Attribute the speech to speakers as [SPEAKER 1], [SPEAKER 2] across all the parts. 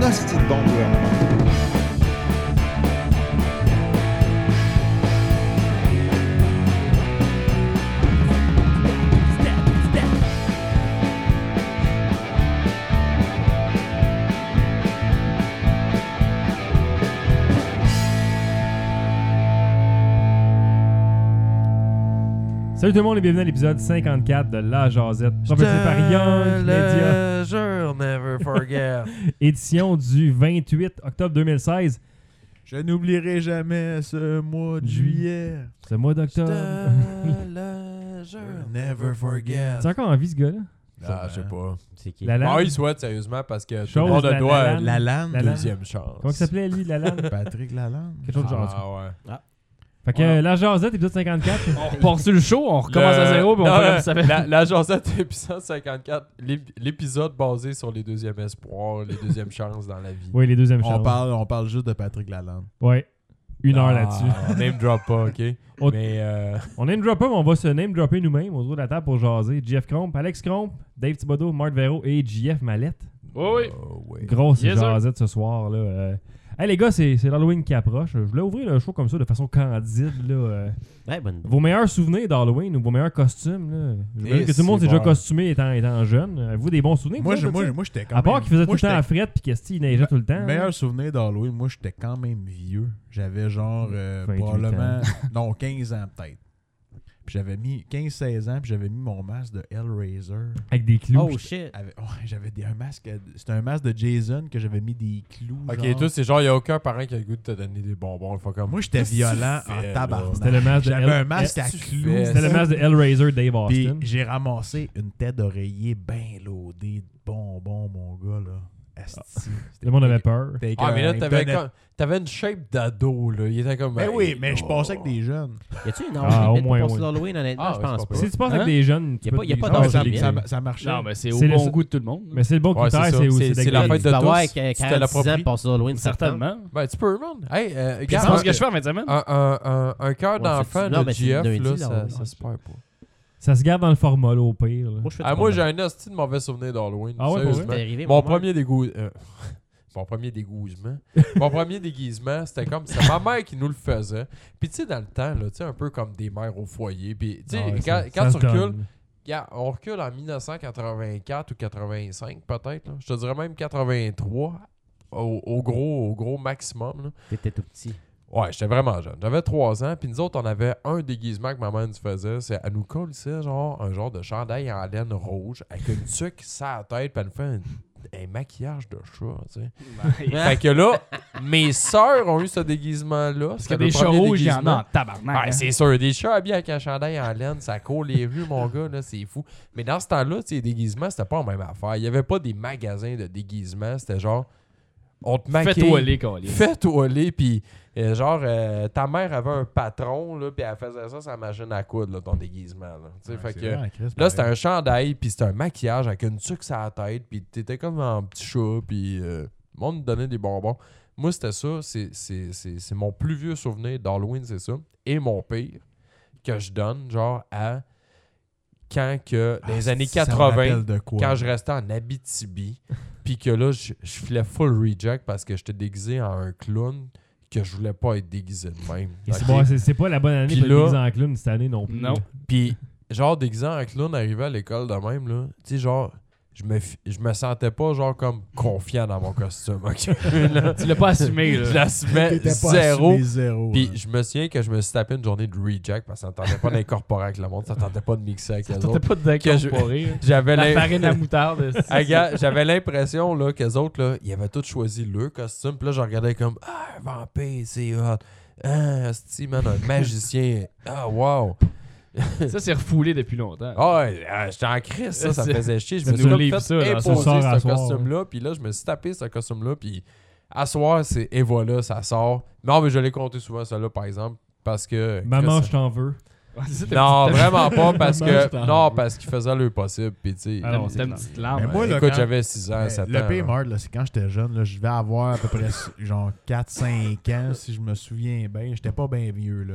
[SPEAKER 1] nasty de bande, ouais.
[SPEAKER 2] Salut tout le monde et bienvenue à l'épisode 54 de La Jazette, propulsé par Young Media,
[SPEAKER 1] hein.
[SPEAKER 3] Le jour never forget.
[SPEAKER 2] édition du 28 octobre 2016.
[SPEAKER 1] Je n'oublierai jamais ce mois de juillet.
[SPEAKER 2] Ce mois d'octobre.
[SPEAKER 3] le jour never forget.
[SPEAKER 2] T'es encore en vie ce gars-là?
[SPEAKER 3] Ah, je sais
[SPEAKER 1] Hein?
[SPEAKER 3] pas.
[SPEAKER 4] C'est qui?
[SPEAKER 2] La
[SPEAKER 4] La
[SPEAKER 2] Lande?
[SPEAKER 3] Bon, Ah, il souhaite sérieusement parce que tout
[SPEAKER 2] Chose
[SPEAKER 3] le monde
[SPEAKER 2] la-
[SPEAKER 3] doit
[SPEAKER 2] la-
[SPEAKER 3] la lande,
[SPEAKER 2] la- la-
[SPEAKER 3] deuxième chance.
[SPEAKER 2] Comment il s'appelait lui, la lande?
[SPEAKER 1] Patrick Lalande.
[SPEAKER 2] Quelque chose de genre. en tout cas.
[SPEAKER 3] Ah ouais.
[SPEAKER 2] Fait que euh, La Jazette, épisode 54.
[SPEAKER 4] part sur le show, on recommence
[SPEAKER 3] Le-
[SPEAKER 4] à zéro puis on
[SPEAKER 3] Non,
[SPEAKER 4] fait
[SPEAKER 3] euh,
[SPEAKER 4] comme ça fait.
[SPEAKER 3] La, la Josette, épisode 54, l'ép- l'épisode basé sur les deuxièmes espoirs, les deuxièmes chances dans la vie.
[SPEAKER 2] oui, les deuxièmes
[SPEAKER 1] On
[SPEAKER 2] chances.
[SPEAKER 1] parle, on parle juste de Patrick Lalande.
[SPEAKER 2] Ouais. Une heure
[SPEAKER 3] Ah,
[SPEAKER 2] là-dessus.
[SPEAKER 3] On name drop pas, ok?
[SPEAKER 2] On-
[SPEAKER 3] Mais euh,
[SPEAKER 2] On name dropper, mais on va se name dropper nous-mêmes autour de la table pour jaser. JF Cromp, Alex Cromp, Dave Thibodeau, Marc Vero et JF Mallette.
[SPEAKER 4] Oui, oui.
[SPEAKER 3] oh, ouais.
[SPEAKER 2] Grosse
[SPEAKER 4] Yes, sir.
[SPEAKER 2] jasette ce soir. Là. euh. Hey les gars, c'est c'est l'Halloween qui approche. Je voulais ouvrir le show comme ça de façon candide. Là. euh.
[SPEAKER 4] Ouais, bonne
[SPEAKER 2] Vos meilleurs souvenirs d'Halloween ou vos meilleurs costumes. Là. Je veux
[SPEAKER 3] Eh,
[SPEAKER 2] dire que tout le monde
[SPEAKER 3] c'est
[SPEAKER 2] s'est déjà
[SPEAKER 3] bon.
[SPEAKER 2] costumé étant, étant jeune. Avez-vous des bons souvenirs?
[SPEAKER 1] Moi,
[SPEAKER 2] vous
[SPEAKER 1] je-
[SPEAKER 2] autres,
[SPEAKER 1] moi,
[SPEAKER 2] de
[SPEAKER 1] je-
[SPEAKER 2] ça?
[SPEAKER 1] moi, j'étais quand
[SPEAKER 2] À part
[SPEAKER 1] même-
[SPEAKER 2] qu'il faisait tout
[SPEAKER 1] moi,
[SPEAKER 2] le temps
[SPEAKER 1] j'étais-
[SPEAKER 2] à fret puis qu'Esti il neigeait tout le
[SPEAKER 5] Ah,
[SPEAKER 2] temps.
[SPEAKER 1] Meilleur souvenir d'Halloween, moi j'étais quand même vieux. J'avais genre euh,
[SPEAKER 2] 28
[SPEAKER 1] probablement. Non, 15 ans peut-être. Puis j'avais mis 15-16 ans, puis j'avais mis mon masque de Hellraiser.
[SPEAKER 5] Euh.
[SPEAKER 2] Avec des clous.
[SPEAKER 4] Oh shit.
[SPEAKER 1] Avec- ouais, j'avais des- un masque. de- C'était un masque de Jason que j'avais mis des clous.
[SPEAKER 3] Ok,
[SPEAKER 1] genre.
[SPEAKER 3] toi, c'est genre, il n'y a aucun parent qui a le goût de te donner des bonbons. Il faut comme.
[SPEAKER 1] Moi j'étais violent
[SPEAKER 3] Qu'est-ce que tu
[SPEAKER 1] en
[SPEAKER 3] fais,
[SPEAKER 2] C'était
[SPEAKER 1] tabarnak.
[SPEAKER 2] le masque de
[SPEAKER 1] J'avais un
[SPEAKER 2] Hell-
[SPEAKER 1] masque à
[SPEAKER 3] Qu'est-ce que tu
[SPEAKER 1] clous.
[SPEAKER 3] fais?
[SPEAKER 2] C'était le masque de Hellraiser Dave
[SPEAKER 1] Puis
[SPEAKER 2] Austin.
[SPEAKER 1] j'ai ramassé une tête d'oreiller bien loadée de bonbons, mon gars, là. Asti. C'était
[SPEAKER 2] Le monde avait peur.
[SPEAKER 1] C'était
[SPEAKER 3] Ah, mais là,
[SPEAKER 1] écœurant.
[SPEAKER 3] t'avais
[SPEAKER 1] Il me donnait-
[SPEAKER 3] comme- t'avais une shape d'ado, là. Il était comme.
[SPEAKER 1] Ben oui, mais je
[SPEAKER 3] oh.
[SPEAKER 1] passais avec des jeunes.
[SPEAKER 4] Y a-tu une
[SPEAKER 2] Ah,
[SPEAKER 4] heure
[SPEAKER 2] au
[SPEAKER 4] limite
[SPEAKER 2] moins,
[SPEAKER 4] pour passer
[SPEAKER 2] oui.
[SPEAKER 4] l'Halloween, honnêtement?
[SPEAKER 3] Ah,
[SPEAKER 4] je
[SPEAKER 3] ouais,
[SPEAKER 4] pense
[SPEAKER 3] c'est
[SPEAKER 4] pas.
[SPEAKER 3] pas
[SPEAKER 2] Si tu passes
[SPEAKER 4] Hein?
[SPEAKER 2] avec des jeunes,
[SPEAKER 4] Y
[SPEAKER 2] tu
[SPEAKER 4] a pas,
[SPEAKER 2] peux
[SPEAKER 4] y a
[SPEAKER 2] te
[SPEAKER 4] pas
[SPEAKER 3] Ah,
[SPEAKER 1] Non,
[SPEAKER 2] déguiser.
[SPEAKER 1] mais
[SPEAKER 4] d'âge
[SPEAKER 1] ça,
[SPEAKER 4] limite.
[SPEAKER 1] ça, ça marchait.
[SPEAKER 5] Non, mais c'est au
[SPEAKER 2] C'est le-
[SPEAKER 5] bon goût de tout le monde.
[SPEAKER 2] Mais c'est le bon
[SPEAKER 3] Ouais,
[SPEAKER 2] critère,
[SPEAKER 3] c'est ça.
[SPEAKER 2] c'est
[SPEAKER 3] C'est-
[SPEAKER 2] aussi
[SPEAKER 3] c'est la
[SPEAKER 2] d'agréable.
[SPEAKER 3] fête de
[SPEAKER 4] Tu vas avoir
[SPEAKER 3] tous. Tu te
[SPEAKER 4] 46 ans
[SPEAKER 3] l'appropries.
[SPEAKER 4] passer l'Halloween, certainement.
[SPEAKER 5] Certainement.
[SPEAKER 3] Ben, tu peux, man. Hey, euh,
[SPEAKER 5] Tu
[SPEAKER 3] regarde,
[SPEAKER 5] penses que
[SPEAKER 3] un-
[SPEAKER 5] je fais à 20 semaines?
[SPEAKER 3] un, un, un, un cœur
[SPEAKER 4] Ouais,
[SPEAKER 3] d'enfant
[SPEAKER 4] c'est- non,
[SPEAKER 3] de
[SPEAKER 4] mais c'est
[SPEAKER 3] GF,
[SPEAKER 4] lundi,
[SPEAKER 3] là,
[SPEAKER 4] là,
[SPEAKER 3] ça,
[SPEAKER 4] ouais,
[SPEAKER 3] ça
[SPEAKER 4] ouais,
[SPEAKER 3] se perd pas.
[SPEAKER 2] Ça se garde dans le format, là, au pire. là.
[SPEAKER 4] Moi, je fais
[SPEAKER 3] Ah,
[SPEAKER 4] tout
[SPEAKER 3] moi,
[SPEAKER 4] le
[SPEAKER 3] j'ai un hostie de mauvais souvenir d'Halloween.
[SPEAKER 2] Ah ouais, pour
[SPEAKER 3] sérieusement.
[SPEAKER 4] C'est arrivé,
[SPEAKER 3] Mon
[SPEAKER 4] moi,
[SPEAKER 3] premier dégoût. euh, Mon premier dégoûtement. Mon premier déguisement, c'était comme. C'était ma mère qui nous le faisait. Puis, tu sais, dans le temps, là, tu sais, un peu comme des mères au foyer. Puis, tu sais,
[SPEAKER 2] Ah ouais,
[SPEAKER 3] quand,
[SPEAKER 2] ça-
[SPEAKER 3] quand
[SPEAKER 2] ça
[SPEAKER 3] tu
[SPEAKER 2] se
[SPEAKER 3] recules,
[SPEAKER 2] donne.
[SPEAKER 3] Regarde, on recule en 1984 ou 85 peut-être. là. Je te dirais même 83 au, au gros, au gros maximum. là.
[SPEAKER 4] T'étais tout petit.
[SPEAKER 3] Ouais, j'étais vraiment jeune. J'avais 3 ans. Puis nous autres, on avait un déguisement que ma mère nous faisait. C'est elle nous colle ça, genre un genre de chandail en laine rouge avec une tuque sur la tête. Puis elle nous fait un, un maquillage de chat. tu sais. Fait que là, mes sœurs ont eu ce déguisement-là.
[SPEAKER 5] Parce que des chats rouges, il y en a en tabarnak.
[SPEAKER 3] Ouais,
[SPEAKER 5] hein.
[SPEAKER 3] c'est sûr. Des chats habillés avec un chandail en laine, ça court les rues, mon gars, là, c'est fou. Mais dans ce temps-là, tu sais, les déguisements, c'était pas la même affaire. Il y avait pas des magasins de déguisements. C'était genre, on te maquille.
[SPEAKER 5] Fais-toi aller, Colin.
[SPEAKER 3] Fais-toi aller, puis euh, genre, euh, ta mère avait un patron, là, puis elle faisait ça sa machine à coudre, là, ton déguisement. Là,
[SPEAKER 1] Ah,
[SPEAKER 3] Tu sais, fait que,
[SPEAKER 1] ben,
[SPEAKER 3] là c'était un chandail, puis c'était un maquillage avec une tuque sur la tête, puis t'étais comme un petit chat, puis euh, le monde te donnait des bonbons. Moi, c'était ça. C'est- C'est c'est- c'est mon plus vieux souvenir d'Halloween, c'est ça. Et mon pire, que je donne, genre, à quand
[SPEAKER 1] ah,
[SPEAKER 3] que, dans les années 80, quand je restais en Abitibi, puis que là, je, je filais full reject parce que j'étais déguisé en un clown que je voulais pas être déguisé de même.
[SPEAKER 2] Et c'est
[SPEAKER 3] Ok?
[SPEAKER 2] bon, c'est- C'est pas la bonne année
[SPEAKER 3] Puis
[SPEAKER 2] pour
[SPEAKER 3] là-
[SPEAKER 2] les en clown cette année non plus.
[SPEAKER 5] Non.
[SPEAKER 3] Puis, genre, déguisé en clown, arrivé à l'école de même, là, tu sais, genre, je me, fi- je me sentais pas, genre, comme confiant dans mon costume, ok? Là,
[SPEAKER 5] Tu l'as pas assumé,
[SPEAKER 3] je
[SPEAKER 5] là.
[SPEAKER 3] l'assumais zéro.
[SPEAKER 1] zéro.
[SPEAKER 3] Puis je me souviens que je me suis tapé une journée de reject parce que ça tentait pas d'incorporer avec le monde, ça tentait pas de mixer avec les
[SPEAKER 5] T'as
[SPEAKER 3] autres.
[SPEAKER 5] pas d'incorporé. hein.
[SPEAKER 3] J'avais
[SPEAKER 5] La
[SPEAKER 3] l'im-
[SPEAKER 5] farine à moutarde. c'est-
[SPEAKER 3] Ah, gars, j'avais l'impression là que les autres là, ils avaient tous choisi leur costume, puis là je regardais comme ah un vampire, c'est hot. Ah, hostie, man, un magicien. Ah wow.
[SPEAKER 5] Ça, c'est refoulé depuis longtemps.
[SPEAKER 3] Ah, ouais, ah, j'étais en crise, ça, ça me faisait chier. Je
[SPEAKER 5] Tu
[SPEAKER 3] me suis
[SPEAKER 5] nous
[SPEAKER 3] comme
[SPEAKER 5] livres
[SPEAKER 3] fait
[SPEAKER 5] ça, là,
[SPEAKER 3] imposer
[SPEAKER 5] ce
[SPEAKER 2] soir à
[SPEAKER 3] ce
[SPEAKER 2] soir,
[SPEAKER 3] costume-là, puis là, je me suis tapé ce costume-là, puis à soir, c'est et voilà, ça sort. Non, mais je l'ai compté souvent, ça là par exemple, parce que.
[SPEAKER 2] Maman,
[SPEAKER 3] que
[SPEAKER 2] je t'en veux.
[SPEAKER 5] Ouais, c'est ça, t'as
[SPEAKER 3] Non,
[SPEAKER 5] une petite-
[SPEAKER 3] vraiment pas, parce
[SPEAKER 5] Maman, je
[SPEAKER 3] que.
[SPEAKER 5] t'en
[SPEAKER 3] Non,
[SPEAKER 5] veux.
[SPEAKER 3] parce qu'ils faisaient le possible, puis tu sais.
[SPEAKER 2] Ah non, c'est
[SPEAKER 5] T'as une
[SPEAKER 2] clair.
[SPEAKER 5] petite larme.
[SPEAKER 1] Mais
[SPEAKER 5] hein.
[SPEAKER 1] moi, là,
[SPEAKER 3] Écoute,
[SPEAKER 1] quand- Ben,
[SPEAKER 3] j'avais 6 ans, 7 ans.
[SPEAKER 1] Le pire
[SPEAKER 3] hein.
[SPEAKER 1] merde, là, c'est quand j'étais jeune, là, je vais avoir à peu près genre 4-5 ans, si je me souviens bien. J'étais pas bien vieux, là.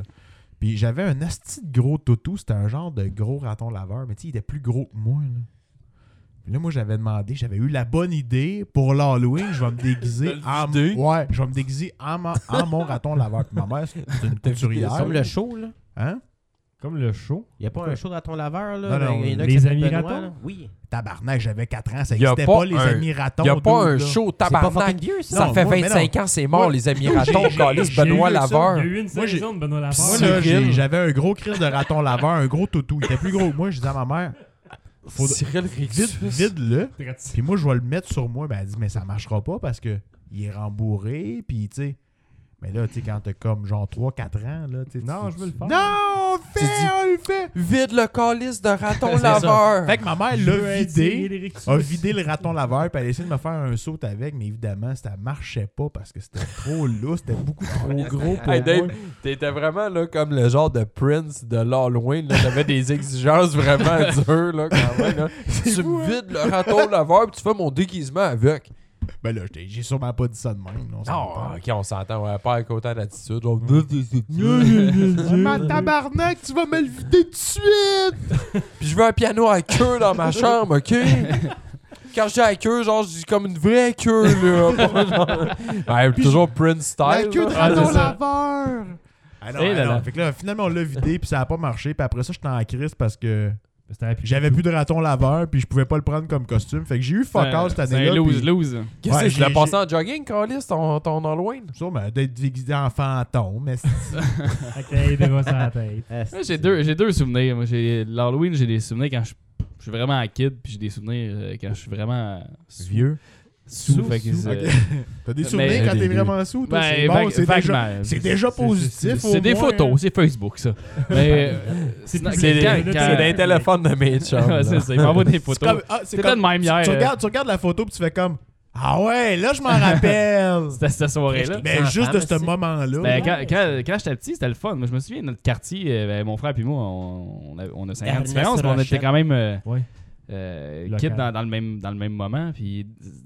[SPEAKER 1] Puis j'avais un asti de gros toutou, c'était un genre de gros raton laveur, mais tu sais, il était plus gros que moi, là. Puis là, moi, j'avais demandé, j'avais eu la bonne idée pour l'Halloween, je vais me déguiser en, ouais, je vais me déguiser en, mon- en mon raton laveur. Puis ma mère, c'est une couturière.
[SPEAKER 4] Comme le show, là.
[SPEAKER 1] Hein?
[SPEAKER 2] Comme le show.
[SPEAKER 4] Il n'y a pas un show dans ton laveur, là?
[SPEAKER 1] Non, non,
[SPEAKER 4] Il y en a
[SPEAKER 2] les
[SPEAKER 4] qui s'appellent
[SPEAKER 2] amis
[SPEAKER 4] Benoît,
[SPEAKER 2] ratons?
[SPEAKER 4] là? Oui.
[SPEAKER 1] Tabarnak, j'avais 4 ans, ça
[SPEAKER 3] Y a
[SPEAKER 1] n'existait
[SPEAKER 3] pas
[SPEAKER 1] pas, les
[SPEAKER 3] un-
[SPEAKER 1] amis ratons.
[SPEAKER 3] Il n'y a pas
[SPEAKER 1] dude,
[SPEAKER 3] un
[SPEAKER 1] là.
[SPEAKER 3] show
[SPEAKER 4] C'est pas fucking
[SPEAKER 3] tabarnak.
[SPEAKER 4] vieux, ça.
[SPEAKER 3] Ça
[SPEAKER 1] Non,
[SPEAKER 3] fait
[SPEAKER 1] moi, mais
[SPEAKER 3] 25 ans, c'est mort,
[SPEAKER 1] Moi-
[SPEAKER 3] les amis ratons,
[SPEAKER 1] j'ai-
[SPEAKER 3] calice
[SPEAKER 1] j'ai
[SPEAKER 3] Benoît
[SPEAKER 1] vu
[SPEAKER 2] Il
[SPEAKER 3] Laveur.
[SPEAKER 2] y a eu une
[SPEAKER 1] Moi,
[SPEAKER 2] saison de Benoît
[SPEAKER 1] Pis
[SPEAKER 2] Laporte.
[SPEAKER 1] moi,
[SPEAKER 3] Cyril.
[SPEAKER 1] là, j'ai- j'avais un gros crise de raton laveur, un gros toutou. Il était plus gros que moi. Je disais à ma mère, faut
[SPEAKER 3] Cyril
[SPEAKER 1] vide,
[SPEAKER 3] Rixus.
[SPEAKER 1] vide-le.
[SPEAKER 2] Pratique.
[SPEAKER 1] Puis moi, je vais le mettre sur moi. Ben, elle dit, mais ça marchera pas parce que il est rembourré. Puis, tu sais. Mais là, tu sais, quand t'as comme genre 3-4 ans, là, tu sais,
[SPEAKER 2] Non,
[SPEAKER 1] tu-
[SPEAKER 2] je veux le faire.
[SPEAKER 1] Non, on le fait,
[SPEAKER 3] Tu dis-
[SPEAKER 1] on le fait.
[SPEAKER 3] Vide le calice de raton
[SPEAKER 4] C'est ça.
[SPEAKER 3] laveur.
[SPEAKER 1] Fait que ma mère
[SPEAKER 2] Je veux
[SPEAKER 1] l'a
[SPEAKER 2] attirer
[SPEAKER 1] vidé.
[SPEAKER 2] les rectus.
[SPEAKER 1] A vidé le raton laveur, puis elle a essayé de me faire un saut avec, mais évidemment, ça marchait pas parce que c'était trop lourd, c'était beaucoup trop gros pour moi.
[SPEAKER 3] Hey Dave, t'étais vraiment là comme le genre de Prince de l'Halloween. là. T'avais des exigences vraiment dures là, quand même. là. Tu me vides le raton laveur puis tu fais mon déguisement avec.
[SPEAKER 1] Ben là, j'ai- j'ai sûrement pas dit ça de même. Non,
[SPEAKER 5] Ah,
[SPEAKER 3] Non, ok, on s'entend. On pas avec autant d'attitude. genre,
[SPEAKER 1] Maman, tabarnak, tu vas me le vider tout de suite!
[SPEAKER 3] Puis je veux un piano à queue dans ma chambre, ok? Quand je dis à queue, genre, je dis comme une vraie queue, là. Pas genre- Ouais, toujours Prince style.
[SPEAKER 1] La queue de
[SPEAKER 3] là. Ah,
[SPEAKER 1] raton
[SPEAKER 5] Ah, c'est ça.
[SPEAKER 1] laveur! Ah non,
[SPEAKER 5] Eh
[SPEAKER 1] ah
[SPEAKER 5] là
[SPEAKER 1] non.
[SPEAKER 5] là.
[SPEAKER 1] Fait que là, finalement, on l'a vidé, puis ça a pas marché. Puis après ça, j'étais en crise parce que
[SPEAKER 2] C'était un pipi.
[SPEAKER 1] j'avais plus de raton laveur, puis je pouvais pas le prendre comme costume. Fait que j'ai eu fuck all cette
[SPEAKER 5] C'est
[SPEAKER 1] année-là.
[SPEAKER 5] un
[SPEAKER 1] puis-
[SPEAKER 5] lose-lose.
[SPEAKER 3] Qu'est-ce que
[SPEAKER 1] Ouais,
[SPEAKER 3] je l'ai
[SPEAKER 1] j'ai-
[SPEAKER 3] passé en jogging, Carlis, ton, ton Halloween?
[SPEAKER 1] Ça, mais d'être déguisé en fantôme, mais c'est-
[SPEAKER 2] Avec la haie de gosse à la tête.
[SPEAKER 5] Moi, j'ai deux, j'ai deux souvenirs. Moi, j'ai l'Halloween, j'ai des souvenirs quand je, je suis vraiment kid, puis j'ai des souvenirs euh, quand je suis vraiment sous.
[SPEAKER 1] vieux.
[SPEAKER 5] sous,
[SPEAKER 2] Sous,
[SPEAKER 5] fait que
[SPEAKER 2] sous.
[SPEAKER 5] c'est- euh,
[SPEAKER 1] Ok. T'as des
[SPEAKER 5] Mais-
[SPEAKER 1] souvenirs quand
[SPEAKER 3] des-
[SPEAKER 1] t'es vraiment sous, toi?
[SPEAKER 5] Ben,
[SPEAKER 1] c'est bon,
[SPEAKER 5] vague-
[SPEAKER 1] c'est déjà,
[SPEAKER 5] vaguement.
[SPEAKER 1] c'est hein. déjà
[SPEAKER 2] c'est-
[SPEAKER 1] positif.
[SPEAKER 5] C'est
[SPEAKER 1] au
[SPEAKER 5] des
[SPEAKER 1] moins,
[SPEAKER 5] photos, c'est Facebook ça. Mais euh,
[SPEAKER 2] C'est
[SPEAKER 5] non,
[SPEAKER 2] plus-
[SPEAKER 5] c'est
[SPEAKER 2] c'est-
[SPEAKER 5] quand-
[SPEAKER 2] c'est-
[SPEAKER 5] quand-
[SPEAKER 2] c'est-
[SPEAKER 3] D'un téléphone de hein. mes chums.
[SPEAKER 5] Ouais,
[SPEAKER 3] là.
[SPEAKER 5] c'est ça, il m'envoie des
[SPEAKER 1] C'est
[SPEAKER 5] photos.
[SPEAKER 1] comme- ah, c'est
[SPEAKER 5] C'était
[SPEAKER 1] comme-
[SPEAKER 5] de même hier.
[SPEAKER 1] tu,
[SPEAKER 5] euh,
[SPEAKER 1] regardes, tu regardes la photo, puis tu fais comme Ah ouais, là, je m'en rappelle!
[SPEAKER 5] C'était cette soirée-là.
[SPEAKER 1] Mais
[SPEAKER 4] Enfant,
[SPEAKER 1] juste de
[SPEAKER 4] mais
[SPEAKER 1] ce
[SPEAKER 4] c'est-
[SPEAKER 1] moment-là.
[SPEAKER 5] Ben, quand quand, quand j'étais petit, c'était le fun. Moi, je me souviens, notre quartier, euh, ben, mon frère et moi, on, on a, on a 50 ans de
[SPEAKER 4] Ernest
[SPEAKER 5] différence, mais on était
[SPEAKER 4] Rochette.
[SPEAKER 5] quand même euh,
[SPEAKER 2] Ouais.
[SPEAKER 5] euh,
[SPEAKER 2] Local.
[SPEAKER 5] kids dans, dans le même, dans le même moment. Puis,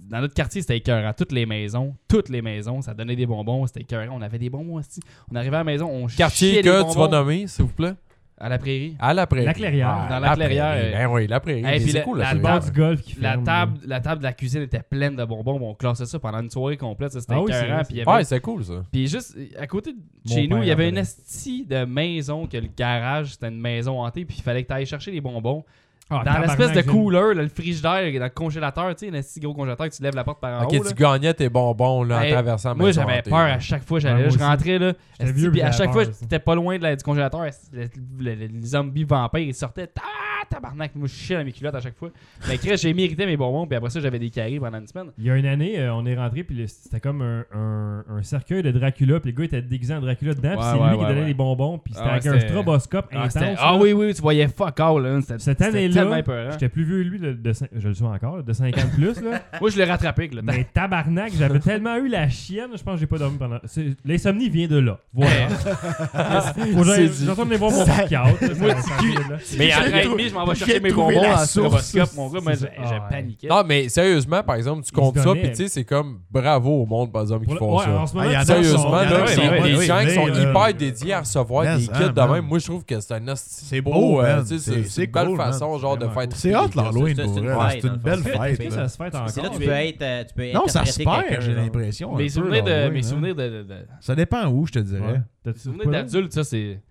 [SPEAKER 5] dans notre quartier, c'était écœurant. Toutes les maisons, toutes les maisons, ça donnait des bonbons, c'était écœurant. On avait des bonbons aussi. On arrivait à la maison, on
[SPEAKER 3] Quartier
[SPEAKER 5] chiait les
[SPEAKER 3] que tu vas
[SPEAKER 5] bonbons
[SPEAKER 3] nommer, s'il vous plaît?
[SPEAKER 5] à la prairie.
[SPEAKER 3] À la prairie.
[SPEAKER 2] La clairière.
[SPEAKER 5] Dans la clairière.
[SPEAKER 3] prairie. Ben oui, la prairie.
[SPEAKER 5] Et
[SPEAKER 3] Mais
[SPEAKER 5] puis
[SPEAKER 3] c'est
[SPEAKER 5] la-
[SPEAKER 3] cool,
[SPEAKER 5] la
[SPEAKER 2] Le
[SPEAKER 3] prairie.
[SPEAKER 2] bar du golf qui
[SPEAKER 5] La
[SPEAKER 2] ferme,
[SPEAKER 5] table, la table de la cuisine était pleine de bonbons. On classait ça pendant une soirée complète. ça, C'était
[SPEAKER 2] Ah oui, c'est
[SPEAKER 5] écœurant.
[SPEAKER 2] vrai,
[SPEAKER 5] Puis il y avait-
[SPEAKER 3] Ouais, c'est cool, ça.
[SPEAKER 5] Puis juste euh, à côté de
[SPEAKER 2] Mon
[SPEAKER 5] chez nous,
[SPEAKER 2] père
[SPEAKER 5] il y avait
[SPEAKER 2] en
[SPEAKER 5] une
[SPEAKER 2] avait.
[SPEAKER 5] esti de maison que le garage, c'était une maison hantée, puis il fallait que tu ailles chercher les bonbons.
[SPEAKER 2] là. Ah,
[SPEAKER 5] dans
[SPEAKER 2] tabarnak,
[SPEAKER 5] l'espèce de
[SPEAKER 2] j'aime-
[SPEAKER 5] cooler, là, le frigidaire, dans le congélateur, tu sais, un esti gros congélateur que tu lèves la porte par en
[SPEAKER 3] Ok,
[SPEAKER 5] haut. là.
[SPEAKER 3] tu gagnais tes bonbons là, en
[SPEAKER 5] Hey,
[SPEAKER 3] traversant la
[SPEAKER 5] Moi,
[SPEAKER 3] maison
[SPEAKER 5] j'avais
[SPEAKER 3] hantée,
[SPEAKER 5] peur
[SPEAKER 3] là.
[SPEAKER 5] à chaque fois que j'allais
[SPEAKER 2] Ouais,
[SPEAKER 5] là,
[SPEAKER 2] moi aussi.
[SPEAKER 5] je rentrais là.
[SPEAKER 2] J'étais
[SPEAKER 5] esti,
[SPEAKER 2] vieux,
[SPEAKER 5] puis à
[SPEAKER 2] j'avais
[SPEAKER 5] chaque fois,
[SPEAKER 2] peur, ça.
[SPEAKER 5] j'étais pas loin de la- du congélateur. esti, Le, le- le- le zombie vampire, il sortait. Ah, tabarnak, moi, je chiais dans mes culottes à chaque fois. Mais crée, j'ai mérité mes bonbons, puis après ça, j'avais des caries pendant une semaine.
[SPEAKER 2] Il y a une année, euh, on est rentré, puis le- c'était comme un, un- un cercueil de Dracula, puis le gars était déguisé en Dracula dedans, puis
[SPEAKER 5] Ouais,
[SPEAKER 2] c'est
[SPEAKER 5] ouais,
[SPEAKER 2] lui qui
[SPEAKER 5] ouais,
[SPEAKER 2] donnait
[SPEAKER 5] ouais.
[SPEAKER 2] les bonbons, puis c'était
[SPEAKER 5] Ah,
[SPEAKER 2] avec
[SPEAKER 5] ouais,
[SPEAKER 2] un
[SPEAKER 5] c'était-
[SPEAKER 2] stroboscope
[SPEAKER 5] Ah,
[SPEAKER 2] intense.
[SPEAKER 5] c'était-
[SPEAKER 2] là.
[SPEAKER 5] ah oui, oui, tu voyais fuck all. Là. C'était-
[SPEAKER 2] Cette
[SPEAKER 5] c'était
[SPEAKER 2] année-là,
[SPEAKER 5] tellement épeurant.
[SPEAKER 2] J'étais plus vieux, lui, là, de, cin- je le suis encore, là, de 50 plus, là.
[SPEAKER 5] Moi, je l'ai rattrapé avec le temps.
[SPEAKER 2] Mais tabarnak, j'avais tellement eu la chienne, je pense que j'ai pas dormi pendant. c'est- L'insomnie vient de là. Voilà. Faut que j'aille-
[SPEAKER 3] C'est dit.
[SPEAKER 2] je retourne aller voir mon podcast. là,
[SPEAKER 5] Moi,
[SPEAKER 2] ça- ça-
[SPEAKER 5] tu-
[SPEAKER 2] ça- là.
[SPEAKER 5] Mais
[SPEAKER 1] J'ai
[SPEAKER 5] après
[SPEAKER 1] trou-
[SPEAKER 5] demi, je m'en vais
[SPEAKER 1] j'ai
[SPEAKER 5] chercher mes
[SPEAKER 1] trouvé
[SPEAKER 5] bonbons
[SPEAKER 1] la
[SPEAKER 5] à
[SPEAKER 1] source.
[SPEAKER 5] stroboscope, mon gars, mais j'ai
[SPEAKER 2] Ah,
[SPEAKER 5] j'ai
[SPEAKER 2] ouais.
[SPEAKER 5] paniqué.
[SPEAKER 3] Non, mais sérieusement, par exemple, tu
[SPEAKER 2] Ils
[SPEAKER 3] comptes
[SPEAKER 2] se
[SPEAKER 3] ça,
[SPEAKER 2] donnaient.
[SPEAKER 3] puis tu sais, c'est comme bravo au monde, par exemple, qui
[SPEAKER 2] Pour le-
[SPEAKER 3] font
[SPEAKER 2] ouais,
[SPEAKER 3] ça.
[SPEAKER 2] en ce moment,
[SPEAKER 1] Ah, y en a
[SPEAKER 2] tu sais,
[SPEAKER 1] qui
[SPEAKER 2] ils
[SPEAKER 1] sont-
[SPEAKER 2] sont-
[SPEAKER 3] Sérieusement,
[SPEAKER 1] y en a
[SPEAKER 3] là,
[SPEAKER 1] qui
[SPEAKER 2] ouais,
[SPEAKER 1] sont
[SPEAKER 2] ouais,
[SPEAKER 3] les
[SPEAKER 1] motivés,
[SPEAKER 2] ouais.
[SPEAKER 3] gens qui sont
[SPEAKER 1] là.
[SPEAKER 3] hyper dédiés à recevoir
[SPEAKER 1] Yes,
[SPEAKER 3] des kits
[SPEAKER 1] hein,
[SPEAKER 3] de même,
[SPEAKER 1] man.
[SPEAKER 3] moi, je trouve que c'est un asti
[SPEAKER 1] C'est
[SPEAKER 3] de
[SPEAKER 1] beau,
[SPEAKER 3] beau, euh,
[SPEAKER 1] man.
[SPEAKER 3] tu
[SPEAKER 1] C'est-
[SPEAKER 3] sais, c'est c'est
[SPEAKER 1] c'est
[SPEAKER 3] une belle
[SPEAKER 1] cool, man.
[SPEAKER 3] façon, genre, de
[SPEAKER 2] vraiment
[SPEAKER 3] faire
[SPEAKER 1] C'est hot l'Halloween
[SPEAKER 4] C'est- c'est
[SPEAKER 1] pour
[SPEAKER 4] une
[SPEAKER 1] vrai,
[SPEAKER 4] fête,
[SPEAKER 1] là. C'est une
[SPEAKER 4] dans le
[SPEAKER 1] belle
[SPEAKER 4] fond.
[SPEAKER 1] fête.
[SPEAKER 2] Est-ce que
[SPEAKER 1] là.
[SPEAKER 2] ça se fait
[SPEAKER 4] C'est là que
[SPEAKER 2] encore.
[SPEAKER 4] tu peux être. euh, Tu peux
[SPEAKER 1] Non, ça se
[SPEAKER 4] interpréter quelqu'un,
[SPEAKER 1] perd, j'ai
[SPEAKER 4] genre.
[SPEAKER 1] l'impression. un
[SPEAKER 5] Mes
[SPEAKER 1] peu,
[SPEAKER 5] souvenirs de.
[SPEAKER 1] l'Halloween,
[SPEAKER 5] Mes
[SPEAKER 1] hein.
[SPEAKER 5] souvenirs de. de- de-
[SPEAKER 1] Ça dépend où, je te dirais.
[SPEAKER 2] Ouais. T'as-tu
[SPEAKER 5] souvenirs
[SPEAKER 2] quoi, là?
[SPEAKER 5] d'adulte, ça, c'est.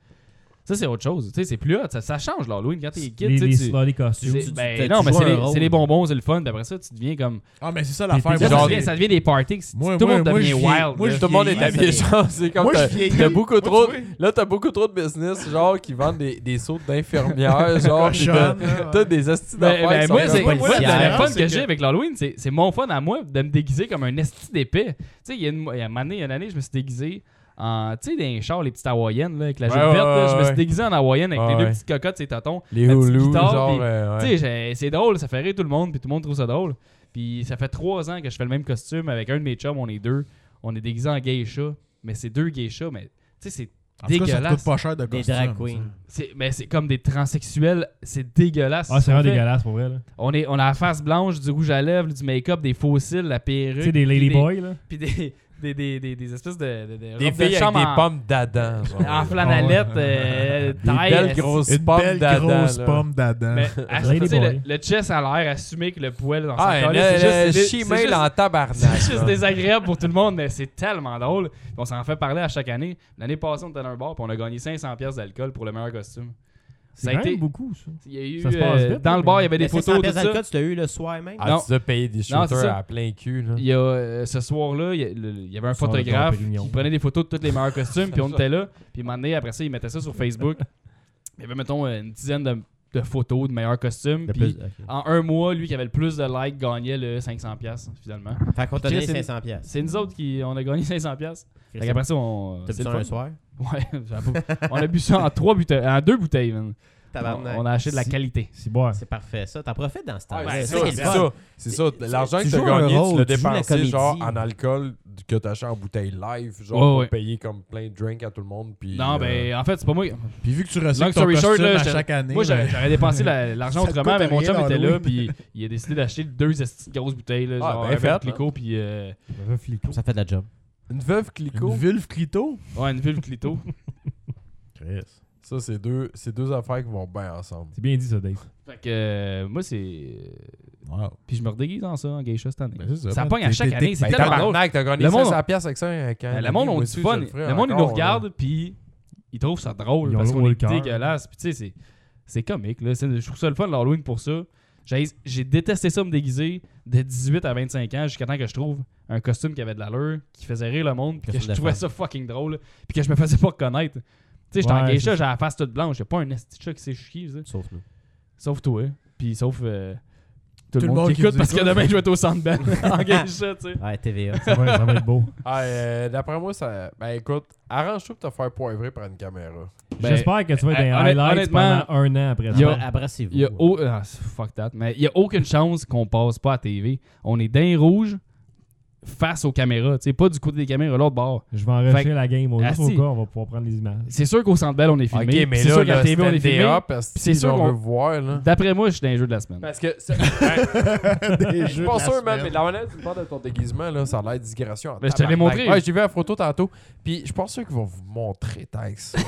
[SPEAKER 5] Ça, c'est autre chose. Tu sais, c'est plus hot. Ça, ça change l'Halloween quand t'es kid.
[SPEAKER 2] Les,
[SPEAKER 5] tu sais,
[SPEAKER 2] les
[SPEAKER 5] tu-
[SPEAKER 2] slutty
[SPEAKER 5] tu-
[SPEAKER 2] costumes.
[SPEAKER 4] tu-
[SPEAKER 5] ben,
[SPEAKER 4] tu-
[SPEAKER 5] non,
[SPEAKER 4] tu
[SPEAKER 5] mais
[SPEAKER 4] joues
[SPEAKER 5] c'est
[SPEAKER 4] un
[SPEAKER 5] les,
[SPEAKER 4] rôle.
[SPEAKER 5] c'est les bonbons, c'est le fun. Puis après ça, tu deviens comme.
[SPEAKER 1] Ah, mais c'est ça l'affaire.
[SPEAKER 2] l'affaire. Moi,
[SPEAKER 5] Ça,
[SPEAKER 3] genre-
[SPEAKER 5] devient, ça devient des parties. que
[SPEAKER 1] Moi,
[SPEAKER 5] tout le
[SPEAKER 1] moi,
[SPEAKER 5] monde
[SPEAKER 1] moi,
[SPEAKER 5] devient
[SPEAKER 1] je vieillis.
[SPEAKER 5] wild.
[SPEAKER 1] Moi,
[SPEAKER 5] là.
[SPEAKER 1] je
[SPEAKER 3] Tout le monde est
[SPEAKER 1] vieillis,
[SPEAKER 3] habillé,
[SPEAKER 4] ça
[SPEAKER 3] genre, c'est comme
[SPEAKER 1] Moi,
[SPEAKER 3] t'as
[SPEAKER 1] je vieillis.
[SPEAKER 3] t'as beaucoup
[SPEAKER 1] Moi,
[SPEAKER 3] trop.
[SPEAKER 1] tu vois.
[SPEAKER 3] Là, t'as beaucoup trop de business, genre, qui vendent des, des sauts d'infirmières, genre, pis
[SPEAKER 1] Cochonne,
[SPEAKER 3] de-
[SPEAKER 1] là, ouais.
[SPEAKER 3] t'as des astis
[SPEAKER 5] Ben,
[SPEAKER 3] d'affaires.
[SPEAKER 5] ben,
[SPEAKER 3] qui sont
[SPEAKER 5] moi,
[SPEAKER 3] comme-
[SPEAKER 5] c'est moi,
[SPEAKER 4] policière.
[SPEAKER 5] le
[SPEAKER 4] La
[SPEAKER 5] fun
[SPEAKER 1] différence,
[SPEAKER 5] que
[SPEAKER 1] c'est
[SPEAKER 5] j'ai
[SPEAKER 1] que-
[SPEAKER 5] avec l'Halloween, c'est c'est mon fun à moi de me déguiser comme un esti d'épée. Tu sais, il y a une, il y a une année, il y a une année, je me suis déguisé en, tu sais, dans les chars, les petites hawaïennes, là, avec la
[SPEAKER 3] Ouais,
[SPEAKER 5] jupe
[SPEAKER 3] ouais,
[SPEAKER 5] verte, là,
[SPEAKER 3] ouais,
[SPEAKER 5] je me
[SPEAKER 3] ouais.
[SPEAKER 5] suis déguisé en hawaïenne avec
[SPEAKER 3] Ouais,
[SPEAKER 5] les deux
[SPEAKER 3] ouais.
[SPEAKER 5] petites cocottes, ses tatons.
[SPEAKER 3] Les
[SPEAKER 5] la petite
[SPEAKER 3] houlous,
[SPEAKER 5] guitare,
[SPEAKER 3] genre,
[SPEAKER 5] puis-
[SPEAKER 3] euh, ouais.
[SPEAKER 5] Tu sais, j'ai- c'est drôle, ça fait rire tout le monde, puis tout le monde trouve ça drôle. Puis ça fait trois ans que je fais le même costume avec un de mes chums, on est deux. On est déguisés en geisha, mais c'est deux geishas, mais tu sais, c'est
[SPEAKER 1] En tout cas, ça te
[SPEAKER 5] dégueulasse.
[SPEAKER 1] coûte pas cher de
[SPEAKER 4] Des
[SPEAKER 1] costume,
[SPEAKER 4] drag queens.
[SPEAKER 5] C'est- mais c'est comme des transsexuels, c'est dégueulasse.
[SPEAKER 2] Ah, c'est
[SPEAKER 5] On
[SPEAKER 2] vraiment
[SPEAKER 5] fait-
[SPEAKER 2] dégueulasse pour vrai. là.
[SPEAKER 5] on, est, on a la face blanche, du rouge à lèvres, du make-up, des faux cils, la perruque.
[SPEAKER 2] Tu sais, des
[SPEAKER 5] puis
[SPEAKER 2] ladyboys, là.
[SPEAKER 5] Puis des, puis des, des, des, des espèces de, de, de
[SPEAKER 3] Des
[SPEAKER 5] robes de
[SPEAKER 3] filles avec
[SPEAKER 5] chambre
[SPEAKER 3] des
[SPEAKER 5] en-
[SPEAKER 3] pommes d'Adam. genre.
[SPEAKER 5] en flanellette,
[SPEAKER 3] Des
[SPEAKER 5] euh, taille,
[SPEAKER 3] belles
[SPEAKER 5] esti.
[SPEAKER 3] grosses
[SPEAKER 1] Une
[SPEAKER 3] pommes
[SPEAKER 1] belle
[SPEAKER 3] d'Adam.
[SPEAKER 1] grosse
[SPEAKER 3] là.
[SPEAKER 1] pomme d'Adam.
[SPEAKER 5] Mais à- tu sais,
[SPEAKER 2] Ladyboy.
[SPEAKER 5] le, le chest a l'air assumé que le poil dans
[SPEAKER 3] Ah,
[SPEAKER 5] son
[SPEAKER 3] elle
[SPEAKER 5] collet, c'est
[SPEAKER 3] a
[SPEAKER 5] juste- c'est- c'est
[SPEAKER 3] chimé
[SPEAKER 5] juste-
[SPEAKER 3] en tabarnak.
[SPEAKER 5] C'est
[SPEAKER 3] là.
[SPEAKER 5] juste désagréable pour tout le monde, mais c'est tellement drôle. Puis On s'en fait parler à chaque année. L'année passée, on était dans un bar, puis on a gagné 500 pièces d'alcool pour le meilleur costume.
[SPEAKER 2] C'est
[SPEAKER 5] Ça a
[SPEAKER 2] quand
[SPEAKER 5] été-
[SPEAKER 2] même beaucoup, ça.
[SPEAKER 5] Il y a eu,
[SPEAKER 2] Ça se passe
[SPEAKER 5] euh,
[SPEAKER 2] vite,
[SPEAKER 5] dans
[SPEAKER 2] hein,
[SPEAKER 5] le bar, il y
[SPEAKER 2] mais-
[SPEAKER 5] avait des
[SPEAKER 4] Mais
[SPEAKER 5] photos
[SPEAKER 4] 600
[SPEAKER 5] de
[SPEAKER 4] pièces
[SPEAKER 5] ça.
[SPEAKER 4] d'alcool, tu l'as eu le soir même.
[SPEAKER 3] Ah,
[SPEAKER 5] Non.
[SPEAKER 3] tu as payé des
[SPEAKER 5] Non, c'est
[SPEAKER 3] shooters
[SPEAKER 5] ça.
[SPEAKER 3] à plein cul. Là.
[SPEAKER 5] Il y a, euh, ce soir-là, il y a- le- il y avait un
[SPEAKER 2] Soir de
[SPEAKER 5] photographe
[SPEAKER 2] Grand Pérignon.
[SPEAKER 5] qui prenait des photos de tous les meilleurs costumes, puis on était là. Puis un moment donné, après ça, il mettait ça sur Facebook. Il y avait, mettons, une dizaine de, de photos de meilleurs costumes.
[SPEAKER 4] De
[SPEAKER 5] Puis
[SPEAKER 4] plus, ok.
[SPEAKER 5] en un mois, lui qui avait le plus de likes gagnait le 500$ piastres, finalement.
[SPEAKER 4] Fait qu'on t'a donné
[SPEAKER 5] Chris, c'est-
[SPEAKER 4] 500 pièces.
[SPEAKER 5] C'est nous autres qui on a gagné 500$. piastres. Fait
[SPEAKER 4] T'as
[SPEAKER 5] qu'après ça, on.
[SPEAKER 4] bu
[SPEAKER 5] c'est
[SPEAKER 4] ça
[SPEAKER 5] le
[SPEAKER 4] un
[SPEAKER 5] fun.
[SPEAKER 4] soir?
[SPEAKER 5] Ouais, j'avoue. on a bu ça en trois bouteilles, en deux bouteilles, man. On,
[SPEAKER 4] Tabarnak.
[SPEAKER 5] on a acheté de la
[SPEAKER 2] Si.
[SPEAKER 5] qualité.
[SPEAKER 2] C'est boire.
[SPEAKER 4] C'est parfait ça. T'en profites dans ce
[SPEAKER 3] Ah,
[SPEAKER 4] temps-là.
[SPEAKER 3] c'est
[SPEAKER 4] C'est
[SPEAKER 3] ça,
[SPEAKER 4] qui est
[SPEAKER 3] c'est
[SPEAKER 4] le
[SPEAKER 3] ça.
[SPEAKER 4] fun.
[SPEAKER 3] C'est ça. L'argent que
[SPEAKER 4] tu
[SPEAKER 3] tu as
[SPEAKER 4] joues un
[SPEAKER 3] gagné, tu
[SPEAKER 4] rôle,
[SPEAKER 3] l'as
[SPEAKER 4] tu joues la
[SPEAKER 3] dépensé genre
[SPEAKER 4] comédie.
[SPEAKER 3] en alcool que t'as acheté en bouteille live, genre
[SPEAKER 5] Ouais,
[SPEAKER 3] pour
[SPEAKER 5] ouais.
[SPEAKER 3] payer comme plein de drinks à tout le monde. Puis,
[SPEAKER 5] Non,
[SPEAKER 3] euh,
[SPEAKER 5] ben, en fait, c'est pas moi.
[SPEAKER 1] Puis vu que tu
[SPEAKER 5] Long
[SPEAKER 1] recycles ton
[SPEAKER 5] story short,
[SPEAKER 1] costume
[SPEAKER 5] là,
[SPEAKER 1] à
[SPEAKER 5] j'étais-
[SPEAKER 1] chaque année...
[SPEAKER 5] Moi, j'avais
[SPEAKER 1] ben,
[SPEAKER 5] j'avais dépensé la-
[SPEAKER 1] Ça
[SPEAKER 5] l'argent
[SPEAKER 1] te
[SPEAKER 5] autrement,
[SPEAKER 1] coûte
[SPEAKER 5] mais mon
[SPEAKER 1] rien
[SPEAKER 5] chum était là,
[SPEAKER 1] d'Halloween.
[SPEAKER 5] puis il a décidé d'acheter deux esti de grosses bouteilles, là,
[SPEAKER 3] Ah,
[SPEAKER 5] genre
[SPEAKER 3] ben,
[SPEAKER 5] avec
[SPEAKER 3] fait,
[SPEAKER 5] Clico, puis euh,
[SPEAKER 4] Ça fait de la job.
[SPEAKER 3] Une veuve
[SPEAKER 1] Une
[SPEAKER 3] clico.
[SPEAKER 1] vulve clito?
[SPEAKER 5] ouais, une vulve Clito.
[SPEAKER 1] Chris.
[SPEAKER 3] Ça, c'est deux, c'est deux affaires qui vont bien ensemble.
[SPEAKER 2] C'est bien dit, ça, Dave.
[SPEAKER 5] fait que euh, moi, c'est. euh,
[SPEAKER 1] Wow.
[SPEAKER 5] Puis je me redéguise en ça, en geisha cette année.
[SPEAKER 1] Ben, c'est ça.
[SPEAKER 5] ça
[SPEAKER 1] Ben,
[SPEAKER 5] pogne à
[SPEAKER 1] t'es-
[SPEAKER 5] chaque
[SPEAKER 1] t'es-
[SPEAKER 5] année, c'est
[SPEAKER 3] Ben,
[SPEAKER 5] tellement drôle.
[SPEAKER 3] tabarnak, t'as gagné
[SPEAKER 5] Le monde-
[SPEAKER 3] 500 pièces avec ça. euh, quand
[SPEAKER 5] Ben,
[SPEAKER 3] elle
[SPEAKER 5] le monde,
[SPEAKER 3] dit,
[SPEAKER 5] on
[SPEAKER 3] moi
[SPEAKER 5] du
[SPEAKER 3] aussi,
[SPEAKER 5] fun.
[SPEAKER 3] je le ferais
[SPEAKER 5] Le monde, il nous
[SPEAKER 3] encore,
[SPEAKER 5] regarde, puis ils trouvent ça drôle
[SPEAKER 2] Ils ont
[SPEAKER 5] parce
[SPEAKER 2] le
[SPEAKER 5] qu'on
[SPEAKER 2] haut le
[SPEAKER 5] est
[SPEAKER 2] cœur.
[SPEAKER 5] dégueulasse. Puis tu sais, c'est- c'est comique. Là. C'est- Je trouve ça le fun, l'Halloween, pour ça. J'ai j'ai détesté ça, me déguiser, de 18 à 25 ans, jusqu'à temps que je trouve un costume qui avait de l'allure, qui faisait rire le monde, puis que
[SPEAKER 4] Costume
[SPEAKER 5] je
[SPEAKER 4] de
[SPEAKER 5] trouvais
[SPEAKER 4] femme.
[SPEAKER 5] ça fucking drôle, puis que je me faisais pas reconnaître. Tu sais, j'étais en
[SPEAKER 2] Ouais,
[SPEAKER 5] geisha,
[SPEAKER 2] c'est
[SPEAKER 5] j'ai la face toute blanche. J'ai pas un esti de chat qui s'est chié, ça.
[SPEAKER 4] Sauf nous.
[SPEAKER 5] Sauf toi, hein. puis sauf... euh, tout, le monde, qui écoute
[SPEAKER 1] nous
[SPEAKER 5] parce que
[SPEAKER 1] écoute.
[SPEAKER 5] demain je vais être au centre belle en geisha, tu sais.
[SPEAKER 4] Ouais, TVA.
[SPEAKER 2] Ça va, ça va être beau.
[SPEAKER 3] là. Ah, euh, D'après moi, ça. Ben écoute, arrange-toi pour te faire poivrer par une caméra.
[SPEAKER 2] J'espère que tu vas être dans
[SPEAKER 5] euh,
[SPEAKER 2] les
[SPEAKER 5] honnête-
[SPEAKER 2] highlights
[SPEAKER 5] honnêtement,
[SPEAKER 2] pendant un an après
[SPEAKER 5] il y
[SPEAKER 2] ça.
[SPEAKER 5] a-
[SPEAKER 4] Abra- Abracez-vous.
[SPEAKER 5] Il y a au- ah, fuck that, mais il y a aucune chance qu'on passe pas à TV. On est d'un rouge face aux caméras, tu sais, pas du côté des caméras, l'autre bord.
[SPEAKER 2] Je vais enregistrer
[SPEAKER 5] Fait que-
[SPEAKER 2] la game. Au juste
[SPEAKER 5] Asti.
[SPEAKER 2] au cas, on va pouvoir prendre les images.
[SPEAKER 5] C'est sûr qu'au Centre Bell on est filmé.
[SPEAKER 3] Ok, mais
[SPEAKER 5] c'est
[SPEAKER 3] là,
[SPEAKER 5] sûr qu'à
[SPEAKER 3] là,
[SPEAKER 5] TV on est
[SPEAKER 3] stand-up,
[SPEAKER 5] filmé.
[SPEAKER 3] parce
[SPEAKER 5] Puis c'est
[SPEAKER 3] qu'ils
[SPEAKER 5] sûr
[SPEAKER 3] ont
[SPEAKER 5] qu'on-
[SPEAKER 3] veut voir, là.
[SPEAKER 5] D'après moi, je suis dans les jeux de la semaine.
[SPEAKER 3] Parce que. c'est-
[SPEAKER 1] Des
[SPEAKER 3] Je suis
[SPEAKER 1] jeux
[SPEAKER 3] pas
[SPEAKER 1] de la
[SPEAKER 3] sûr, man,
[SPEAKER 1] semaine.
[SPEAKER 3] mais la manette, tu me parles de ton déguisement, là, ça a l'air digression. en
[SPEAKER 5] Mais je te l'ai
[SPEAKER 3] tabarnak.
[SPEAKER 5] montré.
[SPEAKER 3] Ouais, j'ai vu la photo tantôt. Puis je pense sûr qu'ils vont vous montrer, Tex. Sérieux,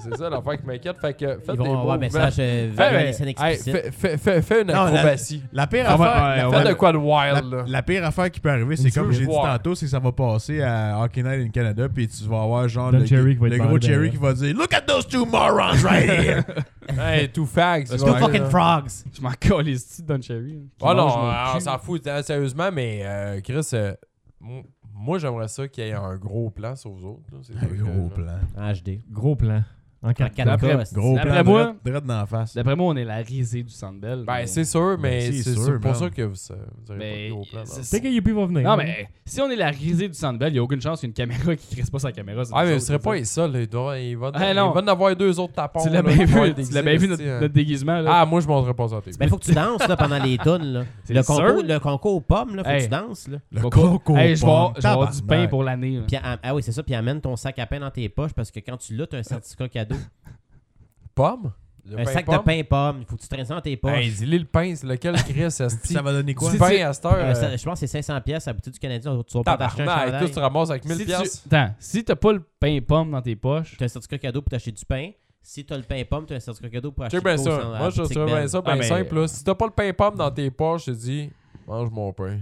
[SPEAKER 3] C'est ça l'affaire qui m'inquiète. Fait que
[SPEAKER 4] Ils
[SPEAKER 3] faites des
[SPEAKER 4] vont avoir
[SPEAKER 3] mouvements.
[SPEAKER 4] un message euh,
[SPEAKER 3] Fais-
[SPEAKER 4] vers les
[SPEAKER 3] hey,
[SPEAKER 4] scènes
[SPEAKER 3] hey,
[SPEAKER 4] explicites.
[SPEAKER 3] fais- fais- fais- fais une
[SPEAKER 1] Non, la-
[SPEAKER 3] acrobatie.
[SPEAKER 1] La pire
[SPEAKER 5] Ah, ouais,
[SPEAKER 1] affaire...
[SPEAKER 5] ouais,
[SPEAKER 1] la
[SPEAKER 5] ouais.
[SPEAKER 1] fin
[SPEAKER 3] Fais de quoi de
[SPEAKER 1] La,
[SPEAKER 3] wild, là.
[SPEAKER 1] la pire affaire qui peut arriver, c'est
[SPEAKER 3] Tu
[SPEAKER 1] comme
[SPEAKER 3] veux
[SPEAKER 1] j'ai dit
[SPEAKER 3] voir.
[SPEAKER 1] tantôt, c'est que ça va passer à Hockey Night in Canada, puis tu vas avoir genre
[SPEAKER 2] Don
[SPEAKER 1] le,
[SPEAKER 2] Cherry qui va
[SPEAKER 1] le
[SPEAKER 2] être
[SPEAKER 1] gros
[SPEAKER 2] bandé
[SPEAKER 1] Cherry
[SPEAKER 5] hein.
[SPEAKER 2] derrière.
[SPEAKER 1] qui va dire Look at those two morons right here!
[SPEAKER 3] Hey, tout fags.
[SPEAKER 4] Two fucking frogs.
[SPEAKER 5] Je m'en colle les petits Don Cherry. hein?
[SPEAKER 3] Oh non,
[SPEAKER 5] Je mange mon
[SPEAKER 3] euh, on
[SPEAKER 5] cul.
[SPEAKER 3] s'en fout, euh, sérieusement, mais euh, Chris, euh, m- moi j'aimerais ça qu'il y ait un gros plan sur vous autres. là, c'est
[SPEAKER 1] Un
[SPEAKER 3] sûr que,
[SPEAKER 1] gros
[SPEAKER 3] là.
[SPEAKER 1] plan.
[SPEAKER 4] En HD.
[SPEAKER 2] Gros plan. En
[SPEAKER 4] En
[SPEAKER 2] 4
[SPEAKER 5] D'après-
[SPEAKER 4] 4K.
[SPEAKER 1] Gros
[SPEAKER 5] D'après
[SPEAKER 1] plan,
[SPEAKER 5] moi-
[SPEAKER 1] direct- direct dans la face.
[SPEAKER 5] D'après moi, on est la risée du Centre Bell.
[SPEAKER 3] Ben,
[SPEAKER 5] Mais-
[SPEAKER 3] c'est sûr, mais
[SPEAKER 1] Ben, c'est
[SPEAKER 3] c'est
[SPEAKER 1] sûr,
[SPEAKER 3] sûr, pour
[SPEAKER 1] man.
[SPEAKER 3] ça que vous, euh, vous avez
[SPEAKER 5] Mais
[SPEAKER 3] pas de gros plan. là.
[SPEAKER 5] c'est-
[SPEAKER 2] C'est que Yuppie va venir.
[SPEAKER 5] Non,
[SPEAKER 2] hein.
[SPEAKER 5] mais si on est la risée du Centre Bell, il y a aucune chance qu'une caméra qui crisse pas sa caméra. c'est
[SPEAKER 3] Ah,
[SPEAKER 5] une
[SPEAKER 3] mais vous
[SPEAKER 5] chose,
[SPEAKER 3] serez
[SPEAKER 5] je
[SPEAKER 3] pas
[SPEAKER 5] veux
[SPEAKER 3] les seuls. là. Il doit- il va
[SPEAKER 5] Ah,
[SPEAKER 3] il
[SPEAKER 5] non.
[SPEAKER 3] va en avoir deux autres tapons.
[SPEAKER 5] dire. Tu l'as
[SPEAKER 3] là,
[SPEAKER 5] bien
[SPEAKER 3] qui vont être
[SPEAKER 5] vu, tu l'as bien
[SPEAKER 3] déguisés,
[SPEAKER 5] vu notre,
[SPEAKER 3] c'est, euh,
[SPEAKER 5] notre déguisement. Là.
[SPEAKER 3] Ah, moi je montrerai pas ça à TV.
[SPEAKER 4] Mais faut que tu danses là, pendant les tunes. Là.
[SPEAKER 5] C'est
[SPEAKER 4] Le,
[SPEAKER 5] sûr.
[SPEAKER 4] concours, le concours aux pommes, là, faut
[SPEAKER 5] Hey.
[SPEAKER 4] que tu danses. Là.
[SPEAKER 1] Le
[SPEAKER 5] Faut pas-
[SPEAKER 1] coco.
[SPEAKER 5] Hey, je vais avoir je vais avoir du
[SPEAKER 1] tabarnak.
[SPEAKER 5] pain pour l'année. là.
[SPEAKER 4] Puis, ah ah oui, c'est ça. Puis amène ton sac à pain dans tes poches parce que quand tu l'as, t'as un certificat cadeau.
[SPEAKER 3] Pomme Le
[SPEAKER 4] un
[SPEAKER 3] pain
[SPEAKER 4] sac de
[SPEAKER 3] pomme?
[SPEAKER 4] pain pomme. Il faut que tu traînes ça dans tes poches.
[SPEAKER 3] Hey, dis-le le pain, c'est lequel Chris
[SPEAKER 1] Puis
[SPEAKER 3] Asti.
[SPEAKER 1] Ça va donner quoi?
[SPEAKER 3] Du pain à cette heure.
[SPEAKER 4] Euh, ça-
[SPEAKER 3] euh,
[SPEAKER 4] je pense que c'est 500 pièces à la boutique du Canadien. Tu vas pas t'acheter un
[SPEAKER 3] Tabarnak,
[SPEAKER 4] chandail.
[SPEAKER 3] toi tu ramasses avec 1000
[SPEAKER 5] si
[SPEAKER 3] piastres.
[SPEAKER 5] tu... Attends, si t'as pas le pain pomme dans tes poches,
[SPEAKER 4] Tu as un certificat cadeau pour t'acheter du pain. Si tu as le pain pomme, tu as un certificat cadeau pour
[SPEAKER 3] Tu
[SPEAKER 4] acheter
[SPEAKER 3] sais
[SPEAKER 4] du pain.
[SPEAKER 3] bien ça. Moi, je trouve bien ça,
[SPEAKER 5] Ah,
[SPEAKER 3] bien
[SPEAKER 5] mais-
[SPEAKER 3] simple. là. Si t'as pas le pain pomme dans tes poches, je te dis, mange mon pain.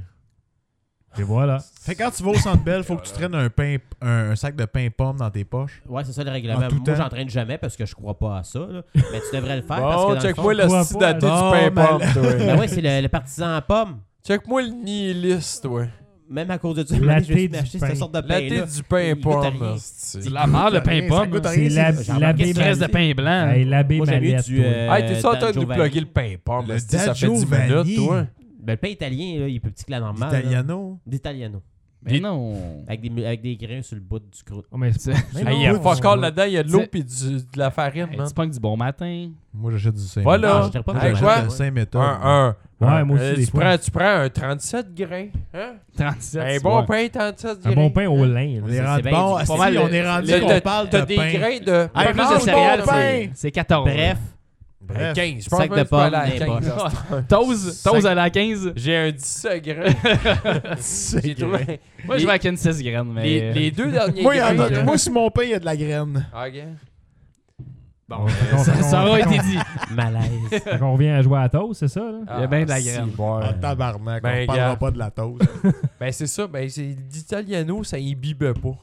[SPEAKER 2] Et voilà.
[SPEAKER 1] Fait que quand tu vas au centre belle, faut que tu traînes un pain un, un sac de pain pomme dans tes poches.
[SPEAKER 4] Ouais, c'est ça le règlement.
[SPEAKER 1] En tout
[SPEAKER 4] Moi,
[SPEAKER 1] temps.
[SPEAKER 4] j'entraîne jamais parce que je crois pas à ça. là. Mais tu devrais le faire parce que.
[SPEAKER 3] Bon,
[SPEAKER 4] dans le
[SPEAKER 3] check-moi
[SPEAKER 4] fond-
[SPEAKER 3] le
[SPEAKER 2] toi,
[SPEAKER 3] style
[SPEAKER 2] pas-
[SPEAKER 3] daté du
[SPEAKER 1] Non,
[SPEAKER 3] pain
[SPEAKER 1] mais-
[SPEAKER 3] pomme, toi.
[SPEAKER 4] Ben ouais, c'est le, le partisan à pomme.
[SPEAKER 3] Check-moi le nihiliste, toi.
[SPEAKER 4] Même à cause de ça,
[SPEAKER 2] La
[SPEAKER 4] je me
[SPEAKER 2] thé
[SPEAKER 4] suis
[SPEAKER 2] du
[SPEAKER 4] acheté
[SPEAKER 2] pain.
[SPEAKER 4] cette sorte de
[SPEAKER 3] La
[SPEAKER 4] pain.
[SPEAKER 3] thé
[SPEAKER 4] Ben là.
[SPEAKER 3] du
[SPEAKER 4] il
[SPEAKER 3] pain
[SPEAKER 4] goûte à
[SPEAKER 3] pomme,
[SPEAKER 4] rien.
[SPEAKER 3] asti.
[SPEAKER 5] c'est de la merde le pain
[SPEAKER 1] Ça
[SPEAKER 5] pomme.
[SPEAKER 1] goûte à
[SPEAKER 2] C'est
[SPEAKER 1] rien,
[SPEAKER 2] la-
[SPEAKER 1] c'est-
[SPEAKER 4] J'ai
[SPEAKER 2] l'abbé
[SPEAKER 4] remarqué
[SPEAKER 5] Qu'est-ce qui reste de
[SPEAKER 2] Mallette.
[SPEAKER 5] pain blanc?
[SPEAKER 2] Hey, l'abbé
[SPEAKER 4] Moi, j'aime mieux
[SPEAKER 2] Mallette.
[SPEAKER 4] du,
[SPEAKER 2] toi.
[SPEAKER 4] euh,
[SPEAKER 3] Hey, t'es ça en train de
[SPEAKER 4] Dan
[SPEAKER 3] nous
[SPEAKER 4] Giovanni.
[SPEAKER 3] plugger le pain pomme,
[SPEAKER 1] Le
[SPEAKER 3] asti, ça
[SPEAKER 1] Dan
[SPEAKER 3] fait 10 minutes,
[SPEAKER 1] Giovanni.
[SPEAKER 3] toi.
[SPEAKER 4] Ben, le pain italien, là, il est plus petit que la normale. là.
[SPEAKER 1] Italiano.
[SPEAKER 4] D'italiano.
[SPEAKER 5] Mais non.
[SPEAKER 4] Avec des, avec des grains sur le bout du croûte.
[SPEAKER 2] Oh, mais c'est-
[SPEAKER 5] Hey,
[SPEAKER 2] Mais
[SPEAKER 3] Hey, il y a
[SPEAKER 2] non,
[SPEAKER 3] fuck
[SPEAKER 2] on-
[SPEAKER 3] all là-dedans, il y a de l'eau
[SPEAKER 5] C'est- Ben,
[SPEAKER 3] pis du- de la farine,
[SPEAKER 5] Hey,
[SPEAKER 3] man.
[SPEAKER 5] tu pognes du bon matin.
[SPEAKER 1] Moi, j'achète du Saint-Méthode.
[SPEAKER 4] Ah,
[SPEAKER 3] Voilà.
[SPEAKER 4] j'étais pas
[SPEAKER 3] Hey,
[SPEAKER 4] dans
[SPEAKER 3] quoi?
[SPEAKER 4] la
[SPEAKER 1] Le
[SPEAKER 4] ouais.
[SPEAKER 1] Saint-Méthode.
[SPEAKER 3] Un, un.
[SPEAKER 2] Ouais,
[SPEAKER 3] Un.
[SPEAKER 2] moi aussi,
[SPEAKER 3] Euh,
[SPEAKER 2] des
[SPEAKER 3] tu,
[SPEAKER 2] fois.
[SPEAKER 3] prends, tu prends un 37 grains. Hein?
[SPEAKER 5] 37.
[SPEAKER 3] Un
[SPEAKER 5] tu
[SPEAKER 3] bon
[SPEAKER 5] vois.
[SPEAKER 3] pain, 37 grains.
[SPEAKER 2] Un bon pain au lin.
[SPEAKER 1] On
[SPEAKER 2] là.
[SPEAKER 1] est
[SPEAKER 4] c'est
[SPEAKER 1] rendu
[SPEAKER 4] bien
[SPEAKER 1] bon.
[SPEAKER 4] du-
[SPEAKER 1] asti,
[SPEAKER 5] pas mal,
[SPEAKER 1] on
[SPEAKER 5] le-
[SPEAKER 1] est rendu
[SPEAKER 5] le-
[SPEAKER 1] qu'on
[SPEAKER 3] T'as-
[SPEAKER 1] parle
[SPEAKER 3] T'as
[SPEAKER 1] de
[SPEAKER 3] des
[SPEAKER 1] pain.
[SPEAKER 3] grains de.
[SPEAKER 5] Pas
[SPEAKER 1] Hey,
[SPEAKER 5] plus
[SPEAKER 1] mange
[SPEAKER 5] de
[SPEAKER 1] mon
[SPEAKER 5] céréales,
[SPEAKER 1] pain!
[SPEAKER 5] c'est- c'est 14.
[SPEAKER 4] Bref,
[SPEAKER 3] Ben,
[SPEAKER 1] Bref.
[SPEAKER 3] 15, je pense
[SPEAKER 4] Sac
[SPEAKER 3] même
[SPEAKER 4] de
[SPEAKER 3] que tu peux aller
[SPEAKER 4] pommes,
[SPEAKER 3] à 15.
[SPEAKER 4] n'importe.
[SPEAKER 3] à cette heure.
[SPEAKER 5] Tose,
[SPEAKER 3] Cinq-
[SPEAKER 5] tose à la 15.
[SPEAKER 3] J'ai un 10 secret. J'ai trouvé-
[SPEAKER 5] Moi, je vais à 15 16 graines, mais.
[SPEAKER 3] Les,
[SPEAKER 5] euh,
[SPEAKER 3] les deux derniers
[SPEAKER 1] Moi, il y en a-
[SPEAKER 3] grains,
[SPEAKER 1] moi, sur mon pain, il y a de la graine.
[SPEAKER 3] là. Ok.
[SPEAKER 1] Bon,
[SPEAKER 5] Ça, ça aura été dit.
[SPEAKER 4] Malaise.
[SPEAKER 2] Fait qu'on revient à jouer à Toast, c'est ça? Là?
[SPEAKER 5] Il y a bien de la
[SPEAKER 3] si,
[SPEAKER 5] graine.
[SPEAKER 3] bon.
[SPEAKER 1] Ah, tabarnak,
[SPEAKER 3] Ben,
[SPEAKER 1] on parlera
[SPEAKER 3] gars.
[SPEAKER 1] pas de la toast.
[SPEAKER 3] Ben, c'est ça. Ben, c'est l'italiano, ça y bibe pas.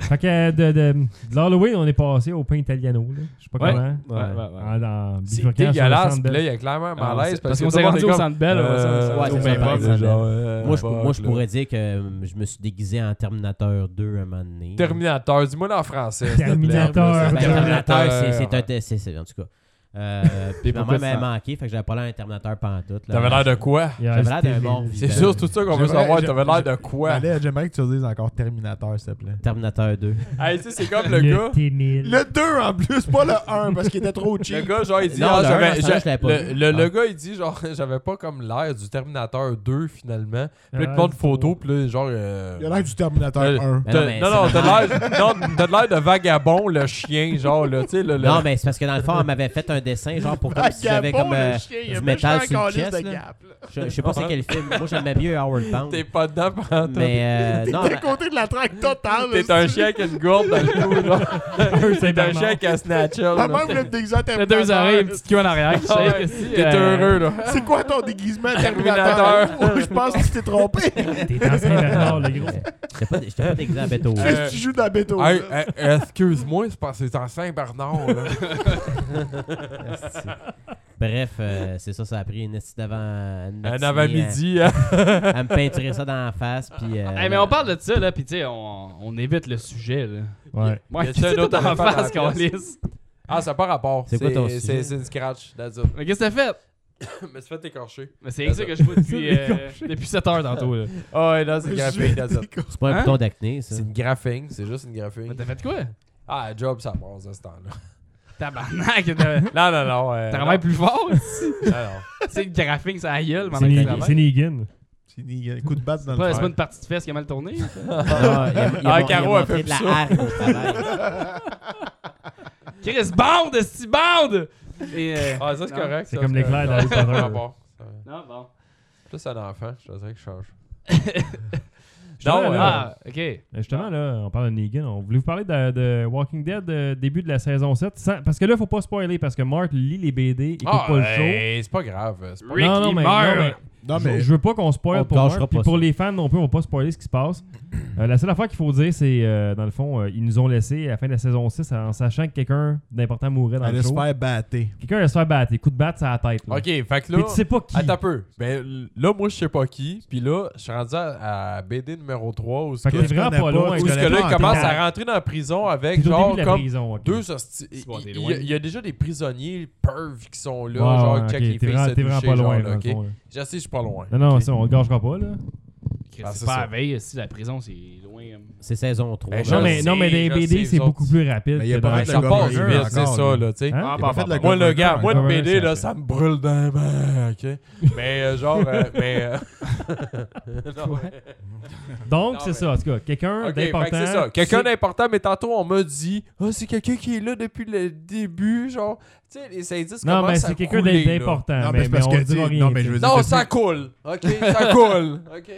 [SPEAKER 2] Fait que euh, de, de, de l'Halloween, on est passé au pain italiano. là. Je sais pas
[SPEAKER 5] Ouais.
[SPEAKER 2] comment. Ah,
[SPEAKER 5] Ouais, ouais, ouais.
[SPEAKER 2] En- en
[SPEAKER 3] C'est
[SPEAKER 2] bifurquant sur le
[SPEAKER 3] dégueulasse.
[SPEAKER 2] centre
[SPEAKER 3] Puis là,
[SPEAKER 2] Bell.
[SPEAKER 3] il y a clairement un
[SPEAKER 5] Ah,
[SPEAKER 3] malaise.
[SPEAKER 5] c'est- parce qu'on
[SPEAKER 3] que
[SPEAKER 5] s'est
[SPEAKER 3] tout le
[SPEAKER 5] rendu
[SPEAKER 3] monde
[SPEAKER 5] au
[SPEAKER 3] est
[SPEAKER 5] centre belle.
[SPEAKER 3] Euh,
[SPEAKER 4] ouais,
[SPEAKER 3] au
[SPEAKER 4] c'est
[SPEAKER 3] même
[SPEAKER 4] ça,
[SPEAKER 3] pub,
[SPEAKER 4] ça,
[SPEAKER 3] genre,
[SPEAKER 4] ça.
[SPEAKER 3] euh,
[SPEAKER 4] moi, je,
[SPEAKER 3] fuck,
[SPEAKER 4] moi, je
[SPEAKER 3] là.
[SPEAKER 4] pourrais dire que euh, je me suis déguisé en Terminator 2 un moment donné.
[SPEAKER 3] Terminator, dis-moi en français.
[SPEAKER 2] Terminator.
[SPEAKER 4] Ben, Terminator,
[SPEAKER 3] Terminator.
[SPEAKER 4] c'est- c'est un test, c'est- c'est- en tout cas. Euh, puis ma
[SPEAKER 3] pourquoi
[SPEAKER 4] mère m'avait
[SPEAKER 3] ça?
[SPEAKER 4] manqué, fait que j'avais pas l'air d'un Terminator pantoute. là. Ben,
[SPEAKER 3] T'avais l'air de quoi?
[SPEAKER 2] Il y a
[SPEAKER 4] J'avais l'air
[SPEAKER 2] ajouté
[SPEAKER 4] d'un
[SPEAKER 2] les-
[SPEAKER 4] bon
[SPEAKER 3] C'est
[SPEAKER 4] vivant.
[SPEAKER 3] sûr, c'est tout ça qu'on veut
[SPEAKER 1] J'aimerais-
[SPEAKER 3] savoir.
[SPEAKER 1] je-
[SPEAKER 3] T'avais l'air de
[SPEAKER 1] Ouais.
[SPEAKER 3] quoi?
[SPEAKER 1] J'aimerais que tu dises encore Terminator, s'il te plaît.
[SPEAKER 4] Terminator 2.
[SPEAKER 3] Hey, tu sais, c'est comme le gars.
[SPEAKER 2] Le T-1000.
[SPEAKER 1] Le 2 en plus, pas le 1 parce qu'il était trop
[SPEAKER 3] Le
[SPEAKER 1] cheap.
[SPEAKER 3] gars, genre, il dit,
[SPEAKER 4] Non,
[SPEAKER 3] ah,
[SPEAKER 4] le un,
[SPEAKER 3] j'avais-
[SPEAKER 4] à ce temps-là, je l'avais pas
[SPEAKER 3] le-
[SPEAKER 4] vu.
[SPEAKER 3] le- le
[SPEAKER 4] Ah.
[SPEAKER 3] gars, il dit, genre, j'avais pas comme l'air du Terminator 2 finalement. Puis là, il
[SPEAKER 2] Ah,
[SPEAKER 3] te
[SPEAKER 2] du
[SPEAKER 3] montre une photo,
[SPEAKER 2] faux.
[SPEAKER 3] puis là, genre. euh,
[SPEAKER 1] Il a l'air du Terminator
[SPEAKER 3] Euh,
[SPEAKER 1] 1.
[SPEAKER 4] Mais non,
[SPEAKER 3] t'as-
[SPEAKER 4] mais
[SPEAKER 3] Non,
[SPEAKER 4] c'est
[SPEAKER 3] non, t'as
[SPEAKER 4] normal.
[SPEAKER 3] l'air non, t'as l'air de vagabond, le chien, genre, là, tu sais, le. Ah, le-
[SPEAKER 4] Non, mais c'est parce que dans le fond, elle m'avait fait un dessin, genre,
[SPEAKER 1] Ah,
[SPEAKER 4] pour comme si j'avais comme euh, du métal sur le chest. là. Je, je sais pas c'est quel film. Moi, j'aimais mieux Howard Pound.
[SPEAKER 3] T'es pas dedans, pendant tout.
[SPEAKER 4] Mais euh, non,
[SPEAKER 1] T'es à
[SPEAKER 4] mais-
[SPEAKER 1] côté de la traque totale.
[SPEAKER 3] T'es un chien qui a une gourde dans le cou, là. T'es un chien qui a snatché, là.
[SPEAKER 1] Maman voulait me déguiser en
[SPEAKER 5] T'as
[SPEAKER 1] Terminator.
[SPEAKER 5] deux oreilles, une petite queue en arrière.
[SPEAKER 3] Ah ouais, T'es
[SPEAKER 5] euh,
[SPEAKER 3] heureux, là.
[SPEAKER 1] C'est quoi ton déguisement
[SPEAKER 3] Terminator?
[SPEAKER 1] Terminator? Oh, je pense que tu t'es trompé.
[SPEAKER 2] T'es en Saint-Bernard, le gros.
[SPEAKER 4] euh, j'étais pas, j'étais pas déguisé en Beto.
[SPEAKER 1] Qu'est-ce que tu joues de la béto?
[SPEAKER 3] Hey, hey, excuse-moi, c'est parce que c'est en Saint-Bernard, là.
[SPEAKER 4] Bref, euh, c'est ça, ça a pris une estie d'avant. une
[SPEAKER 3] Un
[SPEAKER 4] matinée
[SPEAKER 3] avant-midi, hein.
[SPEAKER 4] À, à me peinturer ça dans la face. Puis, euh,
[SPEAKER 5] Eh, mais on parle de ça, là, pis tu sais, on, on évite le sujet, là.
[SPEAKER 2] Ouais.
[SPEAKER 5] Moi,
[SPEAKER 3] Y a-t-il
[SPEAKER 5] tu
[SPEAKER 3] un
[SPEAKER 5] sais,
[SPEAKER 3] autre
[SPEAKER 5] tout en
[SPEAKER 3] éléphant dans la
[SPEAKER 5] face qu'on
[SPEAKER 3] pièce?
[SPEAKER 5] lisse.
[SPEAKER 3] Ah, ça n'a pas rapport.
[SPEAKER 4] C'est quoi ton
[SPEAKER 3] C'est-
[SPEAKER 4] sujet?
[SPEAKER 3] C'est c'est une scratch, that's it.
[SPEAKER 5] Mais qu'est-ce que t'as fait?
[SPEAKER 3] Mais tu fais t'écorcher.
[SPEAKER 5] Mais c'est ça que je vois depuis, euh, depuis 7 heures tantôt, là.
[SPEAKER 3] Ah ouais, là, c'est une
[SPEAKER 1] Je
[SPEAKER 3] graphing,
[SPEAKER 1] suis
[SPEAKER 3] that's it.
[SPEAKER 1] dégoûté.
[SPEAKER 4] C'est pas un
[SPEAKER 5] Hein?
[SPEAKER 4] bouton d'acné, ça.
[SPEAKER 3] C'est une graphing, c'est juste une
[SPEAKER 5] Mais
[SPEAKER 3] graphing.
[SPEAKER 5] t'as fait quoi?
[SPEAKER 3] Ah, job, ça passe à ce temps-là.
[SPEAKER 5] Tabarnak! t'as-
[SPEAKER 3] Non, non, non. euh,
[SPEAKER 5] T'as travaillé plus fort?
[SPEAKER 3] non, non.
[SPEAKER 5] C'est le graphique, ça gueule
[SPEAKER 2] C'est
[SPEAKER 5] pendant que tu
[SPEAKER 2] Ne- C'est
[SPEAKER 5] travailles.
[SPEAKER 2] Negan.
[SPEAKER 1] C'est ni- un coup de batte dans
[SPEAKER 5] Pas-
[SPEAKER 1] le
[SPEAKER 5] C'est pas une
[SPEAKER 1] fer.
[SPEAKER 5] partie de fesses qui a mal tourné? ça?
[SPEAKER 4] Non, il a, il a,
[SPEAKER 3] Ah,
[SPEAKER 4] mon- il a
[SPEAKER 3] Caro a
[SPEAKER 4] montré
[SPEAKER 3] fait
[SPEAKER 4] de la
[SPEAKER 3] ça.
[SPEAKER 4] hargne au travail.
[SPEAKER 5] Chris, bande, esti, bande! Et, euh,
[SPEAKER 3] Ah, ça, c'est
[SPEAKER 5] non.
[SPEAKER 3] correct.
[SPEAKER 2] C'est
[SPEAKER 3] ça,
[SPEAKER 2] comme l'éclair
[SPEAKER 3] correct.
[SPEAKER 2] dans Harry
[SPEAKER 3] Non,
[SPEAKER 2] Potter.
[SPEAKER 3] ça a rapport. Ça a-
[SPEAKER 5] Non, bon.
[SPEAKER 3] Plus un enfant, je te dirais que je change.
[SPEAKER 2] Non,
[SPEAKER 5] Ah,
[SPEAKER 2] là.
[SPEAKER 5] ah, ok.
[SPEAKER 2] Euh, Justement, là, on parle de Negan. On voulait vous parler de, de Walking Dead, euh, début de la saison 7. sans- parce que là, faut pas spoiler, parce que Mark lit les BD, écoute
[SPEAKER 3] Ah,
[SPEAKER 2] pas le show.
[SPEAKER 3] hey, c'est pas grave. euh, c'est pas-
[SPEAKER 5] Rick,
[SPEAKER 2] non, non,
[SPEAKER 5] il
[SPEAKER 2] mais-
[SPEAKER 5] meurt.
[SPEAKER 2] non, mais-
[SPEAKER 1] Non,
[SPEAKER 2] Je-
[SPEAKER 1] mais
[SPEAKER 2] je, veux pas qu'on spoil
[SPEAKER 4] on te
[SPEAKER 2] pour
[SPEAKER 4] gâchera
[SPEAKER 2] Mark, puis
[SPEAKER 4] pas
[SPEAKER 2] pour
[SPEAKER 4] ça.
[SPEAKER 2] les fans non plus, on va pas spoiler ce qui se passe. Euh, la seule affaire qu'il faut dire, c'est, euh, dans le fond, euh, ils nous ont laissé à la fin de la saison 6 en sachant que quelqu'un d'important mourait dans
[SPEAKER 1] elle
[SPEAKER 2] le
[SPEAKER 1] se
[SPEAKER 2] show.
[SPEAKER 1] faire battre.
[SPEAKER 2] Quelqu'un allait se faire battre, des coups de batte, ça la tête. là.
[SPEAKER 3] Ok, fait que
[SPEAKER 2] Puis
[SPEAKER 3] là.
[SPEAKER 2] tu sais pas qui.
[SPEAKER 3] Attends un peu. Ben, là, moi, je sais pas qui. Puis là, je suis rendu à, à BD numéro 3 où ce
[SPEAKER 2] Fait
[SPEAKER 3] que,
[SPEAKER 2] que t'es
[SPEAKER 1] je
[SPEAKER 2] vraiment
[SPEAKER 1] connais
[SPEAKER 2] pas
[SPEAKER 1] pas.
[SPEAKER 2] loin.
[SPEAKER 1] Où
[SPEAKER 3] où
[SPEAKER 2] je
[SPEAKER 3] ce que
[SPEAKER 2] connais
[SPEAKER 3] là,
[SPEAKER 2] pas
[SPEAKER 3] il commence
[SPEAKER 2] encore.
[SPEAKER 3] à rentrer dans la prison avec
[SPEAKER 2] T'es au début
[SPEAKER 3] genre
[SPEAKER 2] de la
[SPEAKER 3] comme
[SPEAKER 2] prison, ok.
[SPEAKER 3] deux hosti-
[SPEAKER 5] C'est bon, t'es
[SPEAKER 3] il-
[SPEAKER 5] loin.
[SPEAKER 3] Il y a déjà des prisonniers pervs qui sont là,
[SPEAKER 2] Ouais,
[SPEAKER 3] genre,
[SPEAKER 2] ouais,
[SPEAKER 3] check
[SPEAKER 2] ok,
[SPEAKER 3] les
[SPEAKER 2] T'es
[SPEAKER 3] filles
[SPEAKER 2] vraiment,
[SPEAKER 3] se
[SPEAKER 2] t'es vraiment
[SPEAKER 3] toucher,
[SPEAKER 2] pas
[SPEAKER 3] genre,
[SPEAKER 2] loin,
[SPEAKER 3] là,
[SPEAKER 2] dans le
[SPEAKER 3] ok?
[SPEAKER 2] fond, là.
[SPEAKER 3] Je sais, je suis pas loin.
[SPEAKER 2] Non, non,
[SPEAKER 3] ok?
[SPEAKER 2] ça, on le gâchera pas, là.
[SPEAKER 5] Chris,
[SPEAKER 3] Ah, c'est
[SPEAKER 5] c'est pas
[SPEAKER 3] ça.
[SPEAKER 5] la veille, si la prison, c'est loin. euh,
[SPEAKER 4] C'est saison 3.
[SPEAKER 2] Non,
[SPEAKER 3] Ben, Je
[SPEAKER 2] mais,
[SPEAKER 3] sais,
[SPEAKER 2] non, mais les
[SPEAKER 3] je
[SPEAKER 2] BD,
[SPEAKER 3] sais,
[SPEAKER 2] c'est
[SPEAKER 3] les
[SPEAKER 2] beaucoup
[SPEAKER 3] autres.
[SPEAKER 2] plus rapide.
[SPEAKER 1] Mais il y a
[SPEAKER 2] que
[SPEAKER 1] pas
[SPEAKER 2] dans
[SPEAKER 3] Ouais,
[SPEAKER 1] fait
[SPEAKER 2] un
[SPEAKER 1] de
[SPEAKER 3] ça
[SPEAKER 1] la
[SPEAKER 2] show.
[SPEAKER 3] passe
[SPEAKER 1] gouverneur
[SPEAKER 3] vite, c'est
[SPEAKER 1] encore,
[SPEAKER 3] ça,
[SPEAKER 1] lui.
[SPEAKER 3] là, tu sais.
[SPEAKER 2] Hein?
[SPEAKER 1] Il a
[SPEAKER 2] Ah,
[SPEAKER 1] pas fait de la
[SPEAKER 3] Moi, le gars, moi, le
[SPEAKER 2] Gouverneur,
[SPEAKER 3] BD,
[SPEAKER 2] ça
[SPEAKER 3] là,
[SPEAKER 2] fait.
[SPEAKER 3] ça me brûle dans les mains, ok? Mais, euh, genre, euh, mais... euh, non, ouais.
[SPEAKER 2] Donc,
[SPEAKER 3] Non,
[SPEAKER 2] c'est
[SPEAKER 3] mais-
[SPEAKER 2] ça, en tout cas. Quelqu'un
[SPEAKER 3] Ok, fait que
[SPEAKER 2] d'important.
[SPEAKER 3] c'est ça. Quelqu'un
[SPEAKER 2] c'est-
[SPEAKER 3] d'important, mais tantôt on m'a dit Ah, c'est quelqu'un qui est là depuis le début, genre. Tu sais, les syndices
[SPEAKER 2] Non, mais
[SPEAKER 3] commencent à
[SPEAKER 2] c'est quelqu'un
[SPEAKER 3] couler, là.
[SPEAKER 2] d'important.
[SPEAKER 1] Non, mais
[SPEAKER 2] Ah, mais,
[SPEAKER 1] c'est
[SPEAKER 2] mais
[SPEAKER 1] parce
[SPEAKER 2] on
[SPEAKER 1] que,
[SPEAKER 2] ne
[SPEAKER 1] tu sais,
[SPEAKER 2] dira rien.
[SPEAKER 1] non, mais je veux
[SPEAKER 2] tu sais.
[SPEAKER 1] dire-
[SPEAKER 3] Non, ça coule. OK, ça coule. OK.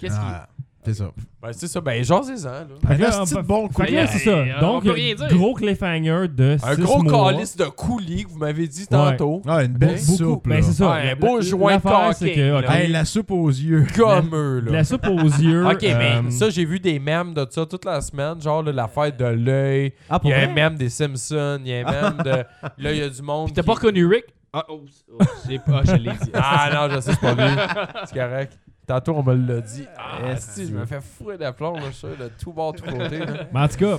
[SPEAKER 5] Qu'est-ce qui.
[SPEAKER 1] Ah, C'est ça.
[SPEAKER 3] Ben, c'est ça. Ben, genre, c'est ça, là.
[SPEAKER 2] Fait que
[SPEAKER 1] Un
[SPEAKER 2] là,
[SPEAKER 1] petit
[SPEAKER 2] on-
[SPEAKER 1] bon coup
[SPEAKER 2] Fait que là,
[SPEAKER 1] de
[SPEAKER 2] c'est
[SPEAKER 5] Hey,
[SPEAKER 2] ça.
[SPEAKER 5] on
[SPEAKER 2] Donc,
[SPEAKER 5] peut rien dire.
[SPEAKER 2] gros cliffhanger de
[SPEAKER 3] Un
[SPEAKER 2] six
[SPEAKER 3] gros
[SPEAKER 2] mois.
[SPEAKER 3] calice de coulis que vous m'avez dit tantôt.
[SPEAKER 1] Ah, une belle
[SPEAKER 3] Beaucoup.
[SPEAKER 1] soupe. là.
[SPEAKER 2] Ben, c'est ça.
[SPEAKER 3] Ouais, un
[SPEAKER 2] La-
[SPEAKER 3] beau
[SPEAKER 2] la-
[SPEAKER 3] joint de
[SPEAKER 2] l'affaire,
[SPEAKER 3] caca,
[SPEAKER 2] c'est que, ok,
[SPEAKER 3] là.
[SPEAKER 1] Hey, la soupe aux yeux.
[SPEAKER 3] Comme eux,
[SPEAKER 2] de
[SPEAKER 3] là.
[SPEAKER 2] la soupe aux yeux.
[SPEAKER 3] Ok, mais
[SPEAKER 2] euh,
[SPEAKER 3] ça, j'ai vu des mèmes de ça toute la semaine. Genre, là, l'affaire de l'œil.
[SPEAKER 4] Ah,
[SPEAKER 3] Il
[SPEAKER 4] pour
[SPEAKER 3] y a un
[SPEAKER 4] vrai?
[SPEAKER 3] mème des Simpsons. Il y a un mème de. Là, il y a du monde.
[SPEAKER 5] Puis t'as
[SPEAKER 3] qui-
[SPEAKER 5] pas reconnu Rick? Ah, oh, oh, j'ai pas, je l'ai dit.
[SPEAKER 3] Ah non, je sais, c'est pas lui. C'est correct. Tantôt, on me l'a dit. Ah, si, je me fais fourrer d'aplomb, là, je suis sûr, de tout bord, tout côté. là.
[SPEAKER 2] Mais en tout cas,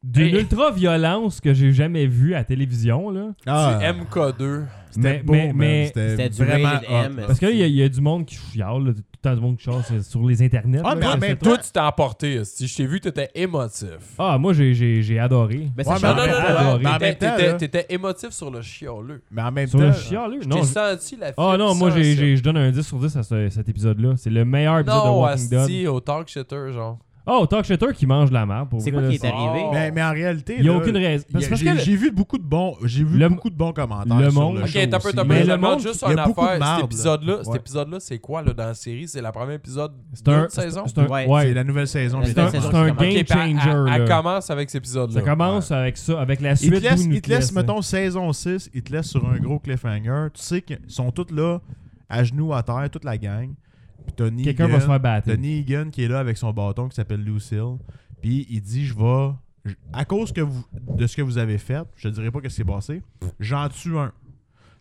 [SPEAKER 2] d'une
[SPEAKER 5] Hey.
[SPEAKER 2] ultra-violence que j'ai jamais vue à la télévision, là.
[SPEAKER 1] Ah,
[SPEAKER 3] C'est MK2.
[SPEAKER 1] C'était
[SPEAKER 2] Mais-
[SPEAKER 1] beau,
[SPEAKER 2] mais-
[SPEAKER 1] man.
[SPEAKER 2] mais-
[SPEAKER 4] C'était
[SPEAKER 1] C'était
[SPEAKER 4] du
[SPEAKER 1] vraiment
[SPEAKER 4] rated
[SPEAKER 1] hot.
[SPEAKER 4] M.
[SPEAKER 2] Parce que là, il y a- il y, a du monde qui chiale, là, tout le temps du monde qui chiale c'est sur les internets.
[SPEAKER 1] Ah,
[SPEAKER 2] là,
[SPEAKER 1] mais en
[SPEAKER 2] je
[SPEAKER 1] même
[SPEAKER 2] sais
[SPEAKER 1] temps-
[SPEAKER 2] pas.
[SPEAKER 3] Toi, tu t'es emporté. Si je t'ai vu, t'étais émotif.
[SPEAKER 2] Ah, moi, j'ai- j'ai j'ai adoré.
[SPEAKER 1] Ouais,
[SPEAKER 4] Ben, ça
[SPEAKER 1] mais
[SPEAKER 4] change
[SPEAKER 1] non,
[SPEAKER 4] pas.
[SPEAKER 1] non, non,
[SPEAKER 2] adoré.
[SPEAKER 1] mais en
[SPEAKER 3] T'étais-
[SPEAKER 1] même temps,
[SPEAKER 3] T'étais
[SPEAKER 1] là-
[SPEAKER 3] t'étais émotif sur le chioleux.
[SPEAKER 1] Mais en même
[SPEAKER 2] Sur le
[SPEAKER 1] temps,
[SPEAKER 2] chialeux,
[SPEAKER 3] J'ai
[SPEAKER 2] non.
[SPEAKER 3] senti la
[SPEAKER 2] Ah non, moi, j'ai-
[SPEAKER 3] j'ai
[SPEAKER 2] j'ai- je donne un 10 sur 10 à ce- cet épisode-là. C'est le meilleur épisode de
[SPEAKER 3] Non,
[SPEAKER 2] Walking Dead.
[SPEAKER 3] Asti, au talk shitter, genre.
[SPEAKER 2] Oh, Talk Shitter qui mange de la merde. pour
[SPEAKER 4] C'est
[SPEAKER 2] vrai,
[SPEAKER 4] quoi qui
[SPEAKER 2] là,
[SPEAKER 4] est arrivé?
[SPEAKER 1] Mais, mais en réalité,
[SPEAKER 2] Il n'y a
[SPEAKER 1] là,
[SPEAKER 2] aucune raison.
[SPEAKER 1] il y a-
[SPEAKER 2] Parce parce que
[SPEAKER 1] J'ai
[SPEAKER 2] le-
[SPEAKER 1] j'ai vu beaucoup de bons, j'ai vu
[SPEAKER 2] Le-
[SPEAKER 1] beaucoup de bons commentaires
[SPEAKER 2] le
[SPEAKER 1] sur
[SPEAKER 2] monde-
[SPEAKER 1] le
[SPEAKER 2] Ok,
[SPEAKER 1] show
[SPEAKER 3] Ok, t'as peu,
[SPEAKER 1] aussi.
[SPEAKER 3] t'as peu.
[SPEAKER 2] Mais
[SPEAKER 3] je
[SPEAKER 2] le
[SPEAKER 3] demande
[SPEAKER 2] monde-
[SPEAKER 3] juste
[SPEAKER 1] il y
[SPEAKER 3] une
[SPEAKER 1] a beaucoup de
[SPEAKER 3] affaire.
[SPEAKER 1] marde,
[SPEAKER 3] cet épisode-là,
[SPEAKER 1] là.
[SPEAKER 3] cet
[SPEAKER 1] Ouais.
[SPEAKER 3] épisode-là, c'est quoi là, dans la série C'est la première épisode
[SPEAKER 2] C'est
[SPEAKER 3] d'une
[SPEAKER 2] un-
[SPEAKER 3] saison.
[SPEAKER 2] c'est un-
[SPEAKER 4] Ouais.
[SPEAKER 2] ouais,
[SPEAKER 1] C'est la nouvelle saison.
[SPEAKER 4] La
[SPEAKER 2] c'est
[SPEAKER 1] mais-
[SPEAKER 2] un,
[SPEAKER 4] nouvelle saison
[SPEAKER 2] c'est un
[SPEAKER 4] qui commence.
[SPEAKER 2] game
[SPEAKER 3] Ok, puis elle-
[SPEAKER 2] changer.
[SPEAKER 3] elle- Elle
[SPEAKER 2] là.
[SPEAKER 3] commence avec cet épisode-là.
[SPEAKER 2] Ça commence avec ça, avec la
[SPEAKER 1] Il
[SPEAKER 2] suite.
[SPEAKER 1] te, laisse,
[SPEAKER 2] d'où nous
[SPEAKER 1] il te laisse,
[SPEAKER 2] laisse, hein.
[SPEAKER 1] mettons, saison 6, il te laisse sur un gros cliffhanger. Tu sais qu'ils sont tous là, à genoux, à terre, toute la gang. Puis t'as Negan,
[SPEAKER 2] Quelqu'un va se faire battre.
[SPEAKER 1] t'as Negan qui est là avec son bâton qui s'appelle Lucille. Puis il dit, je vais... je- À cause que vous, de ce que vous avez fait, je te dirai pas ce qui s'est passé, j'en tue un.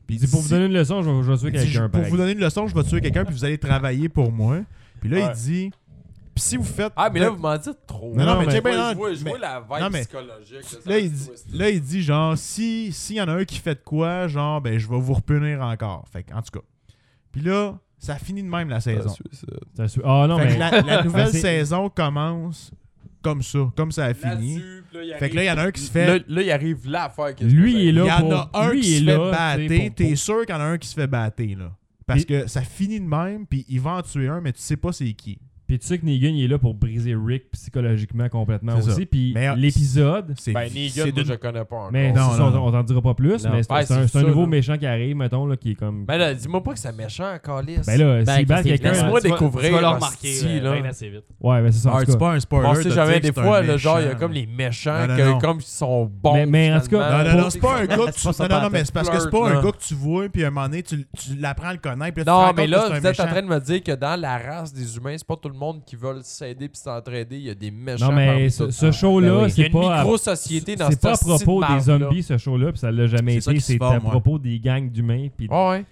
[SPEAKER 1] Puis il
[SPEAKER 2] C'est pour
[SPEAKER 1] si-
[SPEAKER 2] vous donner une leçon, je vais, je vais tuer
[SPEAKER 1] il dit, je-
[SPEAKER 2] quelqu'un.
[SPEAKER 1] pour
[SPEAKER 2] par
[SPEAKER 1] vous donner une leçon, je vais tuer quelqu'un puis vous allez travailler pour moi. Puis là,
[SPEAKER 3] Ouais.
[SPEAKER 1] il dit... Puis si vous faites...
[SPEAKER 3] Ah, mais là, vous m'en dites trop.
[SPEAKER 1] Non, non,
[SPEAKER 2] Non,
[SPEAKER 1] mais,
[SPEAKER 2] mais-
[SPEAKER 1] check bien,
[SPEAKER 3] Ouais,
[SPEAKER 1] non,
[SPEAKER 3] je vois, je
[SPEAKER 1] mais-
[SPEAKER 3] vois la vibe
[SPEAKER 1] non, mais-
[SPEAKER 3] psychologique. ça
[SPEAKER 1] Là
[SPEAKER 3] va
[SPEAKER 1] il,
[SPEAKER 3] se
[SPEAKER 1] dit,
[SPEAKER 3] twister.
[SPEAKER 1] là, il dit genre, si s'il y en a un qui fait de quoi, genre, ben, je vais vous repunir encore. Fait que, en tout cas. Puis là, ça finit de même la
[SPEAKER 3] Ah,
[SPEAKER 1] saison.
[SPEAKER 3] c'est ça.
[SPEAKER 2] exemple. Ça se- Ah non,
[SPEAKER 1] Fait que
[SPEAKER 2] mais.
[SPEAKER 1] la, la nouvelle
[SPEAKER 2] Ben, c'est-
[SPEAKER 1] saison commence comme ça, comme ça a fini.
[SPEAKER 3] Là-dessus, puis il
[SPEAKER 1] Fait que là, il
[SPEAKER 3] arrive-
[SPEAKER 1] y en a un qui se
[SPEAKER 3] Là,
[SPEAKER 1] fait.
[SPEAKER 3] là, il arrive l'affaire. que
[SPEAKER 2] Lui, il
[SPEAKER 3] je
[SPEAKER 2] est
[SPEAKER 1] Il y
[SPEAKER 2] là
[SPEAKER 1] en
[SPEAKER 2] pour-
[SPEAKER 1] a un
[SPEAKER 2] lui,
[SPEAKER 1] qui se
[SPEAKER 2] il est là,
[SPEAKER 1] fait
[SPEAKER 2] tu sais,
[SPEAKER 1] battre.
[SPEAKER 2] pour-
[SPEAKER 1] T'es
[SPEAKER 2] pour-
[SPEAKER 1] sûr qu'il y en a un qui se fait battre, là. Parce que ça finit de même, puis il va en tuer un, mais tu sais pas c'est qui.
[SPEAKER 2] Puis tu sais que Negan, il est là pour briser Rick psychologiquement complètement
[SPEAKER 1] C'est ça.
[SPEAKER 2] aussi. Puis
[SPEAKER 1] Mais, euh,
[SPEAKER 2] l'épisode.
[SPEAKER 1] C'est
[SPEAKER 3] Ben, Negan, moi,
[SPEAKER 1] d'une-
[SPEAKER 3] je connais pas encore.
[SPEAKER 2] Mais
[SPEAKER 1] Non,
[SPEAKER 2] c'est
[SPEAKER 1] non,
[SPEAKER 2] ça,
[SPEAKER 1] non.
[SPEAKER 2] on on t'en dira pas plus,
[SPEAKER 4] Non.
[SPEAKER 2] mais c'est
[SPEAKER 3] Ouais,
[SPEAKER 2] c'est un,
[SPEAKER 3] c'est
[SPEAKER 2] c'est un
[SPEAKER 3] ça,
[SPEAKER 2] nouveau
[SPEAKER 3] là.
[SPEAKER 2] méchant qui arrive, mettons, là, qui est comme.
[SPEAKER 3] Ben là, dis-moi pas que c'est méchant, Calis.
[SPEAKER 2] Ben là,
[SPEAKER 4] Ben,
[SPEAKER 2] s'il bat
[SPEAKER 4] qu'est-ce qu'il-
[SPEAKER 2] quelqu'un.
[SPEAKER 3] Laisse-moi
[SPEAKER 5] tu vas-
[SPEAKER 3] découvrir,
[SPEAKER 5] Tu vas le
[SPEAKER 3] hostie,
[SPEAKER 5] remarquer
[SPEAKER 3] là.
[SPEAKER 5] là. Ben, bien assez vite.
[SPEAKER 2] Ouais, mais c'est ça. en
[SPEAKER 1] Ah,
[SPEAKER 2] tout
[SPEAKER 1] c'est
[SPEAKER 2] cas.
[SPEAKER 1] pas un spoiler.
[SPEAKER 3] on sait
[SPEAKER 1] de
[SPEAKER 3] jamais
[SPEAKER 1] dire
[SPEAKER 3] des
[SPEAKER 1] que c'est
[SPEAKER 3] fois,
[SPEAKER 1] un
[SPEAKER 3] là, genre, il y a
[SPEAKER 1] méchant,
[SPEAKER 3] comme
[SPEAKER 1] là.
[SPEAKER 3] les méchants,
[SPEAKER 1] Non, non,
[SPEAKER 3] que-
[SPEAKER 1] non.
[SPEAKER 3] comme ils sont bons.
[SPEAKER 2] Mais- mais en tout cas,
[SPEAKER 1] Non,
[SPEAKER 3] finalement.
[SPEAKER 1] non, non, c'est pas un gars que
[SPEAKER 4] C'est pas
[SPEAKER 1] tu...
[SPEAKER 4] ça,
[SPEAKER 1] Non, non, non,
[SPEAKER 4] Patrick
[SPEAKER 1] mais c'est parce que c'est
[SPEAKER 3] Flirt,
[SPEAKER 1] pas un
[SPEAKER 3] là.
[SPEAKER 1] gars que tu vois, puis à un moment donné, tu, tu l'apprends à le connaître, puis là, tu te rends
[SPEAKER 3] Non,
[SPEAKER 1] compte
[SPEAKER 3] mais
[SPEAKER 1] que
[SPEAKER 3] là,
[SPEAKER 1] c'est un
[SPEAKER 3] vous êtes en
[SPEAKER 1] méchant.
[SPEAKER 3] train de me dire que dans la race des humains, c'est pas tout le monde qui veut s'aider puis s'entraider. Il y a des méchants.
[SPEAKER 2] Non, mais
[SPEAKER 3] parmi
[SPEAKER 2] ce,
[SPEAKER 3] tout.
[SPEAKER 2] ce show-là,
[SPEAKER 4] Ben oui.
[SPEAKER 3] Il y a
[SPEAKER 2] c'est
[SPEAKER 3] une
[SPEAKER 2] pas. à-
[SPEAKER 3] micro-société dans
[SPEAKER 2] C'est pas à
[SPEAKER 3] cette hostie de
[SPEAKER 2] propos des
[SPEAKER 3] marde-là.
[SPEAKER 2] zombies, ce show-là, puis ça l'a jamais
[SPEAKER 1] C'est ça
[SPEAKER 2] été.
[SPEAKER 1] qui se
[SPEAKER 2] C'est
[SPEAKER 1] forme,
[SPEAKER 2] à
[SPEAKER 1] ouais.
[SPEAKER 2] propos des gangs d'humains. Puis
[SPEAKER 3] Ah ouais.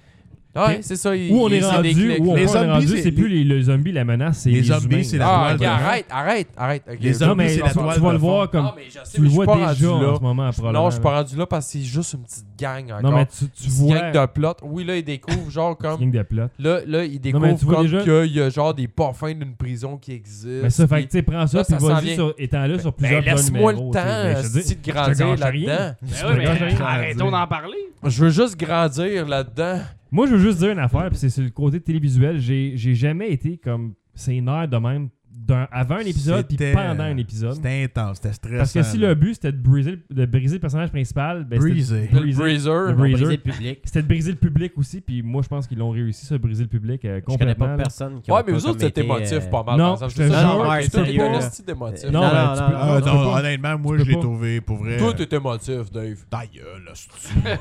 [SPEAKER 3] Ah ouais,
[SPEAKER 2] Puis-
[SPEAKER 3] c'est ça. il-
[SPEAKER 2] où on
[SPEAKER 3] il-
[SPEAKER 2] est
[SPEAKER 3] c'est des
[SPEAKER 2] rendu,
[SPEAKER 3] clics,
[SPEAKER 2] où on
[SPEAKER 3] là.
[SPEAKER 2] est
[SPEAKER 1] Les zombies,
[SPEAKER 2] rendu, c'est
[SPEAKER 1] c'est-
[SPEAKER 2] plus les, le zombie, la menace, c'est
[SPEAKER 1] Les
[SPEAKER 2] les,
[SPEAKER 1] zombies,
[SPEAKER 2] humains.
[SPEAKER 1] c'est la-
[SPEAKER 3] Ah,
[SPEAKER 1] toile
[SPEAKER 3] ok,
[SPEAKER 1] de fond.
[SPEAKER 3] arrête, arrête, arrête. ok.
[SPEAKER 1] Les
[SPEAKER 3] Je-
[SPEAKER 2] Non,
[SPEAKER 1] zombies,
[SPEAKER 2] mais
[SPEAKER 1] c'est la
[SPEAKER 2] tu
[SPEAKER 1] toile
[SPEAKER 2] vas
[SPEAKER 1] de
[SPEAKER 2] le voir
[SPEAKER 1] fond.
[SPEAKER 2] comme.
[SPEAKER 3] Non, mais je
[SPEAKER 2] Tu
[SPEAKER 3] sais, mais
[SPEAKER 2] le
[SPEAKER 3] je suis
[SPEAKER 2] vois
[SPEAKER 3] pas
[SPEAKER 2] déjà
[SPEAKER 3] rendu là.
[SPEAKER 2] en ce moment, probablement.
[SPEAKER 3] Non, je suis pas rendu là parce que c'est juste une petite gang encore.
[SPEAKER 2] Non, mais tu, tu
[SPEAKER 3] Une petite
[SPEAKER 2] vois.
[SPEAKER 3] gang de plot. Oui, là, ils découvrent genre comme.
[SPEAKER 2] Gang de plot.
[SPEAKER 3] Là, là ils
[SPEAKER 2] Non, mais tu
[SPEAKER 3] découvrent
[SPEAKER 2] vois
[SPEAKER 3] comme
[SPEAKER 2] déjà-
[SPEAKER 3] qu'il y a genre des parfums d'une prison qui existe.
[SPEAKER 2] Mais ça, fait que
[SPEAKER 3] Puis-
[SPEAKER 2] tu sais, prends ça,
[SPEAKER 3] Là,
[SPEAKER 2] puis
[SPEAKER 3] ça s'en
[SPEAKER 2] vas-y
[SPEAKER 3] vient.
[SPEAKER 2] sur- étant là sur
[SPEAKER 3] Ben,
[SPEAKER 2] plusieurs bons
[SPEAKER 3] Laisse-moi le
[SPEAKER 2] numéros, tu sais. Ben,
[SPEAKER 3] temps,
[SPEAKER 2] je te dis-
[SPEAKER 3] hostie, de
[SPEAKER 2] je
[SPEAKER 3] grandir
[SPEAKER 2] gâche rien.
[SPEAKER 3] là-dedans.
[SPEAKER 5] Ben ouais,
[SPEAKER 2] regardes, j'ai
[SPEAKER 5] mais
[SPEAKER 2] rien à
[SPEAKER 5] arrêtons
[SPEAKER 2] dire.
[SPEAKER 5] d'en parler.
[SPEAKER 3] Je veux juste grandir là-dedans.
[SPEAKER 2] Moi, je veux juste dire une affaire, puis c'est sur le côté télévisuel. J'ai j'ai jamais été comme sénère de même d'un- avant un épisode, puis
[SPEAKER 1] C'était-
[SPEAKER 2] pendant un épisode.
[SPEAKER 1] C'était intense, c'était stressant.
[SPEAKER 2] Parce que si
[SPEAKER 1] là.
[SPEAKER 2] le but c'était de briser, le- de briser le personnage principal, ben, c'était
[SPEAKER 1] Breezy.
[SPEAKER 2] de
[SPEAKER 3] Le
[SPEAKER 2] briser-
[SPEAKER 3] Breezer.
[SPEAKER 2] Le
[SPEAKER 4] On
[SPEAKER 2] Breezer.
[SPEAKER 4] brisait le public.
[SPEAKER 2] c'était de briser le public aussi, puis moi je pense qu'ils l'ont réussi, ça, de briser le public euh,
[SPEAKER 4] Je connais
[SPEAKER 2] complètement.
[SPEAKER 4] pas
[SPEAKER 2] là.
[SPEAKER 4] personne qui a
[SPEAKER 3] Ouais, mais
[SPEAKER 4] pas
[SPEAKER 3] vous autres,
[SPEAKER 4] comme
[SPEAKER 3] c'était
[SPEAKER 4] été,
[SPEAKER 3] émotif
[SPEAKER 4] euh,
[SPEAKER 3] pas mal.
[SPEAKER 2] non,
[SPEAKER 3] par exemple.
[SPEAKER 2] je te
[SPEAKER 3] Ça,
[SPEAKER 4] jure,
[SPEAKER 3] genre,
[SPEAKER 4] ouais,
[SPEAKER 3] t'es
[SPEAKER 4] sérieux,
[SPEAKER 3] un
[SPEAKER 4] là.
[SPEAKER 3] esti d'émotif.
[SPEAKER 4] Non,
[SPEAKER 2] non,
[SPEAKER 4] non,
[SPEAKER 2] ben, tu
[SPEAKER 4] non,
[SPEAKER 2] peux-
[SPEAKER 1] Ah,
[SPEAKER 2] tu peux
[SPEAKER 1] non,
[SPEAKER 2] pas.
[SPEAKER 1] honnêtement, moi,
[SPEAKER 2] Tu
[SPEAKER 1] je
[SPEAKER 2] peux
[SPEAKER 1] l'ai
[SPEAKER 2] pas.
[SPEAKER 1] trouvé pour vrai.
[SPEAKER 3] Toi, t'es émotif, Dave.
[SPEAKER 1] Ta gueule, là, c'est-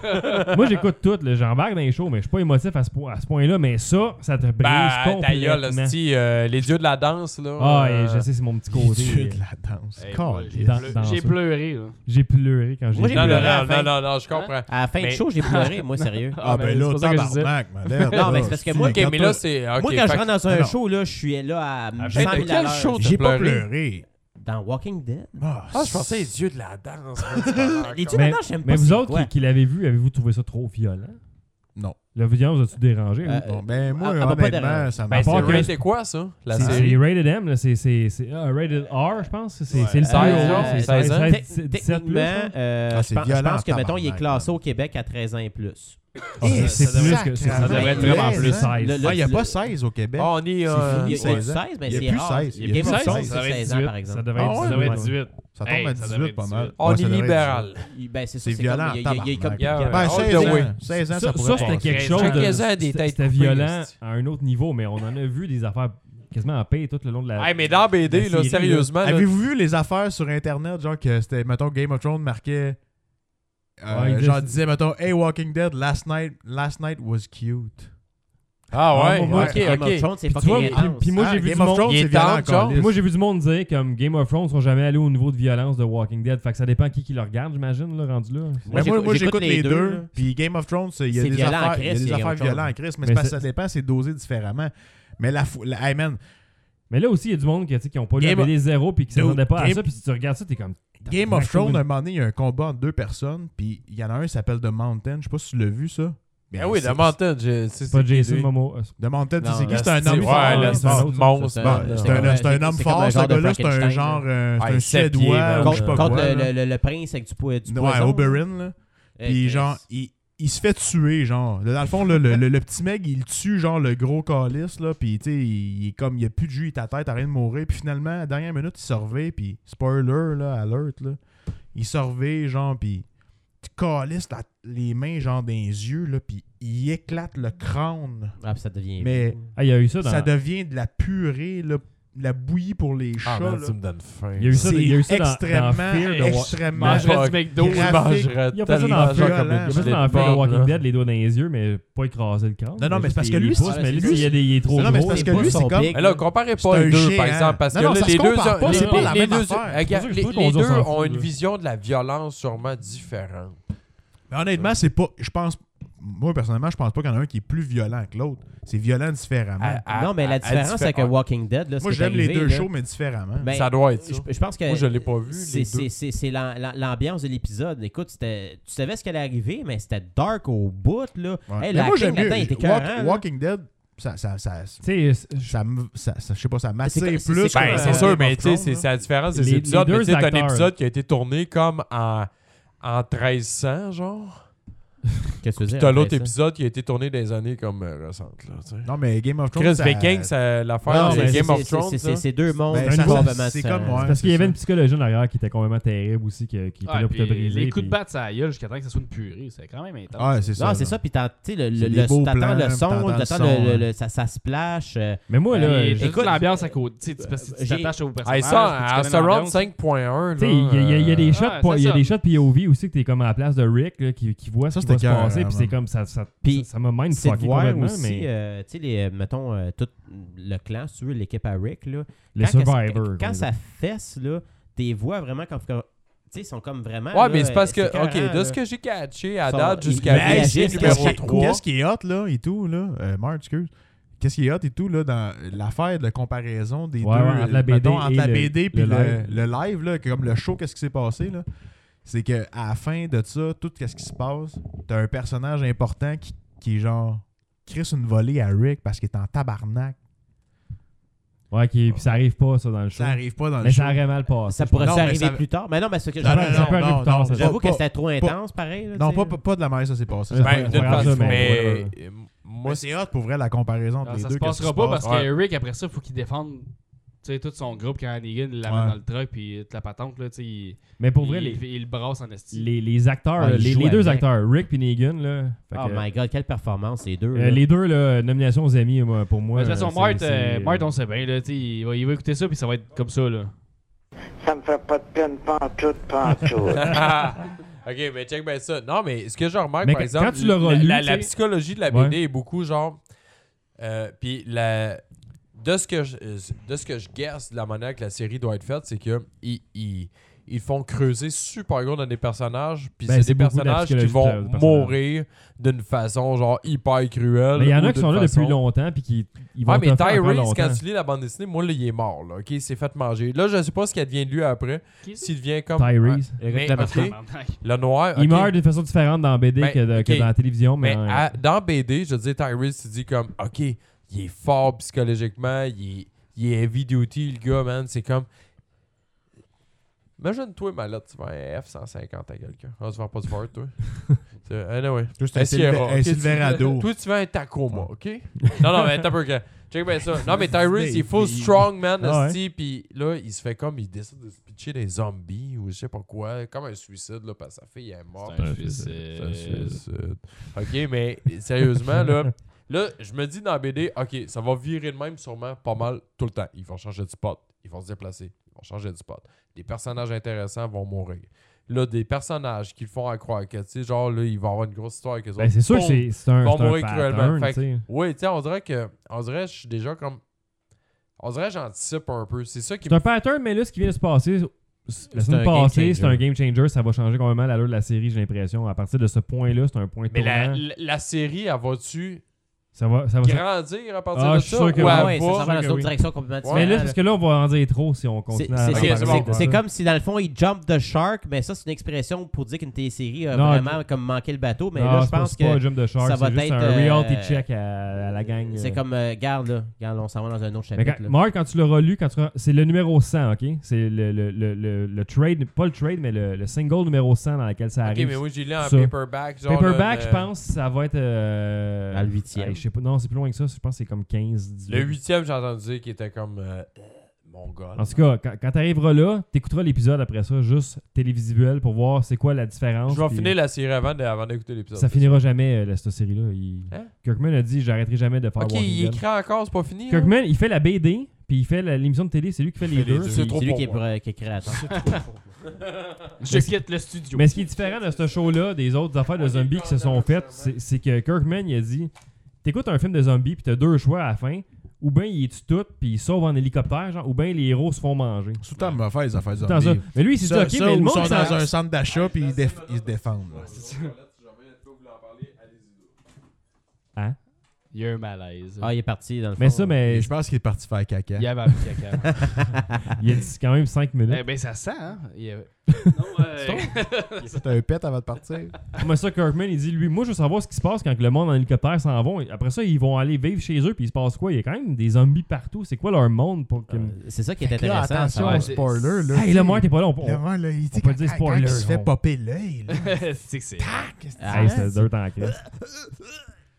[SPEAKER 2] Moi j'écoute tout, là, j'embarque dans les shows, mais je suis pas émotif à ce, po- à ce point-là, mais ça, ça te brise
[SPEAKER 3] Ben, ta gueule,
[SPEAKER 2] complètement.
[SPEAKER 3] hostie, euh, les dieux de la danse, là.
[SPEAKER 2] ah,
[SPEAKER 3] euh,
[SPEAKER 2] et je sais, c'est mon petit
[SPEAKER 1] Les
[SPEAKER 2] côté.
[SPEAKER 1] dieux de la danse.
[SPEAKER 5] Hey, moi,
[SPEAKER 1] Caliste.
[SPEAKER 5] J'ai
[SPEAKER 2] Dans-
[SPEAKER 5] pleu-
[SPEAKER 2] dans
[SPEAKER 5] j'ai
[SPEAKER 2] ça.
[SPEAKER 5] pleuré. là.
[SPEAKER 2] J'ai pleuré quand j'ai
[SPEAKER 4] Moi, j'ai
[SPEAKER 3] Non,
[SPEAKER 2] vu
[SPEAKER 3] non,
[SPEAKER 2] la- Hein?
[SPEAKER 4] pleuré à
[SPEAKER 3] non,
[SPEAKER 4] la fin.
[SPEAKER 3] non, non, non, je comprends.
[SPEAKER 4] À la fin
[SPEAKER 3] Mais-
[SPEAKER 4] du show, j'ai pleuré, moi, sérieux.
[SPEAKER 1] Ah, ben
[SPEAKER 5] c'est
[SPEAKER 1] là,
[SPEAKER 5] pour ça que je disais.
[SPEAKER 1] tabarnak, ma lèvre,
[SPEAKER 4] Non, mais
[SPEAKER 1] là,
[SPEAKER 4] c'est parce que
[SPEAKER 1] si,
[SPEAKER 4] moi,
[SPEAKER 3] Ok,
[SPEAKER 1] regarde
[SPEAKER 3] mais là,
[SPEAKER 1] ça.
[SPEAKER 3] c'est.
[SPEAKER 4] Moi,
[SPEAKER 3] ok,
[SPEAKER 4] quand
[SPEAKER 3] fait
[SPEAKER 4] je rentre dans un
[SPEAKER 1] Non.
[SPEAKER 4] show, là, je suis là à
[SPEAKER 3] Ah,
[SPEAKER 4] 100 000
[SPEAKER 3] mais de quel
[SPEAKER 4] à
[SPEAKER 3] show
[SPEAKER 4] l'heure.
[SPEAKER 1] J'ai
[SPEAKER 3] t'as
[SPEAKER 1] pas
[SPEAKER 3] pleuré?
[SPEAKER 1] pleuré.
[SPEAKER 4] Dans Walking Dead.
[SPEAKER 3] Ah, je pensais les dieux de la danse.
[SPEAKER 4] Les dieux
[SPEAKER 2] Mais-
[SPEAKER 4] maintenant, j'aime pas
[SPEAKER 2] Mais vous
[SPEAKER 4] c'est
[SPEAKER 2] autres
[SPEAKER 4] quoi.
[SPEAKER 2] qui, qui l'avez vu, avez-vous trouvé ça trop violent?
[SPEAKER 1] Non.
[SPEAKER 2] La violence a-tu dérangé?
[SPEAKER 4] Euh,
[SPEAKER 1] Bon, ben, moi,
[SPEAKER 4] elle m'a pas
[SPEAKER 1] honnêtement,
[SPEAKER 4] dérangé.
[SPEAKER 1] ça
[SPEAKER 2] Ben,
[SPEAKER 1] m'a
[SPEAKER 2] c'est
[SPEAKER 1] pas...
[SPEAKER 2] vrai.
[SPEAKER 3] C'était quoi, ça? La
[SPEAKER 2] C'est-
[SPEAKER 3] série?
[SPEAKER 2] C'est rated M, là, c'est c'est- c'est- ah, rated R, je pense. C'est c'est le
[SPEAKER 3] Euh,
[SPEAKER 2] plus
[SPEAKER 4] Ah,
[SPEAKER 2] haut,
[SPEAKER 3] genre,
[SPEAKER 2] c'est
[SPEAKER 3] 16 ans.
[SPEAKER 2] 16,
[SPEAKER 4] Tec-
[SPEAKER 2] 17, plus,
[SPEAKER 4] Techniquement,
[SPEAKER 2] là.
[SPEAKER 4] euh,
[SPEAKER 1] Ah,
[SPEAKER 4] je
[SPEAKER 1] c'est
[SPEAKER 4] pense- je
[SPEAKER 1] violent,
[SPEAKER 4] pense que, mettons, il est
[SPEAKER 1] tabarnak,
[SPEAKER 4] classé au Québec à 13 ans et plus.
[SPEAKER 1] Eh,
[SPEAKER 2] C'est
[SPEAKER 1] ça
[SPEAKER 2] plus
[SPEAKER 1] devrait-
[SPEAKER 2] que
[SPEAKER 1] ça
[SPEAKER 2] ça devrait être
[SPEAKER 1] devrait
[SPEAKER 2] vraiment
[SPEAKER 1] être
[SPEAKER 2] plus
[SPEAKER 1] seize, hein.
[SPEAKER 2] 16.
[SPEAKER 4] Le-
[SPEAKER 1] Ah, il n'y a
[SPEAKER 4] le-
[SPEAKER 1] pas 16 au Québec.
[SPEAKER 3] Ah, on est.
[SPEAKER 1] C'est
[SPEAKER 3] euh,
[SPEAKER 1] fini,
[SPEAKER 4] Il y a eu
[SPEAKER 1] 16 ans.
[SPEAKER 4] 16, mais
[SPEAKER 1] Il y a
[SPEAKER 4] c'est
[SPEAKER 1] plus
[SPEAKER 4] rare.
[SPEAKER 1] 16, il y a
[SPEAKER 4] Game
[SPEAKER 1] plus
[SPEAKER 4] of Thrones,
[SPEAKER 1] 16.
[SPEAKER 4] c'est 16 ans, par exemple.
[SPEAKER 2] Ça devrait
[SPEAKER 1] Ah
[SPEAKER 2] être
[SPEAKER 1] ouais,
[SPEAKER 5] Ça
[SPEAKER 2] ça
[SPEAKER 5] devrait
[SPEAKER 2] devrait
[SPEAKER 5] être
[SPEAKER 1] ouais.
[SPEAKER 5] 18.
[SPEAKER 1] Ça tombe à
[SPEAKER 5] Hey, ça devrait
[SPEAKER 1] 18
[SPEAKER 5] être
[SPEAKER 1] pas
[SPEAKER 5] 18.
[SPEAKER 1] mal.
[SPEAKER 3] On
[SPEAKER 1] Ouais,
[SPEAKER 3] est
[SPEAKER 1] ça devrait être
[SPEAKER 3] libéral.
[SPEAKER 4] Il- Ben, c'est ça,
[SPEAKER 1] C'est
[SPEAKER 4] comme-
[SPEAKER 1] violent,
[SPEAKER 4] il y a- il y a- il y a comme-
[SPEAKER 1] tabarnak.
[SPEAKER 4] il y a-
[SPEAKER 3] Yeah,
[SPEAKER 1] 18. Ben,
[SPEAKER 3] On te
[SPEAKER 1] 16
[SPEAKER 3] le voit.
[SPEAKER 1] ans. 16 ans, ça
[SPEAKER 2] Ça,
[SPEAKER 1] pourrait
[SPEAKER 2] ça, c'était
[SPEAKER 1] passer.
[SPEAKER 2] quelque chose de...
[SPEAKER 3] 15 ans, des
[SPEAKER 2] C'était
[SPEAKER 3] têtes
[SPEAKER 2] c'était
[SPEAKER 3] coupées,
[SPEAKER 2] violent
[SPEAKER 3] hostie.
[SPEAKER 2] à un autre niveau, mais on en a vu des affaires quasiment en paix tout le long de la...
[SPEAKER 3] Hey, mais dans BD,
[SPEAKER 2] la
[SPEAKER 3] là,
[SPEAKER 2] série,
[SPEAKER 3] sérieusement. là,
[SPEAKER 1] Avez-vous vu les affaires sur Internet, genre que c'était, mettons, Game of Thrones marquait. euh,
[SPEAKER 2] Ouais, il
[SPEAKER 1] genre
[SPEAKER 2] dit-
[SPEAKER 1] disait, mettons, Hey Walking Dead, last night, last night was cute.
[SPEAKER 3] Ah ouais,
[SPEAKER 2] Ah, moi,
[SPEAKER 4] Game of
[SPEAKER 3] ok, ok.
[SPEAKER 4] Thrones, c'est
[SPEAKER 2] Puis tu vois,
[SPEAKER 4] fucking
[SPEAKER 2] puis-
[SPEAKER 4] intense.
[SPEAKER 2] puis moi,
[SPEAKER 1] Ah,
[SPEAKER 2] j'ai vu
[SPEAKER 1] Game
[SPEAKER 2] du
[SPEAKER 1] of
[SPEAKER 2] monde-
[SPEAKER 1] Thrones,
[SPEAKER 3] il est
[SPEAKER 1] c'est violent
[SPEAKER 3] dark, genre.
[SPEAKER 1] encore.
[SPEAKER 2] Puis Moi, j'ai vu du monde dire comme Game of Thrones sont jamais allés au niveau de violence de Walking Dead. Fait que ça dépend qui qui le regarde, j'imagine, là, rendu là.
[SPEAKER 1] Mais moi,
[SPEAKER 4] j'écoute-
[SPEAKER 1] moi, j'écoute les deux.
[SPEAKER 4] là.
[SPEAKER 1] Puis Game of Thrones, il y a
[SPEAKER 4] C'est
[SPEAKER 1] des
[SPEAKER 4] violent en
[SPEAKER 1] affaires, il y a
[SPEAKER 4] crise,
[SPEAKER 1] des
[SPEAKER 4] Game of
[SPEAKER 1] affaires
[SPEAKER 4] Thrones.
[SPEAKER 1] violentes en Chris, mais
[SPEAKER 2] Mais
[SPEAKER 1] c'est parce que
[SPEAKER 2] c'est-
[SPEAKER 1] ça dépend, c'est dosé différemment. Mais la fou- la- Hey man,
[SPEAKER 2] Mais là aussi, il y a du monde qui, tu sais, qui ont pas lu la
[SPEAKER 1] Game of-
[SPEAKER 2] BD zéro puis qui s'attendaient pas à
[SPEAKER 1] Game-
[SPEAKER 2] ça. Puis si tu regardes ça, t'es comme.
[SPEAKER 1] Game of
[SPEAKER 2] Tabarnak,
[SPEAKER 1] Thrones, à
[SPEAKER 2] oui.
[SPEAKER 1] un moment donné, il y a un combat entre deux personnes. Puis il y en a un qui s'appelle The Mountain. Je sais pas si tu l'as vu, ça.
[SPEAKER 3] Ben oui,
[SPEAKER 1] c'est-
[SPEAKER 3] The Mountain. je- c'est-
[SPEAKER 2] C'est pas
[SPEAKER 3] c'est qui,
[SPEAKER 2] Jason
[SPEAKER 3] lui?
[SPEAKER 2] Momoa.
[SPEAKER 1] The Mountain, tu sais,
[SPEAKER 4] Non,
[SPEAKER 1] c'est qui?
[SPEAKER 4] là,
[SPEAKER 1] C'est un
[SPEAKER 3] C'est-
[SPEAKER 1] homme
[SPEAKER 3] Ouais,
[SPEAKER 1] fort, là.
[SPEAKER 3] là, c'est un
[SPEAKER 2] c'est-
[SPEAKER 3] autre monstre.
[SPEAKER 4] c'est-
[SPEAKER 1] Bon,
[SPEAKER 3] là.
[SPEAKER 1] C'est un,
[SPEAKER 4] comme-
[SPEAKER 1] c'est un homme
[SPEAKER 4] c'est comme un
[SPEAKER 1] fort, ce
[SPEAKER 4] genre de
[SPEAKER 1] gars-là. C'est un
[SPEAKER 4] Frankenstein,
[SPEAKER 1] genre.
[SPEAKER 4] là.
[SPEAKER 1] euh,
[SPEAKER 3] Ah,
[SPEAKER 1] C'est un
[SPEAKER 3] il se fait pied,
[SPEAKER 1] Suédois.
[SPEAKER 3] man.
[SPEAKER 1] ou je sais
[SPEAKER 4] Contre,
[SPEAKER 1] pas
[SPEAKER 4] contre
[SPEAKER 1] quoi,
[SPEAKER 4] le,
[SPEAKER 1] là.
[SPEAKER 4] le- le- le prince avec du, po- du
[SPEAKER 1] Ouais,
[SPEAKER 4] poison.
[SPEAKER 1] Oberyn, là.
[SPEAKER 4] Eh,
[SPEAKER 1] Puis
[SPEAKER 4] Chris.
[SPEAKER 1] genre, il, il se fait tuer, genre. Dans le fond, là, le, le- le petit mec, il tue, genre, le gros calice, là, pis, tu sais, il est comme, il a plus de jus, il est à tête, à rien de mourir, puis finalement, à la dernière minute, il se revêt, pis, spoiler, là, alert, là, il se revêt, genre, pis, tu calisses la- les mains, genre, dans les yeux, là, pis il éclate le crâne.
[SPEAKER 4] Ah, puis ça devient.
[SPEAKER 1] Mais
[SPEAKER 2] Ah, il y a eu ça dans.
[SPEAKER 1] ça devient de la purée, là, de la bouillie pour les chats,
[SPEAKER 3] Ah, man,
[SPEAKER 1] là.
[SPEAKER 3] tu me donnes faim.
[SPEAKER 2] Il y a eu ça,
[SPEAKER 1] C'est
[SPEAKER 2] il y a eu ça dans- dans
[SPEAKER 1] extrêmement,
[SPEAKER 2] Fear the Wa-
[SPEAKER 1] extrêmement...
[SPEAKER 3] Mange
[SPEAKER 5] mangerais
[SPEAKER 3] pas-
[SPEAKER 5] Ah, du McDo.
[SPEAKER 1] grave.
[SPEAKER 3] mangerais
[SPEAKER 2] Il a pas ça dans
[SPEAKER 3] tellement
[SPEAKER 2] Fear-
[SPEAKER 3] genre comme
[SPEAKER 1] violent,
[SPEAKER 2] Il y
[SPEAKER 3] une
[SPEAKER 2] a pas ça
[SPEAKER 3] gilet
[SPEAKER 2] dans le
[SPEAKER 3] de
[SPEAKER 2] film de
[SPEAKER 3] bombe,
[SPEAKER 2] Walking
[SPEAKER 3] là.
[SPEAKER 2] Dead, les doigts dans les yeux, mais pas écraser le crâne.
[SPEAKER 1] Non, non, mais c'est parce
[SPEAKER 2] il-
[SPEAKER 1] que
[SPEAKER 2] il
[SPEAKER 1] lui,
[SPEAKER 2] pousse,
[SPEAKER 1] c'est-
[SPEAKER 2] mais lui,
[SPEAKER 4] c'est-
[SPEAKER 2] il, est- il est trop
[SPEAKER 1] Non, mais c'est parce que
[SPEAKER 2] gros.
[SPEAKER 4] Les
[SPEAKER 1] lui,
[SPEAKER 4] pouces
[SPEAKER 1] c'est
[SPEAKER 4] sont
[SPEAKER 1] comme...
[SPEAKER 4] big.
[SPEAKER 3] Mais là, comparez
[SPEAKER 1] C'est
[SPEAKER 3] pas
[SPEAKER 1] un
[SPEAKER 3] les deux,
[SPEAKER 1] géant.
[SPEAKER 3] par exemple, parce
[SPEAKER 1] Non,
[SPEAKER 3] que
[SPEAKER 1] non,
[SPEAKER 3] là,
[SPEAKER 1] ça
[SPEAKER 3] les
[SPEAKER 1] se
[SPEAKER 3] deux,
[SPEAKER 1] compare pas,
[SPEAKER 3] les,
[SPEAKER 1] c'est pas la
[SPEAKER 3] les
[SPEAKER 1] même
[SPEAKER 3] deux-
[SPEAKER 1] affaire.
[SPEAKER 3] regarde,
[SPEAKER 2] C'est pour ça que je
[SPEAKER 3] les,
[SPEAKER 2] trouve qu'on
[SPEAKER 3] les
[SPEAKER 2] s'en
[SPEAKER 3] deux
[SPEAKER 2] fout,
[SPEAKER 3] ont une
[SPEAKER 2] là.
[SPEAKER 3] vision de la violence sûrement différente.
[SPEAKER 1] Mais honnêtement, c'est pas. Je pense. Moi, personnellement, je pense pas qu'il y en a un qui est plus violent que l'autre. C'est violent différemment.
[SPEAKER 3] À- à-
[SPEAKER 4] Non, mais
[SPEAKER 3] à- à
[SPEAKER 4] la différence
[SPEAKER 3] diffé-
[SPEAKER 4] avec Walking Dead, là, Ah, ce
[SPEAKER 1] Moi,
[SPEAKER 4] qui est
[SPEAKER 1] j'aime les
[SPEAKER 4] arrivé,
[SPEAKER 1] deux
[SPEAKER 4] là,
[SPEAKER 1] shows, mais différemment.
[SPEAKER 4] ben,
[SPEAKER 3] ça doit être ça.
[SPEAKER 4] je, je pense que.
[SPEAKER 3] Moi, je l'ai pas vu,
[SPEAKER 4] C'est-
[SPEAKER 3] les
[SPEAKER 4] C'est
[SPEAKER 3] deux.
[SPEAKER 4] c'est- c'est l'am- l'am- l'ambiance de l'épisode. Écoute, c'était- tu savais ce qu'elle allait arriver, mais c'était dark au bout, là.
[SPEAKER 1] Ouais.
[SPEAKER 4] Hey,
[SPEAKER 1] Mais
[SPEAKER 4] la
[SPEAKER 1] moi, j'aime
[SPEAKER 4] King,
[SPEAKER 1] mieux.
[SPEAKER 4] attends, il était hein?
[SPEAKER 1] Walk-
[SPEAKER 4] cohérent, là.
[SPEAKER 1] Walking Dead, ça. ça, ça, ça,
[SPEAKER 2] Tu sais, je-
[SPEAKER 1] me- ça- ça- je sais pas, ça m'attire
[SPEAKER 4] comme-
[SPEAKER 1] plus.
[SPEAKER 4] c'est- c'est
[SPEAKER 1] que
[SPEAKER 3] Ben,
[SPEAKER 4] comme,
[SPEAKER 1] Game
[SPEAKER 3] c'est
[SPEAKER 4] euh,
[SPEAKER 3] sûr,
[SPEAKER 1] of
[SPEAKER 3] mais tu sais,
[SPEAKER 1] Thrones,
[SPEAKER 3] c'est
[SPEAKER 1] là.
[SPEAKER 3] c'est la différence
[SPEAKER 2] Les-
[SPEAKER 3] des
[SPEAKER 2] les
[SPEAKER 3] épisodes.
[SPEAKER 2] deux
[SPEAKER 3] mais tu sais, C'est un
[SPEAKER 2] acteurs.
[SPEAKER 3] épisode qui a été tourné comme en, en 1300, genre.
[SPEAKER 4] Qu'est-ce que tu
[SPEAKER 3] Puis
[SPEAKER 4] veux
[SPEAKER 3] t'as
[SPEAKER 4] dire,
[SPEAKER 3] l'autre
[SPEAKER 4] après Ah, ben ça?
[SPEAKER 3] épisode qui a été tourné des années comme euh, récentes, là, tu sais.
[SPEAKER 1] Non, mais Game of Thrones.
[SPEAKER 3] Chris
[SPEAKER 1] ça-
[SPEAKER 3] Viking, ça- l'affaire,
[SPEAKER 2] Non, mais
[SPEAKER 3] c'est Game
[SPEAKER 4] c'est-
[SPEAKER 3] of
[SPEAKER 4] c'est-
[SPEAKER 3] Thrones.
[SPEAKER 4] c'est-
[SPEAKER 3] ça.
[SPEAKER 4] C'est c'est deux mondes
[SPEAKER 1] Ben, ça-
[SPEAKER 4] complètement
[SPEAKER 1] c'est
[SPEAKER 4] différents.
[SPEAKER 1] comme, ouais.
[SPEAKER 2] c'est parce qu'il y
[SPEAKER 1] c'est
[SPEAKER 2] avait
[SPEAKER 1] ça.
[SPEAKER 2] une psychologie en arrière qui était complètement terrible aussi, qui, qui était
[SPEAKER 5] Ah,
[SPEAKER 2] là pour te
[SPEAKER 5] puis
[SPEAKER 2] briser.
[SPEAKER 5] Les coups
[SPEAKER 2] puis-
[SPEAKER 5] de batte, ça la gueule jusqu'à temps que ça soit une purée. C'est quand même intense.
[SPEAKER 1] Ouais, c'est ça.
[SPEAKER 4] Non,
[SPEAKER 1] là.
[SPEAKER 4] c'est ça, puis t'en- tu sais, le-
[SPEAKER 1] C'est
[SPEAKER 4] le-
[SPEAKER 1] des beaux
[SPEAKER 4] le- t'attends
[SPEAKER 1] plans,
[SPEAKER 4] le son,
[SPEAKER 1] t'entends le
[SPEAKER 4] t'attends le-
[SPEAKER 1] son,
[SPEAKER 4] le-
[SPEAKER 1] hein.
[SPEAKER 4] le- ça ça splash. euh,
[SPEAKER 2] Mais moi, là,
[SPEAKER 5] Et
[SPEAKER 2] je-
[SPEAKER 5] juste
[SPEAKER 4] écoute,
[SPEAKER 5] l'ambiance à côté. Tu sais, tu- parce que tu
[SPEAKER 4] j'ai-
[SPEAKER 5] t'attaches au personnage.
[SPEAKER 3] Hey, ça,
[SPEAKER 5] tu
[SPEAKER 3] à
[SPEAKER 5] connais l'ambiance.
[SPEAKER 3] Surround 5.1, là. euh,
[SPEAKER 2] Tu sais, il y, a- il y a- il y a des shots,
[SPEAKER 5] ouais,
[SPEAKER 2] po- il y a
[SPEAKER 5] c'est
[SPEAKER 2] des
[SPEAKER 5] ça.
[SPEAKER 2] shots POV aussi que t'es comme à la place de Rick là, qui, qui voit
[SPEAKER 1] Ça,
[SPEAKER 2] ce
[SPEAKER 1] c'était
[SPEAKER 2] qui va se
[SPEAKER 1] écœurant,
[SPEAKER 2] passer, puis c'est
[SPEAKER 1] man.
[SPEAKER 2] comme ça, ça,
[SPEAKER 4] Puis,
[SPEAKER 2] ça, ça m'a mind
[SPEAKER 4] c'est de voir
[SPEAKER 2] complètement,
[SPEAKER 4] aussi,
[SPEAKER 2] mais
[SPEAKER 4] euh, tu sais, les, euh, mettons, euh, tout le clan, si tu veux, l'équipe à Rick, là,
[SPEAKER 2] les
[SPEAKER 4] quand que-
[SPEAKER 2] Survivors.
[SPEAKER 4] Quand,
[SPEAKER 2] par
[SPEAKER 4] ça
[SPEAKER 2] exemple.
[SPEAKER 4] fesse, là, tes voix vraiment comme. comme- Tu sais, ils sont comme vraiment.
[SPEAKER 3] Ouais,
[SPEAKER 4] là,
[SPEAKER 3] mais c'est parce
[SPEAKER 4] euh,
[SPEAKER 3] que, ok,
[SPEAKER 4] écœurants,
[SPEAKER 3] de
[SPEAKER 4] là.
[SPEAKER 3] ce que j'ai catché à
[SPEAKER 4] Sont-
[SPEAKER 3] date
[SPEAKER 4] ils-
[SPEAKER 3] jusqu'à
[SPEAKER 4] ils réagissent,
[SPEAKER 3] Viking
[SPEAKER 4] qu'est-ce
[SPEAKER 3] numéro
[SPEAKER 1] Qu'est-ce qui-
[SPEAKER 3] 3.
[SPEAKER 1] qu'est-ce qui est hot, là, et tout, là? Euh, Marc, excuse. Qu'est-ce qui est hot et tout, là, dans l'affaire de la comparaison des
[SPEAKER 2] Ouais,
[SPEAKER 1] deux,
[SPEAKER 2] ouais, entre la BD
[SPEAKER 1] mettons, entre
[SPEAKER 2] et
[SPEAKER 1] la
[SPEAKER 2] le-
[SPEAKER 1] BD puis
[SPEAKER 2] le
[SPEAKER 1] le,
[SPEAKER 2] live.
[SPEAKER 1] le live, là, que comme le show, qu'est-ce qui s'est passé, là? C'est que à la fin de ça, tout ce qui se passe, t'as un personnage important qui, qui est genre crisse une volée à Rick parce qu'il est en tabarnak.
[SPEAKER 2] Ouais, qui, puis ça arrive pas, ça, dans le show.
[SPEAKER 1] Ça arrive pas dans le
[SPEAKER 2] mais
[SPEAKER 1] show.
[SPEAKER 2] ça aurait mal passé.
[SPEAKER 4] Ça pourrait
[SPEAKER 1] Non, mais
[SPEAKER 4] arriver
[SPEAKER 1] ça-
[SPEAKER 4] plus tard. Mais non, mais c'est que
[SPEAKER 1] Non, non,
[SPEAKER 2] ça peut
[SPEAKER 1] non,
[SPEAKER 2] arriver
[SPEAKER 1] non,
[SPEAKER 2] plus tard,
[SPEAKER 1] non,
[SPEAKER 2] ça.
[SPEAKER 4] j'avoue
[SPEAKER 1] pas-
[SPEAKER 4] que c'était trop intense, pareil. là,
[SPEAKER 1] Non,
[SPEAKER 4] tu sais.
[SPEAKER 1] pas, pas, pas de la manière que ça s'est passé.
[SPEAKER 2] Ouais,
[SPEAKER 1] Ça
[SPEAKER 2] Ben,
[SPEAKER 1] peut-
[SPEAKER 2] de
[SPEAKER 1] ça peut
[SPEAKER 2] toute façon,
[SPEAKER 1] arriver.
[SPEAKER 2] mais-
[SPEAKER 3] mais
[SPEAKER 1] Moi,
[SPEAKER 3] moi,
[SPEAKER 1] Ben, c'est hot pour vrai la comparaison entre
[SPEAKER 5] Non,
[SPEAKER 1] les
[SPEAKER 5] Ah, ça
[SPEAKER 1] deux.
[SPEAKER 5] se
[SPEAKER 1] qu'est-ce qui
[SPEAKER 5] passera pas
[SPEAKER 1] passe.
[SPEAKER 5] parce que Rick, après ça, faut qu'il défende tu sais, tout son groupe quand Negan l'amène
[SPEAKER 1] Ouais.
[SPEAKER 5] dans le truck puis toute la patente. Là, tu sais, il,
[SPEAKER 2] Mais pour vrai,
[SPEAKER 5] il,
[SPEAKER 2] les,
[SPEAKER 5] il, le brasse en esti.
[SPEAKER 2] les, les acteurs,
[SPEAKER 4] Ouais, ils
[SPEAKER 2] les,
[SPEAKER 4] jouent
[SPEAKER 2] les deux
[SPEAKER 4] avec.
[SPEAKER 2] acteurs, Rick et Negan, là. fait
[SPEAKER 4] Oh
[SPEAKER 2] que,
[SPEAKER 4] my god, quelle performance, les deux.
[SPEAKER 2] euh,
[SPEAKER 4] là.
[SPEAKER 2] les deux, là, nominations aux amis, moi, pour moi.
[SPEAKER 5] de toute façon,
[SPEAKER 2] euh, c'est-
[SPEAKER 5] Mart,
[SPEAKER 2] c'est-
[SPEAKER 5] euh, Mart, on sait bien. Là, tu sais, il, va, il va écouter ça puis ça va être comme ça. Là.
[SPEAKER 6] Ça me fait pas de peine, pantoute, pantoute.
[SPEAKER 3] ok, mais check bien ça. Non, mais ce que je remarque,
[SPEAKER 2] Mais
[SPEAKER 3] par
[SPEAKER 2] quand-
[SPEAKER 3] exemple,
[SPEAKER 2] quand tu l'auras
[SPEAKER 3] la,
[SPEAKER 2] lu,
[SPEAKER 3] la-
[SPEAKER 2] tu
[SPEAKER 3] la
[SPEAKER 2] sais-
[SPEAKER 3] psychologie de la
[SPEAKER 2] Ouais.
[SPEAKER 3] BD est beaucoup genre. euh, Puis la. De ce, que je, euh, de ce que je guesse de la manière que la série doit être faite, c'est que ils, ils, ils font creuser super gros dans des personnages, puis
[SPEAKER 2] Ben, c'est
[SPEAKER 3] c'est des
[SPEAKER 2] beaucoup de la
[SPEAKER 3] personnages qui
[SPEAKER 2] psychologie de-
[SPEAKER 3] vont
[SPEAKER 2] du personnage.
[SPEAKER 3] mourir d'une façon genre hyper cruelle.
[SPEAKER 2] Mais il y en a
[SPEAKER 3] ou
[SPEAKER 2] qui
[SPEAKER 3] d'une
[SPEAKER 2] sont là
[SPEAKER 3] façon-
[SPEAKER 2] depuis longtemps, puis qui ils vont
[SPEAKER 3] Ouais, mais
[SPEAKER 2] te faire encore
[SPEAKER 3] Tyrese, quand
[SPEAKER 2] longtemps.
[SPEAKER 3] tu lis la bande dessinée, moi, là, il est mort. Là, ok? Il s'est fait manger. Là, je sais pas ce qu'il advient de lui après.
[SPEAKER 5] Qui c'est?
[SPEAKER 3] S'il devient comme.
[SPEAKER 2] Tyrese.
[SPEAKER 3] Ouais, mais,
[SPEAKER 4] Le gars
[SPEAKER 3] ok,
[SPEAKER 4] qui
[SPEAKER 2] Ah,
[SPEAKER 3] le noir.
[SPEAKER 2] Il
[SPEAKER 3] ok.
[SPEAKER 2] meurt d'une façon différente dans BD
[SPEAKER 3] Ben,
[SPEAKER 2] que, de- que
[SPEAKER 3] ok.
[SPEAKER 2] dans la télévision, mais.
[SPEAKER 3] Mais
[SPEAKER 2] en-
[SPEAKER 3] à- dans BD, je dis Tyrese, il dit comme, OK, il est fort psychologiquement, il est, il est heavy duty, le gars, man. C'est comme. Imagine-toi, malotte, tu vas un F-150 à quelqu'un. Ah, tu vends pas du Ford, toi. Tu- anyway.
[SPEAKER 1] Toi, c'est
[SPEAKER 3] Un
[SPEAKER 1] un Silver-
[SPEAKER 3] Sierra,
[SPEAKER 1] un
[SPEAKER 3] ok, tu-
[SPEAKER 1] Silverado.
[SPEAKER 3] Toi, tu veux un Tacoma, OK? Non, non, mais t'as peu que. Check bien ça. Non, mais Tyrese, il est full
[SPEAKER 1] Il-
[SPEAKER 3] strong, man,
[SPEAKER 2] Ah ouais.
[SPEAKER 3] esti, Puis là, il se fait comme, il décide de se pitcher des zombies ou je sais pas quoi. Comme un suicide, là, parce que sa fille elle est morte.
[SPEAKER 2] ben,
[SPEAKER 5] C'est un euh, suicide.
[SPEAKER 3] Euh, OK, mais sérieusement, là, là, je me dis dans BD, OK, ça va virer de même sûrement pas mal tout le temps. Ils vont changer de spot. Ils vont se déplacer. Ils vont changer de spot. Des personnages intéressants vont mourir. Là, des personnages qui le font à croire que, tu sais, genre, là, il va avoir une grosse histoire avec eux
[SPEAKER 2] Ben, c'est sûr que
[SPEAKER 3] Boum.
[SPEAKER 2] c'est c'est un.
[SPEAKER 3] Ils vont
[SPEAKER 2] c'est un
[SPEAKER 3] mourir
[SPEAKER 2] pattern,
[SPEAKER 3] cruellement. Fait
[SPEAKER 2] tu sais.
[SPEAKER 3] Oui, tu sais, on dirait que. On dirait que je suis déjà comme. On dirait que j'anticipe un peu. C'est ça qui
[SPEAKER 2] C'est un pattern, mais là, ce qui vient de se passer, c'est- la semaine
[SPEAKER 4] un game
[SPEAKER 2] passée, c'est
[SPEAKER 4] changer.
[SPEAKER 2] un game changer. Ça va changer complètement l'allure de la série, j'ai l'impression. À partir de ce point-là, c'est un point
[SPEAKER 3] Mais la,
[SPEAKER 2] tournant.
[SPEAKER 3] la- la série, elle va-tu
[SPEAKER 2] Ça va, ça va.
[SPEAKER 3] Grandir à partir
[SPEAKER 2] Ah,
[SPEAKER 3] de
[SPEAKER 2] je suis
[SPEAKER 3] ça?
[SPEAKER 2] sûr que
[SPEAKER 3] ou
[SPEAKER 2] oui.
[SPEAKER 3] elle
[SPEAKER 2] Ouais,
[SPEAKER 4] oui,
[SPEAKER 3] va-
[SPEAKER 2] va.
[SPEAKER 4] ça s'en va dans une
[SPEAKER 2] que
[SPEAKER 4] autre
[SPEAKER 2] oui.
[SPEAKER 4] direction complètement
[SPEAKER 2] Mais là,
[SPEAKER 4] différente.
[SPEAKER 2] parce que là, on va en dire trop si on
[SPEAKER 4] C'est-
[SPEAKER 2] continue à
[SPEAKER 4] C'est
[SPEAKER 2] parler
[SPEAKER 4] c'est-
[SPEAKER 2] de
[SPEAKER 4] c'est-
[SPEAKER 2] ça.
[SPEAKER 4] c'est comme si dans le fond il jump the shark, mais ça c'est une expression pour dire qu'une télésérie a
[SPEAKER 2] Non,
[SPEAKER 4] vraiment comme manqué le bateau, mais
[SPEAKER 2] Non,
[SPEAKER 4] là je
[SPEAKER 2] Ah, c'est pas-
[SPEAKER 4] pense
[SPEAKER 2] c'est pas un
[SPEAKER 4] que
[SPEAKER 2] jump de shark,
[SPEAKER 4] ça va
[SPEAKER 2] c'est juste
[SPEAKER 4] être,
[SPEAKER 2] un reality
[SPEAKER 4] euh,
[SPEAKER 2] check à, à la gang.
[SPEAKER 4] c'est
[SPEAKER 2] euh.
[SPEAKER 4] comme euh, garde là, garde on s'en va dans un autre
[SPEAKER 2] Mais
[SPEAKER 4] chapitre.
[SPEAKER 2] quand-
[SPEAKER 4] là.
[SPEAKER 2] Marc, quand tu l'auras lu, quand tu auras- c'est le numéro 100, OK? C'est le, le, le, le, le trade, pas le trade, mais le, le single numéro 100 dans lequel ça
[SPEAKER 3] Ok,
[SPEAKER 2] arrive.
[SPEAKER 3] mais oui, j'ai lu en
[SPEAKER 2] ça.
[SPEAKER 3] paperback. Genre
[SPEAKER 2] Paperback,
[SPEAKER 3] le-
[SPEAKER 2] je pense, ça va être. euh,
[SPEAKER 4] Dans le huitième.
[SPEAKER 2] hey, je sais pas, non, c'est plus loin que ça. Je pense que c'est comme 15, 18.
[SPEAKER 3] Le huitième, j'ai entendu dire qu'il était comme euh, euh, mongol.
[SPEAKER 2] En tout cas, quand, quand t'arriveras là, t'écouteras l'épisode après ça, juste télévisuel pour voir c'est quoi la différence.
[SPEAKER 3] Je vais
[SPEAKER 2] puis
[SPEAKER 3] finir la série avant de- avant d'écouter l'épisode.
[SPEAKER 2] Ça finira jamais, euh, la- cette série-là. Il-
[SPEAKER 3] Hein?
[SPEAKER 2] Kirkman a dit j'arrêterai jamais de faire
[SPEAKER 3] Ok,
[SPEAKER 2] Walking
[SPEAKER 3] il
[SPEAKER 2] Dead.
[SPEAKER 3] écrit encore, c'est pas fini. hein?
[SPEAKER 2] Kirkman, il fait la BD, puis il fait la- l'émission de télé, c'est lui qui fait les deux.
[SPEAKER 4] Puis
[SPEAKER 3] c'est trop
[SPEAKER 4] C'est lui
[SPEAKER 3] pour
[SPEAKER 4] qui est,
[SPEAKER 3] moi.
[SPEAKER 4] pro- qui est créateur.
[SPEAKER 5] Je quitte le studio.
[SPEAKER 2] Mais ce qui est différent de ce show-là, des autres affaires de zombies qui se sont faites, c'est c'est que Kirkman, il a dit T'écoutes un film de zombies, puis t'as deux choix à la fin. Ou bien il tue tout, puis il sauve en hélicoptère, genre, ou bien les héros se font manger.
[SPEAKER 1] Sous le temps, me faire les affaires
[SPEAKER 2] Tout dans ça.
[SPEAKER 1] zombies.
[SPEAKER 2] Mais lui, il s'est
[SPEAKER 1] Ça,
[SPEAKER 2] dit Ok,
[SPEAKER 1] ça,
[SPEAKER 2] mais le
[SPEAKER 1] ou ils
[SPEAKER 2] monde.
[SPEAKER 1] sont
[SPEAKER 2] s'en-
[SPEAKER 1] dans un centre d'achat puis ils, déf- ils se défendent. là.
[SPEAKER 5] Il y a un malaise.
[SPEAKER 4] Ah, il est parti dans le
[SPEAKER 2] Mais
[SPEAKER 4] fond,
[SPEAKER 2] ça,
[SPEAKER 4] là.
[SPEAKER 2] mais
[SPEAKER 1] Et Je pense qu'il est parti faire caca.
[SPEAKER 5] Il y avait un caca.
[SPEAKER 2] il y a dit quand même 5 minutes.
[SPEAKER 5] Eh ben, ça sent, hein? Il y avait- euh,
[SPEAKER 1] T'as un pet avant de partir.
[SPEAKER 2] Comme ça, Kirkman, il dit Lui, moi, je veux savoir ce qui se passe quand le monde en hélicoptère s'en va. Après ça, ils vont aller vivre chez eux, puis il se passe quoi Il y a quand même des zombies partout. C'est quoi leur monde pour que.
[SPEAKER 4] Euh, C'est ça qui est
[SPEAKER 1] Fait que là,
[SPEAKER 4] intéressant.
[SPEAKER 1] attention,
[SPEAKER 4] ça va-
[SPEAKER 5] c'est-
[SPEAKER 1] spoiler. Là,
[SPEAKER 2] Hey, là, moi, t'es pas là. on- on-
[SPEAKER 1] Le moi, là, il dit quand,
[SPEAKER 2] peut le dire
[SPEAKER 1] quand
[SPEAKER 2] spoiler,
[SPEAKER 1] il se fait
[SPEAKER 2] on-
[SPEAKER 1] popper l'œil. là.
[SPEAKER 5] C'est que c'est.
[SPEAKER 1] Qu'est-ce que
[SPEAKER 4] Ah,
[SPEAKER 2] Hey,
[SPEAKER 1] c'est?
[SPEAKER 2] c'était dirt en crise.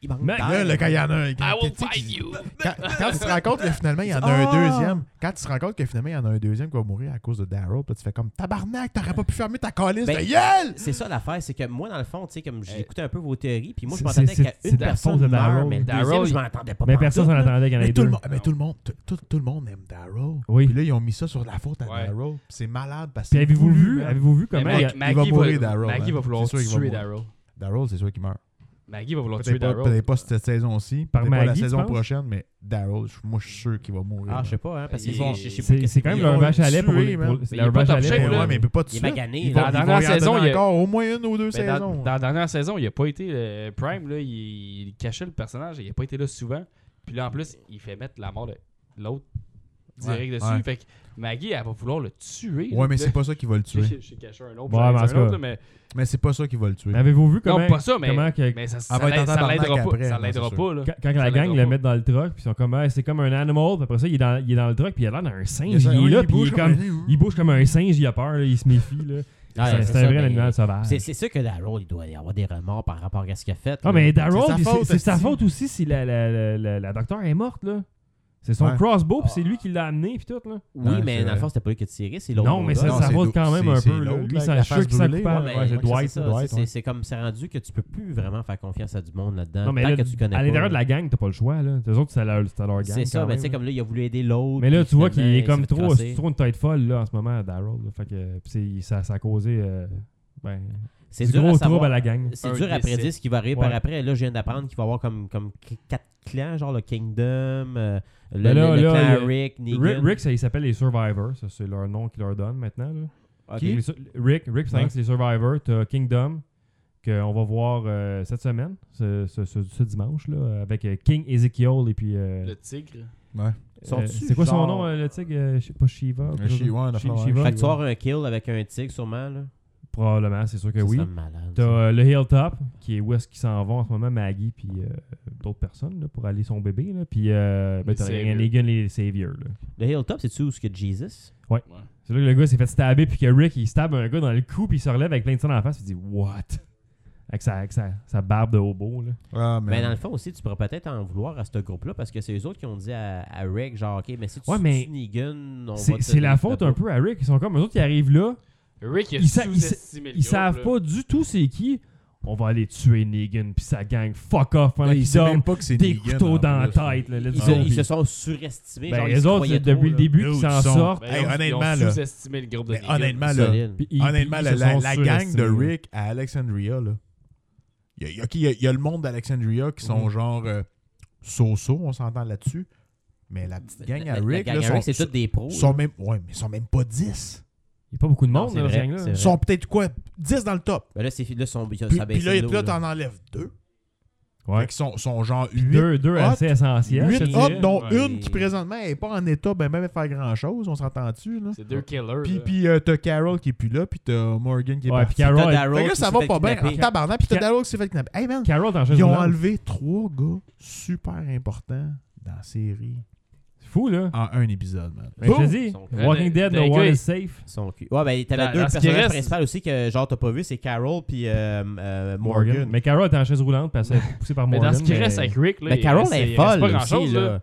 [SPEAKER 4] Il manque
[SPEAKER 2] Mais-
[SPEAKER 4] d'air.
[SPEAKER 1] Là, là, quand il y en a un.
[SPEAKER 5] I
[SPEAKER 1] Quand,
[SPEAKER 5] will
[SPEAKER 1] tu sais,
[SPEAKER 5] fight you!
[SPEAKER 1] quand- quand tu te rends compte que finalement, il y en a
[SPEAKER 4] Ah!
[SPEAKER 1] un deuxième. Quand tu te rends compte que finalement, il y en a un deuxième qui va mourir à cause de Daryl, puis tu fais comme tabarnak, t'aurais pas pu fermer ta calice
[SPEAKER 4] Ben,
[SPEAKER 1] de gueule!
[SPEAKER 4] C'est ça l'affaire, c'est que moi, dans le fond, tu sais, comme j'ai écouté un peu vos théories, puis moi, je
[SPEAKER 2] Euh, C'est-
[SPEAKER 4] m'entendais
[SPEAKER 2] c'est-
[SPEAKER 4] qu'à
[SPEAKER 2] c'est
[SPEAKER 4] une
[SPEAKER 2] de la faute
[SPEAKER 4] personne
[SPEAKER 2] de
[SPEAKER 4] meurt,
[SPEAKER 2] Daryl.
[SPEAKER 4] mais le
[SPEAKER 5] Daryl,
[SPEAKER 4] deuxième, je
[SPEAKER 5] il-
[SPEAKER 4] m'entendais pas.
[SPEAKER 2] Mais
[SPEAKER 4] pantoute,
[SPEAKER 2] personne s'en
[SPEAKER 4] là.
[SPEAKER 2] attendait qu'il y en ait
[SPEAKER 1] Mais tout,
[SPEAKER 2] deux.
[SPEAKER 1] le monde, mais tout le monde, tout, tout- tout le monde aime Daryl.
[SPEAKER 2] Oui.
[SPEAKER 1] Puis là, ils ont mis ça sur la faute à
[SPEAKER 5] Ouais.
[SPEAKER 1] Daryl. puis c'est malade parce que.
[SPEAKER 2] Puis avez-vous vu,
[SPEAKER 1] man.
[SPEAKER 2] avez-vous vu comment.
[SPEAKER 5] Mais
[SPEAKER 2] il y a-
[SPEAKER 5] Mag- Maggie
[SPEAKER 1] mourir, Daryl,
[SPEAKER 5] Maggie
[SPEAKER 1] hein.
[SPEAKER 5] va vouloir
[SPEAKER 1] C'est sûr qu'il va
[SPEAKER 5] tuer
[SPEAKER 1] mourir.
[SPEAKER 5] Daryl.
[SPEAKER 1] Daryl, c'est sûr qu'il meurt.
[SPEAKER 5] Maggie va vouloir tuer
[SPEAKER 1] Peut-être pas,
[SPEAKER 5] Daryl.
[SPEAKER 1] peut-être pas cette saison-ci.
[SPEAKER 2] Par
[SPEAKER 1] peut-être pas la
[SPEAKER 2] Maggie, tu
[SPEAKER 1] saison
[SPEAKER 2] penses?
[SPEAKER 1] prochaine, mais Daryl, je- moi, je suis sûr qu'il va mourir.
[SPEAKER 4] Ah, je sais pas, hein, parce qu'ils
[SPEAKER 5] Ils
[SPEAKER 4] vont.
[SPEAKER 5] vont-
[SPEAKER 4] je sais pas
[SPEAKER 2] C'est
[SPEAKER 4] qu'est-ce
[SPEAKER 2] c'est quand même
[SPEAKER 1] Ils
[SPEAKER 2] leur
[SPEAKER 1] vont
[SPEAKER 2] vache
[SPEAKER 1] le
[SPEAKER 2] à lait pour,
[SPEAKER 1] tuer,
[SPEAKER 2] les-
[SPEAKER 1] man.
[SPEAKER 2] pour- c'est
[SPEAKER 5] Mais
[SPEAKER 2] leur
[SPEAKER 5] il est pas
[SPEAKER 2] vache à
[SPEAKER 5] top
[SPEAKER 2] lait
[SPEAKER 5] shape,
[SPEAKER 1] Mais
[SPEAKER 2] pour-
[SPEAKER 5] là.
[SPEAKER 1] ouais, mais il peut pas tout de
[SPEAKER 4] Il est
[SPEAKER 1] suite.
[SPEAKER 4] magané,
[SPEAKER 1] Ils vont-
[SPEAKER 4] là.
[SPEAKER 5] Dans
[SPEAKER 1] ils
[SPEAKER 5] la
[SPEAKER 1] vont
[SPEAKER 5] dernière
[SPEAKER 1] y en
[SPEAKER 5] saison,
[SPEAKER 1] donner
[SPEAKER 5] il y a-
[SPEAKER 1] encore au moins une ou deux
[SPEAKER 5] Mais dans,
[SPEAKER 1] saisons.
[SPEAKER 5] dans la dernière saison, il a pas été. euh, Prime, là, il, il cachait le personnage, il a pas été là souvent. Puis là, en plus, il fait mettre la mort de l'autre direct
[SPEAKER 1] Ouais,
[SPEAKER 5] dessus.
[SPEAKER 1] ouais.
[SPEAKER 5] Fait que Maggie, elle va vouloir le tuer.
[SPEAKER 1] Ouais,
[SPEAKER 5] là.
[SPEAKER 1] mais c'est pas ça qui va le tuer.
[SPEAKER 5] J'ai j'ai caché un autre.
[SPEAKER 2] Ouais,
[SPEAKER 5] j'allais
[SPEAKER 2] mais en
[SPEAKER 5] dire un
[SPEAKER 2] tout
[SPEAKER 5] autre,
[SPEAKER 2] cas,
[SPEAKER 5] là, mais
[SPEAKER 1] Mais c'est pas ça qui va le tuer.
[SPEAKER 2] Mais Avez-vous vu comment.
[SPEAKER 5] non, pas ça, mais,
[SPEAKER 2] comment que-
[SPEAKER 5] mais ça,
[SPEAKER 1] Elle
[SPEAKER 5] ça,
[SPEAKER 1] va être
[SPEAKER 5] l'aide-
[SPEAKER 1] en
[SPEAKER 5] ça
[SPEAKER 1] tabarnak
[SPEAKER 5] l'aidera pas.
[SPEAKER 1] après,
[SPEAKER 5] ça
[SPEAKER 1] non,
[SPEAKER 5] l'aidera
[SPEAKER 1] c'est
[SPEAKER 5] pas, là.
[SPEAKER 2] Quand, quand la
[SPEAKER 5] Ça
[SPEAKER 2] gang
[SPEAKER 5] l'aidera
[SPEAKER 2] le
[SPEAKER 5] pas.
[SPEAKER 2] met dans le truck, puis ils sont comme, Ah, c'est comme un animal, puis après ça, il est dans, il est dans le truck, puis il a l'air d'un singe.
[SPEAKER 1] ça,
[SPEAKER 2] Il est
[SPEAKER 1] oui,
[SPEAKER 2] là, puis il
[SPEAKER 1] bouge
[SPEAKER 2] est comme.
[SPEAKER 1] un-
[SPEAKER 2] Il bouge comme un singe, il a peur, là, il se méfie. là.
[SPEAKER 4] Ah,
[SPEAKER 2] C'est-
[SPEAKER 4] ouais,
[SPEAKER 2] c'est un
[SPEAKER 4] ça,
[SPEAKER 2] vrai
[SPEAKER 4] mais-
[SPEAKER 2] animal sauvage.
[SPEAKER 4] C'est c'est sûr que Daryl, il doit y avoir des remords par rapport à ce qu'il a fait.
[SPEAKER 2] Ah,
[SPEAKER 4] là.
[SPEAKER 2] mais Daryl,
[SPEAKER 1] C'est sa
[SPEAKER 2] c'est-
[SPEAKER 1] faute,
[SPEAKER 2] c'est sa
[SPEAKER 1] esti.
[SPEAKER 2] faute aussi si la, la, la, la- la docteur est morte. là. C'est son
[SPEAKER 1] Ouais.
[SPEAKER 2] crossbow, puis c'est lui qui l'a amené, puis tout. là.
[SPEAKER 4] Oui,
[SPEAKER 1] Ouais,
[SPEAKER 4] mais
[SPEAKER 1] c'est
[SPEAKER 4] dans
[SPEAKER 1] vrai.
[SPEAKER 4] le fond, c'était pas lui qui a tiré, c'est l'autre.
[SPEAKER 2] euh, Non, mais ça,
[SPEAKER 1] Non,
[SPEAKER 2] ça
[SPEAKER 1] c'est
[SPEAKER 2] vaut
[SPEAKER 1] l'autre-
[SPEAKER 2] quand même un
[SPEAKER 1] c'est-
[SPEAKER 2] peu.
[SPEAKER 1] c'est
[SPEAKER 2] là.
[SPEAKER 1] l'autre,
[SPEAKER 2] Lui,
[SPEAKER 1] là,
[SPEAKER 2] ça
[SPEAKER 1] la
[SPEAKER 2] sûr
[SPEAKER 1] face
[SPEAKER 2] que ça
[SPEAKER 1] brûlée,
[SPEAKER 2] coupable.
[SPEAKER 1] ouais,
[SPEAKER 2] Ouais,
[SPEAKER 1] ouais,
[SPEAKER 2] C'est
[SPEAKER 1] ça,
[SPEAKER 4] Ouais,
[SPEAKER 2] Dwight.
[SPEAKER 4] c'est ça,
[SPEAKER 2] Dwight,
[SPEAKER 4] c'est-
[SPEAKER 2] ouais.
[SPEAKER 4] c'est- C'est comme c'est rendu que tu peux plus vraiment faire confiance à du monde là-dedans.
[SPEAKER 2] Non, mais
[SPEAKER 4] tant
[SPEAKER 2] là,
[SPEAKER 4] que tu connais
[SPEAKER 2] à l'intérieur de
[SPEAKER 4] pas.
[SPEAKER 2] la gang, t'as pas le choix. là. Les autres, c'est leur, c'est leur gang.
[SPEAKER 4] C'est ça,
[SPEAKER 2] quand
[SPEAKER 4] mais
[SPEAKER 2] même,
[SPEAKER 4] tu sais,
[SPEAKER 2] là.
[SPEAKER 4] comme là, il a voulu aider l'autre.
[SPEAKER 2] Mais là,
[SPEAKER 4] puis
[SPEAKER 2] tu vois qu'il
[SPEAKER 4] finalement,
[SPEAKER 2] est
[SPEAKER 4] il s'est
[SPEAKER 2] comme
[SPEAKER 4] fait
[SPEAKER 2] trop,
[SPEAKER 4] crosser.
[SPEAKER 2] c'est trop une tête folle là, en ce moment à Daryl. là. Fait que puis c'est- ça, ça a causé euh, ben,
[SPEAKER 4] C'est
[SPEAKER 2] du
[SPEAKER 4] dur
[SPEAKER 2] gros
[SPEAKER 4] à
[SPEAKER 2] trouble
[SPEAKER 4] savoir.
[SPEAKER 2] à la gang.
[SPEAKER 5] Un
[SPEAKER 4] C'est dur à
[SPEAKER 5] décès.
[SPEAKER 4] prédire ce qui va arriver
[SPEAKER 2] Ouais.
[SPEAKER 4] par après. Là, je viens d'apprendre qu'il va y avoir comme, comme qu- quatre clans, genre le Kingdom, euh, le,
[SPEAKER 2] Ben là,
[SPEAKER 4] le- le
[SPEAKER 2] là,
[SPEAKER 4] clan
[SPEAKER 2] le-
[SPEAKER 4] Rick, Negan.
[SPEAKER 2] Rick, Rick, ça, il s'appelle les Survivors. Ça, c'est leur nom qu'ils leur donnent maintenant. là.
[SPEAKER 4] Ok.
[SPEAKER 2] Les su- Rick, Rick Sanks, les Survivors. T'as Kingdom, qu'on va voir euh, cette semaine, ce, ce- ce- ce dimanche, là, avec euh, King Ezekiel et puis. euh,
[SPEAKER 5] Le tigre.
[SPEAKER 1] Ouais.
[SPEAKER 2] euh,
[SPEAKER 4] Sont-tu
[SPEAKER 2] c'est quoi son
[SPEAKER 4] genre-
[SPEAKER 2] nom, euh, le tigre euh, Je sais pas, Shiva. quelque chose
[SPEAKER 1] Shi- ouais,
[SPEAKER 2] comme-
[SPEAKER 1] un
[SPEAKER 2] Shi-
[SPEAKER 1] affaire, ouais.
[SPEAKER 2] Shiva,
[SPEAKER 4] Fait que tu vas avoir un kill avec un tigre, sûrement. Là.
[SPEAKER 2] Probablement, c'est sûr que
[SPEAKER 4] Ça
[SPEAKER 2] Ben oui.
[SPEAKER 4] serait malade.
[SPEAKER 2] T'as
[SPEAKER 4] ça.
[SPEAKER 2] euh, le Hilltop, qui est où est-ce qu'ils s'en vont en ce moment, Maggie, puis euh, d'autres personnes, là, pour aller son bébé. Là. Puis euh, ben,
[SPEAKER 5] Les
[SPEAKER 2] t'as
[SPEAKER 5] Saviors.
[SPEAKER 2] Negan et les Saviors. là.
[SPEAKER 4] Le Hilltop, c'est-tu où ce que Jesus
[SPEAKER 2] C'est là que le gars s'est fait stabber, puis que Rick, il stab un gars dans le cou, puis il se relève avec plein de sang dans la face, il dit What Avec sa, avec sa, sa barbe de hobo. Là.
[SPEAKER 1] Ah, mais-
[SPEAKER 4] Mais dans le fond aussi, tu pourrais peut-être en vouloir à ce groupe-là parce que c'est eux autres qui ont dit à, à Rick, genre, OK, mais si tu
[SPEAKER 2] Ouais,
[SPEAKER 4] tues
[SPEAKER 2] mais
[SPEAKER 4] Negan, on va.
[SPEAKER 2] C'est
[SPEAKER 4] te-
[SPEAKER 2] c'est la
[SPEAKER 4] te-
[SPEAKER 2] faute un peu à Rick. Ils sont comme, eux autres, ils arrivent là,
[SPEAKER 5] Rick, il a
[SPEAKER 2] Ils sa- ils sa-
[SPEAKER 5] sous-estimé le
[SPEAKER 2] ils
[SPEAKER 5] gars,
[SPEAKER 2] savent
[SPEAKER 5] là.
[SPEAKER 2] pas du tout c'est qui. On va aller tuer Negan, puis sa gang, fuck off, pendant
[SPEAKER 1] Là, il
[SPEAKER 2] qu'ils
[SPEAKER 1] sait même
[SPEAKER 2] dorment.
[SPEAKER 1] pas que c'est
[SPEAKER 2] Des
[SPEAKER 1] Negan,
[SPEAKER 2] couteaux
[SPEAKER 1] en
[SPEAKER 2] dans la
[SPEAKER 1] plus, là.
[SPEAKER 2] tête. Là, let's
[SPEAKER 4] Ils,
[SPEAKER 2] go.
[SPEAKER 4] se, ils
[SPEAKER 2] Puis-
[SPEAKER 4] se sont surestimés.
[SPEAKER 2] ben,
[SPEAKER 4] genre, ils
[SPEAKER 2] les
[SPEAKER 4] se
[SPEAKER 2] autres,
[SPEAKER 4] croyaient
[SPEAKER 2] c'est depuis
[SPEAKER 4] trop,
[SPEAKER 2] le
[SPEAKER 4] là.
[SPEAKER 2] début
[SPEAKER 1] Dude,
[SPEAKER 2] qu'ils
[SPEAKER 1] ils
[SPEAKER 2] s'en
[SPEAKER 1] sont-
[SPEAKER 2] sortent.
[SPEAKER 5] Ben,
[SPEAKER 1] Hey,
[SPEAKER 5] ils ont-
[SPEAKER 1] honnêtement,
[SPEAKER 5] ils ont
[SPEAKER 1] là.
[SPEAKER 5] sous-estimé le groupe de
[SPEAKER 1] Mais
[SPEAKER 5] Negan.
[SPEAKER 1] honnêtement, là,
[SPEAKER 4] Solide.
[SPEAKER 2] Puis ils-
[SPEAKER 1] honnêtement
[SPEAKER 2] puis
[SPEAKER 1] la,
[SPEAKER 2] ils se sont
[SPEAKER 1] la- la gang de
[SPEAKER 2] surestimés.
[SPEAKER 1] Rick à Alexandria, là. Il y a, il y a qui- il y a- il y a le monde d'Alexandria qui
[SPEAKER 2] Mhm.
[SPEAKER 1] sont genre euh, so-so, on s'entend là-dessus. Mais la petite gang à
[SPEAKER 4] La- la
[SPEAKER 1] Rick,
[SPEAKER 4] gang
[SPEAKER 1] là,
[SPEAKER 4] à
[SPEAKER 1] sont-
[SPEAKER 4] Rick, c'est tous des pros.
[SPEAKER 1] sont même, ouais, mais sont même pas 10.
[SPEAKER 2] Il n'y a pas beaucoup de
[SPEAKER 4] Non,
[SPEAKER 2] monde
[SPEAKER 4] c'est
[SPEAKER 2] dans
[SPEAKER 4] vrai,
[SPEAKER 2] ce gang-là.
[SPEAKER 4] c'est vrai.
[SPEAKER 1] Sont peut-être quoi 10 dans le top.
[SPEAKER 4] Ben là, c'est là, son, ça
[SPEAKER 1] Puis,
[SPEAKER 4] a
[SPEAKER 1] puis
[SPEAKER 4] baissé
[SPEAKER 1] là,
[SPEAKER 4] le
[SPEAKER 1] puis là
[SPEAKER 4] lot,
[SPEAKER 1] t'en enlèves deux.
[SPEAKER 2] Ouais.
[SPEAKER 1] Fait qu'ils sont, sont genre 8
[SPEAKER 2] Deux, deux
[SPEAKER 1] hot.
[SPEAKER 2] assez essentiels. je te
[SPEAKER 1] Huit
[SPEAKER 2] dirais.
[SPEAKER 1] hop, dont
[SPEAKER 4] Ouais.
[SPEAKER 1] une qui présentement n'est pas en état ben même de faire grand chose, on s'entend-tu là?
[SPEAKER 5] C'est deux killers.
[SPEAKER 1] Puis
[SPEAKER 5] là.
[SPEAKER 1] puis, euh, t'as Carol qui est plus là, puis t'as Morgan qui est
[SPEAKER 2] Ouais,
[SPEAKER 1] parti.
[SPEAKER 2] puis
[SPEAKER 4] T'as
[SPEAKER 2] Carol,
[SPEAKER 4] Darrow
[SPEAKER 1] Fait que là,
[SPEAKER 4] qui
[SPEAKER 1] ça
[SPEAKER 4] s'est
[SPEAKER 1] va
[SPEAKER 4] fait
[SPEAKER 1] pas bien en
[SPEAKER 4] kidnapper.
[SPEAKER 1] tabarnak, puis t'as
[SPEAKER 2] Ca-
[SPEAKER 1] Darrow qui s'est fait kidnapper. Hey man,
[SPEAKER 2] Carol dans le
[SPEAKER 1] ils ont enlevé trois gars super importants dans la série
[SPEAKER 2] C'est fou, là.
[SPEAKER 1] en un épisode, man.
[SPEAKER 2] Ben, je te
[SPEAKER 1] Boum!
[SPEAKER 2] dis,
[SPEAKER 5] Son-
[SPEAKER 2] Walking Dead,
[SPEAKER 5] Ben,
[SPEAKER 2] No One
[SPEAKER 5] gars,
[SPEAKER 2] is
[SPEAKER 5] il-
[SPEAKER 2] Safe.
[SPEAKER 4] Son cul. Ouais, ben t'avais
[SPEAKER 5] Dans-
[SPEAKER 4] deux
[SPEAKER 5] dans ce qui
[SPEAKER 4] personnages
[SPEAKER 5] reste-
[SPEAKER 4] principaux aussi que genre t'as pas vu, c'est Carol puis euh, euh, Morgan.
[SPEAKER 1] Morgan.
[SPEAKER 2] Mais Carol était en chaise roulante parce qu'elle s'est poussée par
[SPEAKER 5] Mais
[SPEAKER 2] Morgan.
[SPEAKER 5] dans ce qui reste avec Rick, là,
[SPEAKER 4] Mais
[SPEAKER 5] il
[SPEAKER 4] Carol
[SPEAKER 5] reste-
[SPEAKER 4] est
[SPEAKER 5] il reste
[SPEAKER 4] folle.
[SPEAKER 5] pas
[SPEAKER 4] là,
[SPEAKER 5] grand-chose.
[SPEAKER 4] aussi,
[SPEAKER 5] là. Ben,
[SPEAKER 4] là.
[SPEAKER 2] Non,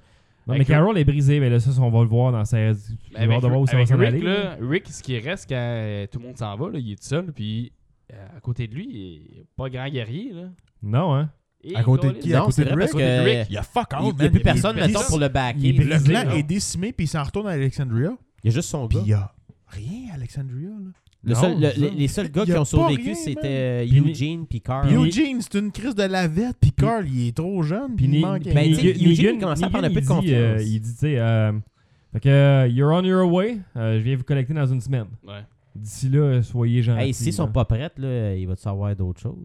[SPEAKER 2] mais
[SPEAKER 5] Avec-
[SPEAKER 2] Carol est brisée, mais là, ça, on va le voir dans sa. J'ai
[SPEAKER 5] Avec,
[SPEAKER 2] hâte de voir où ça va
[SPEAKER 5] avec
[SPEAKER 2] s'en
[SPEAKER 5] Rick,
[SPEAKER 2] aller. là.
[SPEAKER 5] là, Rick, ce qui reste quand euh, tout le monde s'en va, là, il est tout seul, puis euh, à côté de lui, il est pas grand guerrier. Là.
[SPEAKER 2] Non, hein.
[SPEAKER 5] Et
[SPEAKER 1] À côté de
[SPEAKER 5] Colin.
[SPEAKER 1] qui? hein?
[SPEAKER 4] Non,
[SPEAKER 1] à côté
[SPEAKER 4] c'est
[SPEAKER 1] de
[SPEAKER 4] vrai
[SPEAKER 1] Rick?
[SPEAKER 4] parce que-
[SPEAKER 1] Il y a fuck all,
[SPEAKER 4] Il-
[SPEAKER 1] man.
[SPEAKER 4] Il n'y a plus
[SPEAKER 1] des
[SPEAKER 4] personne,
[SPEAKER 1] bris-
[SPEAKER 4] mettons, pour le backer.
[SPEAKER 2] il est
[SPEAKER 1] Le
[SPEAKER 2] brisé,
[SPEAKER 1] clan
[SPEAKER 2] là.
[SPEAKER 1] est décimé, puis il s'en retourne à Alexandria. Bah.
[SPEAKER 4] Il y a juste son
[SPEAKER 1] Puis
[SPEAKER 4] gars.
[SPEAKER 1] il y a rien, Alexandria. Là.
[SPEAKER 4] Le
[SPEAKER 2] Non,
[SPEAKER 4] seul- le-
[SPEAKER 2] c'est
[SPEAKER 4] les,
[SPEAKER 2] ça.
[SPEAKER 4] les seuls gars
[SPEAKER 1] Il y
[SPEAKER 4] qui
[SPEAKER 1] a
[SPEAKER 4] ont
[SPEAKER 1] pas
[SPEAKER 4] survécu,
[SPEAKER 1] rien,
[SPEAKER 4] c'était euh,
[SPEAKER 2] Puis ni-
[SPEAKER 4] Eugene puis Carl.
[SPEAKER 2] Puis Eugene-
[SPEAKER 1] Eugene, c'est une crise de lavette, puis Carl, il est trop jeune.
[SPEAKER 2] Puis
[SPEAKER 1] Puis il
[SPEAKER 2] Ni-
[SPEAKER 1] manque
[SPEAKER 2] puis
[SPEAKER 1] un-
[SPEAKER 4] Ben,
[SPEAKER 2] Negan-
[SPEAKER 4] tu sais, Eugene
[SPEAKER 2] Negan-
[SPEAKER 4] commençait à prendre un
[SPEAKER 2] Negan,
[SPEAKER 4] peu de
[SPEAKER 2] il dit, euh,
[SPEAKER 4] confiance.
[SPEAKER 2] Il dit, tu sais, euh, fait que, euh, you're on your way. euh, je viens vous collecter dans une semaine.
[SPEAKER 5] Ouais.
[SPEAKER 2] D'ici là, soyez gentils.
[SPEAKER 4] Hey, s'ils sont
[SPEAKER 2] là.
[SPEAKER 4] pas prêts, là, il va te savoir d'autres choses.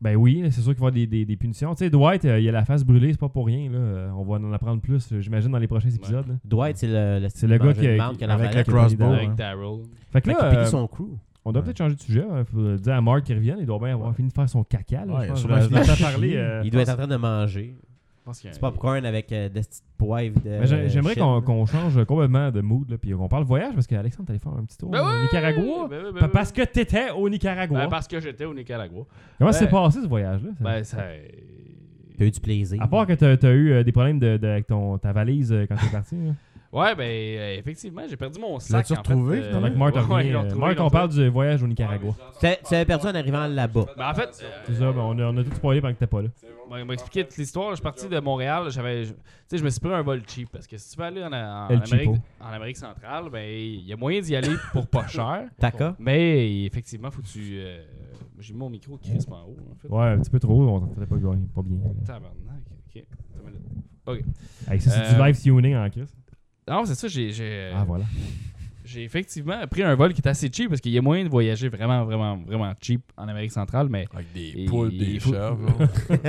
[SPEAKER 2] Ben oui, c'est sûr qu'il va y avoir des, des- des punitions. Tu sais, Dwight, euh, il a la face brûlée, c'est pas pour rien. Là. Euh, On va en apprendre plus, euh, j'imagine, dans les prochains épisodes. là.
[SPEAKER 4] Dwight, c'est le, le,
[SPEAKER 2] C'est le gars qui,
[SPEAKER 4] a,
[SPEAKER 2] qui-
[SPEAKER 1] avec la
[SPEAKER 2] qui-
[SPEAKER 1] crossbow,
[SPEAKER 2] Fait
[SPEAKER 5] Avec
[SPEAKER 1] hein.
[SPEAKER 5] Daryl.
[SPEAKER 2] que
[SPEAKER 4] Fait
[SPEAKER 2] là,
[SPEAKER 4] qu'il pique
[SPEAKER 2] euh,
[SPEAKER 4] son crew.
[SPEAKER 2] on doit peut-être changer de sujet. hein. Faut dire à Mark qu'il revienne. Il doit bien avoir fini de faire son caca. Là,
[SPEAKER 1] Ouais,
[SPEAKER 2] je pense.
[SPEAKER 1] sûrement
[SPEAKER 2] Je l'entends
[SPEAKER 1] fini de
[SPEAKER 2] parler,
[SPEAKER 1] chier.
[SPEAKER 2] euh,
[SPEAKER 4] Il doit être en train de manger
[SPEAKER 5] Je pense qu'il y a
[SPEAKER 4] du
[SPEAKER 5] un-
[SPEAKER 4] popcorn avec euh, des petites poivres de.
[SPEAKER 2] Mais
[SPEAKER 5] euh,
[SPEAKER 2] j'ai- J'aimerais
[SPEAKER 4] shit.
[SPEAKER 2] qu'on qu'on change complètement de mood, là, puis qu'on parle voyage, parce qu'Alexandre, t'allais faire un petit tour
[SPEAKER 5] Ben
[SPEAKER 2] au
[SPEAKER 5] ouais,
[SPEAKER 2] Nicaragua.
[SPEAKER 5] ben oui, ben
[SPEAKER 2] Pa-
[SPEAKER 5] oui.
[SPEAKER 2] Parce que t'étais au Nicaragua.
[SPEAKER 5] Ben, parce que j'étais au Nicaragua.
[SPEAKER 2] Comment s'est
[SPEAKER 5] ben-
[SPEAKER 2] passé ce voyage-là? ça?
[SPEAKER 5] Ben, ça.
[SPEAKER 4] T'as eu du plaisir.
[SPEAKER 2] à part que t'as t'as eu euh, des problèmes de, de- avec ton, ta valise euh, quand t'es parti. là.
[SPEAKER 5] Ouais, ben, euh, effectivement, j'ai perdu mon sac.
[SPEAKER 1] l'as-tu
[SPEAKER 5] en fait,
[SPEAKER 1] retrouvé,
[SPEAKER 5] euh,
[SPEAKER 1] finalement?
[SPEAKER 2] Fait que Marc,
[SPEAKER 5] ouais,
[SPEAKER 2] revient,
[SPEAKER 5] ils l'ont
[SPEAKER 2] euh,
[SPEAKER 5] retrouvé,
[SPEAKER 2] Marc,
[SPEAKER 5] ils l'ont
[SPEAKER 2] on parle
[SPEAKER 5] retrouvé.
[SPEAKER 2] du voyage au Nicaragua.
[SPEAKER 4] T'as- Tu avais perdu en arrivant là-bas.
[SPEAKER 5] Ben, en fait, euh,
[SPEAKER 2] C'est ça, ben, on, a, on a tout spoilé pendant que t'étais pas là.
[SPEAKER 5] Bon, il m'a expliqué toute l'histoire. Je suis parti de Montréal. J'avais, je- tu sais, je me suis pris un vol cheap parce que si tu veux aller en, en- en
[SPEAKER 2] El
[SPEAKER 5] Amérique,
[SPEAKER 2] Cheapo.
[SPEAKER 5] en Amérique centrale, ben il y a moyen d'y aller pour pas cher.
[SPEAKER 4] Taka?
[SPEAKER 5] Mais effectivement, faut que tu. euh, j'ai mis mon micro crispement en haut. En fait.
[SPEAKER 2] Ouais, un petit peu trop, on t'entendait pas bien. Pas bien.
[SPEAKER 5] Tabarnak. Ok. Attends une minute.
[SPEAKER 2] Hey, ça, c'est du
[SPEAKER 5] Euh,
[SPEAKER 2] live tuning en Chris.
[SPEAKER 5] Non, c'est ça. J'ai, j'ai,
[SPEAKER 2] Ah, voilà.
[SPEAKER 5] j'ai effectivement pris un vol qui est assez cheap parce qu'il y a moyen de voyager vraiment, vraiment, vraiment cheap en Amérique centrale, mais
[SPEAKER 3] Avec des
[SPEAKER 5] Et-
[SPEAKER 3] poules, des
[SPEAKER 5] il faut-
[SPEAKER 3] chefs.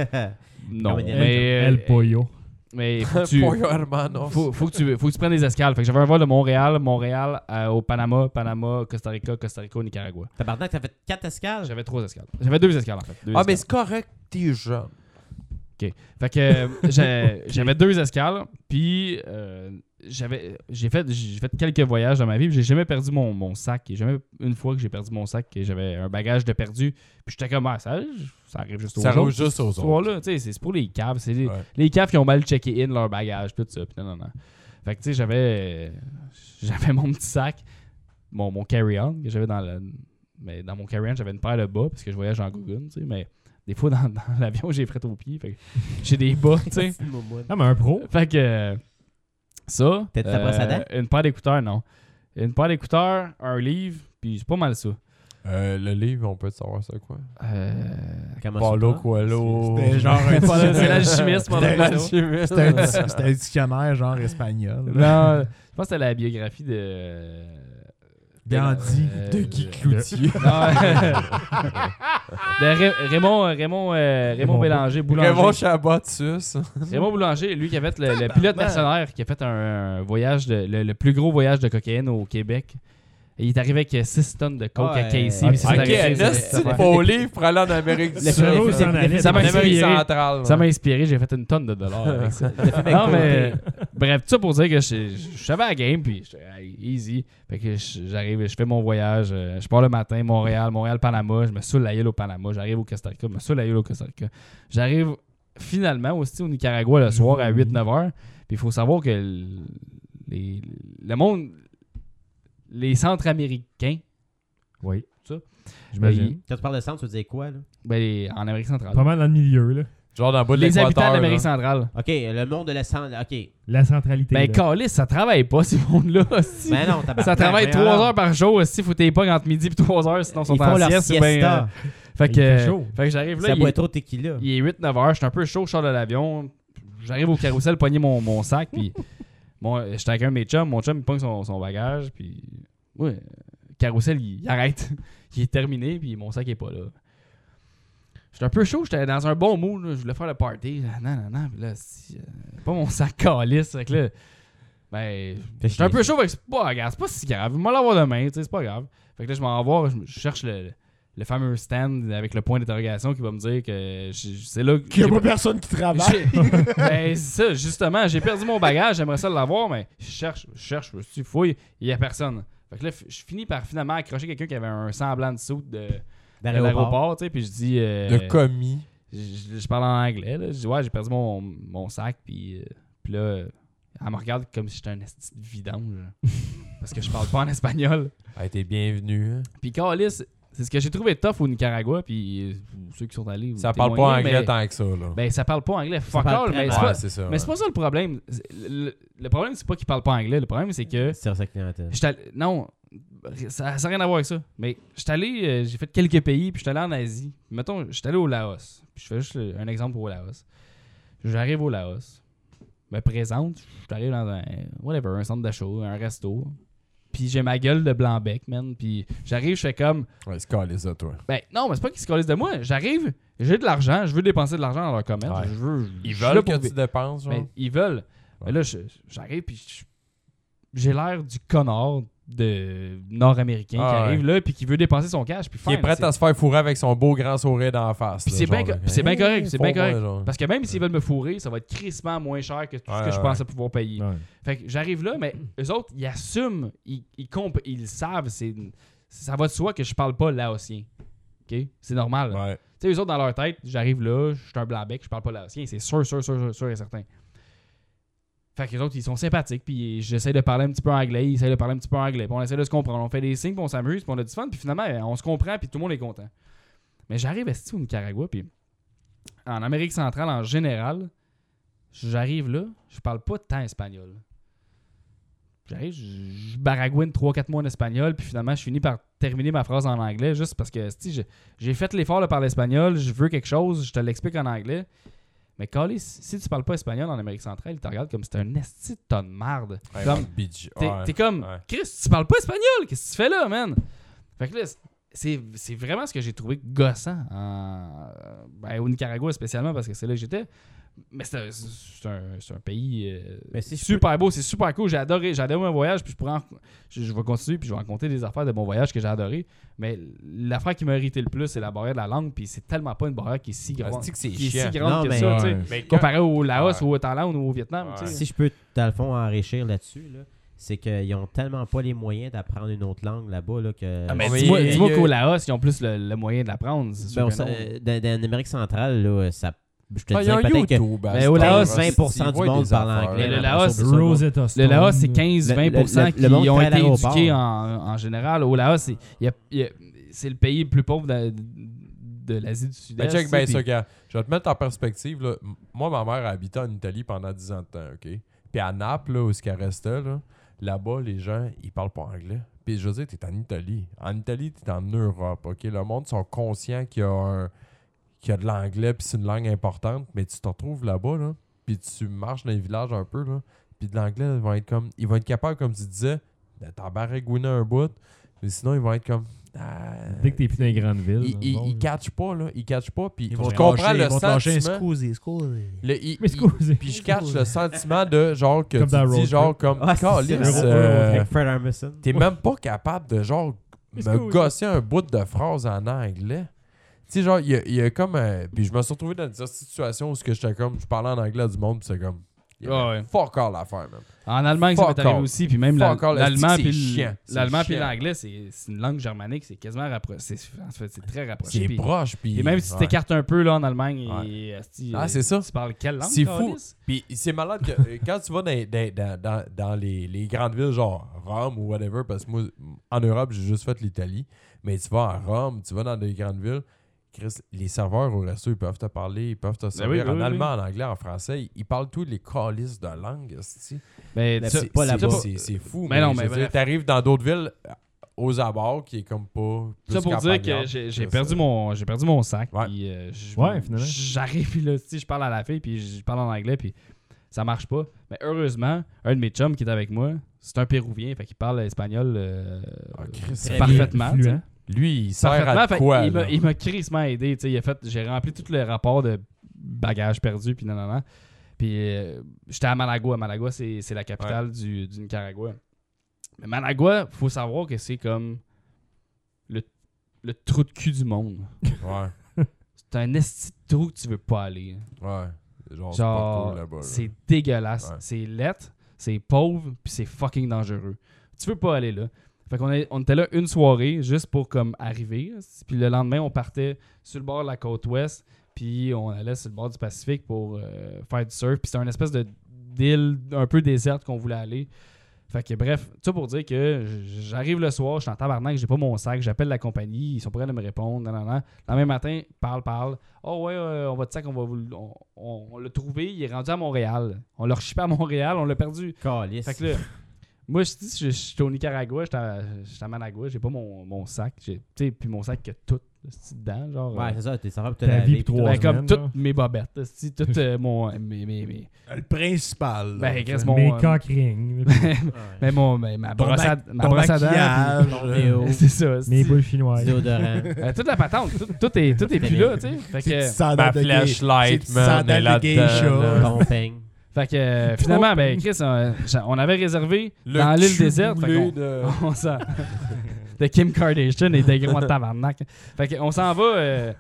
[SPEAKER 5] non.
[SPEAKER 4] Comme un-
[SPEAKER 5] Mais, euh,
[SPEAKER 2] El Pollo.
[SPEAKER 5] mais faut que tu-
[SPEAKER 3] Pollo Hermanos.
[SPEAKER 5] faut, faut, que tu, faut que tu prennes des escales. Fait que j'avais un vol de Montréal, Montréal euh, au Panama, Panama, Costa Rica, Costa Rica, au Nicaragua.
[SPEAKER 4] Tabarnak, t'as fait 4 escales?
[SPEAKER 5] J'avais trois escales. J'avais deux escales en fait. Deux
[SPEAKER 3] Ah, mais
[SPEAKER 5] escales.
[SPEAKER 3] c'est correct, t'es jeune.
[SPEAKER 5] Fait que euh, j'ai- j'avais deux escales, puis euh, j'avais j'ai fait j'ai fait quelques voyages dans ma vie, puis j'ai jamais perdu mon, mon sac, Et jamais une fois que j'ai perdu mon sac et j'avais un bagage de perdu, puis j'étais comme ah, ça ça arrive juste
[SPEAKER 3] Ça
[SPEAKER 5] aux
[SPEAKER 3] roule
[SPEAKER 5] autres.
[SPEAKER 3] juste aux
[SPEAKER 5] Ce
[SPEAKER 3] autres.
[SPEAKER 5] soir-là, tu sais, c'est c'est pour les caves, c'est les,
[SPEAKER 3] Ouais.
[SPEAKER 5] les caves qui ont mal checké in leur bagage, tout ça, puis non non non. Fait que tu sais, j'avais euh, j'avais mon petit sac, mon, mon carry-on que j'avais dans le mais dans mon carry-on, j'avais une paire de bas parce que je voyage en Gogun, tu sais, mais des fois dans, dans l'avion, j'ai fret aux pieds, fait que j'ai des bas, tu sais.
[SPEAKER 4] Petit moumoune.
[SPEAKER 2] Ah, mais un pro.
[SPEAKER 5] Fait que euh, ça. euh,
[SPEAKER 4] T'as-tu ta brosse à dents?
[SPEAKER 5] Une paire d'écouteurs, non. Une paire d'écouteurs, un livre, puis c'est pas mal ça.
[SPEAKER 3] Euh, le livre, on peut savoir c'est quoi?
[SPEAKER 5] Euh,
[SPEAKER 4] Comment ça
[SPEAKER 3] Paulo
[SPEAKER 4] va?
[SPEAKER 3] Coelho.
[SPEAKER 1] Oh. C'était genre un petit-
[SPEAKER 5] c'est l'alchimiste, mon
[SPEAKER 1] C'était-
[SPEAKER 5] ami.
[SPEAKER 1] C'était un dis- c'était un dictionnaire genre espagnol.
[SPEAKER 5] Non, je pense que c'était la biographie de.
[SPEAKER 1] Gandhi.
[SPEAKER 5] euh,
[SPEAKER 3] De Guy Cloutier.
[SPEAKER 5] Non, de Ra- Ben, Raymond, Raymond, euh, Raymond
[SPEAKER 2] Raymond
[SPEAKER 5] Bélanger, Boulanger.
[SPEAKER 3] Raymond Chabot dessus.
[SPEAKER 5] Raymond Boulanger, lui qui a fait le, le pilote mercenaire, qui a fait un, un voyage, de- le, le plus gros voyage de cocaïne au Québec. Et il est arrivé avec 6 tonnes de coke
[SPEAKER 4] Ouais.
[SPEAKER 5] à Casey.
[SPEAKER 4] Ok,
[SPEAKER 5] puis c'est
[SPEAKER 3] Ok,
[SPEAKER 5] arrivé-
[SPEAKER 3] un
[SPEAKER 5] c'est-
[SPEAKER 3] esti de beau livre pour aller en Amérique du
[SPEAKER 4] Le
[SPEAKER 3] Sud.
[SPEAKER 4] film-
[SPEAKER 2] cerveau
[SPEAKER 4] le
[SPEAKER 2] s'en
[SPEAKER 4] film-
[SPEAKER 2] allait.
[SPEAKER 4] le
[SPEAKER 5] Ça
[SPEAKER 3] En
[SPEAKER 5] m'a
[SPEAKER 4] film-
[SPEAKER 3] Amérique
[SPEAKER 5] inspiré.
[SPEAKER 3] centrale.
[SPEAKER 5] Ça m'a inspiré, j'ai fait une tonne de dollars avec ça. non, mais bref, tout ça pour dire que je, je, je savais à la game, puis j'étais hey, easy. Fait que je- j'arrive, je fais mon voyage, euh, je pars le matin, Montréal, Montréal-Panama, je me saoule la gueule au Panama, j'arrive au Costa Rica, je me saoule la gueule au Costa Rica. J'arrive finalement aussi au Nicaragua le soir à 8-9 heures, puis il faut savoir que l- les- le monde, les centres américains,
[SPEAKER 2] Oui.
[SPEAKER 5] Ça.
[SPEAKER 2] J'imagine.
[SPEAKER 4] Quand tu parles de centre, tu veux dire quoi? Là?
[SPEAKER 5] ben, les- en Amérique centrale,
[SPEAKER 2] Pas mal dans le milieu, là.
[SPEAKER 3] Genre dans le bas de
[SPEAKER 5] les habitants
[SPEAKER 3] l'équateur.
[SPEAKER 5] d'Amérique
[SPEAKER 3] là.
[SPEAKER 5] centrale.
[SPEAKER 4] OK, le monde de la centre. OK.
[SPEAKER 2] La centralité. là.
[SPEAKER 5] Ben, Calis, ça travaille pas, ces mondes-là. hostie.
[SPEAKER 4] Mais Ben non, tabarnak.
[SPEAKER 5] Ça travaille
[SPEAKER 4] mais
[SPEAKER 5] 3
[SPEAKER 4] alors,
[SPEAKER 5] heures par jour. Si faut t'es pas entre midi et 3 heures, sinon ils
[SPEAKER 4] Ils
[SPEAKER 5] sont
[SPEAKER 4] font
[SPEAKER 5] en
[SPEAKER 4] leur
[SPEAKER 5] sieste. ou
[SPEAKER 4] siesta.
[SPEAKER 5] ben, euh, fait
[SPEAKER 2] Il
[SPEAKER 5] que,
[SPEAKER 2] fait chaud.
[SPEAKER 5] fait que j'arrive là.
[SPEAKER 4] ça
[SPEAKER 5] il
[SPEAKER 4] boit
[SPEAKER 5] est-
[SPEAKER 4] trop de tequila.
[SPEAKER 5] il est 8-9 heures, je suis un peu chaud, je sors de l'avion. J'arrive au carrousel, pogner mon, mon sac, puis bon, j'étais avec un de mes chums, mon chum il pogne son, son bagage, puis euh, ouais, le carrousel il, il arrête. il est terminé, puis mon sac est pas là. J'étais un peu chaud, j'étais dans un bon mood, là, je voulais faire le party. là, Non, non, non, puis là, si, euh, pas mon sac calice, fait que là, ben, j'étais un peu chaud, fait que c'est pas, regarde, c'est pas si grave, moi l'avoir demain, tu sais, c'est pas grave. Fait que là, je m'en vais, je, je cherche le, le fameux stand avec le point d'interrogation qui va me dire que j'ai- c'est là que.
[SPEAKER 1] Qu'il n'y
[SPEAKER 5] j'ai-
[SPEAKER 1] a pas personne qui travaille.
[SPEAKER 5] j'ai- ben, c'est ça, justement, j'ai perdu mon bagage, j'aimerais ça l'avoir, mais je cherche, je cherche, je me suis fouille, il n'y a personne. Fait que là, f- je finis par finalement accrocher quelqu'un qui avait un semblant de saut de, de
[SPEAKER 4] Dans l'aéroport.
[SPEAKER 5] l'aéroport, tu sais, puis je dis. euh,
[SPEAKER 3] De commis.
[SPEAKER 5] je, je- je parle en anglais. Là. Je dis, ouais, j'ai perdu mon, mon sac. Puis, euh, puis là, euh, elle me regarde comme si j'étais un esti de vidange. là. Parce que je parle pas en espagnol.
[SPEAKER 3] Ah, t'es bienvenu. hein.
[SPEAKER 5] Puis, Calis, c'est ce que j'ai trouvé tough au Nicaragua. Puis, euh, ceux qui sont allés. vous
[SPEAKER 3] Ça parle pas
[SPEAKER 5] témoignez,
[SPEAKER 3] anglais
[SPEAKER 5] mais-
[SPEAKER 3] tant que ça, là.
[SPEAKER 5] Ben, ça parle pas anglais. Fuck
[SPEAKER 4] parle
[SPEAKER 5] all.
[SPEAKER 4] très
[SPEAKER 5] Mais
[SPEAKER 4] mal.
[SPEAKER 5] c'est pas,
[SPEAKER 3] Ouais, c'est ça.
[SPEAKER 5] mais c'est pas ça le problème. C'est- Le, le problème, c'est pas qu'ils parlent pas anglais. Le problème, c'est que.
[SPEAKER 4] Service à clientèle.
[SPEAKER 5] J'étais allé- Non, ça n'a rien à voir avec ça. Mais j'étais allé, euh, j'ai fait quelques pays, puis j'étais allé en Asie. Mettons, j'étais allé au Laos. Puis je fais juste le- un exemple pour le Laos. J'arrive au Laos, me présente, je arrivé dans un, whatever, un centre d'achat, un resto. Puis j'ai ma gueule de blanc-bec, man. Puis j'arrive, je fais comme,
[SPEAKER 3] Ouais, c'est calé ça, toi.
[SPEAKER 5] ben non, mais c'est pas qu'ils se collent de moi. J'arrive, j'ai de l'argent, je veux dépenser de l'argent dans leur commerce.
[SPEAKER 3] Ouais.
[SPEAKER 5] Je veux,
[SPEAKER 3] Ils
[SPEAKER 5] je suis là
[SPEAKER 3] veulent
[SPEAKER 5] pour
[SPEAKER 3] que
[SPEAKER 5] vi-
[SPEAKER 3] tu dépenses, genre.
[SPEAKER 5] mais ils veulent. Mais là, je- j'arrive, puis je- j'ai l'air du connard de nord-américain qui
[SPEAKER 3] Ah,
[SPEAKER 5] arrive là, puis qui veut dépenser son cash. Puis
[SPEAKER 3] Qui est
[SPEAKER 5] fine,
[SPEAKER 3] prêt
[SPEAKER 5] c'est-
[SPEAKER 3] à se faire fourrer avec son beau grand sourire d'en face.
[SPEAKER 5] Puis
[SPEAKER 3] là,
[SPEAKER 5] c'est bien
[SPEAKER 3] genre,
[SPEAKER 5] co-
[SPEAKER 3] là.
[SPEAKER 5] puis c'est bien correct, c'est bien
[SPEAKER 3] Fous-moi,
[SPEAKER 5] correct.
[SPEAKER 3] genre.
[SPEAKER 5] Parce que même s'ils veulent me fourrer, ça va être crissement moins cher que tout ce
[SPEAKER 3] Ouais,
[SPEAKER 5] que je
[SPEAKER 3] ouais.
[SPEAKER 5] pensais pouvoir payer.
[SPEAKER 2] Ouais.
[SPEAKER 5] Fait que j'arrive là, mais eux autres, ils assument, ils, ils, comp- ils le savent, c'est, ça va de soi que je parle pas laotien. OK? C'est normal.
[SPEAKER 3] Ouais.
[SPEAKER 5] Tu sais, eux autres, dans leur tête, j'arrive là, je suis un blanc-bec, je parle pas laotien. C'est sûr, sûr, sûr, sûr, sûr et certain. Fait que les autres, ils sont sympathiques, puis j'essaie de parler un petit peu anglais, ils essaient de parler un petit peu anglais, puis on essaie de se comprendre. On fait des signes, puis on s'amuse, puis on a du fun, puis finalement, euh, on se comprend, puis tout le monde est content. Mais j'arrive à Sti, au Nicaragua, puis en Amérique centrale en général, j'arrive là, je parle pas tant espagnol. J'arrive, je je baragouine 3-4 mois en espagnol, puis finalement, je finis par terminer ma phrase en anglais, juste parce que, si j'ai fait l'effort de parler espagnol, je veux quelque chose, je te l'explique en anglais. Mais Calais, si tu parles pas espagnol en Amérique centrale, ils te regardent comme si t'es un esti de tonne de marde.
[SPEAKER 3] Ouais,
[SPEAKER 5] Comme-
[SPEAKER 3] ouais, bitch.
[SPEAKER 5] T'es
[SPEAKER 3] Ouais.
[SPEAKER 5] t'es comme,
[SPEAKER 3] ouais.
[SPEAKER 5] Chris, tu parles pas espagnol, qu'est-ce que tu fais là, man? Fait que là, c'est c'est vraiment ce que j'ai trouvé gossant en- ben, au Nicaragua spécialement parce que c'est là que j'étais. Mais c'est un, c'est un- c'est un pays euh,
[SPEAKER 4] Mais si je
[SPEAKER 5] super beau, c'est super cool. J'ai adoré, j'ai adoré mon voyage. Puis je, pourrais en- je, je vais continuer puis je vais raconter des affaires de mon voyage que j'ai adoré. Mais l'affaire qui m'a irrité le plus, c'est la barrière de la langue. Puis c'est tellement pas une barrière qui est si
[SPEAKER 3] Ah,
[SPEAKER 5] grande,
[SPEAKER 3] c'est-tu que c'est
[SPEAKER 5] qui est
[SPEAKER 3] chiant.
[SPEAKER 5] si grande
[SPEAKER 4] Non,
[SPEAKER 5] que
[SPEAKER 4] mais-
[SPEAKER 5] ça, tu sais,
[SPEAKER 3] Ouais.
[SPEAKER 5] comparé au Laos
[SPEAKER 3] Ouais.
[SPEAKER 5] ou au Thaïlande ou au Vietnam.
[SPEAKER 3] Ouais.
[SPEAKER 5] tu sais.
[SPEAKER 4] si je peux, dans le fond, enrichir là-dessus, là, c'est qu'ils ont tellement pas les moyens d'apprendre une autre langue là-bas là, que.
[SPEAKER 5] Ah, mais
[SPEAKER 3] mais
[SPEAKER 5] dis-moi
[SPEAKER 3] il y a-
[SPEAKER 5] dis-moi
[SPEAKER 3] il y a-
[SPEAKER 5] qu'au Laos, ils ont plus le, le moyen de l'apprendre. c'est sûr
[SPEAKER 4] Ben, on
[SPEAKER 5] que
[SPEAKER 4] sait-
[SPEAKER 5] non.
[SPEAKER 4] euh, dans, dans l'Amérique centrale, là, ça. Je te
[SPEAKER 3] Ah, il y a
[SPEAKER 4] dirais
[SPEAKER 3] un
[SPEAKER 4] peut-être que.
[SPEAKER 3] YouTube, à
[SPEAKER 4] mais
[SPEAKER 3] ce
[SPEAKER 4] au Laos,
[SPEAKER 3] temps-là,
[SPEAKER 4] 20%
[SPEAKER 3] s'ils
[SPEAKER 4] du
[SPEAKER 3] voient
[SPEAKER 4] monde
[SPEAKER 3] des
[SPEAKER 4] parle
[SPEAKER 3] affaires,
[SPEAKER 4] anglais.
[SPEAKER 5] Le
[SPEAKER 3] là.
[SPEAKER 5] Laos,
[SPEAKER 4] Sur le monde.
[SPEAKER 2] Rosetta Stone.
[SPEAKER 5] Le Laos, c'est
[SPEAKER 4] Le-
[SPEAKER 5] 15-20%
[SPEAKER 4] le- le monde
[SPEAKER 5] qui ont
[SPEAKER 4] travaille à
[SPEAKER 5] été
[SPEAKER 4] l'aéroport.
[SPEAKER 5] éduqués en, en général. Au Laos, c'est il y a- il y a- c'est le pays le plus pauvre de, de l'Asie du Sud-Est.
[SPEAKER 3] Ben, check
[SPEAKER 5] tu
[SPEAKER 3] bien
[SPEAKER 5] sais,
[SPEAKER 3] ça,
[SPEAKER 5] puis-
[SPEAKER 3] gars. Je vais te mettre en perspective. Là. M- Moi, ma mère a habité en Italie pendant 10 ans de temps, OK? Puis à Naples, là, où ce qu'elle restait, là, là-bas, les gens, ils parlent pas anglais. Puis je veux dire, t'es en Italie. En Italie, t'es en Europe, OK? Le monde sont conscients qu'il y a un- qu'il y a de l'anglais, puis c'est une langue importante, mais tu te retrouves là-bas, là, puis tu marches dans les villages un peu, là, puis de l'anglais, ils vont être comme... Ils vont être capables, comme tu disais, de t'embarragouiner un bout, mais sinon, ils vont être comme... Ah,
[SPEAKER 2] Dès que t'es plus dans les grandes villes.
[SPEAKER 3] ils,
[SPEAKER 2] dans le
[SPEAKER 3] ils,
[SPEAKER 2] fond,
[SPEAKER 3] ils
[SPEAKER 2] là.
[SPEAKER 3] catchent pas, là. Ils catchent pas, puis
[SPEAKER 1] Ils
[SPEAKER 3] je
[SPEAKER 1] vont te
[SPEAKER 3] comprends
[SPEAKER 1] lâcher-
[SPEAKER 3] le
[SPEAKER 1] ils vont te lâcher un
[SPEAKER 3] sentiment.
[SPEAKER 1] scusi, scusi.
[SPEAKER 3] Le- ils-
[SPEAKER 2] Mais
[SPEAKER 3] ils-
[SPEAKER 2] excusez.
[SPEAKER 3] Puis je catch le sentiment de genre que
[SPEAKER 2] Comme dans
[SPEAKER 3] tu dis
[SPEAKER 2] Road
[SPEAKER 3] genre comme
[SPEAKER 4] Ah, c'est
[SPEAKER 3] Calisse,
[SPEAKER 4] ça.
[SPEAKER 3] euh,
[SPEAKER 4] Avec Fred Armisen.
[SPEAKER 3] t'es même pas capable de genre me gosser un bout de phrase en anglais. Tu sais genre il y a- il y, a comme un- puis je me suis retrouvé dans une situation où ce que j'étais comme je parlais en anglais à du monde puis c'est comme il y avait
[SPEAKER 5] Ah ouais.
[SPEAKER 3] fuck all l'affaire même.
[SPEAKER 5] En Allemagne, ça
[SPEAKER 3] Fuck
[SPEAKER 5] m'est arrivé
[SPEAKER 3] all.
[SPEAKER 5] aussi. Puis même la-
[SPEAKER 3] Fuck all,
[SPEAKER 5] l'allemand
[SPEAKER 3] c'est
[SPEAKER 5] puis
[SPEAKER 3] chiant,
[SPEAKER 5] le-
[SPEAKER 3] c'est
[SPEAKER 5] l'allemand puis
[SPEAKER 3] chiant.
[SPEAKER 5] l'anglais, c'est c'est une langue germanique. C'est quasiment rapproché. C'est en fait, c'est très rapproché.
[SPEAKER 3] C'est
[SPEAKER 5] puis-
[SPEAKER 3] proche puis
[SPEAKER 5] et même si tu
[SPEAKER 3] ouais.
[SPEAKER 5] t'écartes un peu là, en Allemagne, et, asti,
[SPEAKER 3] Ah,
[SPEAKER 5] euh,
[SPEAKER 3] c'est ça.
[SPEAKER 5] tu parles quelle langue
[SPEAKER 3] C'est fou.
[SPEAKER 5] câlisse?
[SPEAKER 3] Puis c'est malade que euh, quand tu vas dans, dans- dans- dans- dans les, les grandes villes, genre Rome ou whatever, parce que moi, en Europe, j'ai juste fait l'Italie, mais tu vas à Rome, tu vas dans des grandes villes, Chris, les serveurs au resto, ils peuvent te parler, ils peuvent te servir
[SPEAKER 5] Ben oui,
[SPEAKER 3] en
[SPEAKER 5] oui,
[SPEAKER 3] allemand, en anglais, en français, ils, ils parlent tous les calices de langue. esti.
[SPEAKER 5] Mais
[SPEAKER 4] Mais
[SPEAKER 5] ça-
[SPEAKER 4] Ben, c'est pas
[SPEAKER 5] ça-
[SPEAKER 4] là-bas.
[SPEAKER 5] ça-
[SPEAKER 3] C'est c'est fou.
[SPEAKER 5] Mais non, mais
[SPEAKER 3] je veux dire,
[SPEAKER 5] bref.
[SPEAKER 3] T'arrives dans d'autres villes euh, aux abords qui est comme pas. plus
[SPEAKER 5] Ça pour dire que
[SPEAKER 3] campagnarde,
[SPEAKER 5] j'ai j'ai
[SPEAKER 3] ça.
[SPEAKER 5] perdu mon j'ai perdu mon sac
[SPEAKER 3] Ouais.
[SPEAKER 5] puis euh, je-
[SPEAKER 2] Ouais, finalement.
[SPEAKER 5] j'arrive puis là tu sais, je parle à la fille puis je parle en anglais puis ça marche pas mais heureusement un de mes chums qui est avec moi c'est un péruvien fait qu'il parle espagnol euh,
[SPEAKER 3] Ah, Chris,
[SPEAKER 5] parfaitement
[SPEAKER 2] Fluent.
[SPEAKER 5] tu sais.
[SPEAKER 3] Lui, il sert à de
[SPEAKER 5] Parfaitement,
[SPEAKER 3] quoi?
[SPEAKER 5] fait- il
[SPEAKER 3] là?
[SPEAKER 5] m'a- Il m'a crissement aidé. tu sais, Il a fait, j'ai rempli tout le rapport de bagages perdus, puis non, non, non. Puis euh, j'étais à Managua. Managua, c'est c'est la capitale du, du Nicaragua. Mais Managua, faut savoir que c'est comme le, le trou de cul du monde.
[SPEAKER 3] Ouais,
[SPEAKER 5] C'est un esti de trou que tu veux pas aller.
[SPEAKER 3] ouais. Genre, c'est pas
[SPEAKER 5] Genre,
[SPEAKER 3] cool là-bas. là.
[SPEAKER 5] c'est dégueulasse.
[SPEAKER 3] Ouais.
[SPEAKER 5] C'est laid, c'est pauvre, puis c'est fucking dangereux. Tu veux pas aller là. Fait qu'on est- on était là une soirée juste pour comme arriver. Puis le lendemain, on partait sur le bord de la côte ouest, puis on allait sur le bord du Pacifique pour euh, faire du surf. Puis c'était une espèce de d'île un peu déserte qu'on voulait aller. Fait que bref, tout ça pour dire que j- j'arrive le soir, je suis en tabarnak, j'ai pas mon sac, j'appelle la compagnie, ils sont prêts à me répondre, nan, nan, nan. Le lendemain matin, parle, parle. Oh ouais, euh, on va te sac, on va vous le- on, on- on l'a trouvé, il est rendu à Montréal. On l'a rechippé à Montréal, on l'a perdu.
[SPEAKER 4] Calice.
[SPEAKER 5] Fait que là, moi je dis, je je suis au Nicaragua, j'étais à, j'étais à Managua, j'ai pas mon, mon sac, j'ai- tu sais, puis mon sac que tout c'est dedans, genre. euh,
[SPEAKER 4] Ouais, c'est ça, t'es sympa pour te
[SPEAKER 1] Ta vie
[SPEAKER 4] laver.
[SPEAKER 1] pis
[SPEAKER 4] puis
[SPEAKER 1] trois
[SPEAKER 5] ben,
[SPEAKER 4] tout.
[SPEAKER 5] comme
[SPEAKER 1] semaines, là.
[SPEAKER 5] toutes mes bobettes, c'est tout euh, mon mes- mes- mes-
[SPEAKER 1] Le principal. là.
[SPEAKER 5] Ben, Chris, mon-
[SPEAKER 2] Mes
[SPEAKER 5] euh,
[SPEAKER 2] cock rings,
[SPEAKER 5] ben, mon- ben, ma
[SPEAKER 1] Ton
[SPEAKER 5] brosse à,
[SPEAKER 1] ma-
[SPEAKER 5] ma
[SPEAKER 1] ton
[SPEAKER 5] brosse à dents,
[SPEAKER 1] maquillage,
[SPEAKER 4] ton
[SPEAKER 1] euh,
[SPEAKER 4] déo,
[SPEAKER 5] puis- C'est ça.
[SPEAKER 2] mes
[SPEAKER 5] c'est-
[SPEAKER 2] boules chinoises.
[SPEAKER 4] déodorant.
[SPEAKER 5] Euh, toute la patente, tout, tout est, tout est plus là, tu sais. Fait
[SPEAKER 1] tes petites
[SPEAKER 5] que,
[SPEAKER 1] sandales
[SPEAKER 3] Ma
[SPEAKER 1] de gay-
[SPEAKER 3] flashlight,
[SPEAKER 1] tes petites
[SPEAKER 3] man,
[SPEAKER 1] sandales
[SPEAKER 3] est
[SPEAKER 1] de
[SPEAKER 3] là-dedans,
[SPEAKER 1] geisha.
[SPEAKER 3] là.
[SPEAKER 4] Ton peigne.
[SPEAKER 5] fait que euh, finalement, ben, Chris, on, j'a- on avait réservé
[SPEAKER 3] Le
[SPEAKER 5] dans l'île
[SPEAKER 3] cul
[SPEAKER 5] déserte. fait
[SPEAKER 3] boulé
[SPEAKER 5] qu'on- Ah.
[SPEAKER 3] de-
[SPEAKER 5] on s'en- de Kim Kardashian et des grands tabarnak. Fait que on s'en va. euh,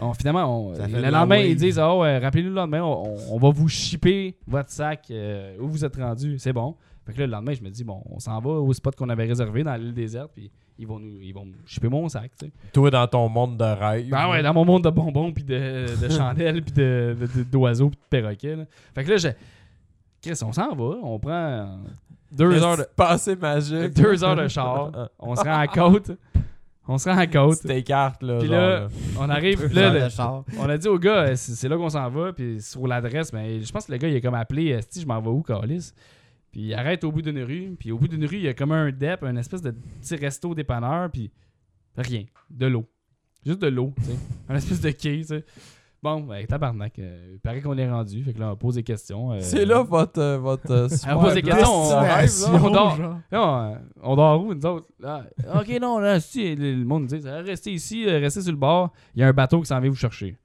[SPEAKER 5] on- finalement, on-
[SPEAKER 1] Ça fait
[SPEAKER 5] le
[SPEAKER 1] de la
[SPEAKER 5] lendemain,
[SPEAKER 1] wave.
[SPEAKER 5] ils disent Oh, euh, rappelez-nous le lendemain, on, on- on va vous shipper votre sac euh, où vous êtes rendu. C'est bon. Fait que là, le lendemain, je me dis Bon, on s'en va au spot qu'on avait réservé dans l'île déserte, puis ils vont nous ils vont me shipper mon sac, tu sais.
[SPEAKER 3] Toi, dans ton monde de rêve.
[SPEAKER 5] Ah ouais, dans mon monde de bonbons, puis de, de chandelles, puis de- de- de- d'oiseaux, puis de perroquets. là. Fait que là, je... Chris, on s'en va. On prend deux heures de,
[SPEAKER 3] Passé magique.
[SPEAKER 5] deux heures de char. On se rend à la côte. On se rend à la côte.
[SPEAKER 3] C'était carte, là.
[SPEAKER 5] Puis
[SPEAKER 3] genre,
[SPEAKER 5] là, euh,
[SPEAKER 3] là.
[SPEAKER 5] On arrive.
[SPEAKER 4] Genre
[SPEAKER 5] Là,
[SPEAKER 4] de
[SPEAKER 5] le-
[SPEAKER 4] char.
[SPEAKER 5] on a dit au gars, euh, c'est c'est là qu'on s'en va. Puis sur l'adresse, ben, je pense que le gars, il a comme appelé euh, Si je m'en vais où, Calis Puis il arrête au bout d'une rue. Puis au bout d'une rue, il y a comme un dep, un espèce de petit resto dépanneur. Puis rien. De l'eau. Juste de l'eau, tu sais. un espèce de quai, tu sais. Bon, ben, tabarnak. euh, il paraît qu'on est rendu. Fait que là, on pose des questions. euh,
[SPEAKER 3] C'est là votre. euh, votre euh, super
[SPEAKER 5] pose des
[SPEAKER 3] place
[SPEAKER 5] questions, on-
[SPEAKER 3] de rêve, là.
[SPEAKER 5] on dort.
[SPEAKER 1] genre.
[SPEAKER 5] Là, on, on dort où, nous autres? Ah, ok, non, là, si, le le monde nous dit, Ah, restez ici, euh, restez sur le bord, il y a un bateau qui s'en vient vous chercher.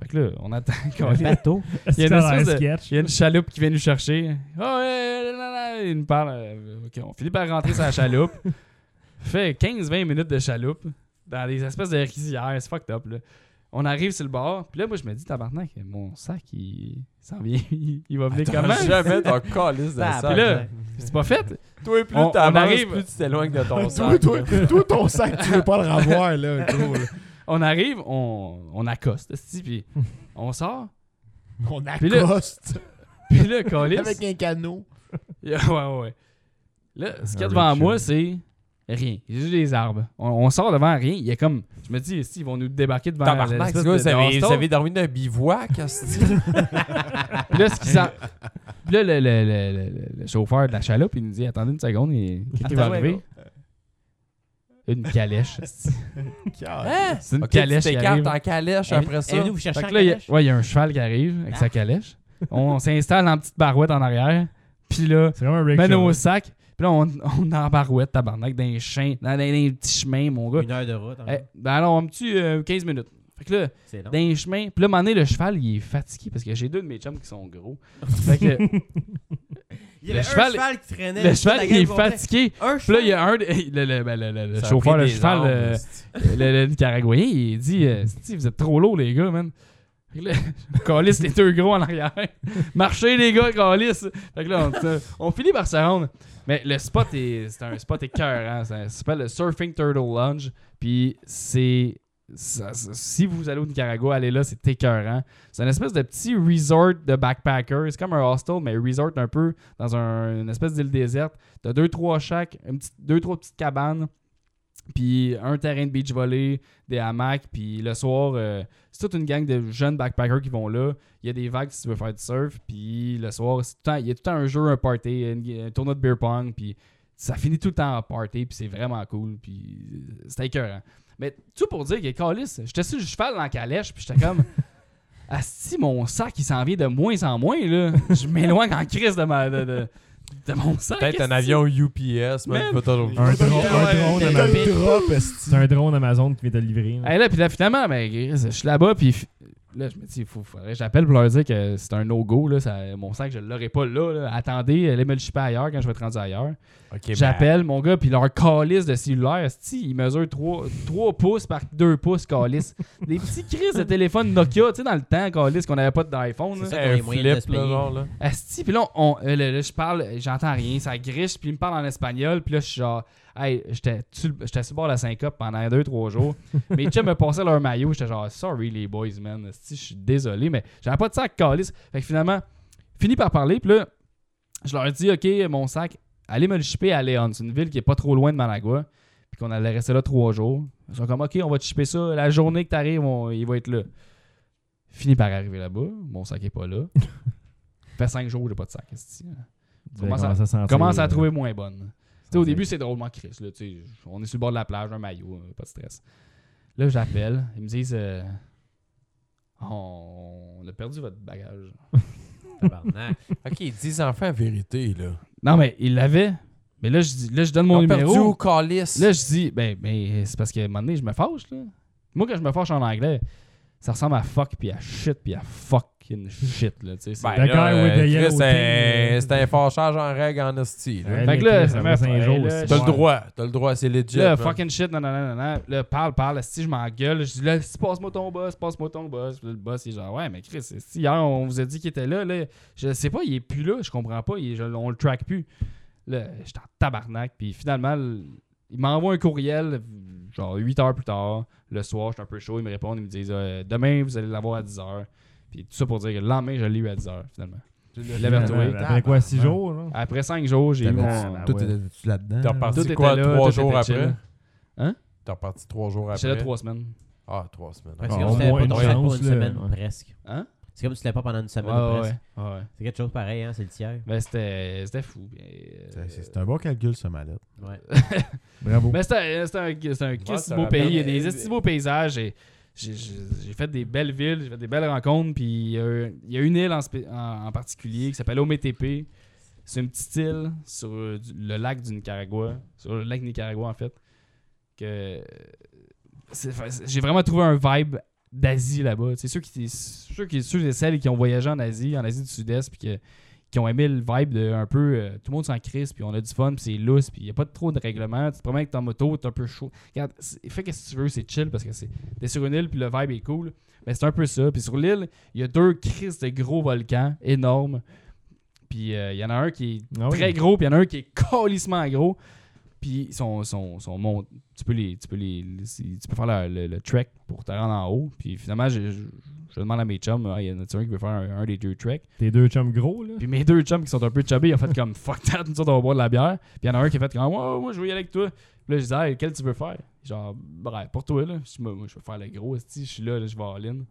[SPEAKER 5] Fait que là, on attend qu'on
[SPEAKER 4] Un bateau.
[SPEAKER 2] Est-ce
[SPEAKER 5] Il y a
[SPEAKER 2] que
[SPEAKER 5] une
[SPEAKER 2] t'as un
[SPEAKER 5] espèce de-
[SPEAKER 2] sketch?
[SPEAKER 5] il y a une chaloupe qui vient nous chercher. Ah, ouais, là, là, là. il nous parle. euh, ok, on finit par rentrer sur la chaloupe. Fait 15-20 minutes de chaloupe dans des espèces de rizières. C'est fucked up, là. On arrive sur le bord. Puis là, moi, je me dis, tabarnak, mon sac, il, il s'en vient. Il, il va venir
[SPEAKER 3] T'as
[SPEAKER 5] comment?
[SPEAKER 3] jamais ton calice de
[SPEAKER 4] Ah,
[SPEAKER 3] ça.
[SPEAKER 5] Bah, Puis là, c'est pas fait.
[SPEAKER 3] Toi, plus
[SPEAKER 5] on- on
[SPEAKER 3] t'avances,
[SPEAKER 5] arrive-
[SPEAKER 3] plus tu t'éloignes de ton
[SPEAKER 1] Toi,
[SPEAKER 3] sac.
[SPEAKER 1] toi,
[SPEAKER 3] là.
[SPEAKER 1] toi, ton sac, tu veux pas le revoir, là, gros, là.
[SPEAKER 5] On arrive, on, on accoste, esti, puis on sort.
[SPEAKER 1] On
[SPEAKER 5] Puis là-
[SPEAKER 1] accoste
[SPEAKER 5] Puis là, Colis.
[SPEAKER 1] avec un canot.
[SPEAKER 5] Ouais, ouais, ouais. Là, ce qu'il y a devant moi, c'est rien. Il y a juste des arbres. On, on sort devant rien. Il y a comme. Je me dis, esti, ils vont nous débarquer devant
[SPEAKER 3] Tabarnak,
[SPEAKER 5] l'espèce
[SPEAKER 3] ce gars,
[SPEAKER 5] de-
[SPEAKER 3] vous
[SPEAKER 5] de
[SPEAKER 3] avez-
[SPEAKER 5] hostel.
[SPEAKER 3] vous avez dormi d'un bivouac, qu'est-ce que
[SPEAKER 5] Puis là, ce qui s'en- Puis là, le, le- le- le- le chauffeur de la chaloupe, il nous dit Attendez une seconde, il... quelqu'un va
[SPEAKER 4] Attends, ouais,
[SPEAKER 5] arriver. Une calèche. esti.
[SPEAKER 3] Hein?
[SPEAKER 5] C'est une
[SPEAKER 3] Ok,
[SPEAKER 5] calèche
[SPEAKER 3] Tu
[SPEAKER 5] qui
[SPEAKER 3] t'écartes
[SPEAKER 5] arrive.
[SPEAKER 3] en calèche après ça.
[SPEAKER 4] Elle est venue vous chercher
[SPEAKER 5] Fait que
[SPEAKER 4] en
[SPEAKER 5] là, il y a-
[SPEAKER 4] calèche?
[SPEAKER 5] ouais, il y a un cheval qui arrive avec
[SPEAKER 4] Ah.
[SPEAKER 5] sa calèche. On s'installe en petite barouette en arrière. Puis là,
[SPEAKER 2] C'est vraiment un break
[SPEAKER 5] mène
[SPEAKER 2] show.
[SPEAKER 5] au sac. Puis là, on, on est en barouette, tabarnak, dans les champs, dans les, dans les petits chemins, mon gars.
[SPEAKER 4] Une heure de route. hein.
[SPEAKER 5] Eh, ben alors, on me tue euh, 15 minutes. Fait que là,
[SPEAKER 4] C'est long.
[SPEAKER 5] dans les chemins. Puis là, à un moment donné, le cheval, il est fatigué parce que j'ai deux de mes chums qui sont gros. Fait que
[SPEAKER 4] Il y avait
[SPEAKER 5] le
[SPEAKER 4] un
[SPEAKER 5] cheval-
[SPEAKER 4] cheval qui traînait.
[SPEAKER 5] le
[SPEAKER 4] toute
[SPEAKER 5] cheval,
[SPEAKER 4] la
[SPEAKER 5] il est
[SPEAKER 4] gang complète.
[SPEAKER 5] fatigué.
[SPEAKER 4] Un
[SPEAKER 5] Puis là,
[SPEAKER 4] cheval.
[SPEAKER 5] il y a un. de- Le, le- ben, le- le- le
[SPEAKER 3] Ça a
[SPEAKER 5] chauffeur,
[SPEAKER 3] pris
[SPEAKER 5] le
[SPEAKER 3] des
[SPEAKER 5] cheval,
[SPEAKER 3] ordres,
[SPEAKER 5] euh,
[SPEAKER 3] c'est-
[SPEAKER 5] le, le Nicaraguayen, il dit euh, Sti, Vous êtes trop lourds, les gars, man. Fait que là, Calisse, les deux gros en arrière. Marchez, les gars, Calisse. Fait que là, on, on finit par se rendre. Mais le spot, est, c'est un spot écœurant. hein. Ça s'appelle le Surfing Turtle Lounge. Puis c'est. ça- ça- si vous allez au Nicaragua, allez là, c'est écœurant. C'est un espèce de petit resort de backpacker. C'est comme un hostel, mais resort un peu dans un- une espèce d'île déserte. T'as deux, trois chaque, une petite- deux, trois petites cabanes, puis un terrain de beach volley, des hamacs, puis le soir, euh, c'est toute une gang de jeunes backpackers qui vont là. Il y a des vagues si tu veux faire du surf, puis le soir, c'est tout le temps- il y a tout le temps un jeu, un party, une- un tournoi de beer pong, puis ça finit tout le temps en party, puis c'est vraiment cool, puis euh, c'était écœurant. Mais tout pour dire que, Calis, j'étais sur le cheval dans la calèche, puis j'étais comme. Asti, mon sac, il s'en vient de moins en moins, là. Je m'éloigne en crise de ma. de- de- de mon sang.
[SPEAKER 3] Peut-être
[SPEAKER 5] qu'est-ce
[SPEAKER 3] un
[SPEAKER 5] que
[SPEAKER 3] avion UPS, mais
[SPEAKER 5] Même-
[SPEAKER 3] il peut toujours.
[SPEAKER 1] Un drone,
[SPEAKER 4] Ouais,
[SPEAKER 1] un drone
[SPEAKER 4] ouais.
[SPEAKER 1] Amazon.
[SPEAKER 4] Ouais.
[SPEAKER 1] drop, esti.
[SPEAKER 2] C'est un drone Amazon qui vient te le livrer.
[SPEAKER 5] c'est?
[SPEAKER 2] là.
[SPEAKER 5] Mm. Hey, là, puis là, finalement, ben, Chris, je suis là-bas, puis f- là, je me dis, il faut, faudrait que j'appelle pour leur dire que c'est un no-go, là, ça- mon sang, que je l'aurai pas là, là. Attendez, allez me le shipper ailleurs quand je vais être rendu ailleurs.
[SPEAKER 3] Ok, ben,
[SPEAKER 5] J'appelle mon gars, puis leur calice de cellulaire, esti, il mesure 3, pouces par 2 pouces, calice. Des petits crises de téléphone Nokia, tu sais, dans le temps, calice, qu'on n'avait pas d'iPhone. là.
[SPEAKER 3] ben,
[SPEAKER 4] ça qu'on a
[SPEAKER 3] un
[SPEAKER 4] les moyens de
[SPEAKER 3] flip,
[SPEAKER 4] se
[SPEAKER 3] là,
[SPEAKER 4] payer.
[SPEAKER 3] genre, là.
[SPEAKER 5] Asti, puis là, on, euh, là, là, je parle, j'entends rien, ça griche, puis il me parle en espagnol, puis là, je suis genre, hey, j'étais sur le- j'étais sur le bord de la syncope pendant 2-3 jours. Mes chums me passaient leur maillot, j'étais genre, sorry les boys, man, Asti, je suis désolé, mais j'avais pas de sac calice. Fait que finalement, fini par parler, puis là, je leur dis, ok, mon sac, allez me le shipper à Léon, c'est une ville qui est pas trop loin de Managua, puis qu'on allait rester là 3 jours. Ils sont comme, ok, on va te shipper ça, la journée que t'arrives, on- il va être là. Fini par arriver là-bas, mon sac est pas là. Ça fait 5 jours que j'ai pas de sac. esti.
[SPEAKER 3] Ah,
[SPEAKER 2] Tu
[SPEAKER 5] Commence
[SPEAKER 2] vas
[SPEAKER 5] à-
[SPEAKER 2] commencer sentir,
[SPEAKER 5] Commence à la
[SPEAKER 2] euh,
[SPEAKER 5] trouver moins bonne. Tu sais, au
[SPEAKER 2] sentir-
[SPEAKER 5] début, c'est drôlement Chris. Là, tu sais, on est sur le bord de la plage, un maillot, euh, pas de stress. Là, j'appelle. Ils me disent euh, on... on a perdu votre bagage.
[SPEAKER 4] Tabarnak.
[SPEAKER 3] Ok, ils disent enfin la vérité, là.
[SPEAKER 5] Non, mais il l'avait. Mais là, je dis- là, je donne mon
[SPEAKER 3] Ils ont
[SPEAKER 5] numéro.
[SPEAKER 3] perdu au calice.
[SPEAKER 5] Là, je dis, ben, ben c'est parce que un moment donné, je me fâche, là. Moi, quand je me fâche en anglais, ça ressemble à fuck, puis à shit, puis à fucking shit, là, tu sais. c'est-
[SPEAKER 3] Ben,
[SPEAKER 2] The
[SPEAKER 3] là,
[SPEAKER 2] guy with the
[SPEAKER 3] euh, Chris,
[SPEAKER 2] yellow
[SPEAKER 3] c'est-
[SPEAKER 2] thing.
[SPEAKER 3] c'est un fâchage en règle en hostie. là.
[SPEAKER 2] Ouais,
[SPEAKER 5] Fait que là,
[SPEAKER 2] Chris,
[SPEAKER 5] ça
[SPEAKER 2] ça
[SPEAKER 5] m'a
[SPEAKER 2] fait
[SPEAKER 5] fait-
[SPEAKER 2] cinq jours,
[SPEAKER 5] là,
[SPEAKER 2] c'est-
[SPEAKER 3] T'as le
[SPEAKER 2] Ouais.
[SPEAKER 3] droit, t'as le droit, c'est legit.
[SPEAKER 5] Là,
[SPEAKER 3] man.
[SPEAKER 5] fucking shit, non, non, non, non, non. Là, parle, parle, si je m'engueule. Je dis, là, si passe-moi ton boss, passe-moi ton boss. Puis là, le boss, il est genre, ouais, mais Chris, si hier, on vous a dit qu'il était là, là, je sais pas, il est plus là, je comprends pas, il est- je- on le track plus. Là, j'étais en tabarnak, puis finalement, le- il m'envoie un courriel, genre 8 heures plus tard, le soir, j'étais un peu chaud, ils me répondent, ils me disent, euh, demain, vous allez l'avoir à 10 heures. Puis tout ça pour dire que le lendemain, je l'ai eu à 10 heures, finalement. Je l'avais retrouvé.
[SPEAKER 2] Après après quoi, 6 jours? là?
[SPEAKER 5] Après 5 jours, j'ai eu
[SPEAKER 1] T'avais- ben
[SPEAKER 5] mon.
[SPEAKER 1] Toi,
[SPEAKER 2] ouais.
[SPEAKER 1] t'étais-tu là-dedans?
[SPEAKER 3] T'es
[SPEAKER 1] là?
[SPEAKER 5] Tout
[SPEAKER 3] reparti
[SPEAKER 5] était
[SPEAKER 3] quoi,
[SPEAKER 5] là,
[SPEAKER 3] trois
[SPEAKER 5] tout
[SPEAKER 3] jours
[SPEAKER 5] était
[SPEAKER 3] après?
[SPEAKER 5] chill. Hein?
[SPEAKER 3] T'es reparti trois jours
[SPEAKER 5] J'étais là
[SPEAKER 3] après?
[SPEAKER 5] 3 semaines.
[SPEAKER 3] Ah, trois semaines.
[SPEAKER 2] Ah,
[SPEAKER 4] Ouais, C'est
[SPEAKER 2] au
[SPEAKER 4] comme si tu
[SPEAKER 2] moins
[SPEAKER 4] l'avais
[SPEAKER 2] une
[SPEAKER 4] pas pendant
[SPEAKER 2] chance,
[SPEAKER 4] une
[SPEAKER 2] là.
[SPEAKER 4] semaine
[SPEAKER 2] Ouais.
[SPEAKER 4] presque.
[SPEAKER 5] Hein?
[SPEAKER 4] C'est comme si tu l'avais pas pendant une semaine ou
[SPEAKER 5] Ouais,
[SPEAKER 4] presque.
[SPEAKER 5] ouais, ouais.
[SPEAKER 4] C'est quelque chose pareil, hein, c'est le tiers.
[SPEAKER 5] Ben, c'était c'était fou. Mais, euh,
[SPEAKER 1] C'est- C'est c'est un bon calcul, ce malade.
[SPEAKER 4] Ouais.
[SPEAKER 1] Bravo.
[SPEAKER 5] mais c'était c'était un, c'était un Christ
[SPEAKER 3] ça
[SPEAKER 5] beau
[SPEAKER 3] rappelle-
[SPEAKER 5] pays. Il y a des estis beaux paysages. et J'ai j'ai- j'ai fait des belles villes, j'ai fait des belles rencontres. Puis il y a eu- il y, a une île en, spé- en- en particulier qui s'appelle Ometepé. C'est une petite île sur euh, du- le lac du Nicaragua. Sur le lac Nicaragua, en fait. Que c'est- c'est- j'ai vraiment trouvé un vibe d'Asie là-bas. C'est ceux qui ceux qui ceux et celles qui ont voyagé en Asie, en Asie du Sud-Est puis que- qui ont aimé le vibe de un peu euh, tout le monde s'en crisse puis on a du fun, puis c'est lousse, puis il y a pas trop de règlements, tu te promènes avec ton moto, t'es un peu chaud. Regarde, c'est- fais qu'est-ce que tu veux, c'est chill parce que c'est t'es sur une île puis le vibe est cool. Mais c'est un peu ça. Puis sur l'île, il y a deux crises de gros volcans énormes. Puis euh, il y en a un qui est
[SPEAKER 2] Ah oui.
[SPEAKER 5] très gros, puis il y en a un qui est colissement gros. Puis ils sont, sont, sont mon- tu peux les, tu peux les, les- tu peux faire le, le- le trek pour te rendre en haut. Puis finalement, je, je, je demande à mes chums, Ah, il y en a un qui veut faire un, un des deux treks.
[SPEAKER 2] Tes deux chums gros, là?
[SPEAKER 5] Puis mes deux chums qui sont un peu chubby, ils ont fait comme fuck that, nous autres on va boire de la bière. Puis il y en a un qui a fait comme ouais, ouais, moi je veux y aller avec toi. Puis là, je disais, hey, quel tu veux faire Genre, bref, pour toi, là. Je dis, moi, moi, je veux faire le gros, esti, je suis là, là, je vais en ligne.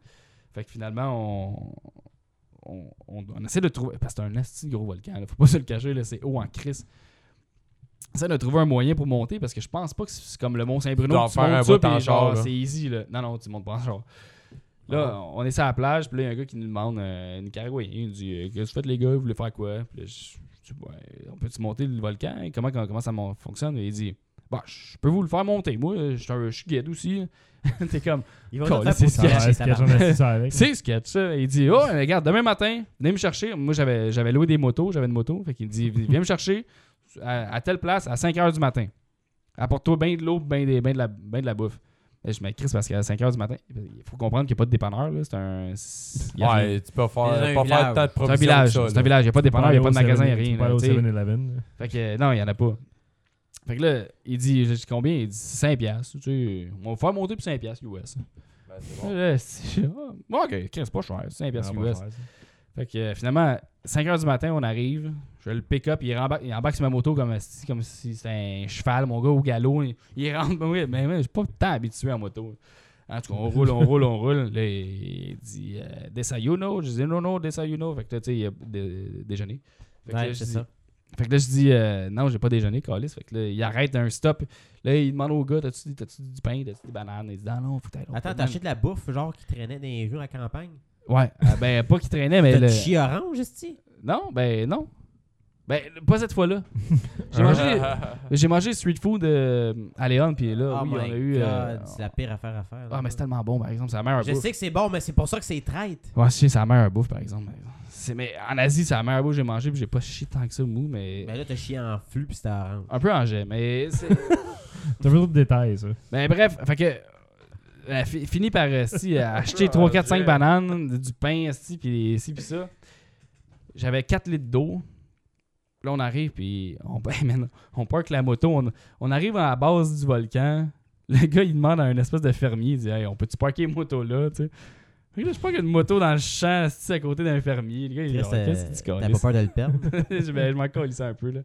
[SPEAKER 5] Fait que finalement, on, on, on- on essaie de trouver. Parce que c'est un esti de gros volcan, là, faut pas se le cacher, là, c'est haut en crise. On essaie de trouver un moyen pour monter parce que je pense pas que c'est comme le Mont-Saint-Bruno.
[SPEAKER 3] Tu dois
[SPEAKER 5] Tu,
[SPEAKER 3] faire un
[SPEAKER 5] montes ça,
[SPEAKER 3] bout en
[SPEAKER 5] puis
[SPEAKER 3] char,
[SPEAKER 5] genre,
[SPEAKER 3] là.
[SPEAKER 5] c'est easy, là. Non, non, tu montes pas en genre. Là, on est sur la plage, puis là, il y a un gars qui nous demande, euh, Nicaraguayen, il dit euh, Qu'est-ce que vous faites, les gars Vous voulez faire quoi Puis là, je- je dis, Ouais, on peut-tu monter le volcan Comment, comment, comment ça mon- fonctionne Et Il dit Bah, je peux vous le faire monter. Moi, je suis un- je suis guide aussi. T'es comme
[SPEAKER 4] Ils vont
[SPEAKER 5] Colin,
[SPEAKER 4] tout faire
[SPEAKER 5] c'est
[SPEAKER 4] pour
[SPEAKER 5] sketch,
[SPEAKER 4] cacher,
[SPEAKER 2] est-ce que j'en
[SPEAKER 4] tabarnak.
[SPEAKER 2] ai ça avec?
[SPEAKER 5] c'est sketch ça. Il dit Oh, mais regarde, demain matin, venez me chercher. Moi, j'avais j'avais loué des motos, j'avais une moto. Fait qu'il dit Viens me chercher à, à telle place à 5 h du matin. Apporte-toi bien de l'eau, bien de, ben de, la- ben de la bouffe. Et je m'écris parce qu'à 5 h du matin, il faut comprendre qu'il n'y a pas de dépanneur. là. C'est un. il y a rien.
[SPEAKER 3] Ouais, tu peux
[SPEAKER 4] C'est un
[SPEAKER 3] faire, pas faire tant
[SPEAKER 4] village.
[SPEAKER 3] de
[SPEAKER 5] C'est un
[SPEAKER 3] provisions
[SPEAKER 5] village.
[SPEAKER 3] que ça,
[SPEAKER 5] C'est
[SPEAKER 3] là.
[SPEAKER 5] un village. Il n'y a pas de dépanneur, il n'y a pas de magasin, il n'y a rien.
[SPEAKER 2] Tu peux aller
[SPEAKER 5] là,
[SPEAKER 2] au
[SPEAKER 5] tu sais.
[SPEAKER 2] 7-Eleven.
[SPEAKER 5] Fait que euh, non, il n'y en a pas. Fait que là, il dit, je dis combien? Il dit 5$. piastres, Tu sais, on va faire monter pour 5$ piastres US.
[SPEAKER 3] Ben, c'est bon.
[SPEAKER 5] Là, c'est- ah, bon, ok, ok, c'est pas cher, 5$
[SPEAKER 2] Ah,
[SPEAKER 5] piastres US. Fait que euh, finalement, 5h du matin, on arrive. Je le pick up, il rembarque, il embarque sur ma moto comme, si- comme si c'était un cheval, mon gars, au galop. Il, il rentre, ben oui, mais je suis pas tant habitué en moto. En tout cas, on roule, on roule, on roule. Là, il dit euh, Desayuno. Je dis non, non, Desayuno. Fait que là, tu sais, il a dé- déjeuné. Fait que là,
[SPEAKER 4] Ouais,
[SPEAKER 5] je
[SPEAKER 4] c'est
[SPEAKER 5] dis-
[SPEAKER 4] ça.
[SPEAKER 5] fait que là, je dis, euh, non, j'ai pas déjeuné, Calis. Fait que là, il arrête un stop. Là, il demande au gars, t'as-tu t'as-tu du pain, t'as-tu des bananes? Il dit, non, non, faut que t'ailles
[SPEAKER 4] Attends,
[SPEAKER 5] l'autre
[SPEAKER 4] t'as acheté
[SPEAKER 5] semaine.
[SPEAKER 4] de la bouffe, genre, qui traînait dans les rues à la campagne?
[SPEAKER 5] euh, Ouais, Ah, ben, pas qu'il traînait, mais.
[SPEAKER 4] T'as
[SPEAKER 5] le-
[SPEAKER 4] du chi orange, est
[SPEAKER 5] Non, ben, non. Ben, pas cette fois-là. J'ai mangé, j'ai mangé street food euh, à Léon, puis là, Ah oui,
[SPEAKER 4] Oh my
[SPEAKER 5] on a eu. euh,
[SPEAKER 4] God, c'est la pire affaire à faire. là.
[SPEAKER 5] Ah, mais c'est tellement bon, par exemple. C'est la meilleure
[SPEAKER 4] Je
[SPEAKER 5] bouffe.
[SPEAKER 4] sais que c'est bon, mais c'est pour ça que c'est traite.
[SPEAKER 5] Ouais, c'est la meilleure bouffe, par exemple. C'est, mais en Asie, c'est la meilleure bouffe que j'ai mangée, puis j'ai pas chié tant que ça mou, mais.
[SPEAKER 4] Mais là, t'as chié en flux puis c'était orange.
[SPEAKER 5] Un peu en jet, mais. c'est-
[SPEAKER 2] T'as vu d'autres détails, ça.
[SPEAKER 5] Ben bref, fait que. euh, fi- fini par euh, si, à acheter 3, 4, 5 bananes, du pain, si, puis si, puis ça. J'avais 4 litres d'eau. Là, on arrive, puis on, ben, man, on parque la moto. On, on arrive à la base du volcan. Le gars, il demande à un espèce de fermier, il dit Hey, on peut-tu parquer une moto là, tu sais. Fait que là, je parque une moto dans le champ, si, à côté d'un fermier. Le gars, il dit
[SPEAKER 4] Chris, euh,
[SPEAKER 5] Qu'est-ce que tu
[SPEAKER 4] T'as
[SPEAKER 5] connais?
[SPEAKER 4] pas peur de le perdre?
[SPEAKER 5] je ben, je m'en calissais un peu, là.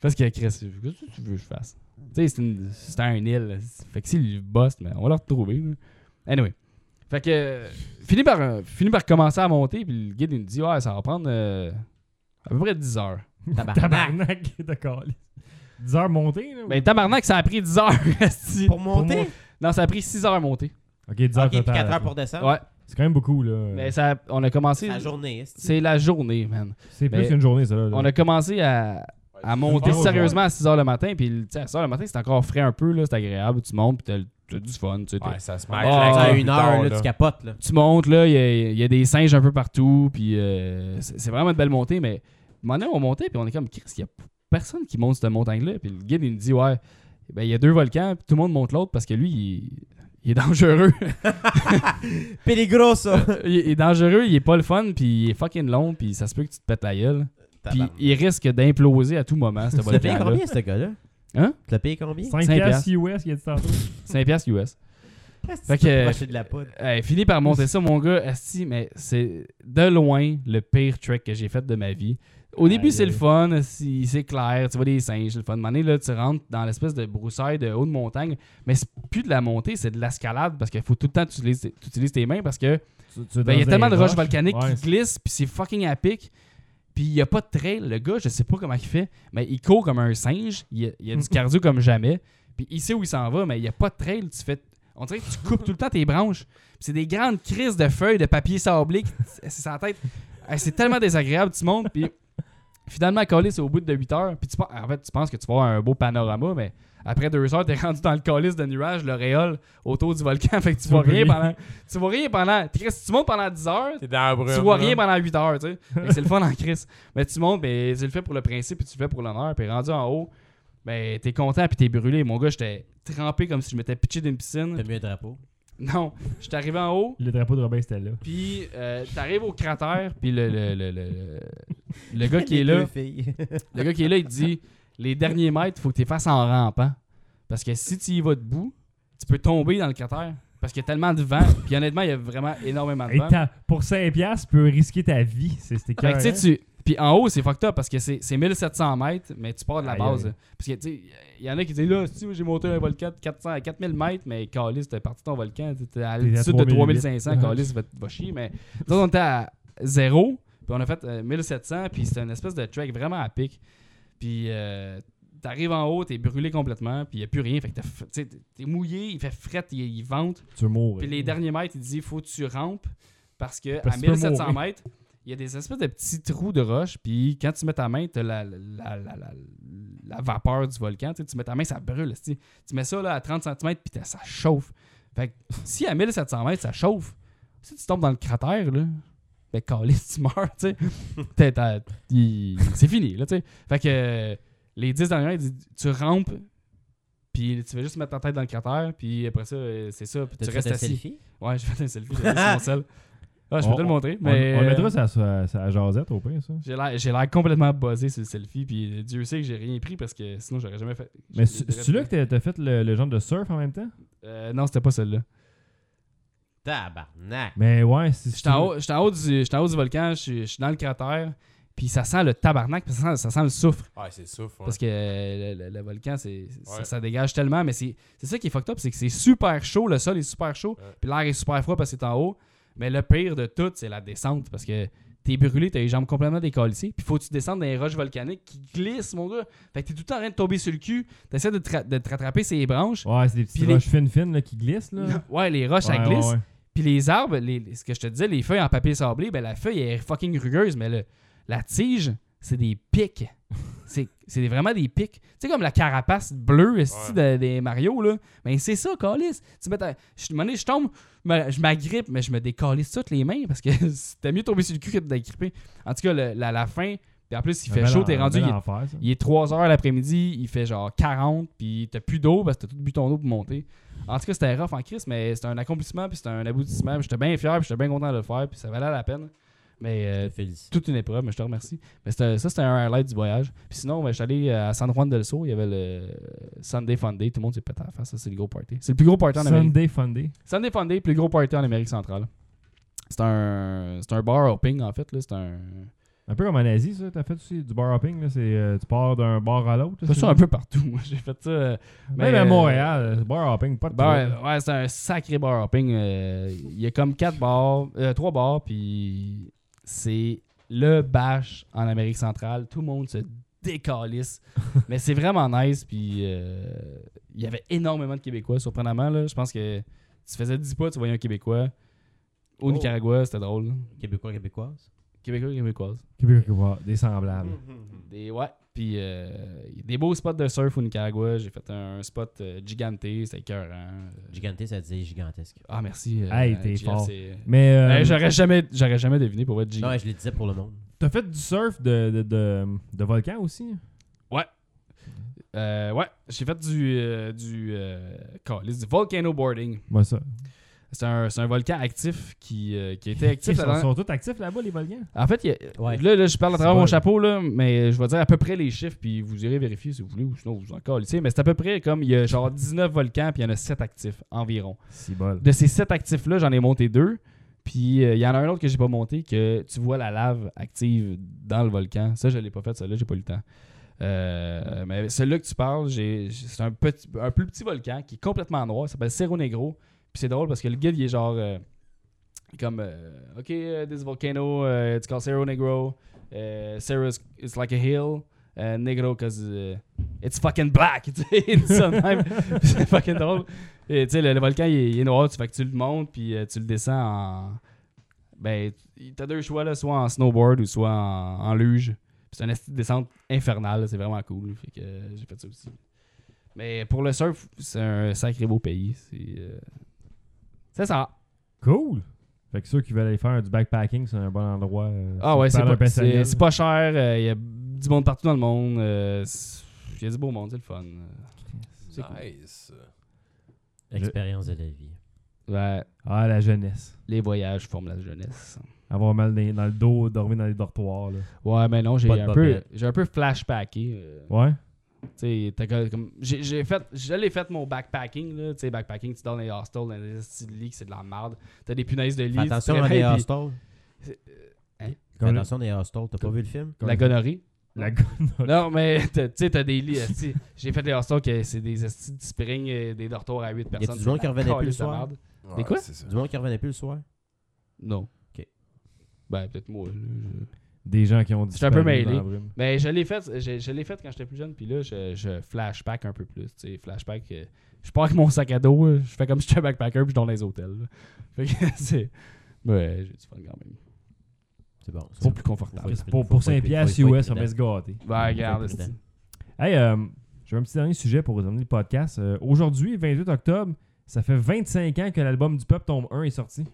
[SPEAKER 5] Parce qu'il a Qu'est-ce que tu veux que je fasse? Tu sais, c'est une- c'était un île. là. Fait que s'il bosse, ben, on va le retrouver. là. Anyway. Fait que, euh, fini par, euh, fini par commencer à monter, puis le guide, il me dit, ouais, ça va prendre euh, à peu près 10 heures.
[SPEAKER 4] Tabarnak.
[SPEAKER 2] Tabarnak, d'accord. 10 heures montées, là. ou-
[SPEAKER 5] Ben, tabarnak, ça a pris 10 heures. esti.
[SPEAKER 4] Pour monter?
[SPEAKER 5] moi- Non, ça a pris 6 heures à monter.
[SPEAKER 2] Ok, 10 heures
[SPEAKER 4] Ok, puis
[SPEAKER 2] total,
[SPEAKER 4] 4 heures
[SPEAKER 2] ok.
[SPEAKER 4] pour descendre.
[SPEAKER 5] Ouais.
[SPEAKER 2] C'est quand même beaucoup, là.
[SPEAKER 5] Mais ça, on a commencé.
[SPEAKER 4] C'est la journée. est-ce que-
[SPEAKER 5] C'est la journée, man.
[SPEAKER 2] C'est plus
[SPEAKER 5] mais-
[SPEAKER 2] une journée, ça, là.
[SPEAKER 5] ben, On a commencé à, à monter
[SPEAKER 2] une grosse
[SPEAKER 5] sérieusement à 6 heures le matin. Puis, tu sais, à 6 heures le matin, c'est encore frais un peu. là, C'est agréable. Tu montes, puis t'as- t'as du fun. tu sais, t'as-
[SPEAKER 3] Ouais, ça se met
[SPEAKER 5] Ah,
[SPEAKER 4] Ça
[SPEAKER 5] ouais,
[SPEAKER 4] à
[SPEAKER 3] claquer
[SPEAKER 4] une
[SPEAKER 3] plus
[SPEAKER 4] heure,
[SPEAKER 3] tard,
[SPEAKER 4] là, tu capotes. Là.
[SPEAKER 5] tu montes, là, il y a- il y, a des singes un peu partout, puis euh, c'est c'est vraiment une belle montée, mais à un moment donné, on montait, puis on est comme, Chris, il y a personne qui monte cette montagne-là. Puis le guide, il nous dit, ouais, ben, il y a deux volcans, puis tout le monde monte l'autre parce que lui, il, il est dangereux.
[SPEAKER 4] Péligros, ça.
[SPEAKER 5] il, est dangereux, il est pas le fun, puis il est fucking long, puis ça se peut que tu te pètes la gueule. Puis
[SPEAKER 4] Tabarnak.
[SPEAKER 5] il risque d'imploser à tout moment,
[SPEAKER 4] Tu
[SPEAKER 5] ce
[SPEAKER 4] l'as payé
[SPEAKER 5] volcan-là.
[SPEAKER 4] combien, ce gars-là?
[SPEAKER 5] Hein?
[SPEAKER 4] Tu l'as payé combien?
[SPEAKER 2] 5
[SPEAKER 5] cinq
[SPEAKER 2] piastres US, il a dit tantôt.
[SPEAKER 5] 5 piastres US.
[SPEAKER 4] Est-ce
[SPEAKER 5] Fait
[SPEAKER 4] que tu
[SPEAKER 5] que-
[SPEAKER 4] peux acheter de la poudre.
[SPEAKER 5] Hey, fini par monter ça, mon gars. Asti, mais c'est de loin le pire trek que j'ai fait de ma vie. Au début,
[SPEAKER 2] Aïe,
[SPEAKER 5] c'est le
[SPEAKER 2] aïe.
[SPEAKER 5] fun, asti, c'est clair, tu vois des singes, c'est le fun. De manière, là, tu rentres dans l'espèce de broussaille de haute montagne, mais c'est plus de la montée, c'est de l'escalade parce qu'il faut tout le temps que tu utilises, tu utilises tes mains parce que
[SPEAKER 2] Tu- tu es
[SPEAKER 5] ben, il y a
[SPEAKER 2] dans
[SPEAKER 5] tellement
[SPEAKER 2] des
[SPEAKER 5] de roches volcaniques
[SPEAKER 2] Ouais,
[SPEAKER 5] qui glissent, puis c'est fucking à pic. Puis il n'y a pas de trail. Le gars, je sais pas comment il fait, mais il court comme un singe. Il a, il a du cardio comme jamais. Puis il sait où il s'en va, mais il n'y a pas de trail. Tu fais... On dirait que tu coupes tout le temps tes branches. Puis c'est des grandes crises de feuilles, de papier sablé. qui- Eh, C'est sa tête. Hey, C'est tellement désagréable, tu montes. Puis finalement, colis, c'est au bout de 8 heures. Puis tu, pens- en fait, tu penses que tu vas avoir un beau panorama, mais après 2 heures, tu es rendu dans le colis de nuages, l'auréole autour du volcan. Fait que tu vois rien pendant. Tu vois rien pendant. Chris, tu montes pendant 10 heures,
[SPEAKER 3] T'es dans la brume,
[SPEAKER 5] tu vois
[SPEAKER 3] là.
[SPEAKER 5] rien pendant 8 heures, tu sais. Fait que C'est le fun en crise. Mais tu montes, mais tu le fais pour le principe, puis tu le fais pour l'honneur, puis rendu en haut, ben t'es content, puis t'es brûlé. Mon gars, j'étais trempé comme si je m'étais pitché d'une
[SPEAKER 4] T'as
[SPEAKER 5] piscine.
[SPEAKER 4] mis un drapeau.
[SPEAKER 5] Non, j'étais arrivé en haut,
[SPEAKER 2] Le drapeau de Robin, c'était là.
[SPEAKER 5] puis euh, t'arrives au cratère, puis le, le, le, le, le- le gars qui
[SPEAKER 4] Les
[SPEAKER 5] est là,
[SPEAKER 4] deux filles.
[SPEAKER 5] le gars qui est là, il te dit les derniers mètres, faut que tu les fasses en rampant. Parce que si tu y vas debout, tu peux tomber dans le cratère. Parce qu'il y a tellement de vent, puis honnêtement, il y a vraiment énormément de
[SPEAKER 2] Et
[SPEAKER 5] vent.
[SPEAKER 2] t'as- pour 5 piastres, tu peux risquer ta vie. C'est- C'était
[SPEAKER 5] Ah, ben. Fait que,
[SPEAKER 2] écœurant.
[SPEAKER 5] tu sais, tu- Puis en haut, c'est fucked up parce que c'est c'est 1700 mètres, mais tu pars de la
[SPEAKER 2] Aïe,
[SPEAKER 5] base.
[SPEAKER 2] aïe.
[SPEAKER 5] Parce que, tu sais, il y en a qui disent là, si j'ai monté un volcan de 400 à 4000 mètres, mais Calis, t'es parti de ton volcan, t'es- t'es
[SPEAKER 2] T'es
[SPEAKER 5] à
[SPEAKER 2] à
[SPEAKER 5] l'altitude de 3500,
[SPEAKER 2] 3800,
[SPEAKER 5] Calis va, va chier. Mais nous autres, on était à zéro, puis on a fait euh, 1700, puis c'était une espèce de track vraiment à pic. Puis euh, t'arrives en haut, t'es brûlé complètement, puis il a plus rien. Fait que t'as f- tu sais, t'es t'es mouillé, il fait fret, il, il vente.
[SPEAKER 2] Tu veux mourir.
[SPEAKER 5] Puis les derniers mètres, il dit faut que tu rampes parce que
[SPEAKER 2] Parce
[SPEAKER 5] à
[SPEAKER 2] que tu peux
[SPEAKER 5] 1700
[SPEAKER 2] mourir.
[SPEAKER 5] mètres, il y a des espèces de petits trous de roche. Puis quand tu mets ta main, tu la, la, la, la, la- la vapeur du volcan. Tu sais, tu mets ta main, ça brûle. esti. Tu mets ça là, à 30 cm, puis t'as- ça chauffe. Fait que si à 1700 mètres, ça chauffe, si tu tombes dans le cratère, là, ben calisse, tu meurs. tu sais. T'es- t'as- il- C'est fini. Là, tu sais. fait que euh, les 10 dernières, il dit, tu rampes. Puis tu vas juste mettre ta tête dans le cratère, puis après ça, euh, c'est ça, puis tu
[SPEAKER 4] T'as-tu
[SPEAKER 5] restes
[SPEAKER 4] fait un
[SPEAKER 5] assis.
[SPEAKER 4] selfie?
[SPEAKER 5] Ouais, j'ai fait un selfie, j'ai sur mon sel. Ah, je peux
[SPEAKER 2] On-
[SPEAKER 5] te le montrer,
[SPEAKER 2] On-
[SPEAKER 5] mais.
[SPEAKER 2] On, le
[SPEAKER 5] euh,
[SPEAKER 2] mettra ça, ça, ça à Josette, au pire, ça.
[SPEAKER 5] J'ai l'air- j'ai l'air complètement buzzé sur le selfie, puis euh, Dieu sait que j'ai rien pris parce que sinon j'aurais jamais fait.
[SPEAKER 2] Mais c'est- c'est-tu là que t'as- t'as fait le, le genre de surf en même temps?
[SPEAKER 5] Euh, non, c'était pas celle-là.
[SPEAKER 4] Tabarnak.
[SPEAKER 2] Mais ouais, si
[SPEAKER 5] J'étais en, haut- j'étais en haut du j'étais en haut du volcan, je suis- je suis dans le cratère, puis ça sent le tabarnak, puis ça sent, ça sent le soufre.
[SPEAKER 3] Ouais, c'est souffle.
[SPEAKER 5] Parce que euh, le, le- le volcan, c'est, ça,
[SPEAKER 3] Ouais.
[SPEAKER 5] ça dégage tellement, mais c'est, c'est ça qui est fucked up, c'est que c'est super chaud, le sol est super chaud,
[SPEAKER 3] Ouais.
[SPEAKER 5] puis l'air est super froid parce que c'est en haut. Mais le pire de tout, c'est la descente, parce que t'es brûlé, t'as les jambes complètement décollées, puis faut que tu descendes dans les roches volcaniques qui glissent, mon gars. Fait que t'es tout le temps en train de tomber sur le cul, t'essaies de, te ra- de te rattraper ces branches.
[SPEAKER 2] Ouais, c'est des petites
[SPEAKER 5] Puis les-
[SPEAKER 2] roches fines fines là, qui glissent, là.
[SPEAKER 5] Ouais, les roches, ça
[SPEAKER 2] Ouais,
[SPEAKER 5] glisse.
[SPEAKER 2] ouais, ouais.
[SPEAKER 5] Puis les arbres, les- les- ce que je te disais, les feuilles en papier sablé, ben la feuille elle est fucking rugueuse, mais le- la tige, c'est des pics. C'est c'est des- vraiment des pics. Tu sais, comme la carapace bleue esti, de- des Mario, là. Mais c'est ça, calice. Tu mets ta- Je suis donné, je tombe, me- je m'agrippe, mais je me décalisse toutes les mains parce que c'était mieux tomber sur le cul que de t'agripper. En tout cas, le- la, la fin, puis en plus, il fait chaud, t'es rendu, il est il est 3 h l'après-midi, il fait genre 40, puis t'as plus d'eau parce que t'as tout bu ton eau pour monter. En tout cas, c'était rough en crise, mais c'était un accomplissement, puis c'était un aboutissement. puis J'étais bien fier, puis j'étais bien content de le faire, puis ça valait la peine. Mais euh,
[SPEAKER 4] Félicitations.
[SPEAKER 5] toute une épreuve, mais je te remercie. Mais c'était- ça, c'était un highlight du voyage. Puis sinon, ben, je suis allé à San Juan del Sur, il y avait le Sunday Fun Day, tout le monde s'est pété à la face, ça c'est le gros party. C'est le plus gros party en Amérique.
[SPEAKER 2] Sunday Funday.
[SPEAKER 5] Sunday Fun Day, plus gros party en Amérique centrale. C'est un, c'est un bar hopping en fait, là, c'est un...
[SPEAKER 2] Un peu comme en Asie, ça. T'as fait aussi du bar hopping. Là, c'est, euh, tu pars d'un bar à l'autre. là,
[SPEAKER 5] C'est
[SPEAKER 2] c'est-
[SPEAKER 5] ça un peu partout, moi j'ai fait ça... euh,
[SPEAKER 2] Même
[SPEAKER 5] mais,
[SPEAKER 2] à
[SPEAKER 5] euh,
[SPEAKER 2] Montréal, euh, bar hopping, pas de
[SPEAKER 5] Ben,
[SPEAKER 2] trouble.
[SPEAKER 5] ouais, c'est un sacré bar hopping. euh, Il y a comme quatre bars, euh, trois bars, puis c'est le bash en Amérique centrale. Tout le monde se décalisse. mais c'est vraiment nice, puis euh, il y avait énormément de Québécois, surprenamment. Là, je pense que tu faisais 10 pas, tu voyais un Québécois. Au
[SPEAKER 4] Oh.
[SPEAKER 5] Nicaragua, c'était drôle.
[SPEAKER 4] Québécois, Québécoise.
[SPEAKER 5] Québécois, Québécoise.
[SPEAKER 2] Québécois, des semblables.
[SPEAKER 5] Des, ouais. Puis euh, il y a des beaux spots de surf au Nicaragua. J'ai fait un, spot euh, gigante, c'était écœurant.
[SPEAKER 4] Giganté, ça disait gigantesque.
[SPEAKER 5] Ah, merci. euh,
[SPEAKER 2] Hey, t'es
[SPEAKER 5] GF,
[SPEAKER 2] fort.
[SPEAKER 5] c'est-
[SPEAKER 2] Mais euh,
[SPEAKER 5] Hey, Ben, j'aurais jamais j'aurais jamais deviné pour être G.
[SPEAKER 4] Non, je le disais pour le monde.
[SPEAKER 2] t'as fait du surf de, de, de, de volcan aussi.
[SPEAKER 5] Euh, ouais, j'ai fait du euh, du euh, calice, du volcano boarding.
[SPEAKER 2] Moi, ça.
[SPEAKER 5] C'est un, c'est un volcan actif qui, euh, qui était actif.
[SPEAKER 2] Ils sont,
[SPEAKER 5] la dernière-
[SPEAKER 2] sont tous actifs là-bas, les volcans.
[SPEAKER 5] En fait, il y a-
[SPEAKER 4] Ouais.
[SPEAKER 5] là, là, je parle à travers
[SPEAKER 2] C'est
[SPEAKER 5] mon
[SPEAKER 2] bon.
[SPEAKER 5] chapeau, là, mais je vais dire à peu près les chiffres, puis vous irez vérifier si vous voulez, ou sinon vous en calissez. Mais c'est à peu près comme il y a genre 19 volcans, puis il y en a 7 actifs environ.
[SPEAKER 2] C'est bol.
[SPEAKER 5] De ces 7 actifs-là, j'en ai monté deux. Puis euh, il y en a un autre que j'ai pas monté que tu vois la lave active dans le volcan. Ça, je l'ai pas fait, celui-là, j'ai pas eu le temps. Euh, mais celui-là que tu parles, j'ai- j'ai- c'est un, petit, un plus petit volcan qui est complètement noir. Ça s'appelle Cerro Negro. Puis c'est drôle parce que le guide, il est genre. euh, comme. euh, OK, uh, this volcano, uh, it's called Cerro Negro. Uh, Cerro is it's like a hill. Uh, negro, because it's fucking black. Tu sais, il dit ça de même. c'est fucking drôle. Et, tu sais, le, le volcan, il est, il est noir. Tu fais que tu le montes, puis euh, tu le descends en. Ben, tu- t'as deux choix, là, soit en snowboard ou soit en, en luge. Puis c'est une esti de descente infernale, là, c'est vraiment cool. Fait que euh, j'ai fait ça aussi. Mais pour le surf, c'est un sacré beau pays. C'est euh, c'est ça.
[SPEAKER 2] Cool. Fait que ceux qui veulent aller faire du backpacking, c'est un bon endroit. euh,
[SPEAKER 5] Ah
[SPEAKER 2] si
[SPEAKER 5] ouais,
[SPEAKER 2] tu
[SPEAKER 5] c'est
[SPEAKER 2] parles un
[SPEAKER 5] pas,
[SPEAKER 2] peu
[SPEAKER 5] c'est-
[SPEAKER 2] espagnol.
[SPEAKER 5] c'est pas cher. euh, Il y a du monde partout dans le monde. euh, c'est- Il y a du beau monde, c'est le fun. C'est cool.
[SPEAKER 3] Nice.
[SPEAKER 4] Expérience de la vie.
[SPEAKER 5] Ouais,
[SPEAKER 2] Ah, la jeunesse.
[SPEAKER 5] les voyages forment la jeunesse.
[SPEAKER 2] Avoir mal dans, dans le dos, dormir dans les dortoirs. Là.
[SPEAKER 5] Ouais, mais non, j'ai
[SPEAKER 4] Pas de
[SPEAKER 5] un, peu-
[SPEAKER 4] bobette.
[SPEAKER 5] j'ai un peu flashpacké. euh,
[SPEAKER 2] Ouais.
[SPEAKER 5] Tu sais, t'as comme- comme- j'ai j'ai fait, je l'ai fait mon backpacking, là. Tu sais, backpacking, tu dors dans les hostels, dans les esti de lits, c'est de la merde. T'as des punaises de lit.
[SPEAKER 4] Fais
[SPEAKER 5] tu te
[SPEAKER 4] attention dans les
[SPEAKER 5] réveilles, puis
[SPEAKER 4] hostels. Fais
[SPEAKER 2] Comme
[SPEAKER 4] attention dans les hostels. T'as pas vu le film?
[SPEAKER 5] La gonorrhée.
[SPEAKER 2] la go-
[SPEAKER 5] Non, mais t'as- tu sais, t'as des lits, esti. J'ai fait les hostels que c'est des esti de spring, euh, des dortoirs à 8 personnes.
[SPEAKER 4] du monde qui
[SPEAKER 5] C'est la
[SPEAKER 4] revenait plus le
[SPEAKER 5] calice de
[SPEAKER 4] soir?
[SPEAKER 5] merde.
[SPEAKER 3] Ouais,
[SPEAKER 5] quoi?
[SPEAKER 3] c'est ça.
[SPEAKER 4] Du monde qui revenait plus le soir.
[SPEAKER 5] Non.
[SPEAKER 4] Ok.
[SPEAKER 5] Ben, peut-être moi. là, je-
[SPEAKER 2] Des gens qui ont dit.
[SPEAKER 5] Je suis un peu mêlé. Mais je l'ai fait, je, je l'ai fait quand j'étais plus jeune, puis là, je, je flashback un peu plus. Tu sais, flashback, euh, je pars avec mon sac à dos, euh, je fais comme si j'étais un backpacker, puis je dors dans les hôtels. là. Fait que c'est. Ouais, j'ai du fun quand même.
[SPEAKER 4] C'est bon.
[SPEAKER 5] C'est plus confortable.
[SPEAKER 4] Faut-
[SPEAKER 2] Pour,
[SPEAKER 4] faut
[SPEAKER 2] pour
[SPEAKER 4] pas
[SPEAKER 2] 5
[SPEAKER 4] être-
[SPEAKER 2] piastres
[SPEAKER 4] faut être
[SPEAKER 2] US, on
[SPEAKER 4] prudent.
[SPEAKER 2] va se gâter.
[SPEAKER 5] Ben, regarde,
[SPEAKER 4] Faut être
[SPEAKER 5] c'est-
[SPEAKER 2] Hey, euh, j'ai un petit dernier sujet pour terminer le podcast. Euh, Aujourd'hui, 28 octobre, ça fait 25 ans que l'album du Peuple Tombe 1 est sorti.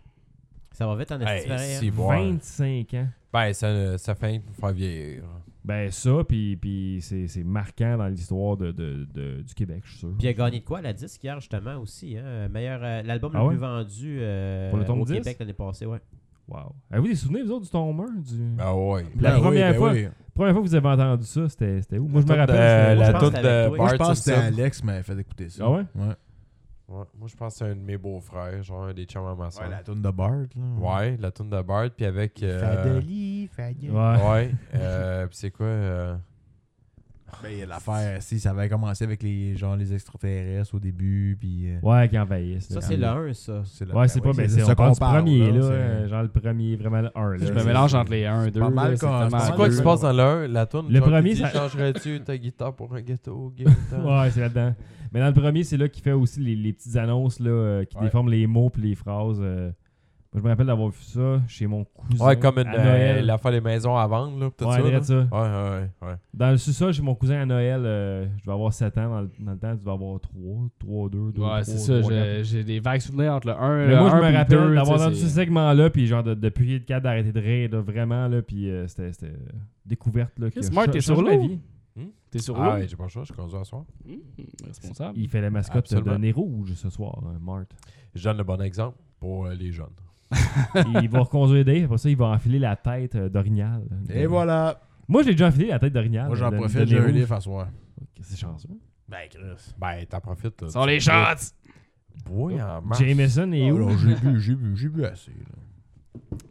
[SPEAKER 4] Ça va vite en
[SPEAKER 3] Hey,
[SPEAKER 4] esti pareil, hein?
[SPEAKER 3] c'est voir.
[SPEAKER 2] 25 ans.
[SPEAKER 3] Ben, ça, ça fait nous faire vieillir. hein.
[SPEAKER 2] Ben ça, puis puis c'est c'est marquant dans l'histoire de, de- de- du Québec, je suis sûr.
[SPEAKER 4] Puis il a gagné de quoi la disque hier justement aussi hein? Meilleur euh, l'album
[SPEAKER 2] Ah
[SPEAKER 4] le
[SPEAKER 2] ouais?
[SPEAKER 4] plus vendu euh,
[SPEAKER 2] Pour le tombe
[SPEAKER 4] au
[SPEAKER 2] 10?
[SPEAKER 4] Québec l'année passée, ouais.
[SPEAKER 2] Wow. Avez-vous des souvenirs, vous autres, du Tombe 1? Du...
[SPEAKER 3] Ah ouais.
[SPEAKER 2] La
[SPEAKER 3] Ben oui,
[SPEAKER 2] première
[SPEAKER 3] ben
[SPEAKER 2] fois,
[SPEAKER 3] oui.
[SPEAKER 2] Première fois que vous avez entendu ça, c'était c'était où? Moi, je me
[SPEAKER 3] Toute,
[SPEAKER 2] rappelle.
[SPEAKER 3] euh,
[SPEAKER 2] c'était-
[SPEAKER 3] la
[SPEAKER 4] pense que
[SPEAKER 3] toute
[SPEAKER 4] c'était avec
[SPEAKER 3] de
[SPEAKER 4] toi.
[SPEAKER 1] Moi, je
[SPEAKER 3] Bart
[SPEAKER 1] pense que c'était
[SPEAKER 3] Simpson.
[SPEAKER 1] Alex qui m'avait fait écouter ça.
[SPEAKER 2] Ah ouais?
[SPEAKER 1] Ouais,
[SPEAKER 3] Ouais, moi, je pense que c'est un de mes beaux-frères, genre un des chums à ma soeur.
[SPEAKER 1] Ouais, la toune de Bart. Là.
[SPEAKER 3] Ouais, la toune de Bart, puis avec. euh,
[SPEAKER 1] Fadeli, Fadeli.
[SPEAKER 2] Ouais.
[SPEAKER 3] ouais, euh, puis c'est quoi euh,
[SPEAKER 1] Ben, il y a l'affaire, si, ça avait commencé avec les, genre, les extraterrestres au début, puis... euh,
[SPEAKER 2] Ouais, qui envahissent.
[SPEAKER 4] Ça
[SPEAKER 2] là.
[SPEAKER 4] c'est le 1 ça.
[SPEAKER 1] c'est le-
[SPEAKER 2] Ouais, c'est
[SPEAKER 1] ben
[SPEAKER 2] pas, mais c'est
[SPEAKER 1] de ça
[SPEAKER 2] on parle du
[SPEAKER 1] là,
[SPEAKER 2] premier, là.
[SPEAKER 1] c'est-
[SPEAKER 2] euh, Genre le premier, vraiment le 1.
[SPEAKER 5] Je
[SPEAKER 1] C'est-
[SPEAKER 5] me
[SPEAKER 1] c'est-
[SPEAKER 5] mélange entre les 1 et 2.
[SPEAKER 1] pas mal qu'on- c'est
[SPEAKER 3] C'est
[SPEAKER 1] Ah,
[SPEAKER 3] quoi
[SPEAKER 1] le-
[SPEAKER 3] qui se passe dans le 1 La toune
[SPEAKER 2] Le
[SPEAKER 3] genre, qui
[SPEAKER 2] premier,
[SPEAKER 3] dit,
[SPEAKER 2] ça-
[SPEAKER 3] Changerais-tu ta guitare pour un ghetto guitare
[SPEAKER 2] Ouais, c'est là-dedans. Mais dans le premier, c'est là qu'il fait aussi les, les petites annonces là, euh, qui
[SPEAKER 3] Ouais.
[SPEAKER 2] déforment les mots puis les phrases. euh, Moi, je me rappelle d'avoir vu ça chez mon cousin.
[SPEAKER 3] Ouais, comme une,
[SPEAKER 2] à Noël.
[SPEAKER 3] euh, la fois les maisons à vendre, là, pis tout
[SPEAKER 2] Ouais,
[SPEAKER 3] ça.
[SPEAKER 2] dirait
[SPEAKER 3] là.
[SPEAKER 2] ça.
[SPEAKER 3] Ouais, ouais, ouais.
[SPEAKER 2] Dans le sous-sol, chez mon cousin à Noël, euh, je vais avoir 7 ans. Dans le, dans le temps, tu vas avoir 3, 3, 2, 2,
[SPEAKER 5] Ouais, c'est ça. j'ai- J'ai des vagues souvenirs entre le 1 et
[SPEAKER 2] Mais
[SPEAKER 5] le
[SPEAKER 2] moi, je
[SPEAKER 5] 1 euh, puis
[SPEAKER 2] me
[SPEAKER 5] le
[SPEAKER 2] rappelle
[SPEAKER 5] 2,
[SPEAKER 2] d'avoir
[SPEAKER 5] tu sais,
[SPEAKER 2] entendu ce
[SPEAKER 5] c'est-
[SPEAKER 2] segment-là, puis genre de, de plier le cadre, d'arrêter de rire, là, vraiment, là, puis euh, c'était c'était, euh, découverte, là. qui
[SPEAKER 5] Chris
[SPEAKER 2] a
[SPEAKER 5] Mark,
[SPEAKER 2] cha-
[SPEAKER 5] t'es
[SPEAKER 2] changé
[SPEAKER 5] sur
[SPEAKER 2] ma
[SPEAKER 5] l'eau?
[SPEAKER 2] vie.
[SPEAKER 5] T'es sur
[SPEAKER 3] Ah,
[SPEAKER 5] l'eau?
[SPEAKER 3] ouais, j'ai pas le choix, je conduis à soir.
[SPEAKER 5] Mmh, Responsable.
[SPEAKER 2] Il fait la mascotte
[SPEAKER 3] Absolument.
[SPEAKER 2] de Nez Rouge ce soir, hein, Mart.
[SPEAKER 3] Je donne le bon exemple pour euh, les jeunes.
[SPEAKER 2] il va reconduire Dave, après ça, il va enfiler la tête euh, Ah, d'Orignal.
[SPEAKER 1] Et
[SPEAKER 2] De-
[SPEAKER 1] voilà.
[SPEAKER 2] Moi, j'ai déjà enfilé la tête d'Orignal.
[SPEAKER 1] Moi, j'en
[SPEAKER 2] de- de
[SPEAKER 1] profite,
[SPEAKER 2] Nez
[SPEAKER 1] j'ai un
[SPEAKER 2] Rouge.
[SPEAKER 1] livre à soir.
[SPEAKER 2] C'est chanceux.
[SPEAKER 1] Ben, Chris.
[SPEAKER 3] Ben, t'en profites. là,
[SPEAKER 5] Sans
[SPEAKER 3] tu-
[SPEAKER 5] les shots!
[SPEAKER 3] Oui, en
[SPEAKER 5] Ah,
[SPEAKER 3] mars.
[SPEAKER 2] Jameson est
[SPEAKER 1] Oh,
[SPEAKER 2] où?
[SPEAKER 1] là, j'ai bu, j'ai bu, j'ai bu assez. là.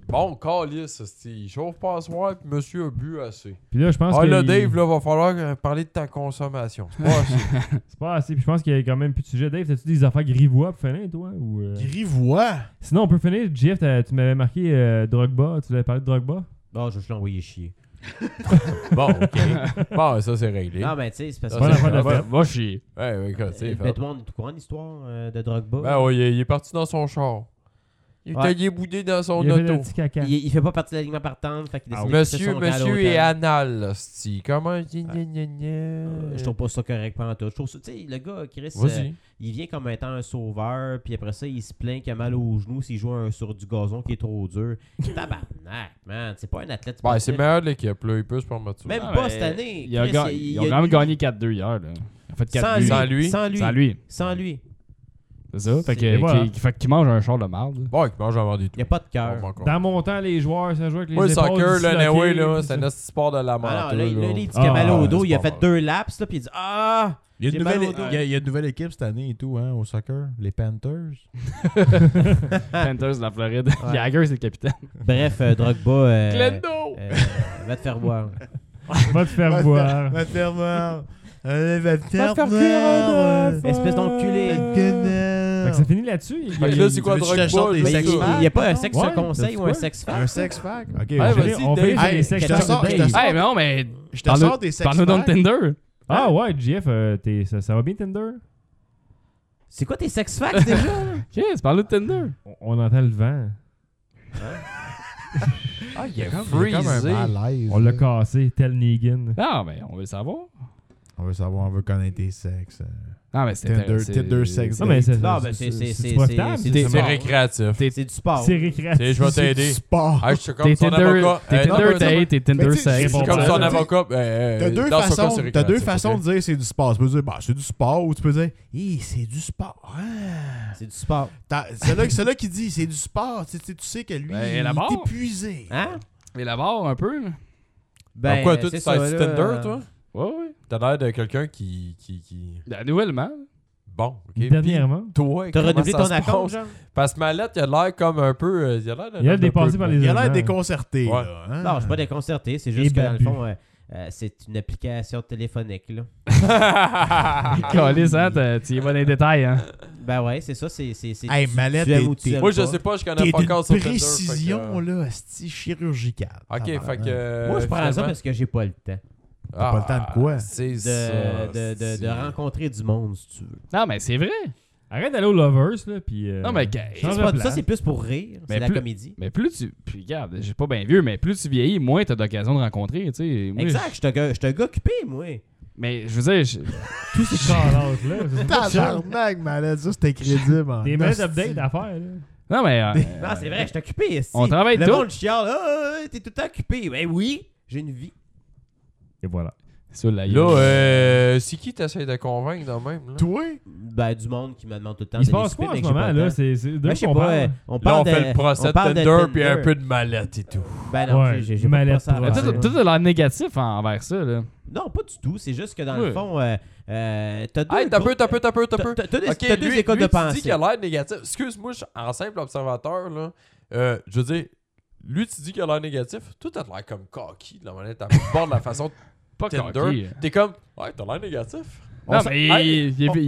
[SPEAKER 3] Bon, calice, esti, il chauffe pas à soir, puis monsieur a bu assez.
[SPEAKER 2] Puis là, je pense
[SPEAKER 3] Ah,
[SPEAKER 2] que.
[SPEAKER 3] là,
[SPEAKER 2] il-
[SPEAKER 3] Dave, là, va falloir euh, parler de ta consommation. C'est pas assez.
[SPEAKER 2] C'est pas assez. Puis je pense qu'il y a quand même plus de sujet. Dave, t'as-tu des affaires grivois pour finir, toi? Ou, euh,
[SPEAKER 1] Grivois.
[SPEAKER 2] Sinon, on peut finir. Jeff, t'as- tu m'avais marqué euh, Drogba. Tu voulais parler de Drogba?
[SPEAKER 4] Non, je vais juste l'envoyer chier.
[SPEAKER 3] bon, OK. Bon, ça, c'est réglé.
[SPEAKER 4] Non, mais tu sais, c'est parce
[SPEAKER 3] Ça,
[SPEAKER 4] que.
[SPEAKER 2] Bonne
[SPEAKER 3] c'est
[SPEAKER 2] affaire de
[SPEAKER 3] Ah,
[SPEAKER 2] la
[SPEAKER 3] ouais.
[SPEAKER 2] fête.
[SPEAKER 5] Va chier.
[SPEAKER 3] Ouais, ouais, écoute, c'est
[SPEAKER 4] Euh,
[SPEAKER 3] fait.
[SPEAKER 4] Mais tout le monde est au courant de l'histoire euh, de Drogba.
[SPEAKER 3] Ben oui, il, est- il est parti dans son char. Il est
[SPEAKER 4] Ouais.
[SPEAKER 3] allé bouder dans son
[SPEAKER 2] il a fait le
[SPEAKER 3] auto.
[SPEAKER 2] petit caca.
[SPEAKER 4] il, il fait pas partie de l'alignement partant,
[SPEAKER 1] Ah
[SPEAKER 4] fait qu'il décide de quitter
[SPEAKER 3] Ah, Monsieur,
[SPEAKER 4] son camp à
[SPEAKER 3] monsieur
[SPEAKER 4] l'automne.
[SPEAKER 3] est anal, esti. Comment...
[SPEAKER 4] Euh, Je trouve pas ça correct pendant tout. Je trouve ça, tu sais, le gars, Chris, euh,
[SPEAKER 3] Vas-y. Ben,
[SPEAKER 4] il vient comme étant un sauveur, puis après ça, il se plaint qu'il a mal aux genoux s'il joue un- sur du gazon qui est trop dur. Tabarnak, man, c'est pas un athlète.
[SPEAKER 3] Ben,
[SPEAKER 4] sportif.
[SPEAKER 3] c'est le meilleur de l'équipe, là. Il peut se permettre ça.
[SPEAKER 4] Même
[SPEAKER 5] Ah,
[SPEAKER 4] pas
[SPEAKER 5] ben,
[SPEAKER 4] cette année.
[SPEAKER 5] Il a
[SPEAKER 4] Chris,
[SPEAKER 5] ga-
[SPEAKER 4] il-
[SPEAKER 5] Ils
[SPEAKER 4] il
[SPEAKER 5] ont
[SPEAKER 4] a
[SPEAKER 5] quand même
[SPEAKER 4] eu-
[SPEAKER 5] gagné 4-2 hier. Là. Ils ont fait 4
[SPEAKER 4] Sans
[SPEAKER 5] buts.
[SPEAKER 4] lui,
[SPEAKER 3] Sans lui.
[SPEAKER 4] Sans lui.
[SPEAKER 5] Sans lui.
[SPEAKER 4] Sans lui.
[SPEAKER 5] C'est ça. Fait
[SPEAKER 4] C'est-
[SPEAKER 5] que-
[SPEAKER 2] voilà.
[SPEAKER 5] qu'il qu'il- fait qu'il mange un char de marde.
[SPEAKER 3] Bon, il mange avant du
[SPEAKER 4] Il n'y
[SPEAKER 3] tout.
[SPEAKER 4] a pas de
[SPEAKER 3] On
[SPEAKER 4] cœur.
[SPEAKER 3] va encore.
[SPEAKER 2] Dans mon temps, les joueurs, ça jouait avec les
[SPEAKER 3] Moi, le
[SPEAKER 2] épaules,
[SPEAKER 3] soccer,
[SPEAKER 2] du
[SPEAKER 3] là,
[SPEAKER 2] sloqué,
[SPEAKER 3] anyway, là,
[SPEAKER 2] puis
[SPEAKER 3] c'est
[SPEAKER 2] ça.
[SPEAKER 3] un esti sport de la mort.
[SPEAKER 4] Ah non, là, il- là, il dit
[SPEAKER 2] Ah,
[SPEAKER 4] qu'il a mal au dos,
[SPEAKER 3] c'est
[SPEAKER 4] il a
[SPEAKER 3] pas
[SPEAKER 4] fait
[SPEAKER 3] mal.
[SPEAKER 4] deux laps, là, puis il dit Ah
[SPEAKER 1] Il y, a
[SPEAKER 4] J'ai
[SPEAKER 1] une
[SPEAKER 4] mal
[SPEAKER 1] nouvelle,
[SPEAKER 4] au dos.
[SPEAKER 1] il y a- il y a une nouvelle équipe cette année et tout, hein, au soccer. Les Panthers.
[SPEAKER 5] Panthers de la Floride.
[SPEAKER 4] Ouais.
[SPEAKER 5] Jagger, c'est le capitaine.
[SPEAKER 4] Bref, euh, Drogba. euh,
[SPEAKER 5] Glendo!
[SPEAKER 4] euh, va te faire voir.
[SPEAKER 2] Va te faire voir.
[SPEAKER 1] Va te faire voir. Allez, Va te
[SPEAKER 3] Va
[SPEAKER 1] faire
[SPEAKER 3] te faire
[SPEAKER 1] voir.
[SPEAKER 3] cuire un œuf.
[SPEAKER 4] Espèce d'enculé.
[SPEAKER 2] Fait que ça finit là-dessus. Il-
[SPEAKER 3] Fait que
[SPEAKER 2] il-
[SPEAKER 3] là, c'est quoi
[SPEAKER 1] Tu veux-tu que
[SPEAKER 3] Drogba,
[SPEAKER 1] je sorte des
[SPEAKER 3] là,
[SPEAKER 4] Mais
[SPEAKER 1] sex
[SPEAKER 4] il
[SPEAKER 3] ça?
[SPEAKER 1] facts?
[SPEAKER 4] n'y a pas un
[SPEAKER 1] non?
[SPEAKER 4] sexe
[SPEAKER 2] Ouais,
[SPEAKER 4] conseil
[SPEAKER 2] c'est
[SPEAKER 4] ou un
[SPEAKER 2] quoi?
[SPEAKER 4] sexe
[SPEAKER 1] Un
[SPEAKER 4] fact.
[SPEAKER 1] sex fact? Ok,
[SPEAKER 2] On
[SPEAKER 3] Ouais,
[SPEAKER 1] je-
[SPEAKER 2] finit-
[SPEAKER 3] vas-y,
[SPEAKER 2] on
[SPEAKER 3] Dave.
[SPEAKER 2] finit sur les
[SPEAKER 1] Hey,
[SPEAKER 2] sex
[SPEAKER 1] je te
[SPEAKER 2] facts
[SPEAKER 1] sors-
[SPEAKER 2] de
[SPEAKER 1] je te
[SPEAKER 2] Dave.
[SPEAKER 1] sors-
[SPEAKER 5] Hey, Ah, mais non, mais.
[SPEAKER 1] je te
[SPEAKER 5] Parle-nous
[SPEAKER 1] sors des sex
[SPEAKER 5] parle-nous donc de
[SPEAKER 1] facts.
[SPEAKER 5] Tinder.
[SPEAKER 2] Ah ouais, Jeff, euh, t'es- ça, ça va bien Tinder?
[SPEAKER 4] C'est quoi tes sex facts déjà?
[SPEAKER 5] Yes, parle-nous de Tinder.
[SPEAKER 2] On, on entend le vent.
[SPEAKER 3] Ah, il est
[SPEAKER 1] Il y a comme un
[SPEAKER 3] freezé.
[SPEAKER 1] malaise,
[SPEAKER 2] On l'a
[SPEAKER 1] là.
[SPEAKER 2] cassé, tel Negan.
[SPEAKER 5] Non, Ah, mais on veut le savoir.
[SPEAKER 1] On veut savoir, on veut connaître tes sexes. euh.
[SPEAKER 5] Non, mais c'est
[SPEAKER 1] Tinder-
[SPEAKER 5] intéressant.
[SPEAKER 1] Tinder sex.
[SPEAKER 2] Non, mais c'est
[SPEAKER 4] Non, mais c'est- c'est-
[SPEAKER 2] c'est
[SPEAKER 4] c'est-
[SPEAKER 2] profitable,
[SPEAKER 4] c'est-
[SPEAKER 2] c'est
[SPEAKER 4] c'est-
[SPEAKER 2] du
[SPEAKER 3] C'est
[SPEAKER 2] sport.
[SPEAKER 3] récréatif.
[SPEAKER 4] C'est du sport.
[SPEAKER 2] C'est récréatif.
[SPEAKER 3] C'est- Je vais t'aider.
[SPEAKER 1] Sport.
[SPEAKER 3] Ah, je suis comme
[SPEAKER 5] T'es
[SPEAKER 3] son
[SPEAKER 5] Tinder,
[SPEAKER 3] avocat.
[SPEAKER 5] t'es
[SPEAKER 3] Euh, non,
[SPEAKER 5] Tinder
[SPEAKER 3] mais-
[SPEAKER 5] date, t'es
[SPEAKER 1] Mais
[SPEAKER 5] Tinder
[SPEAKER 1] tu sais,
[SPEAKER 5] sex.
[SPEAKER 2] c'est
[SPEAKER 3] Je suis comme
[SPEAKER 2] Ouais.
[SPEAKER 3] son
[SPEAKER 1] Ouais.
[SPEAKER 3] avocat. euh,
[SPEAKER 1] T'as deux, façons, t'as deux façons de dire c'est du sport. Tu peux dire, bah, c'est du sport, ou tu peux dire, Hi, c'est du sport. hein.
[SPEAKER 4] C'est du sport.
[SPEAKER 1] T'as- Celui celui qui dit, c'est du sport, tu sais, tu sais que lui,
[SPEAKER 5] Ben,
[SPEAKER 1] il
[SPEAKER 5] la barre.
[SPEAKER 1] est épuisé.
[SPEAKER 4] Hein?
[SPEAKER 5] Mais la barre, un peu. là.
[SPEAKER 4] Ben,
[SPEAKER 3] quoi, toi, tu
[SPEAKER 4] c'est
[SPEAKER 3] sais,
[SPEAKER 4] ça,
[SPEAKER 3] c'est
[SPEAKER 4] là,
[SPEAKER 3] Tinder,
[SPEAKER 4] euh,
[SPEAKER 3] toi
[SPEAKER 5] Ouais, ouais.
[SPEAKER 3] T'as l'air de quelqu'un qui, qui, qui.
[SPEAKER 5] Ben, Nouvellement.
[SPEAKER 3] Bon, ok.
[SPEAKER 2] Dernièrement.
[SPEAKER 3] Puis Toi,
[SPEAKER 4] T'as
[SPEAKER 3] comment
[SPEAKER 4] renouvelé
[SPEAKER 3] ça
[SPEAKER 4] ton
[SPEAKER 3] se
[SPEAKER 4] account,
[SPEAKER 3] passe?
[SPEAKER 4] genre?
[SPEAKER 3] Parce que Mallette, il a l'air comme un peu. euh, Il a l'air d'un
[SPEAKER 2] Il a
[SPEAKER 3] homme un
[SPEAKER 2] dépassé
[SPEAKER 3] peu-
[SPEAKER 2] par les
[SPEAKER 1] Il a l'air
[SPEAKER 2] événements.
[SPEAKER 1] déconcerté.
[SPEAKER 3] Ouais.
[SPEAKER 1] là, hein.
[SPEAKER 4] Non, je suis pas déconcerté.
[SPEAKER 3] Eh
[SPEAKER 4] C'est
[SPEAKER 2] Et
[SPEAKER 4] juste que,
[SPEAKER 3] ben,
[SPEAKER 4] dans le
[SPEAKER 2] barbu.
[SPEAKER 4] fond, euh, euh, c'est une application téléphonique, là.
[SPEAKER 5] Calisse, hein, t'as- tu y vas dans les détails, hein.
[SPEAKER 4] Ben ouais, c'est ça. C'est. c'est, c'est
[SPEAKER 1] Hey,
[SPEAKER 4] tu-
[SPEAKER 1] Mallette,
[SPEAKER 4] tu aimes ou
[SPEAKER 1] t'es-
[SPEAKER 4] tu aimes
[SPEAKER 3] Moi, je
[SPEAKER 4] pas.
[SPEAKER 3] sais pas, je
[SPEAKER 1] T'es
[SPEAKER 3] connais pas encore sur
[SPEAKER 1] d'une
[SPEAKER 3] Tinder. fait que, euh,
[SPEAKER 1] précision, là, esti chirurgicale.
[SPEAKER 3] Ok,
[SPEAKER 1] Tabarnak.
[SPEAKER 3] fait que.
[SPEAKER 4] Moi, je prends ça
[SPEAKER 3] finalement- Ah,
[SPEAKER 4] parce que j'ai pas le temps
[SPEAKER 1] T'as pas le temps de quoi?
[SPEAKER 3] C'est ça.
[SPEAKER 4] de, de, de, de
[SPEAKER 3] c'est-
[SPEAKER 4] rencontrer du monde, si tu veux.
[SPEAKER 5] Non, mais c'est vrai.
[SPEAKER 2] Arrête d'aller au Lovers, là, puis... euh,
[SPEAKER 5] Non, mais gars,
[SPEAKER 2] change
[SPEAKER 4] C'est
[SPEAKER 2] de
[SPEAKER 4] pas-
[SPEAKER 2] plan.
[SPEAKER 4] ça, c'est plus pour rire.
[SPEAKER 5] Mais
[SPEAKER 4] C'est la
[SPEAKER 5] plus-
[SPEAKER 4] comédie.
[SPEAKER 5] Mais plus tu. Puis regarde, j'ai pas bien vieux, mais plus tu vieillis, moins t'as d'occasion de rencontrer, tu sais. Moi,
[SPEAKER 4] Exact, je suis un gars- je suis un gars occupé, moi.
[SPEAKER 3] Euh,
[SPEAKER 5] je- Mais je veux dire, je-
[SPEAKER 2] Tous ces call-outs, là. c'est pas cher.
[SPEAKER 1] Tabarnak, Mallette, ça, hein. c'était crédible. en
[SPEAKER 2] Des mails
[SPEAKER 1] esti.
[SPEAKER 2] d'update à faire, là.
[SPEAKER 5] non, mais. euh,
[SPEAKER 4] Non, c'est vrai, je suis occupé. esti.
[SPEAKER 5] On travaille
[SPEAKER 4] Le
[SPEAKER 5] tout.
[SPEAKER 4] monde chiale. Ah, t'es tout le temps occupé. Ben oui, j'ai une vie.
[SPEAKER 2] Et voilà.
[SPEAKER 5] Sur la gueule.
[SPEAKER 3] Là, euh, c'est qui t'essayes de convaincre de même? Là?
[SPEAKER 1] Toi,
[SPEAKER 4] Ben, du monde qui me demande tout le temps.
[SPEAKER 2] Il se
[SPEAKER 4] d'aller
[SPEAKER 2] passe quoi en
[SPEAKER 4] souper,
[SPEAKER 2] ce
[SPEAKER 4] mais que j'ai
[SPEAKER 2] moment,
[SPEAKER 4] pas le
[SPEAKER 2] là?
[SPEAKER 4] temps.
[SPEAKER 2] C'est c'est
[SPEAKER 4] Ben,
[SPEAKER 2] d'eux
[SPEAKER 4] je sais
[SPEAKER 2] qu'on
[SPEAKER 4] pas, euh,
[SPEAKER 2] parle.
[SPEAKER 4] on parle
[SPEAKER 3] Là, on
[SPEAKER 4] de-
[SPEAKER 3] fait le procès de
[SPEAKER 4] parle
[SPEAKER 3] Tinder, puis un
[SPEAKER 4] Tinder.
[SPEAKER 3] peu de mallette et tout.
[SPEAKER 4] Ben non,
[SPEAKER 2] Ouais,
[SPEAKER 4] j'ai- j'ai,
[SPEAKER 2] du
[SPEAKER 4] pas de
[SPEAKER 2] mal à
[SPEAKER 4] procès à
[SPEAKER 2] toi.
[SPEAKER 5] Mais
[SPEAKER 4] faire.
[SPEAKER 5] tout-
[SPEAKER 2] ouais.
[SPEAKER 5] Tout a l'air négatif envers ça, là.
[SPEAKER 4] Non, pas du tout. C'est juste que dans le
[SPEAKER 5] Ouais.
[SPEAKER 4] fond, euh, euh, t'as deux.
[SPEAKER 3] Hey, t'as peu,
[SPEAKER 4] groupes-
[SPEAKER 3] t'as peu, t'as peu, t'as peu.
[SPEAKER 4] T'as- t'as des-
[SPEAKER 3] Ok,
[SPEAKER 4] t'as deux
[SPEAKER 3] lui-
[SPEAKER 4] écoles
[SPEAKER 3] lui,
[SPEAKER 4] de
[SPEAKER 3] tu dis
[SPEAKER 4] pensée.
[SPEAKER 3] qu'il a l'air négatif. Excuse-moi, je suis en simple observateur, là. Euh, je veux dire, lui, tu dis qu'il a l'air négatif. Toi, t'as l'air comme cocky de la manière dont t'as de la façon de
[SPEAKER 5] Pas coquille.
[SPEAKER 3] Tinder. T'es comme, ouais, t'as l'air négatif.
[SPEAKER 5] Non,
[SPEAKER 3] On
[SPEAKER 5] mais il,
[SPEAKER 3] s'en-
[SPEAKER 5] il, il,
[SPEAKER 3] on-
[SPEAKER 5] il-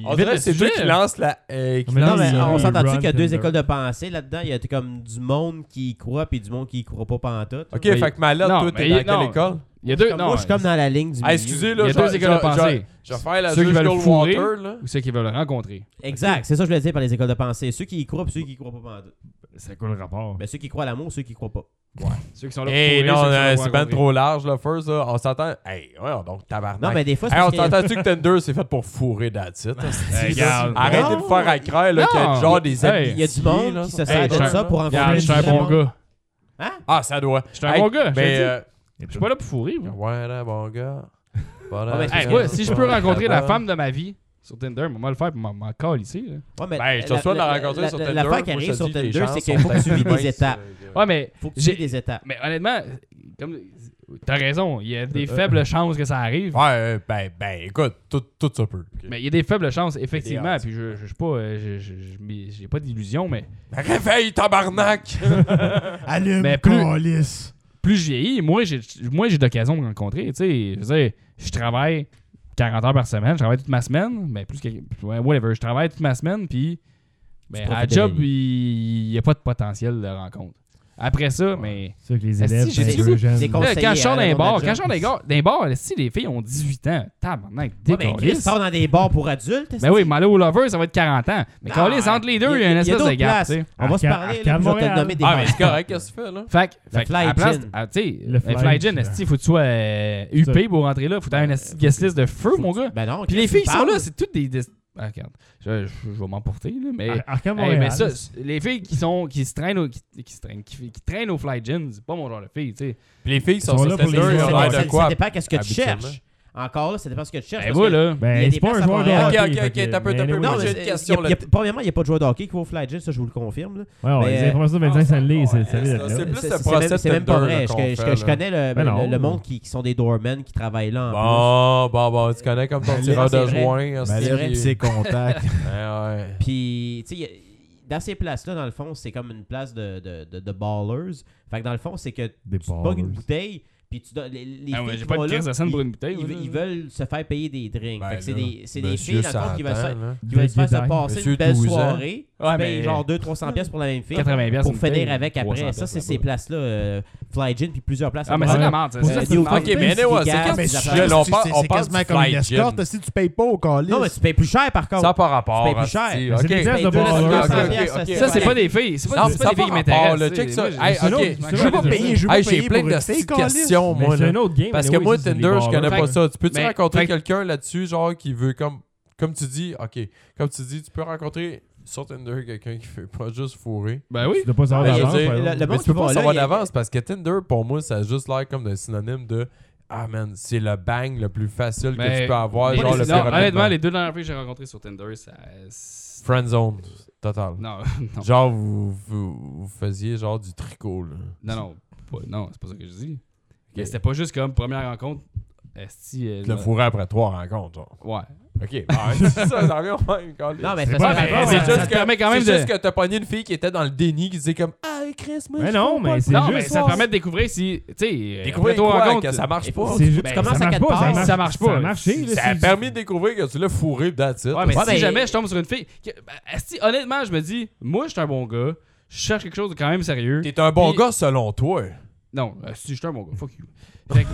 [SPEAKER 5] il
[SPEAKER 3] On
[SPEAKER 5] vide
[SPEAKER 3] dirait
[SPEAKER 5] le
[SPEAKER 3] que c'est lui
[SPEAKER 5] sujet.
[SPEAKER 3] qui lance la. euh, qui
[SPEAKER 2] Mais
[SPEAKER 4] Non,
[SPEAKER 3] lance
[SPEAKER 4] mais
[SPEAKER 2] Il-
[SPEAKER 3] la-
[SPEAKER 4] on
[SPEAKER 2] il
[SPEAKER 4] s'entend-tu
[SPEAKER 2] run
[SPEAKER 4] qu'il y a deux
[SPEAKER 2] Tinder.
[SPEAKER 4] écoles de pensée là-dedans? Il y a comme du monde qui y croit puis du monde qui y croit pas pantoute.
[SPEAKER 3] Ok,
[SPEAKER 5] Mais-
[SPEAKER 3] fait que mallette,
[SPEAKER 5] Non,
[SPEAKER 3] toi,
[SPEAKER 5] mais
[SPEAKER 3] t'es dans
[SPEAKER 5] il- non.
[SPEAKER 3] quelle école?
[SPEAKER 5] Il y a deux,
[SPEAKER 4] Comme
[SPEAKER 5] non,
[SPEAKER 4] moi, je suis comme dans la ligne du milieu.
[SPEAKER 3] Ah, excusez,
[SPEAKER 5] Il
[SPEAKER 3] là,
[SPEAKER 5] y a
[SPEAKER 3] je
[SPEAKER 5] deux
[SPEAKER 3] vais-
[SPEAKER 5] écoles de
[SPEAKER 3] je- je-
[SPEAKER 5] pensée.
[SPEAKER 3] Je vais faire la
[SPEAKER 5] Ceux qui
[SPEAKER 3] juge
[SPEAKER 5] veulent le fourrer.
[SPEAKER 3] Goldwater, là.
[SPEAKER 5] ou ceux qui veulent le rencontrer.
[SPEAKER 4] Exact, c'est ça que je voulais dire par les écoles de pensée. Ceux qui y croient puis ceux qui y croient pas pantoute.
[SPEAKER 2] C'est quoi le rapport?
[SPEAKER 4] Ben, ceux qui croient à l'amour, ceux qui croient pas.
[SPEAKER 5] Ceux qui sont là pour
[SPEAKER 3] Hey,
[SPEAKER 5] courir,
[SPEAKER 3] non,
[SPEAKER 5] ceux qui sont là
[SPEAKER 3] euh,
[SPEAKER 5] pour
[SPEAKER 3] c'est ben
[SPEAKER 5] accourir.
[SPEAKER 3] trop large, là, first. Là. On s'entend. Hey, ouais, donc, tabarnak.
[SPEAKER 4] Non, mais des fois, c'est
[SPEAKER 3] Hey, on
[SPEAKER 4] parce que-
[SPEAKER 3] s'entend-tu que Tinder, c'est fait pour fourrer d'attitude?
[SPEAKER 5] Hey, regarde.
[SPEAKER 3] Arrêtez de me faire à craindre, là, qu'il y a
[SPEAKER 5] Non.
[SPEAKER 3] genre des
[SPEAKER 5] Hey.
[SPEAKER 3] amitiés,
[SPEAKER 4] Il y a du monde
[SPEAKER 3] là,
[SPEAKER 4] qui
[SPEAKER 3] sont-
[SPEAKER 4] se sert
[SPEAKER 5] Hey,
[SPEAKER 4] de
[SPEAKER 5] je-
[SPEAKER 4] ça pour
[SPEAKER 5] Regarde,
[SPEAKER 4] rencontrer
[SPEAKER 5] je suis un
[SPEAKER 4] des
[SPEAKER 5] bon
[SPEAKER 4] gens.
[SPEAKER 5] gars.
[SPEAKER 3] Ah, ça doit.
[SPEAKER 5] Je suis un
[SPEAKER 3] Hey,
[SPEAKER 5] bon gars.
[SPEAKER 3] Mais,
[SPEAKER 5] je te le dis.
[SPEAKER 3] euh,
[SPEAKER 5] Je suis pas là pour fourrer. moi.
[SPEAKER 3] ouais, là, bon gars. euh, Voilà.
[SPEAKER 4] Ouais, mais
[SPEAKER 5] Hey, moi, si je peux rencontrer la femme de ma vie sur Tinder, moi, moi le faire pour m'en- m'en ici.
[SPEAKER 4] Ouais, mais
[SPEAKER 3] Ben, je te
[SPEAKER 4] la-
[SPEAKER 3] souhaite de la
[SPEAKER 4] la-
[SPEAKER 3] rencontrer
[SPEAKER 4] la-
[SPEAKER 3] sur
[SPEAKER 4] la-
[SPEAKER 3] Tinder.
[SPEAKER 4] L'affaire qui
[SPEAKER 3] Moi, je
[SPEAKER 4] arrive
[SPEAKER 3] te
[SPEAKER 4] sur
[SPEAKER 3] dis, les
[SPEAKER 4] Tinder,
[SPEAKER 3] gens
[SPEAKER 4] c'est
[SPEAKER 3] sont euh,
[SPEAKER 4] qu'il faut que tu vis
[SPEAKER 3] humains,
[SPEAKER 4] des étapes.
[SPEAKER 5] Ouais, mais
[SPEAKER 4] Faut que tu
[SPEAKER 5] J'ai-
[SPEAKER 4] vis des étapes.
[SPEAKER 5] Mais honnêtement, comme t'as raison, il y a des faibles chances que ça arrive.
[SPEAKER 3] Ouais, euh, ben, ben, écoute, tout, tout ça peut.
[SPEAKER 5] Mais il y a des faibles chances, effectivement.
[SPEAKER 3] odds.
[SPEAKER 5] Puis je, je, je sais pas, euh, je- je- je- mais j'ai pas d'illusion, mais
[SPEAKER 3] Réveille, tabarnak!
[SPEAKER 4] Ah,
[SPEAKER 1] Allume,
[SPEAKER 5] Mais plus-
[SPEAKER 1] calice.
[SPEAKER 5] plus je vieillis, moi j'ai moi j'ai d'occasion de rencontrer. Tu sais, je veux dire, je travaille 40 heures par semaine, je travaille toute ma semaine, mais plus que ouais, whatever, je travaille toute ma semaine, puis ben, à la
[SPEAKER 4] profites de la
[SPEAKER 5] job, il n'y a pas de potentiel de rencontre. Après ça, mais
[SPEAKER 2] C'est que les
[SPEAKER 5] Esti,
[SPEAKER 2] élèves,
[SPEAKER 5] j'ai
[SPEAKER 2] c'est
[SPEAKER 5] dit
[SPEAKER 2] deux
[SPEAKER 5] goût-
[SPEAKER 2] jeunes.
[SPEAKER 4] c'est con-
[SPEAKER 5] là,
[SPEAKER 4] Conseiller,
[SPEAKER 5] quand je sors
[SPEAKER 4] hein,
[SPEAKER 5] d'un
[SPEAKER 4] le
[SPEAKER 5] bar,
[SPEAKER 4] monde de
[SPEAKER 5] quand
[SPEAKER 4] la
[SPEAKER 5] je sors d'un gar- d'un bar, si les filles ont 18 ans, tabarnak,
[SPEAKER 4] Ouais, mais Chris,
[SPEAKER 5] décalisse.
[SPEAKER 4] sort dans des bars pour adultes.
[SPEAKER 5] Ben oui, mais aller au lover, ça va être 40 ans. Mais
[SPEAKER 4] Non,
[SPEAKER 5] quand les entre les deux, Ah, il y a une
[SPEAKER 4] il y a
[SPEAKER 5] espèce de
[SPEAKER 4] d'autres
[SPEAKER 5] gap,
[SPEAKER 4] places.
[SPEAKER 5] tu sais.
[SPEAKER 4] On va se
[SPEAKER 2] Arcade-
[SPEAKER 4] parler, là,
[SPEAKER 2] Arcade
[SPEAKER 4] puis je vais te
[SPEAKER 2] Montréal.
[SPEAKER 4] nommer des
[SPEAKER 3] Ah, mais c'est
[SPEAKER 4] bars.
[SPEAKER 3] correct, qu'est-ce que tu fais, là?
[SPEAKER 5] Fait que,
[SPEAKER 4] Le
[SPEAKER 5] fait que,
[SPEAKER 4] fly
[SPEAKER 5] à la place,
[SPEAKER 4] gin.
[SPEAKER 5] ah, tu sais,
[SPEAKER 2] Le
[SPEAKER 5] le
[SPEAKER 2] fly
[SPEAKER 5] fly gin,
[SPEAKER 2] gin.
[SPEAKER 5] esti, faut que tu sois euh, huppé pour rentrer là, faut que t'aies un esti de guest list de feu, mon gars.
[SPEAKER 4] Ben non,
[SPEAKER 5] Puis
[SPEAKER 4] Chris,
[SPEAKER 5] les filles
[SPEAKER 4] tu
[SPEAKER 5] qui sont
[SPEAKER 4] parles.
[SPEAKER 5] là, c'est toutes des. des- Ah, regarde, je, je- je vais m'emporter, là, mais.
[SPEAKER 2] Ar- Arkham
[SPEAKER 5] Hey, mais
[SPEAKER 2] Montréal.
[SPEAKER 5] ça, c'est- les filles qui sont qui se traînent au, qui, qui se traînent qui, qui traînent au fly gin, c'est pas mon genre de filles, tu sais.
[SPEAKER 3] Puis les filles qui sont,
[SPEAKER 2] Ils sont
[SPEAKER 3] sur
[SPEAKER 2] là pour
[SPEAKER 3] Tinder,
[SPEAKER 2] les-
[SPEAKER 3] ils ont
[SPEAKER 4] Ça-
[SPEAKER 3] l'air
[SPEAKER 4] Ça
[SPEAKER 3] de
[SPEAKER 4] ça
[SPEAKER 3] quoi?
[SPEAKER 4] dépend qu'est-ce que tu
[SPEAKER 3] habituellement?
[SPEAKER 4] cherches. Encore là, ça dépend ce que tu cherches.
[SPEAKER 5] Ben
[SPEAKER 4] parce
[SPEAKER 5] moi
[SPEAKER 4] que-
[SPEAKER 5] là,
[SPEAKER 4] Il y a
[SPEAKER 2] Ben,
[SPEAKER 4] des
[SPEAKER 2] c'est pas un
[SPEAKER 4] places à
[SPEAKER 2] joueur de
[SPEAKER 4] Montréal.
[SPEAKER 2] hockey,
[SPEAKER 3] Ok, ok,
[SPEAKER 2] fait que-
[SPEAKER 3] ok, t'as
[SPEAKER 2] mais
[SPEAKER 3] peu, t'as peu.
[SPEAKER 2] anyway,
[SPEAKER 4] Non,
[SPEAKER 3] Moi,
[SPEAKER 4] mais
[SPEAKER 3] j'ai une
[SPEAKER 4] c'est- il y a-
[SPEAKER 3] question,
[SPEAKER 4] il y a-
[SPEAKER 3] là.
[SPEAKER 4] Premièrement, il n'y a pas de joueur de hockey qui va au fly Jet, ça je vous le confirme. là.
[SPEAKER 2] Ouais, ouais,
[SPEAKER 4] Mais,
[SPEAKER 2] les informations de 25 cents de livre, c'est
[SPEAKER 3] c'est-
[SPEAKER 2] c'est
[SPEAKER 3] c'est-
[SPEAKER 2] là.
[SPEAKER 3] c'est- plus
[SPEAKER 4] C'est-
[SPEAKER 3] le
[SPEAKER 4] c'est- c'est
[SPEAKER 3] procès
[SPEAKER 4] même- C'est même pas
[SPEAKER 3] Tinder, là,
[SPEAKER 4] vrai. Je,
[SPEAKER 3] qu'on
[SPEAKER 4] je-
[SPEAKER 3] fait,
[SPEAKER 4] je
[SPEAKER 3] là.
[SPEAKER 4] connais le,
[SPEAKER 2] Ben non.
[SPEAKER 4] le- le monde qui, qui sont des doormen qui travaillent là. en
[SPEAKER 3] Bon, bon, bon, tu connais comme ton
[SPEAKER 4] Ben,
[SPEAKER 3] tireur
[SPEAKER 4] c'est
[SPEAKER 3] de
[SPEAKER 4] vrai.
[SPEAKER 3] joint.
[SPEAKER 1] Ben,
[SPEAKER 3] c'est-
[SPEAKER 1] là,
[SPEAKER 4] vrai.
[SPEAKER 1] ses contacts.
[SPEAKER 3] Ouais, ouais.
[SPEAKER 4] plus. Puis, tu sais, il y a- dans ces places-là, dans le fond, c'est comme une place de, de, de, de ballers. Fait que dans le fond, c'est que
[SPEAKER 2] Des
[SPEAKER 4] tu te bugs une
[SPEAKER 2] ballers.
[SPEAKER 4] bouteille, puis tu donnes. Les, les
[SPEAKER 5] Ah
[SPEAKER 4] filles
[SPEAKER 5] ouais, j'ai
[SPEAKER 4] qui
[SPEAKER 5] pas de
[SPEAKER 4] vont là,
[SPEAKER 5] crise de scène pour une bouteille,
[SPEAKER 4] ils-
[SPEAKER 5] moi,
[SPEAKER 4] Ils,
[SPEAKER 5] là.
[SPEAKER 4] ils veulent se faire payer des drinks.
[SPEAKER 3] Ben
[SPEAKER 4] fait que c'est
[SPEAKER 3] là,
[SPEAKER 4] des, c'est des
[SPEAKER 3] Monsieur hein.
[SPEAKER 4] filles, dans le fond, qui veulent se
[SPEAKER 3] s'entend, là.
[SPEAKER 4] qui veulent se faire se
[SPEAKER 2] Guédaille.
[SPEAKER 4] passer
[SPEAKER 3] Monsieur
[SPEAKER 4] une belle
[SPEAKER 3] 12 ans.
[SPEAKER 4] soirée.
[SPEAKER 5] Ouais,
[SPEAKER 4] tu payes
[SPEAKER 5] mais-
[SPEAKER 4] genre 200-300$ pièces pour la même fille.
[SPEAKER 5] 80 pièces
[SPEAKER 4] Pour
[SPEAKER 5] une
[SPEAKER 4] finir
[SPEAKER 5] bouteille,
[SPEAKER 4] avec
[SPEAKER 5] 300
[SPEAKER 4] après. Ça, c'est
[SPEAKER 5] pièces
[SPEAKER 4] ces
[SPEAKER 5] là-bas.
[SPEAKER 4] places-là. euh, Fly Gin, puis plusieurs places.
[SPEAKER 5] Ah mais c'est de la merde, ça.
[SPEAKER 2] Pour
[SPEAKER 5] Ça,
[SPEAKER 2] ça,
[SPEAKER 5] c'est
[SPEAKER 2] c'est
[SPEAKER 5] de
[SPEAKER 4] une
[SPEAKER 5] la
[SPEAKER 3] Ok,
[SPEAKER 5] merde.
[SPEAKER 4] fucking-
[SPEAKER 3] mais anyway, c'est
[SPEAKER 4] Ah,
[SPEAKER 3] quand
[SPEAKER 4] mais
[SPEAKER 3] tu
[SPEAKER 4] ça-
[SPEAKER 3] sujet, là, on parle- on
[SPEAKER 1] C'est
[SPEAKER 3] parle
[SPEAKER 1] quasiment
[SPEAKER 3] du
[SPEAKER 1] comme une
[SPEAKER 3] flight
[SPEAKER 1] escorte.
[SPEAKER 3] gin.
[SPEAKER 1] Si tu payes pas au calice.
[SPEAKER 4] Non, mais tu payes plus cher par contre.
[SPEAKER 3] Ça par rapport.
[SPEAKER 4] payes plus cher.
[SPEAKER 2] Mais
[SPEAKER 3] hostie,
[SPEAKER 2] c'est
[SPEAKER 3] ok.
[SPEAKER 2] des
[SPEAKER 4] Tu payes
[SPEAKER 2] de ballers,
[SPEAKER 4] 200
[SPEAKER 2] ça.
[SPEAKER 4] piastres, ça,
[SPEAKER 3] Ok,
[SPEAKER 5] Ça, c'est
[SPEAKER 3] ok.
[SPEAKER 5] pas des filles, c'est pas
[SPEAKER 3] Non,
[SPEAKER 5] des- c'est
[SPEAKER 3] ça
[SPEAKER 5] pas des filles qui
[SPEAKER 3] par rapport, là,
[SPEAKER 5] m'intéressent.
[SPEAKER 3] check
[SPEAKER 5] tu sais.
[SPEAKER 3] ça.
[SPEAKER 5] Moi,
[SPEAKER 3] Hey,
[SPEAKER 5] j'ai-
[SPEAKER 3] ok.
[SPEAKER 5] moi,
[SPEAKER 2] Je
[SPEAKER 1] Je
[SPEAKER 5] j'ai-
[SPEAKER 1] veux
[SPEAKER 2] Ouais,
[SPEAKER 1] pas
[SPEAKER 2] désolé.
[SPEAKER 1] payer, je veux
[SPEAKER 3] Hey,
[SPEAKER 1] pas
[SPEAKER 3] j'ai
[SPEAKER 1] payer
[SPEAKER 3] plein
[SPEAKER 1] pour
[SPEAKER 3] de
[SPEAKER 1] une
[SPEAKER 3] petites
[SPEAKER 1] fille, calice.
[SPEAKER 3] questions,
[SPEAKER 2] Eh Mais
[SPEAKER 3] moi.
[SPEAKER 2] c'est
[SPEAKER 3] là.
[SPEAKER 2] un autre game.
[SPEAKER 3] Parce que
[SPEAKER 2] anyway,
[SPEAKER 3] moi,
[SPEAKER 2] c'est des
[SPEAKER 3] Tinder, je connais
[SPEAKER 2] ballers.
[SPEAKER 3] pas ça. Tu peux-tu
[SPEAKER 5] Mais-
[SPEAKER 3] rencontrer
[SPEAKER 5] Fait-
[SPEAKER 3] quelqu'un là-dessus, genre, qui veut comme. Comme tu dis, ok. Comme tu dis, tu peux rencontrer sur Tinder quelqu'un qui veut pas juste fourrer.
[SPEAKER 5] Ben oui.
[SPEAKER 2] Tu dois pas savoir
[SPEAKER 3] Ben, je veux
[SPEAKER 2] d'avance,
[SPEAKER 3] dire,
[SPEAKER 2] par
[SPEAKER 4] le-
[SPEAKER 2] exemple.
[SPEAKER 3] Mais
[SPEAKER 4] le- monde
[SPEAKER 3] tu peux
[SPEAKER 4] qui
[SPEAKER 3] pas
[SPEAKER 4] va là,
[SPEAKER 3] savoir
[SPEAKER 4] il y a-
[SPEAKER 3] d'avance parce que Tinder, pour moi, ça a juste l'air comme d'un synonyme de Ah man, c'est le bang le plus facile que
[SPEAKER 5] Mais-
[SPEAKER 3] tu peux avoir,
[SPEAKER 5] Pas
[SPEAKER 3] genre
[SPEAKER 5] des-
[SPEAKER 3] le
[SPEAKER 5] non,
[SPEAKER 3] plus rapidement.
[SPEAKER 5] Honnêtement, les deux dernières filles que j'ai rencontrées sur Tinder, ça. c'est-
[SPEAKER 3] Friendzone, total.
[SPEAKER 5] Non, non.
[SPEAKER 3] Genre, vous, vous, vous faisiez genre du tricot, là.
[SPEAKER 5] Non, non, pas- non, c'est pas ça que je dis. Mais c'était pas juste comme première rencontre. Esti. euh,
[SPEAKER 3] Tu le
[SPEAKER 5] je-
[SPEAKER 3] fourrais après trois rencontres, genre.
[SPEAKER 5] Ouais.
[SPEAKER 3] Ok, bah, c'est ça, ça revient au même, câlisse.
[SPEAKER 4] Non, mais c'est
[SPEAKER 2] C'est
[SPEAKER 4] pas
[SPEAKER 2] pas-
[SPEAKER 5] Mais
[SPEAKER 3] Ouais,
[SPEAKER 5] ça-
[SPEAKER 3] c'est
[SPEAKER 5] ça
[SPEAKER 3] juste
[SPEAKER 5] te
[SPEAKER 3] que-
[SPEAKER 5] permet quand même
[SPEAKER 3] C'est
[SPEAKER 5] de-
[SPEAKER 3] juste que t'as pogné une fille qui était dans le déni, qui disait comme Ah, Chris, moi.
[SPEAKER 2] Mais
[SPEAKER 3] je
[SPEAKER 2] non,
[SPEAKER 3] fous pas
[SPEAKER 2] mais
[SPEAKER 3] le-
[SPEAKER 2] c'est
[SPEAKER 5] Non, mais
[SPEAKER 2] juste.
[SPEAKER 5] ça permet de découvrir si. Tu sais, euh,
[SPEAKER 3] Découvrir
[SPEAKER 5] après toi
[SPEAKER 3] quoi,
[SPEAKER 5] rencontre.
[SPEAKER 3] que ça marche pas.
[SPEAKER 2] C'est juste.
[SPEAKER 5] Ben,
[SPEAKER 4] commences
[SPEAKER 2] ça
[SPEAKER 4] à
[SPEAKER 2] marche
[SPEAKER 4] quatre
[SPEAKER 2] pas,
[SPEAKER 4] parts.
[SPEAKER 5] Ça marche pas.
[SPEAKER 2] Ça a marché, là,
[SPEAKER 3] Ça a
[SPEAKER 2] c'est-
[SPEAKER 3] permis de découvrir que tu l'as fourré, that's it.
[SPEAKER 5] Ouais, mais
[SPEAKER 4] Ouais,
[SPEAKER 5] si
[SPEAKER 4] ben-
[SPEAKER 5] jamais je tombe sur une fille. que- ben, esti, honnêtement, je me dis, moi, je suis un bon gars. Je cherche quelque chose de quand même sérieux.
[SPEAKER 3] T'es un bon
[SPEAKER 5] Puis-
[SPEAKER 3] gars selon toi.
[SPEAKER 5] Non, si je suis un bon gars, fuck you. Fait que-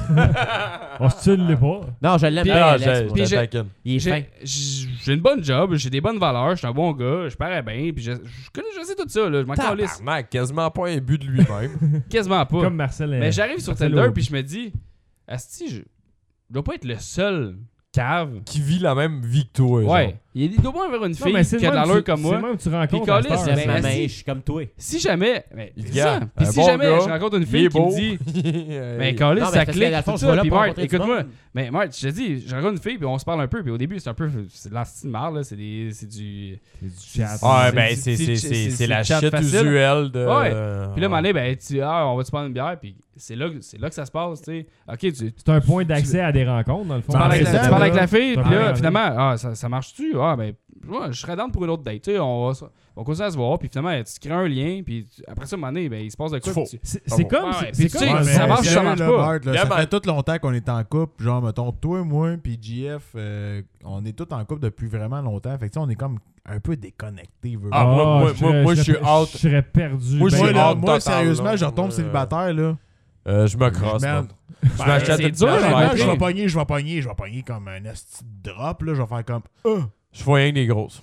[SPEAKER 2] On se tue pas.
[SPEAKER 4] Non, je l'aime
[SPEAKER 5] Puis-
[SPEAKER 4] bien.
[SPEAKER 3] Ah,
[SPEAKER 4] Alex,
[SPEAKER 3] j'ai-
[SPEAKER 4] moi.
[SPEAKER 5] puis
[SPEAKER 3] je
[SPEAKER 5] j'ai-
[SPEAKER 3] taquine.
[SPEAKER 4] Il est fin.
[SPEAKER 5] J'ai j'ai- j'ai une bonne job, j'ai des bonnes valeurs, je suis un bon gars, je parais bien, puis je, je connais, je sais tout ça, là, je m'en calisse
[SPEAKER 3] Tabarnak, quasiment pas un but de lui-même.
[SPEAKER 5] quasiment pas.
[SPEAKER 2] Comme Marcel. euh,
[SPEAKER 5] Mais j'arrive sur
[SPEAKER 2] Marcel
[SPEAKER 5] Tinder,
[SPEAKER 2] Aubry.
[SPEAKER 5] puis je me dis, Asti, je, je dois pas être le seul cave.
[SPEAKER 3] qui vit la même vie que toi. genre.
[SPEAKER 5] Ouais, il il doit pas y avoir une
[SPEAKER 2] Non,
[SPEAKER 5] fille
[SPEAKER 2] mais
[SPEAKER 5] qui
[SPEAKER 2] c'est
[SPEAKER 5] a de
[SPEAKER 2] le même
[SPEAKER 5] l'allure
[SPEAKER 2] tu-
[SPEAKER 5] comme
[SPEAKER 2] C'est le
[SPEAKER 5] moi.
[SPEAKER 2] même que tu
[SPEAKER 5] Puis
[SPEAKER 2] rencontres. à cette
[SPEAKER 5] Calis,
[SPEAKER 2] heure.
[SPEAKER 4] C'est
[SPEAKER 5] ben,
[SPEAKER 4] ma
[SPEAKER 5] si-
[SPEAKER 4] main, je suis comme toi.
[SPEAKER 5] Si jamais, mais
[SPEAKER 3] Il
[SPEAKER 5] c'est
[SPEAKER 3] regarde,
[SPEAKER 5] ça. Puis
[SPEAKER 3] un
[SPEAKER 5] si
[SPEAKER 3] bon
[SPEAKER 5] jamais
[SPEAKER 3] gars,
[SPEAKER 5] je rencontre une
[SPEAKER 3] il
[SPEAKER 5] fille
[SPEAKER 3] est
[SPEAKER 5] qui me
[SPEAKER 3] beau.
[SPEAKER 5] dit, mais
[SPEAKER 2] Euh,
[SPEAKER 3] mais
[SPEAKER 5] Carlis,
[SPEAKER 4] Non, mais
[SPEAKER 5] ça
[SPEAKER 4] parce que
[SPEAKER 5] clique,
[SPEAKER 4] dans le fond,
[SPEAKER 5] tout
[SPEAKER 4] je vois
[SPEAKER 5] ça,
[SPEAKER 4] là
[SPEAKER 5] puis
[SPEAKER 4] pour
[SPEAKER 5] Marc,
[SPEAKER 4] rencontrer du
[SPEAKER 5] écoute-moi.
[SPEAKER 4] monde.
[SPEAKER 5] Mais Marc, je te dis, je rencontre une fille, puis on se parle un peu, puis au début, c'est un peu, c'est de la petite marre, là, c'est des, c'est du.
[SPEAKER 2] C'est du chat.
[SPEAKER 3] Ouais,
[SPEAKER 5] C'est-
[SPEAKER 3] ben
[SPEAKER 5] c'est-
[SPEAKER 3] c'est-
[SPEAKER 5] c'est-
[SPEAKER 3] c'est-
[SPEAKER 5] c'est-
[SPEAKER 3] c'est c'est la
[SPEAKER 5] c'est chat
[SPEAKER 3] shit
[SPEAKER 5] facile.
[SPEAKER 3] usuelle de.
[SPEAKER 5] Ouais.
[SPEAKER 3] euh,
[SPEAKER 5] Puis là, à un moment donné, ben, tu, ah, on va te prendre une bière, puis c'est là, que- c'est là que ça se passe, tu sais. Ok, tu, tu
[SPEAKER 2] C'est un point d'accès à des rencontres, dans le fond.
[SPEAKER 1] Tu
[SPEAKER 2] Ah,
[SPEAKER 5] parles, avec,
[SPEAKER 1] ça,
[SPEAKER 5] tu
[SPEAKER 1] là.
[SPEAKER 5] parles avec la fille,
[SPEAKER 2] Ça
[SPEAKER 5] puis là,
[SPEAKER 2] parle.
[SPEAKER 5] finalement, ah, ça, ça marche-tu? Ah, ben, ouais, je serais down pour une autre date, tu sais. On va, se- on continue à se voir, puis finalement, tu crées un lien, puis tu- après ça, à un moment donné, ben, il se passe de quoi.
[SPEAKER 3] Faux.
[SPEAKER 5] puis tu-
[SPEAKER 2] C'est
[SPEAKER 3] Ah
[SPEAKER 2] c'est
[SPEAKER 3] bon.
[SPEAKER 2] comme.
[SPEAKER 5] Ouais,
[SPEAKER 2] c'est-
[SPEAKER 5] ouais,
[SPEAKER 2] C'est
[SPEAKER 5] puis tu sais,
[SPEAKER 2] comme.
[SPEAKER 5] ça
[SPEAKER 2] mais-
[SPEAKER 5] marche, ça
[SPEAKER 1] sérieux,
[SPEAKER 5] marche
[SPEAKER 1] là,
[SPEAKER 5] pas.
[SPEAKER 1] Bart, là,
[SPEAKER 3] Yeah,
[SPEAKER 1] ça
[SPEAKER 3] man.
[SPEAKER 1] fait tout longtemps qu'on est en couple. Genre, mettons, toi, moi, puis JF, euh, on est tous en couple depuis vraiment longtemps. Fait que, tu sais, on est comme un peu déconnectés. veux,
[SPEAKER 3] Ah,
[SPEAKER 1] veux
[SPEAKER 3] moi, moi,
[SPEAKER 2] je
[SPEAKER 3] moi,
[SPEAKER 2] serais-
[SPEAKER 3] moi, je
[SPEAKER 2] serais-
[SPEAKER 3] suis out.
[SPEAKER 2] Je serais perdu.
[SPEAKER 3] Moi, je
[SPEAKER 2] ben,
[SPEAKER 1] Moi,
[SPEAKER 3] suis
[SPEAKER 1] là,
[SPEAKER 3] hors
[SPEAKER 1] moi,
[SPEAKER 3] total, là.
[SPEAKER 1] sérieusement, je retombe
[SPEAKER 3] Euh,
[SPEAKER 1] célibataire, là.
[SPEAKER 3] Euh, je me crosse.
[SPEAKER 1] Je Ben,
[SPEAKER 3] man.
[SPEAKER 1] merde.
[SPEAKER 3] Je m'achète
[SPEAKER 5] c'est
[SPEAKER 3] une
[SPEAKER 5] dur,
[SPEAKER 3] bière,
[SPEAKER 5] man.
[SPEAKER 3] je vais
[SPEAKER 1] Honnêtement,
[SPEAKER 5] Ouais,
[SPEAKER 1] Je
[SPEAKER 3] être-
[SPEAKER 1] vais pogner, je vais pogner, je vais pogner comme un esti de drop, là. Je vais faire comme. Ah!
[SPEAKER 3] Je vois rien que des grosses.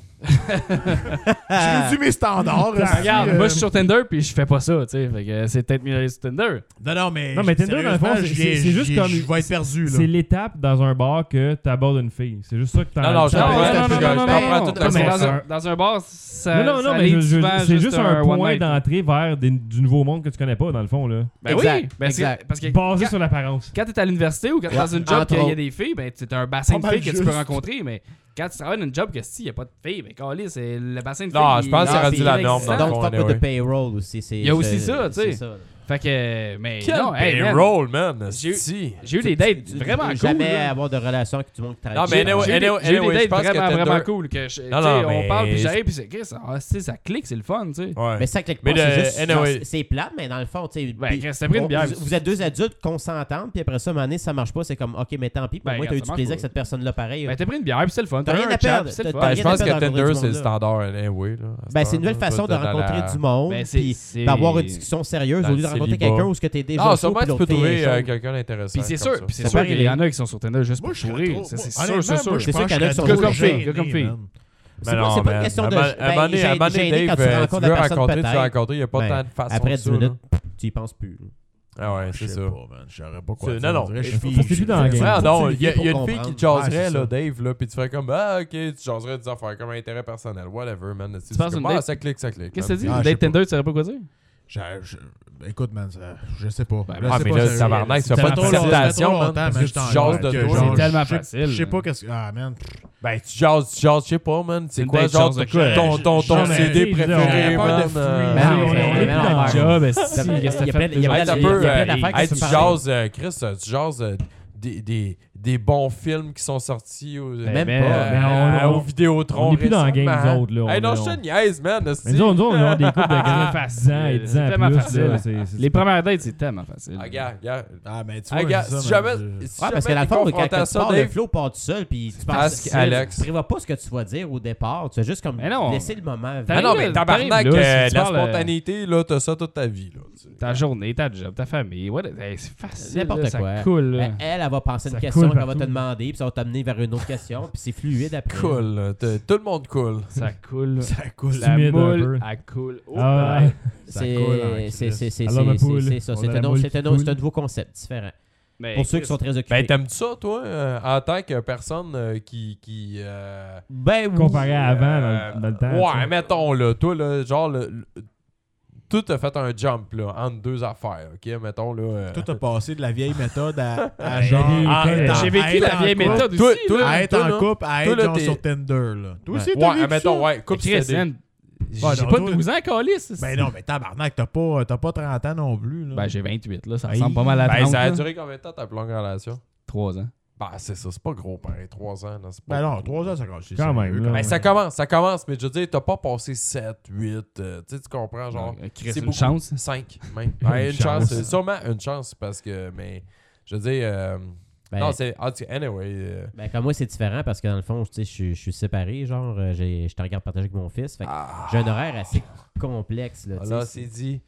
[SPEAKER 1] J'ai réduit mes standards. aussi,
[SPEAKER 5] Regarde,
[SPEAKER 1] euh,
[SPEAKER 5] moi je suis sur Tinder puis je fais pas ça, tu sais. Fait que euh, c'est peut-être mieux d'aller sur Tinder.
[SPEAKER 1] Non, non, mais.
[SPEAKER 2] Non, mais Tinder, dans le fond,
[SPEAKER 1] sérieusement,
[SPEAKER 2] c'est-
[SPEAKER 1] j'y ai-
[SPEAKER 2] c'est juste
[SPEAKER 1] j'y ai-
[SPEAKER 2] comme-
[SPEAKER 1] Je vais être perdu,
[SPEAKER 2] C'est
[SPEAKER 1] là.
[SPEAKER 2] l'étape dans un bar que t'abordes une fille. C'est juste ça que t'as.
[SPEAKER 3] Non, non, je
[SPEAKER 2] t'as-
[SPEAKER 5] Non,
[SPEAKER 3] comprends,
[SPEAKER 5] non, non,
[SPEAKER 3] je-
[SPEAKER 5] non, non,
[SPEAKER 3] je comprends
[SPEAKER 5] non,
[SPEAKER 3] toute
[SPEAKER 5] non,
[SPEAKER 3] la
[SPEAKER 5] mais
[SPEAKER 2] mais-
[SPEAKER 5] dans
[SPEAKER 3] conversation.
[SPEAKER 5] un- Dans un bar, ça.
[SPEAKER 2] non, non, non,
[SPEAKER 5] ça
[SPEAKER 2] mais
[SPEAKER 5] lead
[SPEAKER 2] je- je-
[SPEAKER 5] souvent
[SPEAKER 2] c'est juste un,
[SPEAKER 5] one
[SPEAKER 2] point
[SPEAKER 5] night.
[SPEAKER 2] d'entrée vers des- du nouveau monde que tu connais pas, dans le fond. là.
[SPEAKER 5] Ben oui,
[SPEAKER 4] Exact,
[SPEAKER 5] ben c'est-
[SPEAKER 4] exact.
[SPEAKER 5] parce que
[SPEAKER 2] Basé
[SPEAKER 5] quand-
[SPEAKER 2] sur l'apparence.
[SPEAKER 5] quand t'es à l'université ou quand t'es
[SPEAKER 4] Ouais,
[SPEAKER 5] dans une job
[SPEAKER 4] entre
[SPEAKER 5] qu'il y a
[SPEAKER 4] autres.
[SPEAKER 5] des filles, ben t'es un bassin de
[SPEAKER 1] Pas mal
[SPEAKER 5] filles que tu peux
[SPEAKER 1] juste.
[SPEAKER 5] rencontrer, mais quand tu travailles dans une job que si y a pas de filles, ben calé, c'est le bassin de filles.
[SPEAKER 3] Non, je
[SPEAKER 5] il-
[SPEAKER 3] pense que c'est
[SPEAKER 5] il-
[SPEAKER 3] rendu
[SPEAKER 5] il-
[SPEAKER 3] la
[SPEAKER 5] il-
[SPEAKER 3] norme,
[SPEAKER 5] il-
[SPEAKER 3] dans le
[SPEAKER 5] il-
[SPEAKER 3] fond.
[SPEAKER 4] Don't fuck
[SPEAKER 3] anyway.
[SPEAKER 4] with the payroll aussi. c'est-
[SPEAKER 5] Il y a aussi
[SPEAKER 4] c'est-
[SPEAKER 5] ça, tu sais.
[SPEAKER 4] c'est ça.
[SPEAKER 5] Fait que mais
[SPEAKER 3] Quel
[SPEAKER 5] non, hey, man,
[SPEAKER 3] payroll, man!
[SPEAKER 5] J'ai eu-
[SPEAKER 3] si.
[SPEAKER 5] J'ai eu des
[SPEAKER 4] Tu-
[SPEAKER 5] dates
[SPEAKER 4] tu- tu
[SPEAKER 5] vraiment
[SPEAKER 4] peux
[SPEAKER 5] cool.
[SPEAKER 4] Jamais
[SPEAKER 5] là.
[SPEAKER 4] avoir de relation avec du monde qui travaille.
[SPEAKER 3] Non, mais
[SPEAKER 5] J'ai-
[SPEAKER 3] anyway,
[SPEAKER 5] j'ai eu des-
[SPEAKER 3] anyway,
[SPEAKER 5] j'ai eu
[SPEAKER 3] anyway,
[SPEAKER 5] des
[SPEAKER 3] je pense
[SPEAKER 5] dates
[SPEAKER 3] que
[SPEAKER 5] vraiment, vraiment
[SPEAKER 3] Tinder-
[SPEAKER 5] cool. Que je- tu sais,
[SPEAKER 3] Non, non,
[SPEAKER 5] on parle, puis
[SPEAKER 3] mais-
[SPEAKER 5] j'arrive, puis c'est Chris, ah, c'est- ça clique, c'est le fun, tu sais.
[SPEAKER 3] Ouais.
[SPEAKER 4] Mais ça clique
[SPEAKER 3] Mais
[SPEAKER 4] pas, c'est
[SPEAKER 3] le-
[SPEAKER 4] juste.
[SPEAKER 3] anyway.
[SPEAKER 4] genre, c'est- C'est plate, mais dans le fond, tu sais.
[SPEAKER 5] Ben,
[SPEAKER 4] puis-
[SPEAKER 5] Chris, t'as pris une
[SPEAKER 4] on-
[SPEAKER 5] bière.
[SPEAKER 4] Vous, vous êtes deux adultes consentants, puis après ça, à un moment donné, ça marche pas. C'est comme, OK, mais tant pis. Pour
[SPEAKER 5] Ben,
[SPEAKER 4] moi, t'as
[SPEAKER 5] regarde,
[SPEAKER 4] eu
[SPEAKER 5] ça
[SPEAKER 4] du
[SPEAKER 5] marche
[SPEAKER 4] plaisir
[SPEAKER 5] pas.
[SPEAKER 4] avec cette personne-là pareil.
[SPEAKER 5] Ben t'as pris une bière, puis c'est le fun.
[SPEAKER 4] T'as
[SPEAKER 5] T'as eu
[SPEAKER 4] rien
[SPEAKER 5] un
[SPEAKER 4] à
[SPEAKER 5] chat,
[SPEAKER 4] perdre,
[SPEAKER 5] puis c'est le
[SPEAKER 4] t'as-
[SPEAKER 5] fun.
[SPEAKER 4] t'as
[SPEAKER 3] Ben, je pense
[SPEAKER 4] rien à
[SPEAKER 3] que
[SPEAKER 4] faire dans la
[SPEAKER 3] Tinder,
[SPEAKER 4] journée
[SPEAKER 3] c'est le
[SPEAKER 4] du monde, là.
[SPEAKER 3] standard anyway. Là, à ce
[SPEAKER 4] Ben, c'est une
[SPEAKER 3] temps-là.
[SPEAKER 4] nouvelle façon de
[SPEAKER 3] Toi, t'as
[SPEAKER 4] rencontrer
[SPEAKER 3] la-
[SPEAKER 4] du monde,
[SPEAKER 5] Ben, c'est-
[SPEAKER 4] puis
[SPEAKER 5] c'est-
[SPEAKER 4] d'avoir une discussion sérieuse
[SPEAKER 3] dans
[SPEAKER 4] au lieu
[SPEAKER 3] le
[SPEAKER 4] de rencontrer
[SPEAKER 3] célibat.
[SPEAKER 4] quelqu'un où ce que t'es déjà
[SPEAKER 3] Ah,
[SPEAKER 4] chaud,
[SPEAKER 3] sûrement,
[SPEAKER 4] puis
[SPEAKER 3] tu peux
[SPEAKER 4] l'autre fille est
[SPEAKER 3] trouver euh,
[SPEAKER 4] chaude.
[SPEAKER 3] quelqu'un d'intéressant.
[SPEAKER 5] Puis c'est
[SPEAKER 3] comme
[SPEAKER 5] sûr,
[SPEAKER 3] ça.
[SPEAKER 5] puis c'est
[SPEAKER 4] Ça
[SPEAKER 5] sûr
[SPEAKER 4] peut
[SPEAKER 5] qu'il y en
[SPEAKER 4] arriver.
[SPEAKER 5] a qui sont sur Tinder juste
[SPEAKER 1] Moi,
[SPEAKER 5] pour
[SPEAKER 1] je serais
[SPEAKER 5] courir.
[SPEAKER 1] trop-
[SPEAKER 5] C'est c'est
[SPEAKER 1] honnêtement,
[SPEAKER 5] sûr, c'est
[SPEAKER 1] moi,
[SPEAKER 5] sûr.
[SPEAKER 1] je
[SPEAKER 4] C'est
[SPEAKER 1] pense
[SPEAKER 4] sûr qu'il y en a
[SPEAKER 1] que
[SPEAKER 4] qui
[SPEAKER 1] je
[SPEAKER 4] sont
[SPEAKER 1] serais
[SPEAKER 5] comme
[SPEAKER 1] gêné,
[SPEAKER 5] fille, comme fille.
[SPEAKER 1] man.
[SPEAKER 4] C'est pas- c'est pas une question
[SPEAKER 3] man.
[SPEAKER 4] de-
[SPEAKER 3] À un
[SPEAKER 4] ben,
[SPEAKER 3] moment donné-
[SPEAKER 4] gêné-
[SPEAKER 3] à un moment donné,
[SPEAKER 4] gêné quand
[SPEAKER 3] Dave,
[SPEAKER 4] tu
[SPEAKER 3] euh,
[SPEAKER 4] rencontres
[SPEAKER 3] veux
[SPEAKER 4] la personne,
[SPEAKER 3] rencontrer, tu veux
[SPEAKER 4] peut-être.
[SPEAKER 3] rencontrer, il n'y a pas
[SPEAKER 4] Ben,
[SPEAKER 3] tant de façons.
[SPEAKER 4] Après
[SPEAKER 3] que
[SPEAKER 4] 10
[SPEAKER 3] ça, là.
[SPEAKER 4] minutes, tu y penses plus.
[SPEAKER 3] Ah ouais, c'est
[SPEAKER 1] Je sais
[SPEAKER 3] ça.
[SPEAKER 1] pas, man. Je saurais pas quoi.
[SPEAKER 3] C'est-
[SPEAKER 1] dire.
[SPEAKER 3] non,
[SPEAKER 1] On dirait que
[SPEAKER 3] non,
[SPEAKER 1] je suis-
[SPEAKER 2] faut que tu lui dans la game.
[SPEAKER 3] Ouais,
[SPEAKER 4] Faut
[SPEAKER 3] non,
[SPEAKER 4] que
[SPEAKER 3] il
[SPEAKER 4] tu
[SPEAKER 3] y a,
[SPEAKER 4] le
[SPEAKER 3] il y a une
[SPEAKER 4] fais pour
[SPEAKER 3] fille qui te
[SPEAKER 1] comprendre. Ouais,
[SPEAKER 3] jaserait,
[SPEAKER 1] c'est
[SPEAKER 3] là,
[SPEAKER 1] ça.
[SPEAKER 3] Dave, là, puis tu ferais comme, ah, ok, tu jaserais des affaires comme intérêt personnel, whatever, man. Tu
[SPEAKER 5] penses
[SPEAKER 3] comme,
[SPEAKER 5] une
[SPEAKER 3] ah,
[SPEAKER 5] date-
[SPEAKER 3] ça clique, ça clique.
[SPEAKER 5] Qu'est-ce que
[SPEAKER 3] man.
[SPEAKER 5] t'as dit?
[SPEAKER 1] Ah, je
[SPEAKER 5] Date
[SPEAKER 1] sais pas.
[SPEAKER 5] Tinder, tu savais pas quoi dire?
[SPEAKER 1] Je- je- Écoute, man, ça- je sais pas.
[SPEAKER 5] Ben,
[SPEAKER 1] Je
[SPEAKER 3] Ah,
[SPEAKER 1] sais
[SPEAKER 3] mais
[SPEAKER 1] pas,
[SPEAKER 3] là,
[SPEAKER 1] sérieux.
[SPEAKER 3] tabarnak, tu fais
[SPEAKER 1] Ça
[SPEAKER 3] pas
[SPEAKER 1] fait
[SPEAKER 3] de
[SPEAKER 1] trop longtemps, ça
[SPEAKER 3] présentation,
[SPEAKER 1] fait trop
[SPEAKER 3] man,
[SPEAKER 1] longtemps,
[SPEAKER 3] parce
[SPEAKER 1] man,
[SPEAKER 3] que
[SPEAKER 1] je
[SPEAKER 3] tu
[SPEAKER 1] t'en-
[SPEAKER 3] jases
[SPEAKER 1] ouais,
[SPEAKER 3] de
[SPEAKER 1] que
[SPEAKER 3] toi.
[SPEAKER 1] genre,
[SPEAKER 5] C'est tellement
[SPEAKER 1] je sais-
[SPEAKER 5] facile.
[SPEAKER 1] Je sais pas qu'est-ce que. Ah, man.
[SPEAKER 3] Ben, tu jases, tu jases, je sais pas, man. C'est
[SPEAKER 5] Une
[SPEAKER 3] quoi,
[SPEAKER 5] date
[SPEAKER 3] genre,
[SPEAKER 5] jase de
[SPEAKER 3] ton,
[SPEAKER 5] quoi?
[SPEAKER 3] ton, ton,
[SPEAKER 2] Genre,
[SPEAKER 3] ton
[SPEAKER 2] mais,
[SPEAKER 3] CD
[SPEAKER 2] tu sais,
[SPEAKER 3] préféré,
[SPEAKER 1] j'aurais peur
[SPEAKER 3] man?
[SPEAKER 1] de
[SPEAKER 3] euh,
[SPEAKER 1] fuir.
[SPEAKER 2] Mais
[SPEAKER 4] non,
[SPEAKER 2] on est
[SPEAKER 4] mais
[SPEAKER 2] on est plus
[SPEAKER 4] non,
[SPEAKER 2] dans le
[SPEAKER 4] non.
[SPEAKER 2] job.
[SPEAKER 4] Ça
[SPEAKER 2] esti.
[SPEAKER 4] peut-
[SPEAKER 5] qu'est-ce que
[SPEAKER 4] il y a
[SPEAKER 5] t'as
[SPEAKER 4] plein-
[SPEAKER 5] fait?
[SPEAKER 4] il y a plein
[SPEAKER 5] Ouais,
[SPEAKER 3] Hey,
[SPEAKER 4] de-
[SPEAKER 3] t'as
[SPEAKER 4] il y a
[SPEAKER 3] peu,
[SPEAKER 4] plein
[SPEAKER 3] euh,
[SPEAKER 4] d'affaires qui
[SPEAKER 3] hey,
[SPEAKER 4] sont
[SPEAKER 3] tu
[SPEAKER 4] pareilles.
[SPEAKER 3] jases, euh, Chris, euh, tu jases euh, des, des, des bons films qui sont sortis au,
[SPEAKER 5] Ben,
[SPEAKER 4] Même
[SPEAKER 5] ben,
[SPEAKER 4] pas.
[SPEAKER 3] euh,
[SPEAKER 2] ben, on-
[SPEAKER 3] au Vidéotron
[SPEAKER 2] on est plus dans la game,
[SPEAKER 3] récemment.
[SPEAKER 2] nous autres, là,
[SPEAKER 3] Hey,
[SPEAKER 2] on-
[SPEAKER 3] non, je te
[SPEAKER 2] on-
[SPEAKER 3] niaise, man.
[SPEAKER 2] Mais disons, nous, on a des couples de gars
[SPEAKER 5] facile.
[SPEAKER 2] 10 ans et 10 ans
[SPEAKER 5] C'est
[SPEAKER 2] plus.
[SPEAKER 5] tellement
[SPEAKER 2] là,
[SPEAKER 5] facile.
[SPEAKER 2] c'est- c'est-
[SPEAKER 5] Les premières dates, c'est tellement facile.
[SPEAKER 3] Regarde, regarde.
[SPEAKER 1] Ah, ben, tu vois,
[SPEAKER 3] Hey, gars,
[SPEAKER 1] c'est ça,
[SPEAKER 3] si
[SPEAKER 1] man,
[SPEAKER 3] jamais.
[SPEAKER 1] je-
[SPEAKER 3] si
[SPEAKER 4] Ouais, parce que
[SPEAKER 3] jamais
[SPEAKER 4] la
[SPEAKER 3] t'es
[SPEAKER 4] forme, quand
[SPEAKER 3] confronté à
[SPEAKER 4] tu
[SPEAKER 3] ça,
[SPEAKER 4] pars, le
[SPEAKER 3] Dave,
[SPEAKER 4] flow part tout seul, puis tu
[SPEAKER 3] Ask
[SPEAKER 4] penses...
[SPEAKER 3] Alex.
[SPEAKER 4] Tu prévois pas ce que tu vas dire au départ. Tu as juste comme
[SPEAKER 3] Ben
[SPEAKER 5] Mais non.
[SPEAKER 4] laisser le moment.
[SPEAKER 5] T'as
[SPEAKER 3] Ah
[SPEAKER 4] venir.
[SPEAKER 3] non,
[SPEAKER 5] T'arrives,
[SPEAKER 3] mais tabarnak,
[SPEAKER 5] t'arrives là,
[SPEAKER 3] euh,
[SPEAKER 5] si tu
[SPEAKER 3] la
[SPEAKER 5] parles, euh, Ben
[SPEAKER 3] spontanéité, là, t'as ça toute ta vie, là. tu sais.
[SPEAKER 5] Ta journée, ta job, ta famille, what- hey, c'est facile.
[SPEAKER 4] N'importe
[SPEAKER 5] là, ça
[SPEAKER 4] quoi.
[SPEAKER 5] coule, là.
[SPEAKER 4] Ben, Elle, elle, elle va penser une
[SPEAKER 2] Ça
[SPEAKER 4] question,
[SPEAKER 2] coule
[SPEAKER 4] elle va
[SPEAKER 2] partout.
[SPEAKER 4] te demander, puis ça va t'amener vers une autre question, puis c'est fluide après.
[SPEAKER 3] Cool, là. T'es- Tout le monde cool.
[SPEAKER 5] Ça coule.
[SPEAKER 1] Ça coule.
[SPEAKER 5] La
[SPEAKER 2] humide un
[SPEAKER 5] moule,
[SPEAKER 2] peu.
[SPEAKER 5] elle coule. Oh,
[SPEAKER 2] Ah,
[SPEAKER 5] ouais.
[SPEAKER 2] ouais.
[SPEAKER 1] Ça
[SPEAKER 4] C'est
[SPEAKER 1] coule en Christ.
[SPEAKER 4] c'est- c'est- c'est-
[SPEAKER 2] Alors, ma
[SPEAKER 4] c'est-
[SPEAKER 2] poule,
[SPEAKER 4] c'est ça.
[SPEAKER 2] on
[SPEAKER 4] C'est
[SPEAKER 2] a la
[SPEAKER 4] un, autre-
[SPEAKER 2] moule
[SPEAKER 4] c'est
[SPEAKER 2] qui
[SPEAKER 4] un autre- c'est
[SPEAKER 2] coule.
[SPEAKER 4] un nouveau concept différent.
[SPEAKER 5] Mais
[SPEAKER 4] Pour ceux qui
[SPEAKER 5] Chris,
[SPEAKER 4] sont très occupés.
[SPEAKER 3] Ben, t'aimes ça, toi, euh, en tant que personne euh, qui. qui euh,
[SPEAKER 4] Ben oui.
[SPEAKER 2] Comparé à avant,
[SPEAKER 3] euh,
[SPEAKER 2] dans, le- dans le temps. tu
[SPEAKER 3] Ouais,
[SPEAKER 2] sais.
[SPEAKER 3] mettons, là. Toi, là, genre, le, le- tout a fait un jump, là, entre deux affaires, ok? Mettons, là. euh,
[SPEAKER 1] Tout a passé de la vieille méthode à, à
[SPEAKER 2] Hey,
[SPEAKER 1] genre.
[SPEAKER 2] hey,
[SPEAKER 1] à
[SPEAKER 2] hey,
[SPEAKER 1] être en-
[SPEAKER 5] J'ai
[SPEAKER 1] à
[SPEAKER 5] vécu
[SPEAKER 1] être
[SPEAKER 5] la
[SPEAKER 1] en
[SPEAKER 5] vieille
[SPEAKER 1] couple,
[SPEAKER 5] méthode
[SPEAKER 3] Toi,
[SPEAKER 5] aussi.
[SPEAKER 3] toi,
[SPEAKER 5] là.
[SPEAKER 1] À être en
[SPEAKER 3] là.
[SPEAKER 1] couple, à
[SPEAKER 3] Toi,
[SPEAKER 1] être
[SPEAKER 3] là,
[SPEAKER 1] genre
[SPEAKER 3] t'es-
[SPEAKER 1] sur Tinder, là. Toi aussi, t'as
[SPEAKER 3] Ouais,
[SPEAKER 1] vécu ça?
[SPEAKER 2] hein.
[SPEAKER 3] mettons, ouais. Coupe
[SPEAKER 5] Chris,
[SPEAKER 3] CD.
[SPEAKER 5] man,
[SPEAKER 1] Ouais,
[SPEAKER 5] j'ai
[SPEAKER 1] non,
[SPEAKER 5] pas
[SPEAKER 1] toi-
[SPEAKER 5] 12 ans, calice.
[SPEAKER 1] Ben non, mais tabarnak, t'as pas, t'as pas 30 ans non plus. Là.
[SPEAKER 5] Ben, j'ai 28, là. Ça
[SPEAKER 1] Aïe.
[SPEAKER 5] ressemble pas mal à
[SPEAKER 3] Ben,
[SPEAKER 5] 30.
[SPEAKER 3] ça a
[SPEAKER 5] là.
[SPEAKER 3] duré combien de temps ta plus longue relation?
[SPEAKER 5] 3 ans.
[SPEAKER 3] Ben, c'est ça, c'est pas gros, pareil. Trois ans, là. c'est pas
[SPEAKER 1] Ben non,
[SPEAKER 3] beaucoup.
[SPEAKER 1] 3 ans, ça commence.
[SPEAKER 2] Quand même, là.
[SPEAKER 3] Ben, ça commence, ça commence, mais je veux dire, t'as pas passé 7, 8, euh, tu sais, tu comprends, genre.
[SPEAKER 5] Euh, Chris,
[SPEAKER 3] c'est
[SPEAKER 5] une
[SPEAKER 3] beaucoup.
[SPEAKER 5] chance.
[SPEAKER 3] 5 même. Ouais,
[SPEAKER 2] Une
[SPEAKER 3] une chance.
[SPEAKER 2] chance.
[SPEAKER 3] euh, sûrement une chance parce que, mais je veux dire, euh,
[SPEAKER 4] Ben,
[SPEAKER 3] non, c'est en tout cas, anyway. euh,
[SPEAKER 4] ben, comme moi, c'est différent parce que dans le fond, tu sais, je suis- je suis séparé, genre, euh, j'ai- j'étais en garde partagée avec mon fils. Fait que
[SPEAKER 3] ah,
[SPEAKER 4] j'ai un horaire assez complexe, là. tu sais.
[SPEAKER 3] là, c'est dit.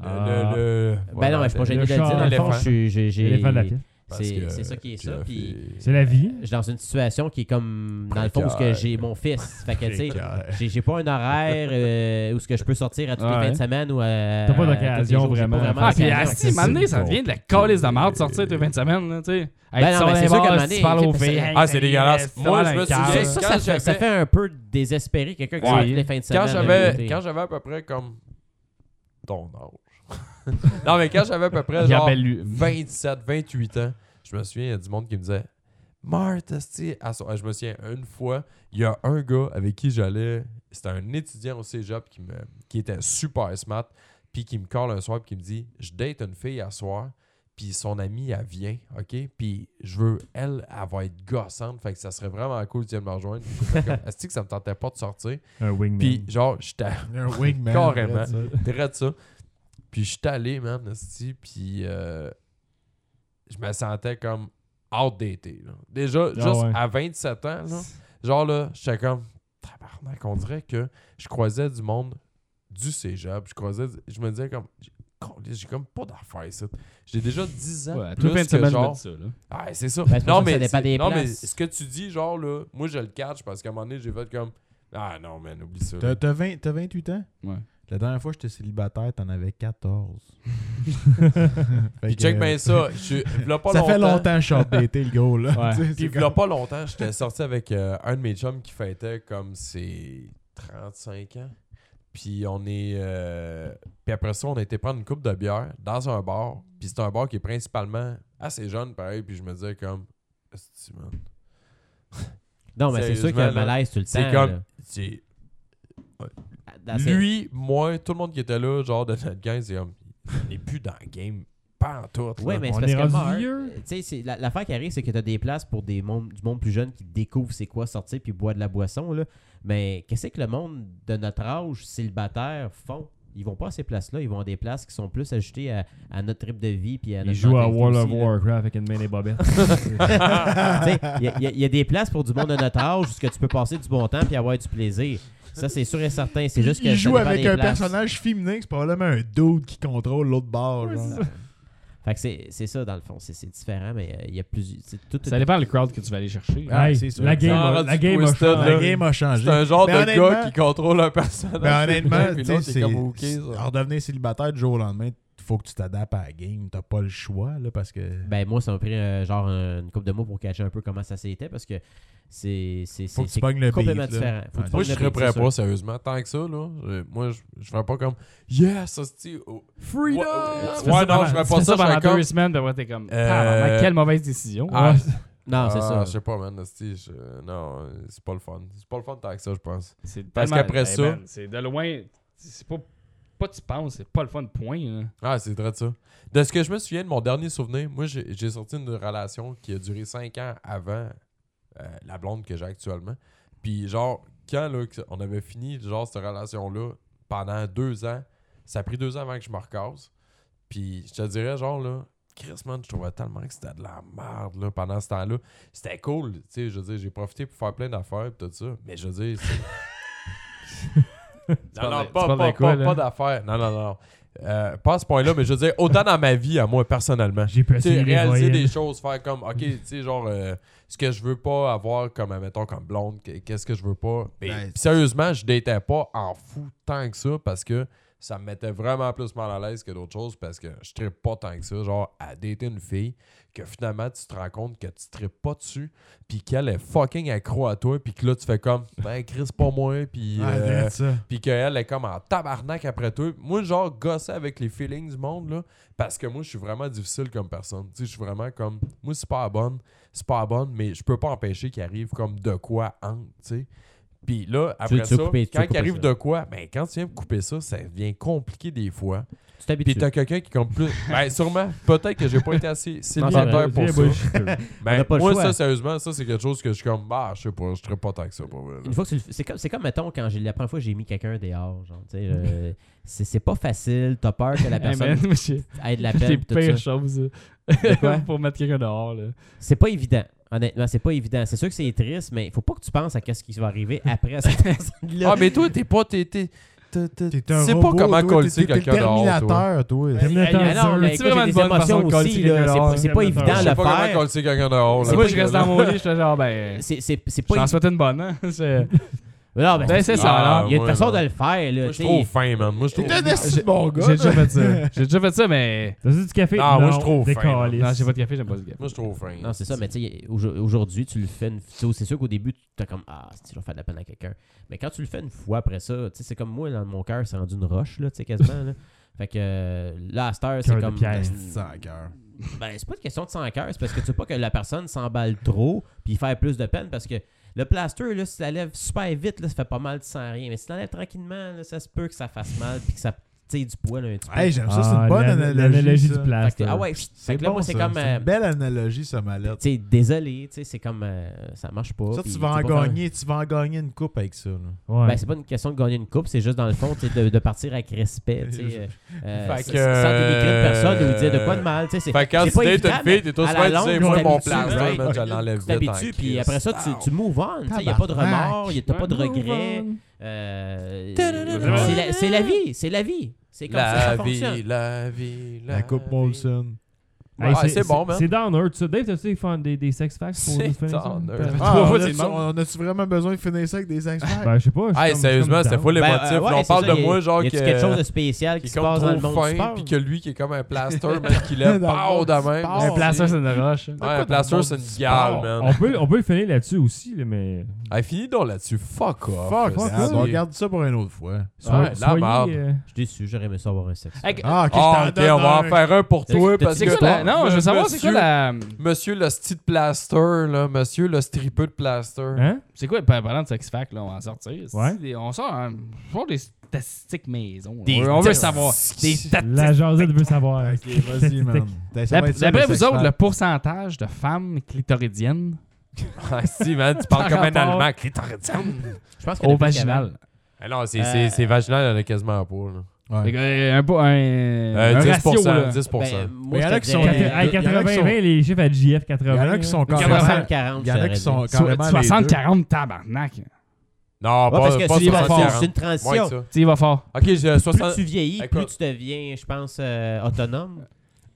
[SPEAKER 3] Le,
[SPEAKER 2] Ah.
[SPEAKER 3] le, le-
[SPEAKER 4] Ben
[SPEAKER 3] voilà,
[SPEAKER 4] non, mais je suis pas
[SPEAKER 3] le-
[SPEAKER 4] gêné de
[SPEAKER 2] le
[SPEAKER 4] le dire. Dans le
[SPEAKER 3] char,
[SPEAKER 4] fond, je suis- j'ai- j'ai-
[SPEAKER 2] L'éléphant de la pièce.
[SPEAKER 3] parce
[SPEAKER 4] c'est-
[SPEAKER 3] que
[SPEAKER 4] c'est ça qui est ça.
[SPEAKER 3] Jeff
[SPEAKER 4] Puis
[SPEAKER 2] C'est la vie.
[SPEAKER 4] je suis dans une situation qui est comme, dans le fond, où ce que
[SPEAKER 3] Précaire.
[SPEAKER 4] j'ai mon fils. Fait que, tu sais,
[SPEAKER 1] Précaire.
[SPEAKER 4] j'ai- j'ai pas un horaire euh, où ce que je peux sortir à toutes
[SPEAKER 5] Ouais.
[SPEAKER 4] les fins de semaine ou à.
[SPEAKER 2] T'as pas
[SPEAKER 4] à tous les
[SPEAKER 2] d'occasion
[SPEAKER 4] jours, j'ai pas
[SPEAKER 2] vraiment.
[SPEAKER 5] Ah, puis
[SPEAKER 4] d'occasion.
[SPEAKER 5] asti, m'amener, ça devient de la calice de marde sortir tous les 20 semaines, là, tu sais. Hey,
[SPEAKER 4] Ben
[SPEAKER 5] tu
[SPEAKER 4] non,
[SPEAKER 5] sors
[SPEAKER 4] mais
[SPEAKER 5] dans
[SPEAKER 4] c'est
[SPEAKER 5] les
[SPEAKER 4] sûr qu'à un
[SPEAKER 5] bars,
[SPEAKER 4] moment
[SPEAKER 5] tu
[SPEAKER 4] donné,
[SPEAKER 5] parles aux
[SPEAKER 4] tu sais,
[SPEAKER 5] filles.
[SPEAKER 4] parce
[SPEAKER 5] hey,
[SPEAKER 3] Ah, c'est dégueulasse.
[SPEAKER 5] ça
[SPEAKER 3] Moi,
[SPEAKER 5] va
[SPEAKER 3] je me
[SPEAKER 5] dans le
[SPEAKER 3] souviens.
[SPEAKER 4] Ça, ça,
[SPEAKER 3] quand
[SPEAKER 4] ça, fait-
[SPEAKER 3] j'avais-
[SPEAKER 4] ça fait un peu désespéré quelqu'un qui
[SPEAKER 5] Ouais.
[SPEAKER 4] sort toutes les fins de semaine.
[SPEAKER 3] Quand
[SPEAKER 4] là, tu
[SPEAKER 3] j'avais
[SPEAKER 4] sais.
[SPEAKER 3] quand j'avais à peu près comme ton âge. non, mais quand j'avais à peu près
[SPEAKER 5] Il
[SPEAKER 3] genre
[SPEAKER 5] appelle lui.
[SPEAKER 3] 27, 28 ans, je me souviens, il y a du monde qui me disait Marthe, esti, à son- je me souviens, une fois, il y a un gars avec qui j'allais, c'était un étudiant au cégep qui, me, qui était super smart, puis qui me colle un soir, puis qui me dit Je date une fille à soir, puis son amie, elle vient, OK Puis je veux, elle, elle va être gossante, fait que ça serait vraiment cool si elle me rejoindre. Puis j'étais comme, Esti, que ça me tentait pas de sortir.
[SPEAKER 2] Un wingman.
[SPEAKER 3] Puis genre,
[SPEAKER 1] Un
[SPEAKER 3] j'étais
[SPEAKER 1] wingman.
[SPEAKER 3] Carrément.
[SPEAKER 1] là, tu sais.
[SPEAKER 3] Direct ça. Puis je suis allé, man, esti, puis euh, je me sentais comme outdated. là. Déjà,
[SPEAKER 2] Ah
[SPEAKER 3] juste
[SPEAKER 2] ouais.
[SPEAKER 3] à 27 ans, là, genre là, j'étais comme, tabarnak, on dirait que je croisais du monde du cégep, je croisais, du- je me disais comme, Câlisse, j'ai comme pas d'affaires, ça. J'ai déjà 10 ans
[SPEAKER 5] Ouais, tous
[SPEAKER 3] plus
[SPEAKER 5] les fins de
[SPEAKER 3] que
[SPEAKER 5] semaine, je me
[SPEAKER 3] genre...
[SPEAKER 5] dis ça, là.
[SPEAKER 3] Ah, c'est ça.
[SPEAKER 4] Ben, c'est pour ça
[SPEAKER 3] non,
[SPEAKER 4] que ça
[SPEAKER 3] mais,
[SPEAKER 4] dépend
[SPEAKER 3] c'est-
[SPEAKER 4] des
[SPEAKER 3] non mais
[SPEAKER 4] places.
[SPEAKER 3] ce que tu dis, genre, là, moi, je le catch parce qu'à un moment donné, j'ai fait comme. Ah non, man, oublie ça.
[SPEAKER 1] T'as t'as 20 t'as 28 ans?
[SPEAKER 5] Ouais.
[SPEAKER 1] La dernière fois que j'étais célibataire, t'en avais 14. Fait
[SPEAKER 3] Puis
[SPEAKER 1] que,
[SPEAKER 3] check
[SPEAKER 1] euh,
[SPEAKER 3] bien ça. Je, v'là pas
[SPEAKER 1] ça fait longtemps que je suis updaté, le gros, là. Tu
[SPEAKER 5] Ouais.
[SPEAKER 1] sais,
[SPEAKER 3] Puis
[SPEAKER 1] c'est
[SPEAKER 3] v'là pas longtemps, j'étais sorti avec euh, un de mes chums qui fêtait comme ses 35 ans. Puis on est. euh, Puis après ça, on a été prendre une coupe de bière dans un bar. Puis c'est un bar qui est principalement assez jeune, pareil. Puis je me disais comme. Esti, man.
[SPEAKER 4] Non, mais c'est sûr qu'il y a un
[SPEAKER 3] Sérieusement, là,
[SPEAKER 4] malaise tout le temps.
[SPEAKER 3] C'est comme.
[SPEAKER 4] là.
[SPEAKER 3] c'est-
[SPEAKER 4] Dans ces-
[SPEAKER 3] Lui, moi, tout le monde qui était là, genre de notre gang, c'est comme. Il n'est plus dans le game. Pas en tout.
[SPEAKER 4] Ouais,
[SPEAKER 3] là.
[SPEAKER 4] mais
[SPEAKER 2] Hein, On
[SPEAKER 4] c'est parce
[SPEAKER 2] est
[SPEAKER 4] que
[SPEAKER 2] rendu
[SPEAKER 4] meurt.
[SPEAKER 2] vieux.
[SPEAKER 4] Tu sais, c'est- la- l'affaire qui arrive, c'est que t'as des places pour des mondes, du monde plus jeune qui découvre c'est quoi sortir puis boire de la boisson. Là. Mais qu'est-ce que le monde de notre âge célibataire font? Ils vont pas à ces places-là, ils vont à des places qui sont plus ajustées à, à notre trip de vie. Puis à
[SPEAKER 2] Il
[SPEAKER 4] notre
[SPEAKER 2] joue à
[SPEAKER 4] mentalité
[SPEAKER 2] World
[SPEAKER 4] aussi,
[SPEAKER 2] of
[SPEAKER 4] là.
[SPEAKER 2] Warcraft avec une main et bobette.
[SPEAKER 4] Tu sais, Il y, a- il y a- il y a des places pour du monde de notre âge où ce que tu peux passer du bon temps puis avoir du plaisir. Ça, c'est sûr et certain. C'est juste que
[SPEAKER 1] Il
[SPEAKER 4] ça
[SPEAKER 1] joue
[SPEAKER 4] dépend
[SPEAKER 1] avec
[SPEAKER 4] des
[SPEAKER 1] un
[SPEAKER 4] places.
[SPEAKER 1] personnage féminin, c'est probablement un dude qui contrôle l'autre bord. genre.
[SPEAKER 4] Fait que c'est c'est ça, dans le fond. C'est c'est différent, mais euh, il y a plusieurs. c'est tout-
[SPEAKER 5] Ça dépend le crowd que tu vas aller chercher.
[SPEAKER 1] Ah,
[SPEAKER 2] Hey,
[SPEAKER 1] c'est sûr.
[SPEAKER 2] la game,
[SPEAKER 3] Ça
[SPEAKER 2] a-
[SPEAKER 3] rend
[SPEAKER 2] la
[SPEAKER 3] du
[SPEAKER 2] game a
[SPEAKER 3] twisted,
[SPEAKER 2] changé.
[SPEAKER 1] La
[SPEAKER 3] là.
[SPEAKER 1] game a changé.
[SPEAKER 3] C'est un genre
[SPEAKER 1] Mais
[SPEAKER 3] de
[SPEAKER 1] honnêtement-
[SPEAKER 3] gars qui contrôle un personnage.
[SPEAKER 1] Mais honnêtement,
[SPEAKER 3] Puis
[SPEAKER 1] tu sais,
[SPEAKER 3] l'autre, t'es
[SPEAKER 1] c'est
[SPEAKER 3] comme, OK, ça.
[SPEAKER 1] en devenir célibataire du jour au lendemain, faut que tu t'adaptes à la game. T'as pas le choix, là, parce que.
[SPEAKER 4] Ben moi, ça m'a pris euh, genre un- une coupe de mots pour cacher un peu comment ça s'était parce que c'est
[SPEAKER 1] Faut
[SPEAKER 4] c'est c'est-
[SPEAKER 1] que tu
[SPEAKER 4] c'est
[SPEAKER 1] pognes le
[SPEAKER 4] complètement
[SPEAKER 1] beat, là.
[SPEAKER 4] différent. Faut que
[SPEAKER 1] Ouais.
[SPEAKER 4] tu
[SPEAKER 3] Moi,
[SPEAKER 4] pognes
[SPEAKER 3] je
[SPEAKER 4] le
[SPEAKER 3] serais
[SPEAKER 4] beat,
[SPEAKER 3] prêt
[SPEAKER 4] c'est sûr.
[SPEAKER 3] pas, sérieusement. Tant que ça, là, je- moi, je, je ferais pas comme Yes, hostie, oh,
[SPEAKER 2] Freedom!
[SPEAKER 3] Ouais, ouais,
[SPEAKER 5] Tu fais
[SPEAKER 3] ouais,
[SPEAKER 5] ça
[SPEAKER 3] non,
[SPEAKER 5] pendant-
[SPEAKER 3] je ferais
[SPEAKER 5] tu
[SPEAKER 3] pas
[SPEAKER 5] fais
[SPEAKER 3] ça, je
[SPEAKER 5] pendant
[SPEAKER 3] serais
[SPEAKER 5] deux
[SPEAKER 3] comme.
[SPEAKER 5] semaines, puis t'es comme,
[SPEAKER 3] Euh,
[SPEAKER 5] Tabarnak, quelle mauvaise décision.
[SPEAKER 3] Ah,
[SPEAKER 4] Non, c'est
[SPEAKER 3] ah,
[SPEAKER 4] ça.
[SPEAKER 3] Je sais pas, man. hostie, je- non, euh, c'est pas le fun. C'est pas le fun tant que ça, je pense.
[SPEAKER 5] C'est
[SPEAKER 3] Parce
[SPEAKER 5] tellement-
[SPEAKER 3] qu'après ça-
[SPEAKER 5] man, c'est de loin, c'est pas, pas tu penses, c'est pas le fun, point. hein. là.
[SPEAKER 3] Ah, c'est vrai de ça. De ce que je me souviens de mon dernier souvenir, moi, j'ai j'ai sorti une relation qui a duré 5 ans avant euh, la blonde que j'ai actuellement. Puis, genre, quand là, que- on avait fini, genre, cette relation-là, pendant 2 ans, ça a pris 2 ans avant que je me recasse. Puis, je te dirais, genre, là, Chris, man, je trouvais tellement que c'était de la merde, là, pendant ce temps-là. C'était cool, tu sais, je veux dire, j'ai profité pour faire plein d'affaires, pis tout ça. Mais je veux dire, c'est- Non, non,
[SPEAKER 5] parles de- tu
[SPEAKER 3] pas,
[SPEAKER 5] parles de
[SPEAKER 3] pas,
[SPEAKER 5] quoi,
[SPEAKER 3] pas-
[SPEAKER 5] là?
[SPEAKER 3] pas d'affaires. Non, non, non. Euh, pas à ce point-là, mais je veux dire, autant dans ma vie, à moi, personnellement.
[SPEAKER 2] J'ai pu
[SPEAKER 3] Tu sais,
[SPEAKER 2] essayer
[SPEAKER 3] réaliser
[SPEAKER 2] l'héroïne.
[SPEAKER 3] des choses, faire comme, ok, tu sais, genre, euh, ce que je veux pas avoir comme, mettons, comme blonde, qu- qu'est-ce que je veux pas. Et
[SPEAKER 1] Ouais.
[SPEAKER 3] pis sérieusement, je datais pas en fou tant que ça parce que ça me mettait vraiment plus mal à l'aise que d'autres choses parce que je trippe pas tant que ça, genre, à dater une fille que finalement tu te rends compte que tu trippes pas dessus puis qu'elle est fucking accro à toi puis que là tu fais comme, ben, Chris, pas moi, puis.
[SPEAKER 1] Ah,
[SPEAKER 3] euh,
[SPEAKER 1] arrête ça.
[SPEAKER 3] puis qu'elle est comme en tabarnak après toi. Moi, genre, gossais avec les feelings du monde, là, parce que moi, je suis vraiment difficile comme personne. Tu sais, je suis vraiment comme, moi, c'est pas la bonne, c'est pas la bonne, mais je peux pas empêcher qu'il arrive comme de quoi entre, tu sais. Puis là, après
[SPEAKER 4] tu veux
[SPEAKER 3] ça,
[SPEAKER 4] couper- tu veux
[SPEAKER 3] quand il
[SPEAKER 4] couper
[SPEAKER 3] arrive
[SPEAKER 4] ça.
[SPEAKER 3] de quoi, ben, quand tu viens me couper ça, ça devient compliqué des fois. Puis
[SPEAKER 4] Tu t'habitues.
[SPEAKER 3] t'as quelqu'un qui compte plus. ben, sûrement, peut-être que j'ai pas été assez
[SPEAKER 2] Viens,
[SPEAKER 3] célibataire pour
[SPEAKER 2] viens,
[SPEAKER 3] ça.
[SPEAKER 2] bullshiteux.
[SPEAKER 4] On
[SPEAKER 3] Ben,
[SPEAKER 4] a pas le
[SPEAKER 3] moi,
[SPEAKER 4] choix.
[SPEAKER 3] ça, sérieusement, ça, c'est quelque chose que je suis comme, bah, je sais pas, je serais pas tant que ça pour vrai, là.
[SPEAKER 4] Une fois que tu le fais- c'est comme c'est comme mettons quand j'ai la première fois que j'ai mis quelqu'un dehors, genre tu sais euh, c'est c'est pas facile, t'as peur que la
[SPEAKER 5] Hey, man,
[SPEAKER 4] personne
[SPEAKER 5] moi, j'ai-
[SPEAKER 4] ait de la
[SPEAKER 5] j'ai
[SPEAKER 4] peine pis tout ça.
[SPEAKER 5] pire chose
[SPEAKER 4] quoi?
[SPEAKER 5] pour mettre quelqu'un dehors. Là.
[SPEAKER 4] C'est pas évident. Honnêtement, c'est pas évident. C'est sûr que c'est triste, mais faut pas que tu penses à qu'est-ce qui va arriver après cette personne-là.
[SPEAKER 3] Ah, mais toi, t'es pas. T'es, t'es, t'es, t'es-
[SPEAKER 1] T'es
[SPEAKER 3] tu
[SPEAKER 1] un
[SPEAKER 3] sais
[SPEAKER 1] robot,
[SPEAKER 3] pas comment
[SPEAKER 1] toi,
[SPEAKER 3] coller
[SPEAKER 1] t'es- t'es le
[SPEAKER 3] quelqu'un dehors. Toi.
[SPEAKER 1] Terminateur, toi.
[SPEAKER 2] Terminator
[SPEAKER 5] Hey,
[SPEAKER 4] Ah non,
[SPEAKER 5] Zone,
[SPEAKER 4] mais
[SPEAKER 5] c'est
[SPEAKER 4] écoute,
[SPEAKER 5] vraiment
[SPEAKER 4] j'ai
[SPEAKER 5] une
[SPEAKER 4] des
[SPEAKER 5] bonne façon
[SPEAKER 4] émotions
[SPEAKER 5] de coller
[SPEAKER 4] aussi,
[SPEAKER 5] quelqu'un
[SPEAKER 4] là. C'est
[SPEAKER 5] dehors.
[SPEAKER 4] pas- c'est pas évident
[SPEAKER 3] Je
[SPEAKER 4] à le
[SPEAKER 3] sais pas comment
[SPEAKER 4] faire.
[SPEAKER 3] coller quelqu'un dehors. là.
[SPEAKER 5] moi,
[SPEAKER 4] pas-
[SPEAKER 5] je reste dans mon lit, je fais genre, ben,
[SPEAKER 4] C'est- C'est c'est
[SPEAKER 5] je t'en
[SPEAKER 4] pas
[SPEAKER 5] souhaite une bonne, hein. C'est-
[SPEAKER 4] Non, ben,
[SPEAKER 5] Ben, c'est ça,
[SPEAKER 3] Ah,
[SPEAKER 4] Il
[SPEAKER 5] alors.
[SPEAKER 4] y a une
[SPEAKER 3] ouais, non.
[SPEAKER 4] façon de le faire, là.
[SPEAKER 3] Moi, je
[SPEAKER 4] tu
[SPEAKER 3] suis
[SPEAKER 4] sais.
[SPEAKER 3] trop fin, man. Moi, je suis
[SPEAKER 1] T'es
[SPEAKER 3] trop
[SPEAKER 1] un esti bon gars.
[SPEAKER 5] J'ai déjà fait ça. J'ai déjà fait ça, mais.
[SPEAKER 2] T'as du café?
[SPEAKER 3] Ah, moi, je suis trop
[SPEAKER 2] des
[SPEAKER 3] fin,
[SPEAKER 2] calices.
[SPEAKER 5] Non, j'ai pas de café, j'aime pas ce café.
[SPEAKER 3] Moi, je suis trop fin.
[SPEAKER 4] Non, c'est ça, mais tu sais, aujo- aujourd'hui, tu le fais une tu sais, C'est sûr qu'au début, tu t'as comme Ah, si je vais faire de la peine à quelqu'un. Mais quand tu le fais une fois après ça, tu sais, c'est comme moi, dans mon cœur, c'est rendu une roche, là, tu sais, quasiment. là. Fait que euh, là, à cette
[SPEAKER 2] Cœur
[SPEAKER 4] heure, c'est
[SPEAKER 2] de
[SPEAKER 4] comme.
[SPEAKER 2] pierre.
[SPEAKER 1] Sans cœur.
[SPEAKER 4] Ben, c'est pas une question de sans cœur, c'est parce que tu veux pas que la personne s'emballe trop puis faire plus de peine parce que le plaster, là, si tu lève super vite, là, ça fait pas mal, tu sens rien. Mais si tu lèves tranquillement, là, ça se peut que ça fasse mal puis que ça tire du poil un petit peu.
[SPEAKER 1] Hey, j'aime ça, c'est
[SPEAKER 2] Ah,
[SPEAKER 1] une bonne
[SPEAKER 2] l'an-
[SPEAKER 1] analogie. ça.
[SPEAKER 2] du
[SPEAKER 4] Fait que
[SPEAKER 2] plastique.
[SPEAKER 4] t'es- ah ouais, fait que là,
[SPEAKER 1] bon,
[SPEAKER 4] moi, c'est
[SPEAKER 1] ça.
[SPEAKER 4] comme.
[SPEAKER 1] C'est
[SPEAKER 4] euh,
[SPEAKER 1] une belle analogie, ça, Malette.
[SPEAKER 4] tu sais, désolé, tu sais, c'est comme euh, ça marche pas.
[SPEAKER 1] Ça,
[SPEAKER 4] puis
[SPEAKER 1] tu vas en
[SPEAKER 4] t'es pas fan.
[SPEAKER 1] gagner, tu vas en gagner une coupe avec ça. là.
[SPEAKER 2] Ouais.
[SPEAKER 4] Ben, c'est pas une question de gagner une coupe, c'est juste dans le fond, tu sais, de, de partir avec respect, tu sais. euh, euh,
[SPEAKER 3] Fait
[SPEAKER 4] sans-
[SPEAKER 3] que,
[SPEAKER 4] Sans dénigrer une personne ou dire de
[SPEAKER 3] euh,
[SPEAKER 4] quoi de mal, tu sais. c'est-
[SPEAKER 3] Fait que quand
[SPEAKER 4] c'est
[SPEAKER 3] tu
[SPEAKER 4] pas
[SPEAKER 3] dates
[SPEAKER 4] évident,
[SPEAKER 3] une fille, t'es tout
[SPEAKER 4] mais à
[SPEAKER 3] souvent,
[SPEAKER 4] la
[SPEAKER 3] tu sais,
[SPEAKER 4] longue,
[SPEAKER 3] moi,
[SPEAKER 4] tu
[SPEAKER 3] mon
[SPEAKER 4] t'habitues,
[SPEAKER 3] plan,
[SPEAKER 4] tu sais.
[SPEAKER 3] je l'enlève
[SPEAKER 4] Tu
[SPEAKER 3] vite. en
[SPEAKER 4] t'habitues, puis
[SPEAKER 3] crise.
[SPEAKER 4] après ça, tu, tu move on. Il n'y a pas de
[SPEAKER 1] Tabarnak.
[SPEAKER 4] remords, il n'y a pas de
[SPEAKER 5] Ouais, move
[SPEAKER 4] regrets.
[SPEAKER 5] on.
[SPEAKER 4] euh,
[SPEAKER 3] Ta-da-da-da.
[SPEAKER 4] c'est la- C'est la vie, c'est la vie. C'est comme ça,
[SPEAKER 3] La
[SPEAKER 4] ça fonctionne.
[SPEAKER 3] vie, la vie, la
[SPEAKER 1] La coupe
[SPEAKER 3] vie.
[SPEAKER 1] Molson.
[SPEAKER 2] Hey,
[SPEAKER 3] Ouais, c'est bon, man.
[SPEAKER 2] C'est downer, tout ça. Dave, t'as-tu des, fan- des, des sex facts pour
[SPEAKER 3] C'est
[SPEAKER 2] nous finir ça?
[SPEAKER 3] downer.
[SPEAKER 2] Ben,
[SPEAKER 1] Ah,
[SPEAKER 5] Trois
[SPEAKER 1] on
[SPEAKER 5] fois,
[SPEAKER 1] a-tu-
[SPEAKER 5] c'est le
[SPEAKER 1] on a-tu vraiment besoin de finir ça avec des ex
[SPEAKER 2] Ben, je sais pas. je suis
[SPEAKER 3] Hey,
[SPEAKER 2] comme-
[SPEAKER 3] sérieusement,
[SPEAKER 2] je suis
[SPEAKER 3] c'était
[SPEAKER 2] comme
[SPEAKER 3] full
[SPEAKER 2] down.
[SPEAKER 3] émotif.
[SPEAKER 4] euh, ouais,
[SPEAKER 3] là, on
[SPEAKER 4] c'est
[SPEAKER 3] parle
[SPEAKER 4] ça,
[SPEAKER 3] de
[SPEAKER 4] y a-
[SPEAKER 3] moi, genre,
[SPEAKER 4] Y
[SPEAKER 3] que,
[SPEAKER 4] a-tu quelque chose de spécial
[SPEAKER 3] qui
[SPEAKER 4] qui
[SPEAKER 3] est
[SPEAKER 4] se
[SPEAKER 3] comme
[SPEAKER 4] passe dans le
[SPEAKER 3] trop
[SPEAKER 4] monde du
[SPEAKER 3] fin,
[SPEAKER 4] sport?
[SPEAKER 3] puis que lui qui est comme un plaster, man, qui lève
[SPEAKER 1] Dans le
[SPEAKER 3] pow,
[SPEAKER 1] monde
[SPEAKER 3] de
[SPEAKER 1] du
[SPEAKER 3] même.
[SPEAKER 1] sport.
[SPEAKER 3] Ouais,
[SPEAKER 5] Un placeur, c'est une roche.
[SPEAKER 3] un plaster, c'est une
[SPEAKER 2] Ah,
[SPEAKER 3] gale, man.
[SPEAKER 2] on, peut, on peut le finir là-dessus aussi, là, mais.
[SPEAKER 3] Hey, finis donc là-dessus. Fuck off.
[SPEAKER 1] Fuck,
[SPEAKER 3] Esti.
[SPEAKER 1] man, Ah, on regarde ça pour une autre fois.
[SPEAKER 2] Soyez-
[SPEAKER 3] la
[SPEAKER 2] soyez,
[SPEAKER 3] marde.
[SPEAKER 2] euh,
[SPEAKER 4] Je suis déçu, j'aurais aimé ça avoir un sexe.
[SPEAKER 5] Hey,
[SPEAKER 1] Ah, ok, je
[SPEAKER 3] Ah, ok,
[SPEAKER 1] t'en donne
[SPEAKER 3] on va en
[SPEAKER 1] un.
[SPEAKER 3] faire un pour
[SPEAKER 5] c'est-
[SPEAKER 3] toi
[SPEAKER 5] c'est-
[SPEAKER 3] parce
[SPEAKER 5] c'est
[SPEAKER 3] que
[SPEAKER 5] quoi la-
[SPEAKER 3] toi,
[SPEAKER 5] Non, je veux savoir, c'est quoi
[SPEAKER 3] monsieur-
[SPEAKER 5] la.
[SPEAKER 3] Monsieur le style de plaster, là, monsieur le stripeux de plaster.
[SPEAKER 2] Hein?
[SPEAKER 5] C'est quoi, par- parlant de satisfac, là, on va en sortir.
[SPEAKER 2] Ouais.
[SPEAKER 5] C'est des- On sort un- je sors des statistiques maison. là.
[SPEAKER 4] Des
[SPEAKER 5] on veut- on veut savoir. Des
[SPEAKER 3] statistiques.
[SPEAKER 5] statistiques.
[SPEAKER 2] La jasette veut savoir.
[SPEAKER 1] Ok, vas-y, man. Ça va être ça,
[SPEAKER 5] D'après
[SPEAKER 1] le
[SPEAKER 5] vous
[SPEAKER 1] sexe
[SPEAKER 5] autres, le
[SPEAKER 1] fat.
[SPEAKER 5] pourcentage de femmes clitoridiennes
[SPEAKER 3] Ah, si, man, tu parles
[SPEAKER 5] Par
[SPEAKER 3] comme un
[SPEAKER 5] rapport-
[SPEAKER 3] allemand. Clitoridienne.
[SPEAKER 4] Je pense que
[SPEAKER 5] au
[SPEAKER 4] depuis
[SPEAKER 5] vaginal.
[SPEAKER 3] Ah Non, c'est-
[SPEAKER 4] Euh,
[SPEAKER 3] c'est c'est vaginal, il y en a quasiment pas. Là.
[SPEAKER 5] Fait
[SPEAKER 1] Ouais.
[SPEAKER 5] que, euh, Un, po- un,
[SPEAKER 3] Euh,
[SPEAKER 5] un
[SPEAKER 3] 10%,
[SPEAKER 5] ratio. là.
[SPEAKER 3] 10%.
[SPEAKER 4] qu'avant- Ben, moi,
[SPEAKER 1] Mais
[SPEAKER 4] je
[SPEAKER 1] y en a
[SPEAKER 4] te
[SPEAKER 1] qui sont-
[SPEAKER 4] dirais- Ben,
[SPEAKER 1] Il y en a qui
[SPEAKER 2] 80-20,
[SPEAKER 1] sont-
[SPEAKER 2] les chiffres à GF 80.
[SPEAKER 1] Il y en a qui sont
[SPEAKER 2] là.
[SPEAKER 1] quand même.
[SPEAKER 4] 60-40,
[SPEAKER 1] Il y en a qui sont carrément. les deux.
[SPEAKER 5] 60-40 tabarnak. Tu
[SPEAKER 3] Non, pas,
[SPEAKER 4] Ouais, parce que
[SPEAKER 3] pas
[SPEAKER 4] c'est une
[SPEAKER 3] 60,
[SPEAKER 1] hein.
[SPEAKER 3] 40.
[SPEAKER 4] transition, c'est
[SPEAKER 3] Moins
[SPEAKER 4] une
[SPEAKER 3] que
[SPEAKER 4] transition.
[SPEAKER 3] ça.
[SPEAKER 5] sais, il va fort.
[SPEAKER 3] Ok, j'ai
[SPEAKER 4] Plus
[SPEAKER 3] 60.
[SPEAKER 4] tu vieillis, plus
[SPEAKER 3] Écoute.
[SPEAKER 4] tu deviens, je pense, euh, autonome.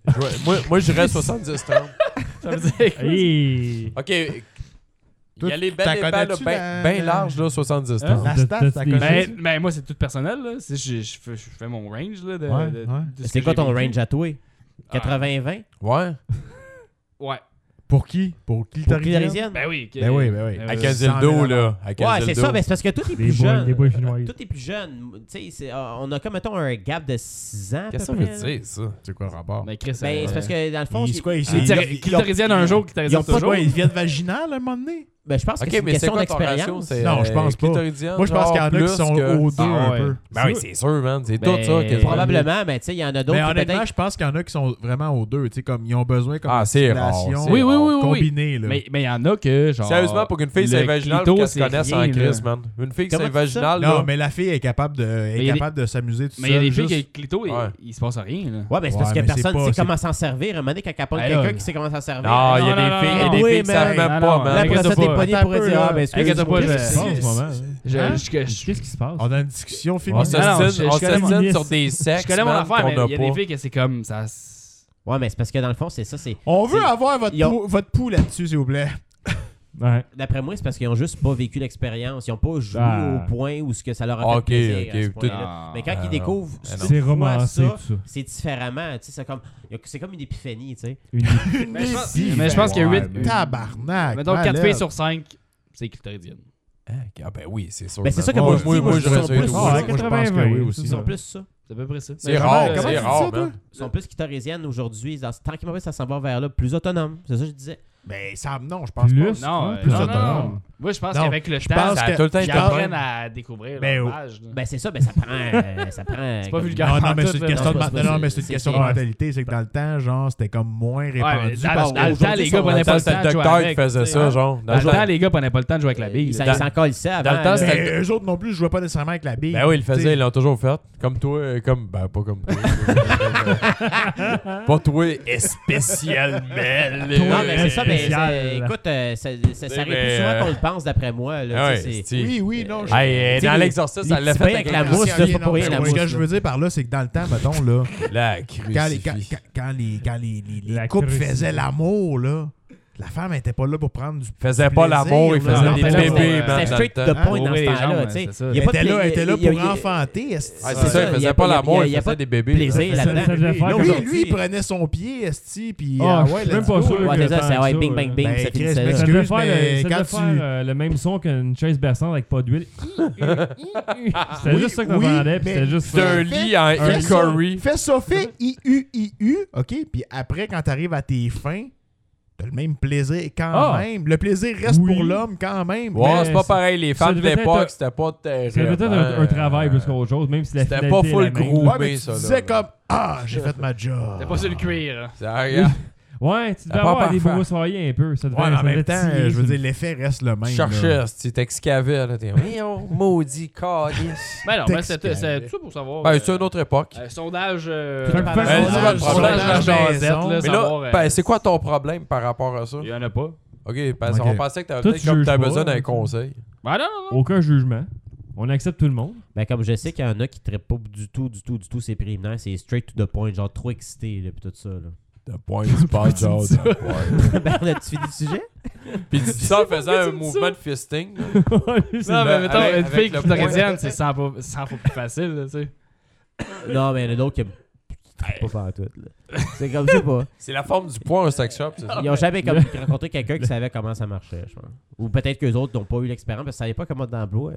[SPEAKER 3] je vois- Moi, moi je dirais 70 30.
[SPEAKER 5] Ça veut dire
[SPEAKER 2] Hey!
[SPEAKER 3] Ok. Il y a les
[SPEAKER 1] t'en
[SPEAKER 3] belles épaules
[SPEAKER 1] connais-tu la-
[SPEAKER 3] bien large, là, 70
[SPEAKER 2] Hein?
[SPEAKER 3] 30.
[SPEAKER 1] La
[SPEAKER 2] T'as-
[SPEAKER 1] stat,
[SPEAKER 2] t'as-
[SPEAKER 1] t'as
[SPEAKER 2] t'as-
[SPEAKER 1] connu-
[SPEAKER 5] Mais, mais Ben, moi, c'est tout personnel. Là. C'est- Je, je fais, je fais mon range. Là, de,
[SPEAKER 1] Ouais, ouais.
[SPEAKER 5] de- de ce
[SPEAKER 4] C'est
[SPEAKER 5] que
[SPEAKER 4] quoi
[SPEAKER 5] j'ai
[SPEAKER 4] ton
[SPEAKER 5] vécu.
[SPEAKER 4] range à toi?
[SPEAKER 5] Ah,
[SPEAKER 4] 80-20?
[SPEAKER 3] Ouais.
[SPEAKER 5] ouais.
[SPEAKER 1] Pour qui Pour qui
[SPEAKER 4] Pour
[SPEAKER 1] t'arrives?
[SPEAKER 4] clitorisienne?
[SPEAKER 5] Ben oui. que-
[SPEAKER 1] Ben oui, ben oui.
[SPEAKER 5] Euh,
[SPEAKER 3] Avec
[SPEAKER 1] Euh,
[SPEAKER 3] un
[SPEAKER 1] 100 000
[SPEAKER 3] dildo, là. Avec un
[SPEAKER 4] Ouais, c'est
[SPEAKER 3] dildo.
[SPEAKER 4] ça, mais c'est parce que tout est
[SPEAKER 2] Des
[SPEAKER 4] plus
[SPEAKER 2] boys,
[SPEAKER 4] jeune.
[SPEAKER 2] des boys chinois.
[SPEAKER 4] Tout est plus jeune. Tu sais, c'est- euh, on a comme, mettons, un gap de 6 ans. à peu
[SPEAKER 3] Qu'est-ce que ça
[SPEAKER 4] près,
[SPEAKER 3] veut
[SPEAKER 4] là.
[SPEAKER 3] dire, ça?
[SPEAKER 1] C'est quoi le rapport
[SPEAKER 5] Ben Chris,
[SPEAKER 4] Ben,
[SPEAKER 5] euh,
[SPEAKER 4] c'est parce que, dans le fond,
[SPEAKER 1] Ils-
[SPEAKER 4] c'est-
[SPEAKER 1] c'est quoi, ils-
[SPEAKER 5] Qui
[SPEAKER 1] ils-
[SPEAKER 5] te-
[SPEAKER 1] ils-
[SPEAKER 5] qui te résonne un jour, qui te
[SPEAKER 1] Ils ont
[SPEAKER 5] résonne
[SPEAKER 1] pas
[SPEAKER 5] toujours.
[SPEAKER 1] quoi, ils viennent vaginal à un moment donné?
[SPEAKER 4] ben, je pense
[SPEAKER 3] Ok,
[SPEAKER 4] que c'est une
[SPEAKER 3] mais c'est
[SPEAKER 4] question
[SPEAKER 3] quoi ton ratio?
[SPEAKER 4] d'expérience.
[SPEAKER 3] C'est,
[SPEAKER 1] Non,
[SPEAKER 3] euh,
[SPEAKER 1] je pense pas.
[SPEAKER 3] clitoridienne,
[SPEAKER 1] Moi, je pense
[SPEAKER 3] genre,
[SPEAKER 1] qu'il y en a qui
[SPEAKER 3] Ah, plus
[SPEAKER 1] sont
[SPEAKER 3] que-
[SPEAKER 1] au 2
[SPEAKER 5] Ah
[SPEAKER 1] un
[SPEAKER 5] ouais.
[SPEAKER 1] peu.
[SPEAKER 3] Ben oui, c'est sûr, man. C'est
[SPEAKER 5] Ben,
[SPEAKER 3] tout ça. que-
[SPEAKER 4] Probablement, mais tu sais, il y en a
[SPEAKER 1] Mais
[SPEAKER 4] d'autres qui
[SPEAKER 1] honnêtement,
[SPEAKER 4] peut-être...
[SPEAKER 1] je pense qu'il y en a qui sont vraiment aux deux. Tu sais, comme ils ont besoin comme
[SPEAKER 3] Ah,
[SPEAKER 1] de
[SPEAKER 3] c'est rare,
[SPEAKER 1] stimulation
[SPEAKER 3] c'est
[SPEAKER 5] Oui, oui, oui, oui. oui.
[SPEAKER 1] combinée. Là.
[SPEAKER 5] Mais mais il y en a que, genre.
[SPEAKER 3] Sérieusement, pour qu'une fille,
[SPEAKER 5] le
[SPEAKER 3] c'est vaginal,
[SPEAKER 5] clito,
[SPEAKER 3] qu'elle se
[SPEAKER 5] c'est
[SPEAKER 3] connaisse
[SPEAKER 5] rien,
[SPEAKER 3] en
[SPEAKER 5] là.
[SPEAKER 3] crise, man. Une fille qui
[SPEAKER 4] Comment
[SPEAKER 3] c'est
[SPEAKER 4] tu fais ça?
[SPEAKER 3] vaginale,
[SPEAKER 1] non,
[SPEAKER 3] là.
[SPEAKER 1] mais la fille est capable de,
[SPEAKER 5] Mais
[SPEAKER 1] est
[SPEAKER 5] il y a
[SPEAKER 1] capable de s'amuser tout
[SPEAKER 5] Mais il y a
[SPEAKER 1] seul,
[SPEAKER 5] des filles
[SPEAKER 1] juste-
[SPEAKER 5] qui ont le clito et
[SPEAKER 3] Ouais.
[SPEAKER 5] il se passe rien. là.
[SPEAKER 4] Ouais, mais c'est
[SPEAKER 1] Ouais,
[SPEAKER 4] parce que
[SPEAKER 1] mais c'est
[SPEAKER 4] personne
[SPEAKER 1] pas-
[SPEAKER 4] ne sait
[SPEAKER 1] c'est-
[SPEAKER 4] comment s'en servir. À un moment donné, quand elle parle de
[SPEAKER 5] Ben là,
[SPEAKER 4] quelqu'un qui sait comment s'en servir...
[SPEAKER 3] Non,
[SPEAKER 4] elle-
[SPEAKER 3] Ah, il y a des
[SPEAKER 5] Non, non,
[SPEAKER 3] filles, il y a
[SPEAKER 4] non,
[SPEAKER 3] des
[SPEAKER 4] non.
[SPEAKER 3] filles qui
[SPEAKER 4] Oui,
[SPEAKER 3] savent
[SPEAKER 4] mais-
[SPEAKER 3] même pas,
[SPEAKER 5] Non, non,
[SPEAKER 4] Là,
[SPEAKER 3] man.
[SPEAKER 4] après
[SPEAKER 5] Inquiète-toi
[SPEAKER 4] ça, t'es
[SPEAKER 5] pas.
[SPEAKER 4] pogné
[SPEAKER 1] Attends
[SPEAKER 4] pour
[SPEAKER 1] un peu,
[SPEAKER 4] dire...
[SPEAKER 1] là.
[SPEAKER 4] Ah, ben, excuse,
[SPEAKER 5] Inquiète-toi pas,
[SPEAKER 4] je-
[SPEAKER 5] je-
[SPEAKER 2] Qu'est-ce qui se passe, maman?
[SPEAKER 5] Je-
[SPEAKER 4] Hein?
[SPEAKER 5] je- je-
[SPEAKER 2] Qu'est-ce qui se passe?
[SPEAKER 1] On a une discussion
[SPEAKER 3] On
[SPEAKER 1] féministe.
[SPEAKER 3] se
[SPEAKER 2] Ouais. Non, non,
[SPEAKER 3] stine-
[SPEAKER 5] je-
[SPEAKER 3] on
[SPEAKER 5] je connais
[SPEAKER 2] mon
[SPEAKER 3] s'estime
[SPEAKER 2] liste.
[SPEAKER 3] sur des
[SPEAKER 5] Je
[SPEAKER 3] sexes,
[SPEAKER 5] connais mon
[SPEAKER 3] man,
[SPEAKER 5] affaire,
[SPEAKER 3] qu'on
[SPEAKER 5] mais
[SPEAKER 3] a
[SPEAKER 5] il y a des
[SPEAKER 3] pas.
[SPEAKER 5] filles que c'est comme. ça. s-
[SPEAKER 4] Ouais, mais c'est parce que, dans le fond, c'est ça, c'est...
[SPEAKER 1] On veut
[SPEAKER 4] C'est-
[SPEAKER 1] avoir votre,
[SPEAKER 4] ils ont-
[SPEAKER 1] pou, votre pou là-dessus, s'il vous plaît.
[SPEAKER 2] Ouais.
[SPEAKER 4] D'après moi, c'est parce qu'ils ont juste pas vécu l'expérience. Ils ont pas joué
[SPEAKER 2] Ah.
[SPEAKER 4] au point où ce que ça leur a
[SPEAKER 3] Ah, Ok,
[SPEAKER 4] fait plaisir
[SPEAKER 3] ok,
[SPEAKER 4] à ce point-là.
[SPEAKER 5] Ah.
[SPEAKER 4] Mais quand
[SPEAKER 3] Ah,
[SPEAKER 4] ils découvrent
[SPEAKER 3] non.
[SPEAKER 4] ce
[SPEAKER 2] C'est
[SPEAKER 4] fois,
[SPEAKER 2] romancé,
[SPEAKER 4] ça,
[SPEAKER 2] tout ça.
[SPEAKER 4] c'est différemment. tu sais, C'est comme, c'est comme une épiphanie. tu sais.
[SPEAKER 2] Une-
[SPEAKER 5] Mais je pense-
[SPEAKER 1] Ici,
[SPEAKER 5] mais je pense que
[SPEAKER 1] ouais,
[SPEAKER 5] 8.
[SPEAKER 1] mais Tabarnak.
[SPEAKER 5] Mettons 4
[SPEAKER 1] malade.
[SPEAKER 5] filles sur 5, c'est clitoridienne.
[SPEAKER 3] Ah, ben oui, c'est sûr.
[SPEAKER 4] Ben, c'est
[SPEAKER 3] man.
[SPEAKER 4] ça que moi, je
[SPEAKER 3] Moi,
[SPEAKER 4] dis,
[SPEAKER 3] moi,
[SPEAKER 4] moi,
[SPEAKER 3] je
[SPEAKER 4] ils
[SPEAKER 3] reste
[SPEAKER 4] sont
[SPEAKER 3] avec
[SPEAKER 4] plus-
[SPEAKER 3] toi.
[SPEAKER 1] Ah, ouais,
[SPEAKER 2] Ouais,
[SPEAKER 1] moi, je pense que oui
[SPEAKER 2] 80-20,
[SPEAKER 1] aussi.
[SPEAKER 4] Ils
[SPEAKER 2] c'est
[SPEAKER 4] sont plus ça.
[SPEAKER 5] C'est à peu près ça.
[SPEAKER 3] C'est
[SPEAKER 5] Mais
[SPEAKER 3] rare,
[SPEAKER 5] comment-
[SPEAKER 3] c'est
[SPEAKER 1] tu dis
[SPEAKER 3] rare,
[SPEAKER 1] ça, toi?
[SPEAKER 3] man.
[SPEAKER 4] Ils sont plus clitorisiennes aujourd'hui. Dans- Tant qu'ils m'en veulent, ça s'en va vers là, plus autonome. C'est ça que je disais.
[SPEAKER 1] Mais Ben, ça, non, je pense
[SPEAKER 2] Plus.
[SPEAKER 1] plus.
[SPEAKER 5] Non,
[SPEAKER 2] Ouais,
[SPEAKER 5] euh,
[SPEAKER 2] plus
[SPEAKER 5] non, non,
[SPEAKER 2] autonome.
[SPEAKER 5] non. Moi, je pense
[SPEAKER 1] Non,
[SPEAKER 5] qu'avec le
[SPEAKER 1] je
[SPEAKER 5] temps,
[SPEAKER 1] pense
[SPEAKER 5] ça
[SPEAKER 3] Ça a
[SPEAKER 1] que-
[SPEAKER 3] tout le temps
[SPEAKER 5] ils
[SPEAKER 3] été
[SPEAKER 5] apprennent
[SPEAKER 3] bon.
[SPEAKER 5] à découvrir
[SPEAKER 1] Ben,
[SPEAKER 5] leur
[SPEAKER 1] oh.
[SPEAKER 5] page. là.
[SPEAKER 4] Ben, c'est ça, ben, ça prend. euh, ça prend
[SPEAKER 5] C'est pas
[SPEAKER 4] comme-
[SPEAKER 5] vulgaire.
[SPEAKER 1] Non, non,
[SPEAKER 5] pantoute,
[SPEAKER 1] mais c'est une
[SPEAKER 5] là.
[SPEAKER 1] question de
[SPEAKER 4] Non, c'est pas ça,
[SPEAKER 1] non, mais c'est une
[SPEAKER 4] c'est-
[SPEAKER 1] question de
[SPEAKER 4] c'est-
[SPEAKER 1] mentalité. C'est que dans le temps, genre, c'était comme moins
[SPEAKER 5] Ouais,
[SPEAKER 1] répandu.
[SPEAKER 5] dans,
[SPEAKER 1] parce
[SPEAKER 5] dans le temps, les
[SPEAKER 3] Dans
[SPEAKER 5] gars prenaient pas
[SPEAKER 3] le
[SPEAKER 5] le
[SPEAKER 3] temps,
[SPEAKER 5] temps
[SPEAKER 3] C'était
[SPEAKER 5] de
[SPEAKER 3] le
[SPEAKER 5] jouer
[SPEAKER 3] docteur qui
[SPEAKER 5] avec.
[SPEAKER 3] faisait ça, genre.
[SPEAKER 5] Dans le temps, les gars prenaient pas le temps de jouer avec la
[SPEAKER 4] Ils
[SPEAKER 5] bille.
[SPEAKER 4] s'en-
[SPEAKER 5] là.
[SPEAKER 4] ils s'en colissaient avant.
[SPEAKER 3] dans le temps,
[SPEAKER 4] là.
[SPEAKER 3] c'était-
[SPEAKER 1] mais eux autres non plus, je vois pas nécessairement avec la bille.
[SPEAKER 3] Ben oui, ils le
[SPEAKER 1] T'sais,
[SPEAKER 3] faisaient, ils l'ont toujours fait. Comme toi, euh, comme. Ben, pas comme toi. pas toi, spécialement. là.
[SPEAKER 4] Non, mais c'est ça, mais
[SPEAKER 2] Spécial.
[SPEAKER 4] c'est- écoute, euh, ça, ça, ça arrive
[SPEAKER 3] mais,
[SPEAKER 4] plus souvent
[SPEAKER 3] euh,
[SPEAKER 4] qu'on le pense, d'après moi.
[SPEAKER 3] Ah
[SPEAKER 4] Là,
[SPEAKER 3] ouais,
[SPEAKER 4] tu sais, c'est-
[SPEAKER 3] c'est-
[SPEAKER 1] Oui, oui, non. je-
[SPEAKER 3] Hey, euh,
[SPEAKER 4] T'sais,
[SPEAKER 3] dans
[SPEAKER 4] les-
[SPEAKER 3] l'exorciste,
[SPEAKER 4] les
[SPEAKER 3] elle l'a
[SPEAKER 4] petits
[SPEAKER 3] fait
[SPEAKER 4] bains avec la mousse, là, c'est pas pour rien, la
[SPEAKER 1] Ce que
[SPEAKER 4] mousse,
[SPEAKER 1] je
[SPEAKER 4] là.
[SPEAKER 1] veux dire par là, c'est que dans le temps, mettons, là,
[SPEAKER 3] La
[SPEAKER 1] quand les, quand,
[SPEAKER 3] crucifix.
[SPEAKER 1] quand- quand les, quand les, les- les
[SPEAKER 2] La
[SPEAKER 1] couples
[SPEAKER 2] crucifix.
[SPEAKER 1] faisaient l'amour, là, la femme n'était pas là pour prendre du.
[SPEAKER 3] Faisait pas l'amour, il
[SPEAKER 1] plaisir,
[SPEAKER 3] faisait
[SPEAKER 1] là.
[SPEAKER 3] des
[SPEAKER 5] Non, mais là,
[SPEAKER 3] bébés,
[SPEAKER 5] c'est-
[SPEAKER 3] man,
[SPEAKER 4] C'était
[SPEAKER 3] dans le
[SPEAKER 4] straight de
[SPEAKER 3] temps.
[SPEAKER 4] point dans
[SPEAKER 5] Ouvrir
[SPEAKER 4] ce
[SPEAKER 5] les jambes,
[SPEAKER 4] temps-là.
[SPEAKER 5] ouais,
[SPEAKER 4] tu sais.
[SPEAKER 5] c'est ça.
[SPEAKER 4] Il y
[SPEAKER 1] Elle
[SPEAKER 4] a pas
[SPEAKER 1] était
[SPEAKER 4] de-
[SPEAKER 1] là, elle était là
[SPEAKER 4] il y a- il y
[SPEAKER 1] pour
[SPEAKER 4] a-
[SPEAKER 1] enfanter. esti.
[SPEAKER 3] Ah,
[SPEAKER 4] C'est
[SPEAKER 3] c'est ça,
[SPEAKER 4] ça,
[SPEAKER 3] il
[SPEAKER 4] il y
[SPEAKER 3] faisait
[SPEAKER 4] a-
[SPEAKER 3] pas
[SPEAKER 4] il y a-
[SPEAKER 3] l'amour,
[SPEAKER 4] il y
[SPEAKER 3] il
[SPEAKER 4] a pas
[SPEAKER 3] faisait
[SPEAKER 4] de
[SPEAKER 3] des bébés.
[SPEAKER 4] plaisir
[SPEAKER 2] Ça-
[SPEAKER 4] là-dedans.
[SPEAKER 2] ça devait faire
[SPEAKER 1] Non,
[SPEAKER 2] comme
[SPEAKER 1] lui,
[SPEAKER 2] ça.
[SPEAKER 1] lui, il prenait son pied, esti, puis...
[SPEAKER 2] Ah,
[SPEAKER 1] ah
[SPEAKER 2] je
[SPEAKER 1] ouais,
[SPEAKER 2] suis même
[SPEAKER 1] let's
[SPEAKER 2] pas
[SPEAKER 1] go.
[SPEAKER 2] sûr.
[SPEAKER 4] Ouais,
[SPEAKER 2] que
[SPEAKER 4] c'est ça,
[SPEAKER 2] tant
[SPEAKER 4] c'est
[SPEAKER 2] que
[SPEAKER 4] ouais,
[SPEAKER 2] ça,
[SPEAKER 4] bing,
[SPEAKER 2] là.
[SPEAKER 4] bang, bing,
[SPEAKER 1] Ben,
[SPEAKER 4] ça
[SPEAKER 1] Chris,
[SPEAKER 4] finissait là.
[SPEAKER 1] mais
[SPEAKER 2] Ça devait
[SPEAKER 1] Excuse,
[SPEAKER 2] faire,
[SPEAKER 1] mais
[SPEAKER 2] le, ça devait
[SPEAKER 1] quand
[SPEAKER 2] faire,
[SPEAKER 1] tu-
[SPEAKER 2] euh, le même son qu'une chaise berçante avec pas d'huile. C'était
[SPEAKER 1] Oui,
[SPEAKER 2] juste ça que
[SPEAKER 1] oui,
[SPEAKER 2] t'entendais, puis c'était
[SPEAKER 1] mais-
[SPEAKER 2] juste.
[SPEAKER 3] D'un lit à un
[SPEAKER 1] Fais ça-
[SPEAKER 3] curry.
[SPEAKER 1] Fais ça, fais I-U-I-U, OK? Puis après, quand t'arrives à tes fins, t'as le même plaisir quand
[SPEAKER 2] Ah.
[SPEAKER 1] même. Le plaisir reste
[SPEAKER 2] Oui.
[SPEAKER 1] pour l'homme quand même.
[SPEAKER 3] Ouais,
[SPEAKER 2] Mais
[SPEAKER 3] c'est pas
[SPEAKER 2] ça-
[SPEAKER 3] pareil. Les
[SPEAKER 2] ça
[SPEAKER 3] femmes de
[SPEAKER 2] devait être un-
[SPEAKER 3] l'époque, c'était pas terrible.
[SPEAKER 2] C'était peut-être un,
[SPEAKER 3] hein.
[SPEAKER 2] un travail plus qu'autre chose, même si la
[SPEAKER 3] C'était
[SPEAKER 2] finalité
[SPEAKER 3] pas
[SPEAKER 2] est
[SPEAKER 3] full
[SPEAKER 2] la même.
[SPEAKER 3] gros.
[SPEAKER 1] Ouais,
[SPEAKER 3] mais
[SPEAKER 1] mais tu
[SPEAKER 3] ça, là.
[SPEAKER 1] disais comme « Ah, j'ai fait ma job ».
[SPEAKER 5] T'as pas sur le cuir.
[SPEAKER 3] Ça regarde.
[SPEAKER 2] Ouais, tu devais
[SPEAKER 3] Pas
[SPEAKER 2] avoir des
[SPEAKER 3] parfait.
[SPEAKER 2] beaux soyez un peu. Ça devait
[SPEAKER 1] Ah, Ouais, mais en
[SPEAKER 2] ça devait
[SPEAKER 1] même temps,
[SPEAKER 2] tirer
[SPEAKER 1] je
[SPEAKER 2] sur
[SPEAKER 1] veux
[SPEAKER 2] le-
[SPEAKER 1] dire, l'effet reste le même.
[SPEAKER 3] Tu
[SPEAKER 1] là.
[SPEAKER 3] cherchais, tu t'excavais, là. T'es, voyons, maudit calice.
[SPEAKER 5] Ben non, mais
[SPEAKER 1] Texte
[SPEAKER 5] c'était
[SPEAKER 1] qu'il y avait.
[SPEAKER 5] c'est tout pour savoir.
[SPEAKER 3] Ben,
[SPEAKER 5] euh,
[SPEAKER 3] c'est une autre époque.
[SPEAKER 5] euh, sondage. euh,
[SPEAKER 2] Fait que
[SPEAKER 5] sondage-
[SPEAKER 2] fais-
[SPEAKER 1] Ben,
[SPEAKER 5] sondage-
[SPEAKER 1] dis-moi le
[SPEAKER 5] sondage
[SPEAKER 1] problème.
[SPEAKER 5] la Gazette, là,
[SPEAKER 3] Mais là,
[SPEAKER 5] savoir, euh,
[SPEAKER 3] ben, c'est quoi ton problème par rapport à ça?
[SPEAKER 5] Il y en a pas.
[SPEAKER 3] Ok, parce
[SPEAKER 1] Ok.
[SPEAKER 3] qu'on pensait que t'avais
[SPEAKER 2] Toi,
[SPEAKER 3] peut-être
[SPEAKER 2] tu
[SPEAKER 3] comme
[SPEAKER 2] juges
[SPEAKER 3] t'avais
[SPEAKER 2] pas,
[SPEAKER 3] besoin d'un
[SPEAKER 2] hein.
[SPEAKER 3] conseil.
[SPEAKER 5] Ben non, non, non.
[SPEAKER 2] Aucun jugement. On accepte tout le monde.
[SPEAKER 4] Ben, comme je sais qu'il y en a qui ne pas du tout, du tout, du tout, c'est préliminaire, c'est straight to the point, genre trop excité, là, pis tout ça, là.
[SPEAKER 3] The point is pas genre.
[SPEAKER 5] ça.
[SPEAKER 3] the point.
[SPEAKER 4] ben, on a-tu fini le sujet?
[SPEAKER 3] Puis tu dis ça en faisant un
[SPEAKER 2] tu me dis
[SPEAKER 3] mouvement
[SPEAKER 2] ça?
[SPEAKER 3] de fisting.
[SPEAKER 5] Non, mais
[SPEAKER 3] avec-
[SPEAKER 5] mettons, une
[SPEAKER 3] avec
[SPEAKER 5] fille
[SPEAKER 3] le
[SPEAKER 5] qui t'aurait c'est 100 fois 100 fois plus facile, là, tu sais.
[SPEAKER 4] non, mais il y en a d'autres qui aiment pas tout. C'est comme, je sais pas.
[SPEAKER 3] C'est la forme du point un sex shop, c'est ça?
[SPEAKER 4] Ils ont jamais comme, rencontré quelqu'un qui savait comment ça marchait, je pense. Ou peut-être qu'eux autres n'ont pas eu l'expérience parce qu'ils savaient pas comment dans le bois.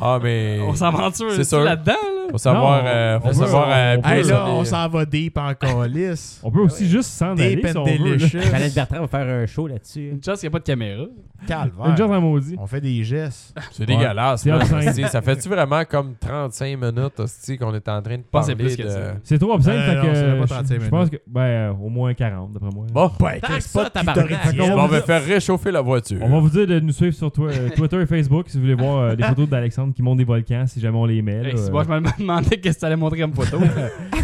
[SPEAKER 3] Ah, mais.
[SPEAKER 5] On s'aventure
[SPEAKER 3] C'est
[SPEAKER 5] tu
[SPEAKER 3] sûr.
[SPEAKER 5] là-dedans, là.
[SPEAKER 3] Faut savoir.
[SPEAKER 2] Non,
[SPEAKER 3] euh,
[SPEAKER 2] on
[SPEAKER 3] faut
[SPEAKER 2] veut-
[SPEAKER 3] savoir.
[SPEAKER 2] on-
[SPEAKER 3] euh,
[SPEAKER 2] on
[SPEAKER 3] plus
[SPEAKER 2] veut-
[SPEAKER 1] Hey,
[SPEAKER 3] sur
[SPEAKER 1] là,
[SPEAKER 3] des-
[SPEAKER 1] on s'en va deep en calice.
[SPEAKER 2] On peut aussi juste s'en aller
[SPEAKER 1] Deep
[SPEAKER 2] si on
[SPEAKER 1] and
[SPEAKER 2] veut. là.
[SPEAKER 1] delicious.
[SPEAKER 4] Jeannette Bertrand va faire un show là-dessus.
[SPEAKER 5] Une chance qu'il n'y a pas de caméra.
[SPEAKER 2] Une chose
[SPEAKER 1] Calvaire.
[SPEAKER 2] à maudit.
[SPEAKER 1] On fait des gestes.
[SPEAKER 3] C'est dégueulasse.
[SPEAKER 2] C'est
[SPEAKER 3] man,
[SPEAKER 2] obscène.
[SPEAKER 3] hostie. Ça fait-tu vraiment comme 35 minutes hostie, qu'on est en train de
[SPEAKER 5] pense que
[SPEAKER 3] parler
[SPEAKER 5] c'est plus que
[SPEAKER 3] de.
[SPEAKER 5] ça.
[SPEAKER 2] C'est trop obscène,
[SPEAKER 1] Non,
[SPEAKER 2] fait
[SPEAKER 1] non,
[SPEAKER 2] que
[SPEAKER 1] c'est pas
[SPEAKER 2] euh,
[SPEAKER 1] 35
[SPEAKER 2] je- je pense que ben euh, au moins 40 d'après moi.
[SPEAKER 3] Bon,
[SPEAKER 1] Ben,
[SPEAKER 4] Tant que
[SPEAKER 1] qu'est-ce
[SPEAKER 4] ça,
[SPEAKER 1] pas
[SPEAKER 4] tabarnak.
[SPEAKER 1] clitoridienne.
[SPEAKER 3] Oh. Bon, ben, on va faire réchauffer la voiture.
[SPEAKER 1] euh.
[SPEAKER 2] On va vous dire de nous suivre sur toi- euh, Twitter et Facebook si vous voulez voir euh, les photos d'Alexandre qui monte des volcans si jamais on les met. là,
[SPEAKER 5] Hey, si
[SPEAKER 2] euh.
[SPEAKER 5] moi, je me demandais qu'est-ce que tu allais montrer comme photo. ouais,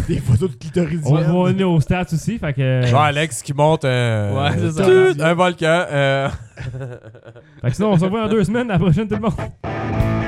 [SPEAKER 1] des photos de
[SPEAKER 2] on va vous
[SPEAKER 1] clitoridienne.
[SPEAKER 2] donner aux stats aussi, fait que, euh,
[SPEAKER 3] Genre Alex qui monte un.
[SPEAKER 5] Ouais, c'est ça.
[SPEAKER 3] Tut, Un volcan. euh,
[SPEAKER 2] fait que sinon on se revoit en deux semaines à la prochaine tout le monde.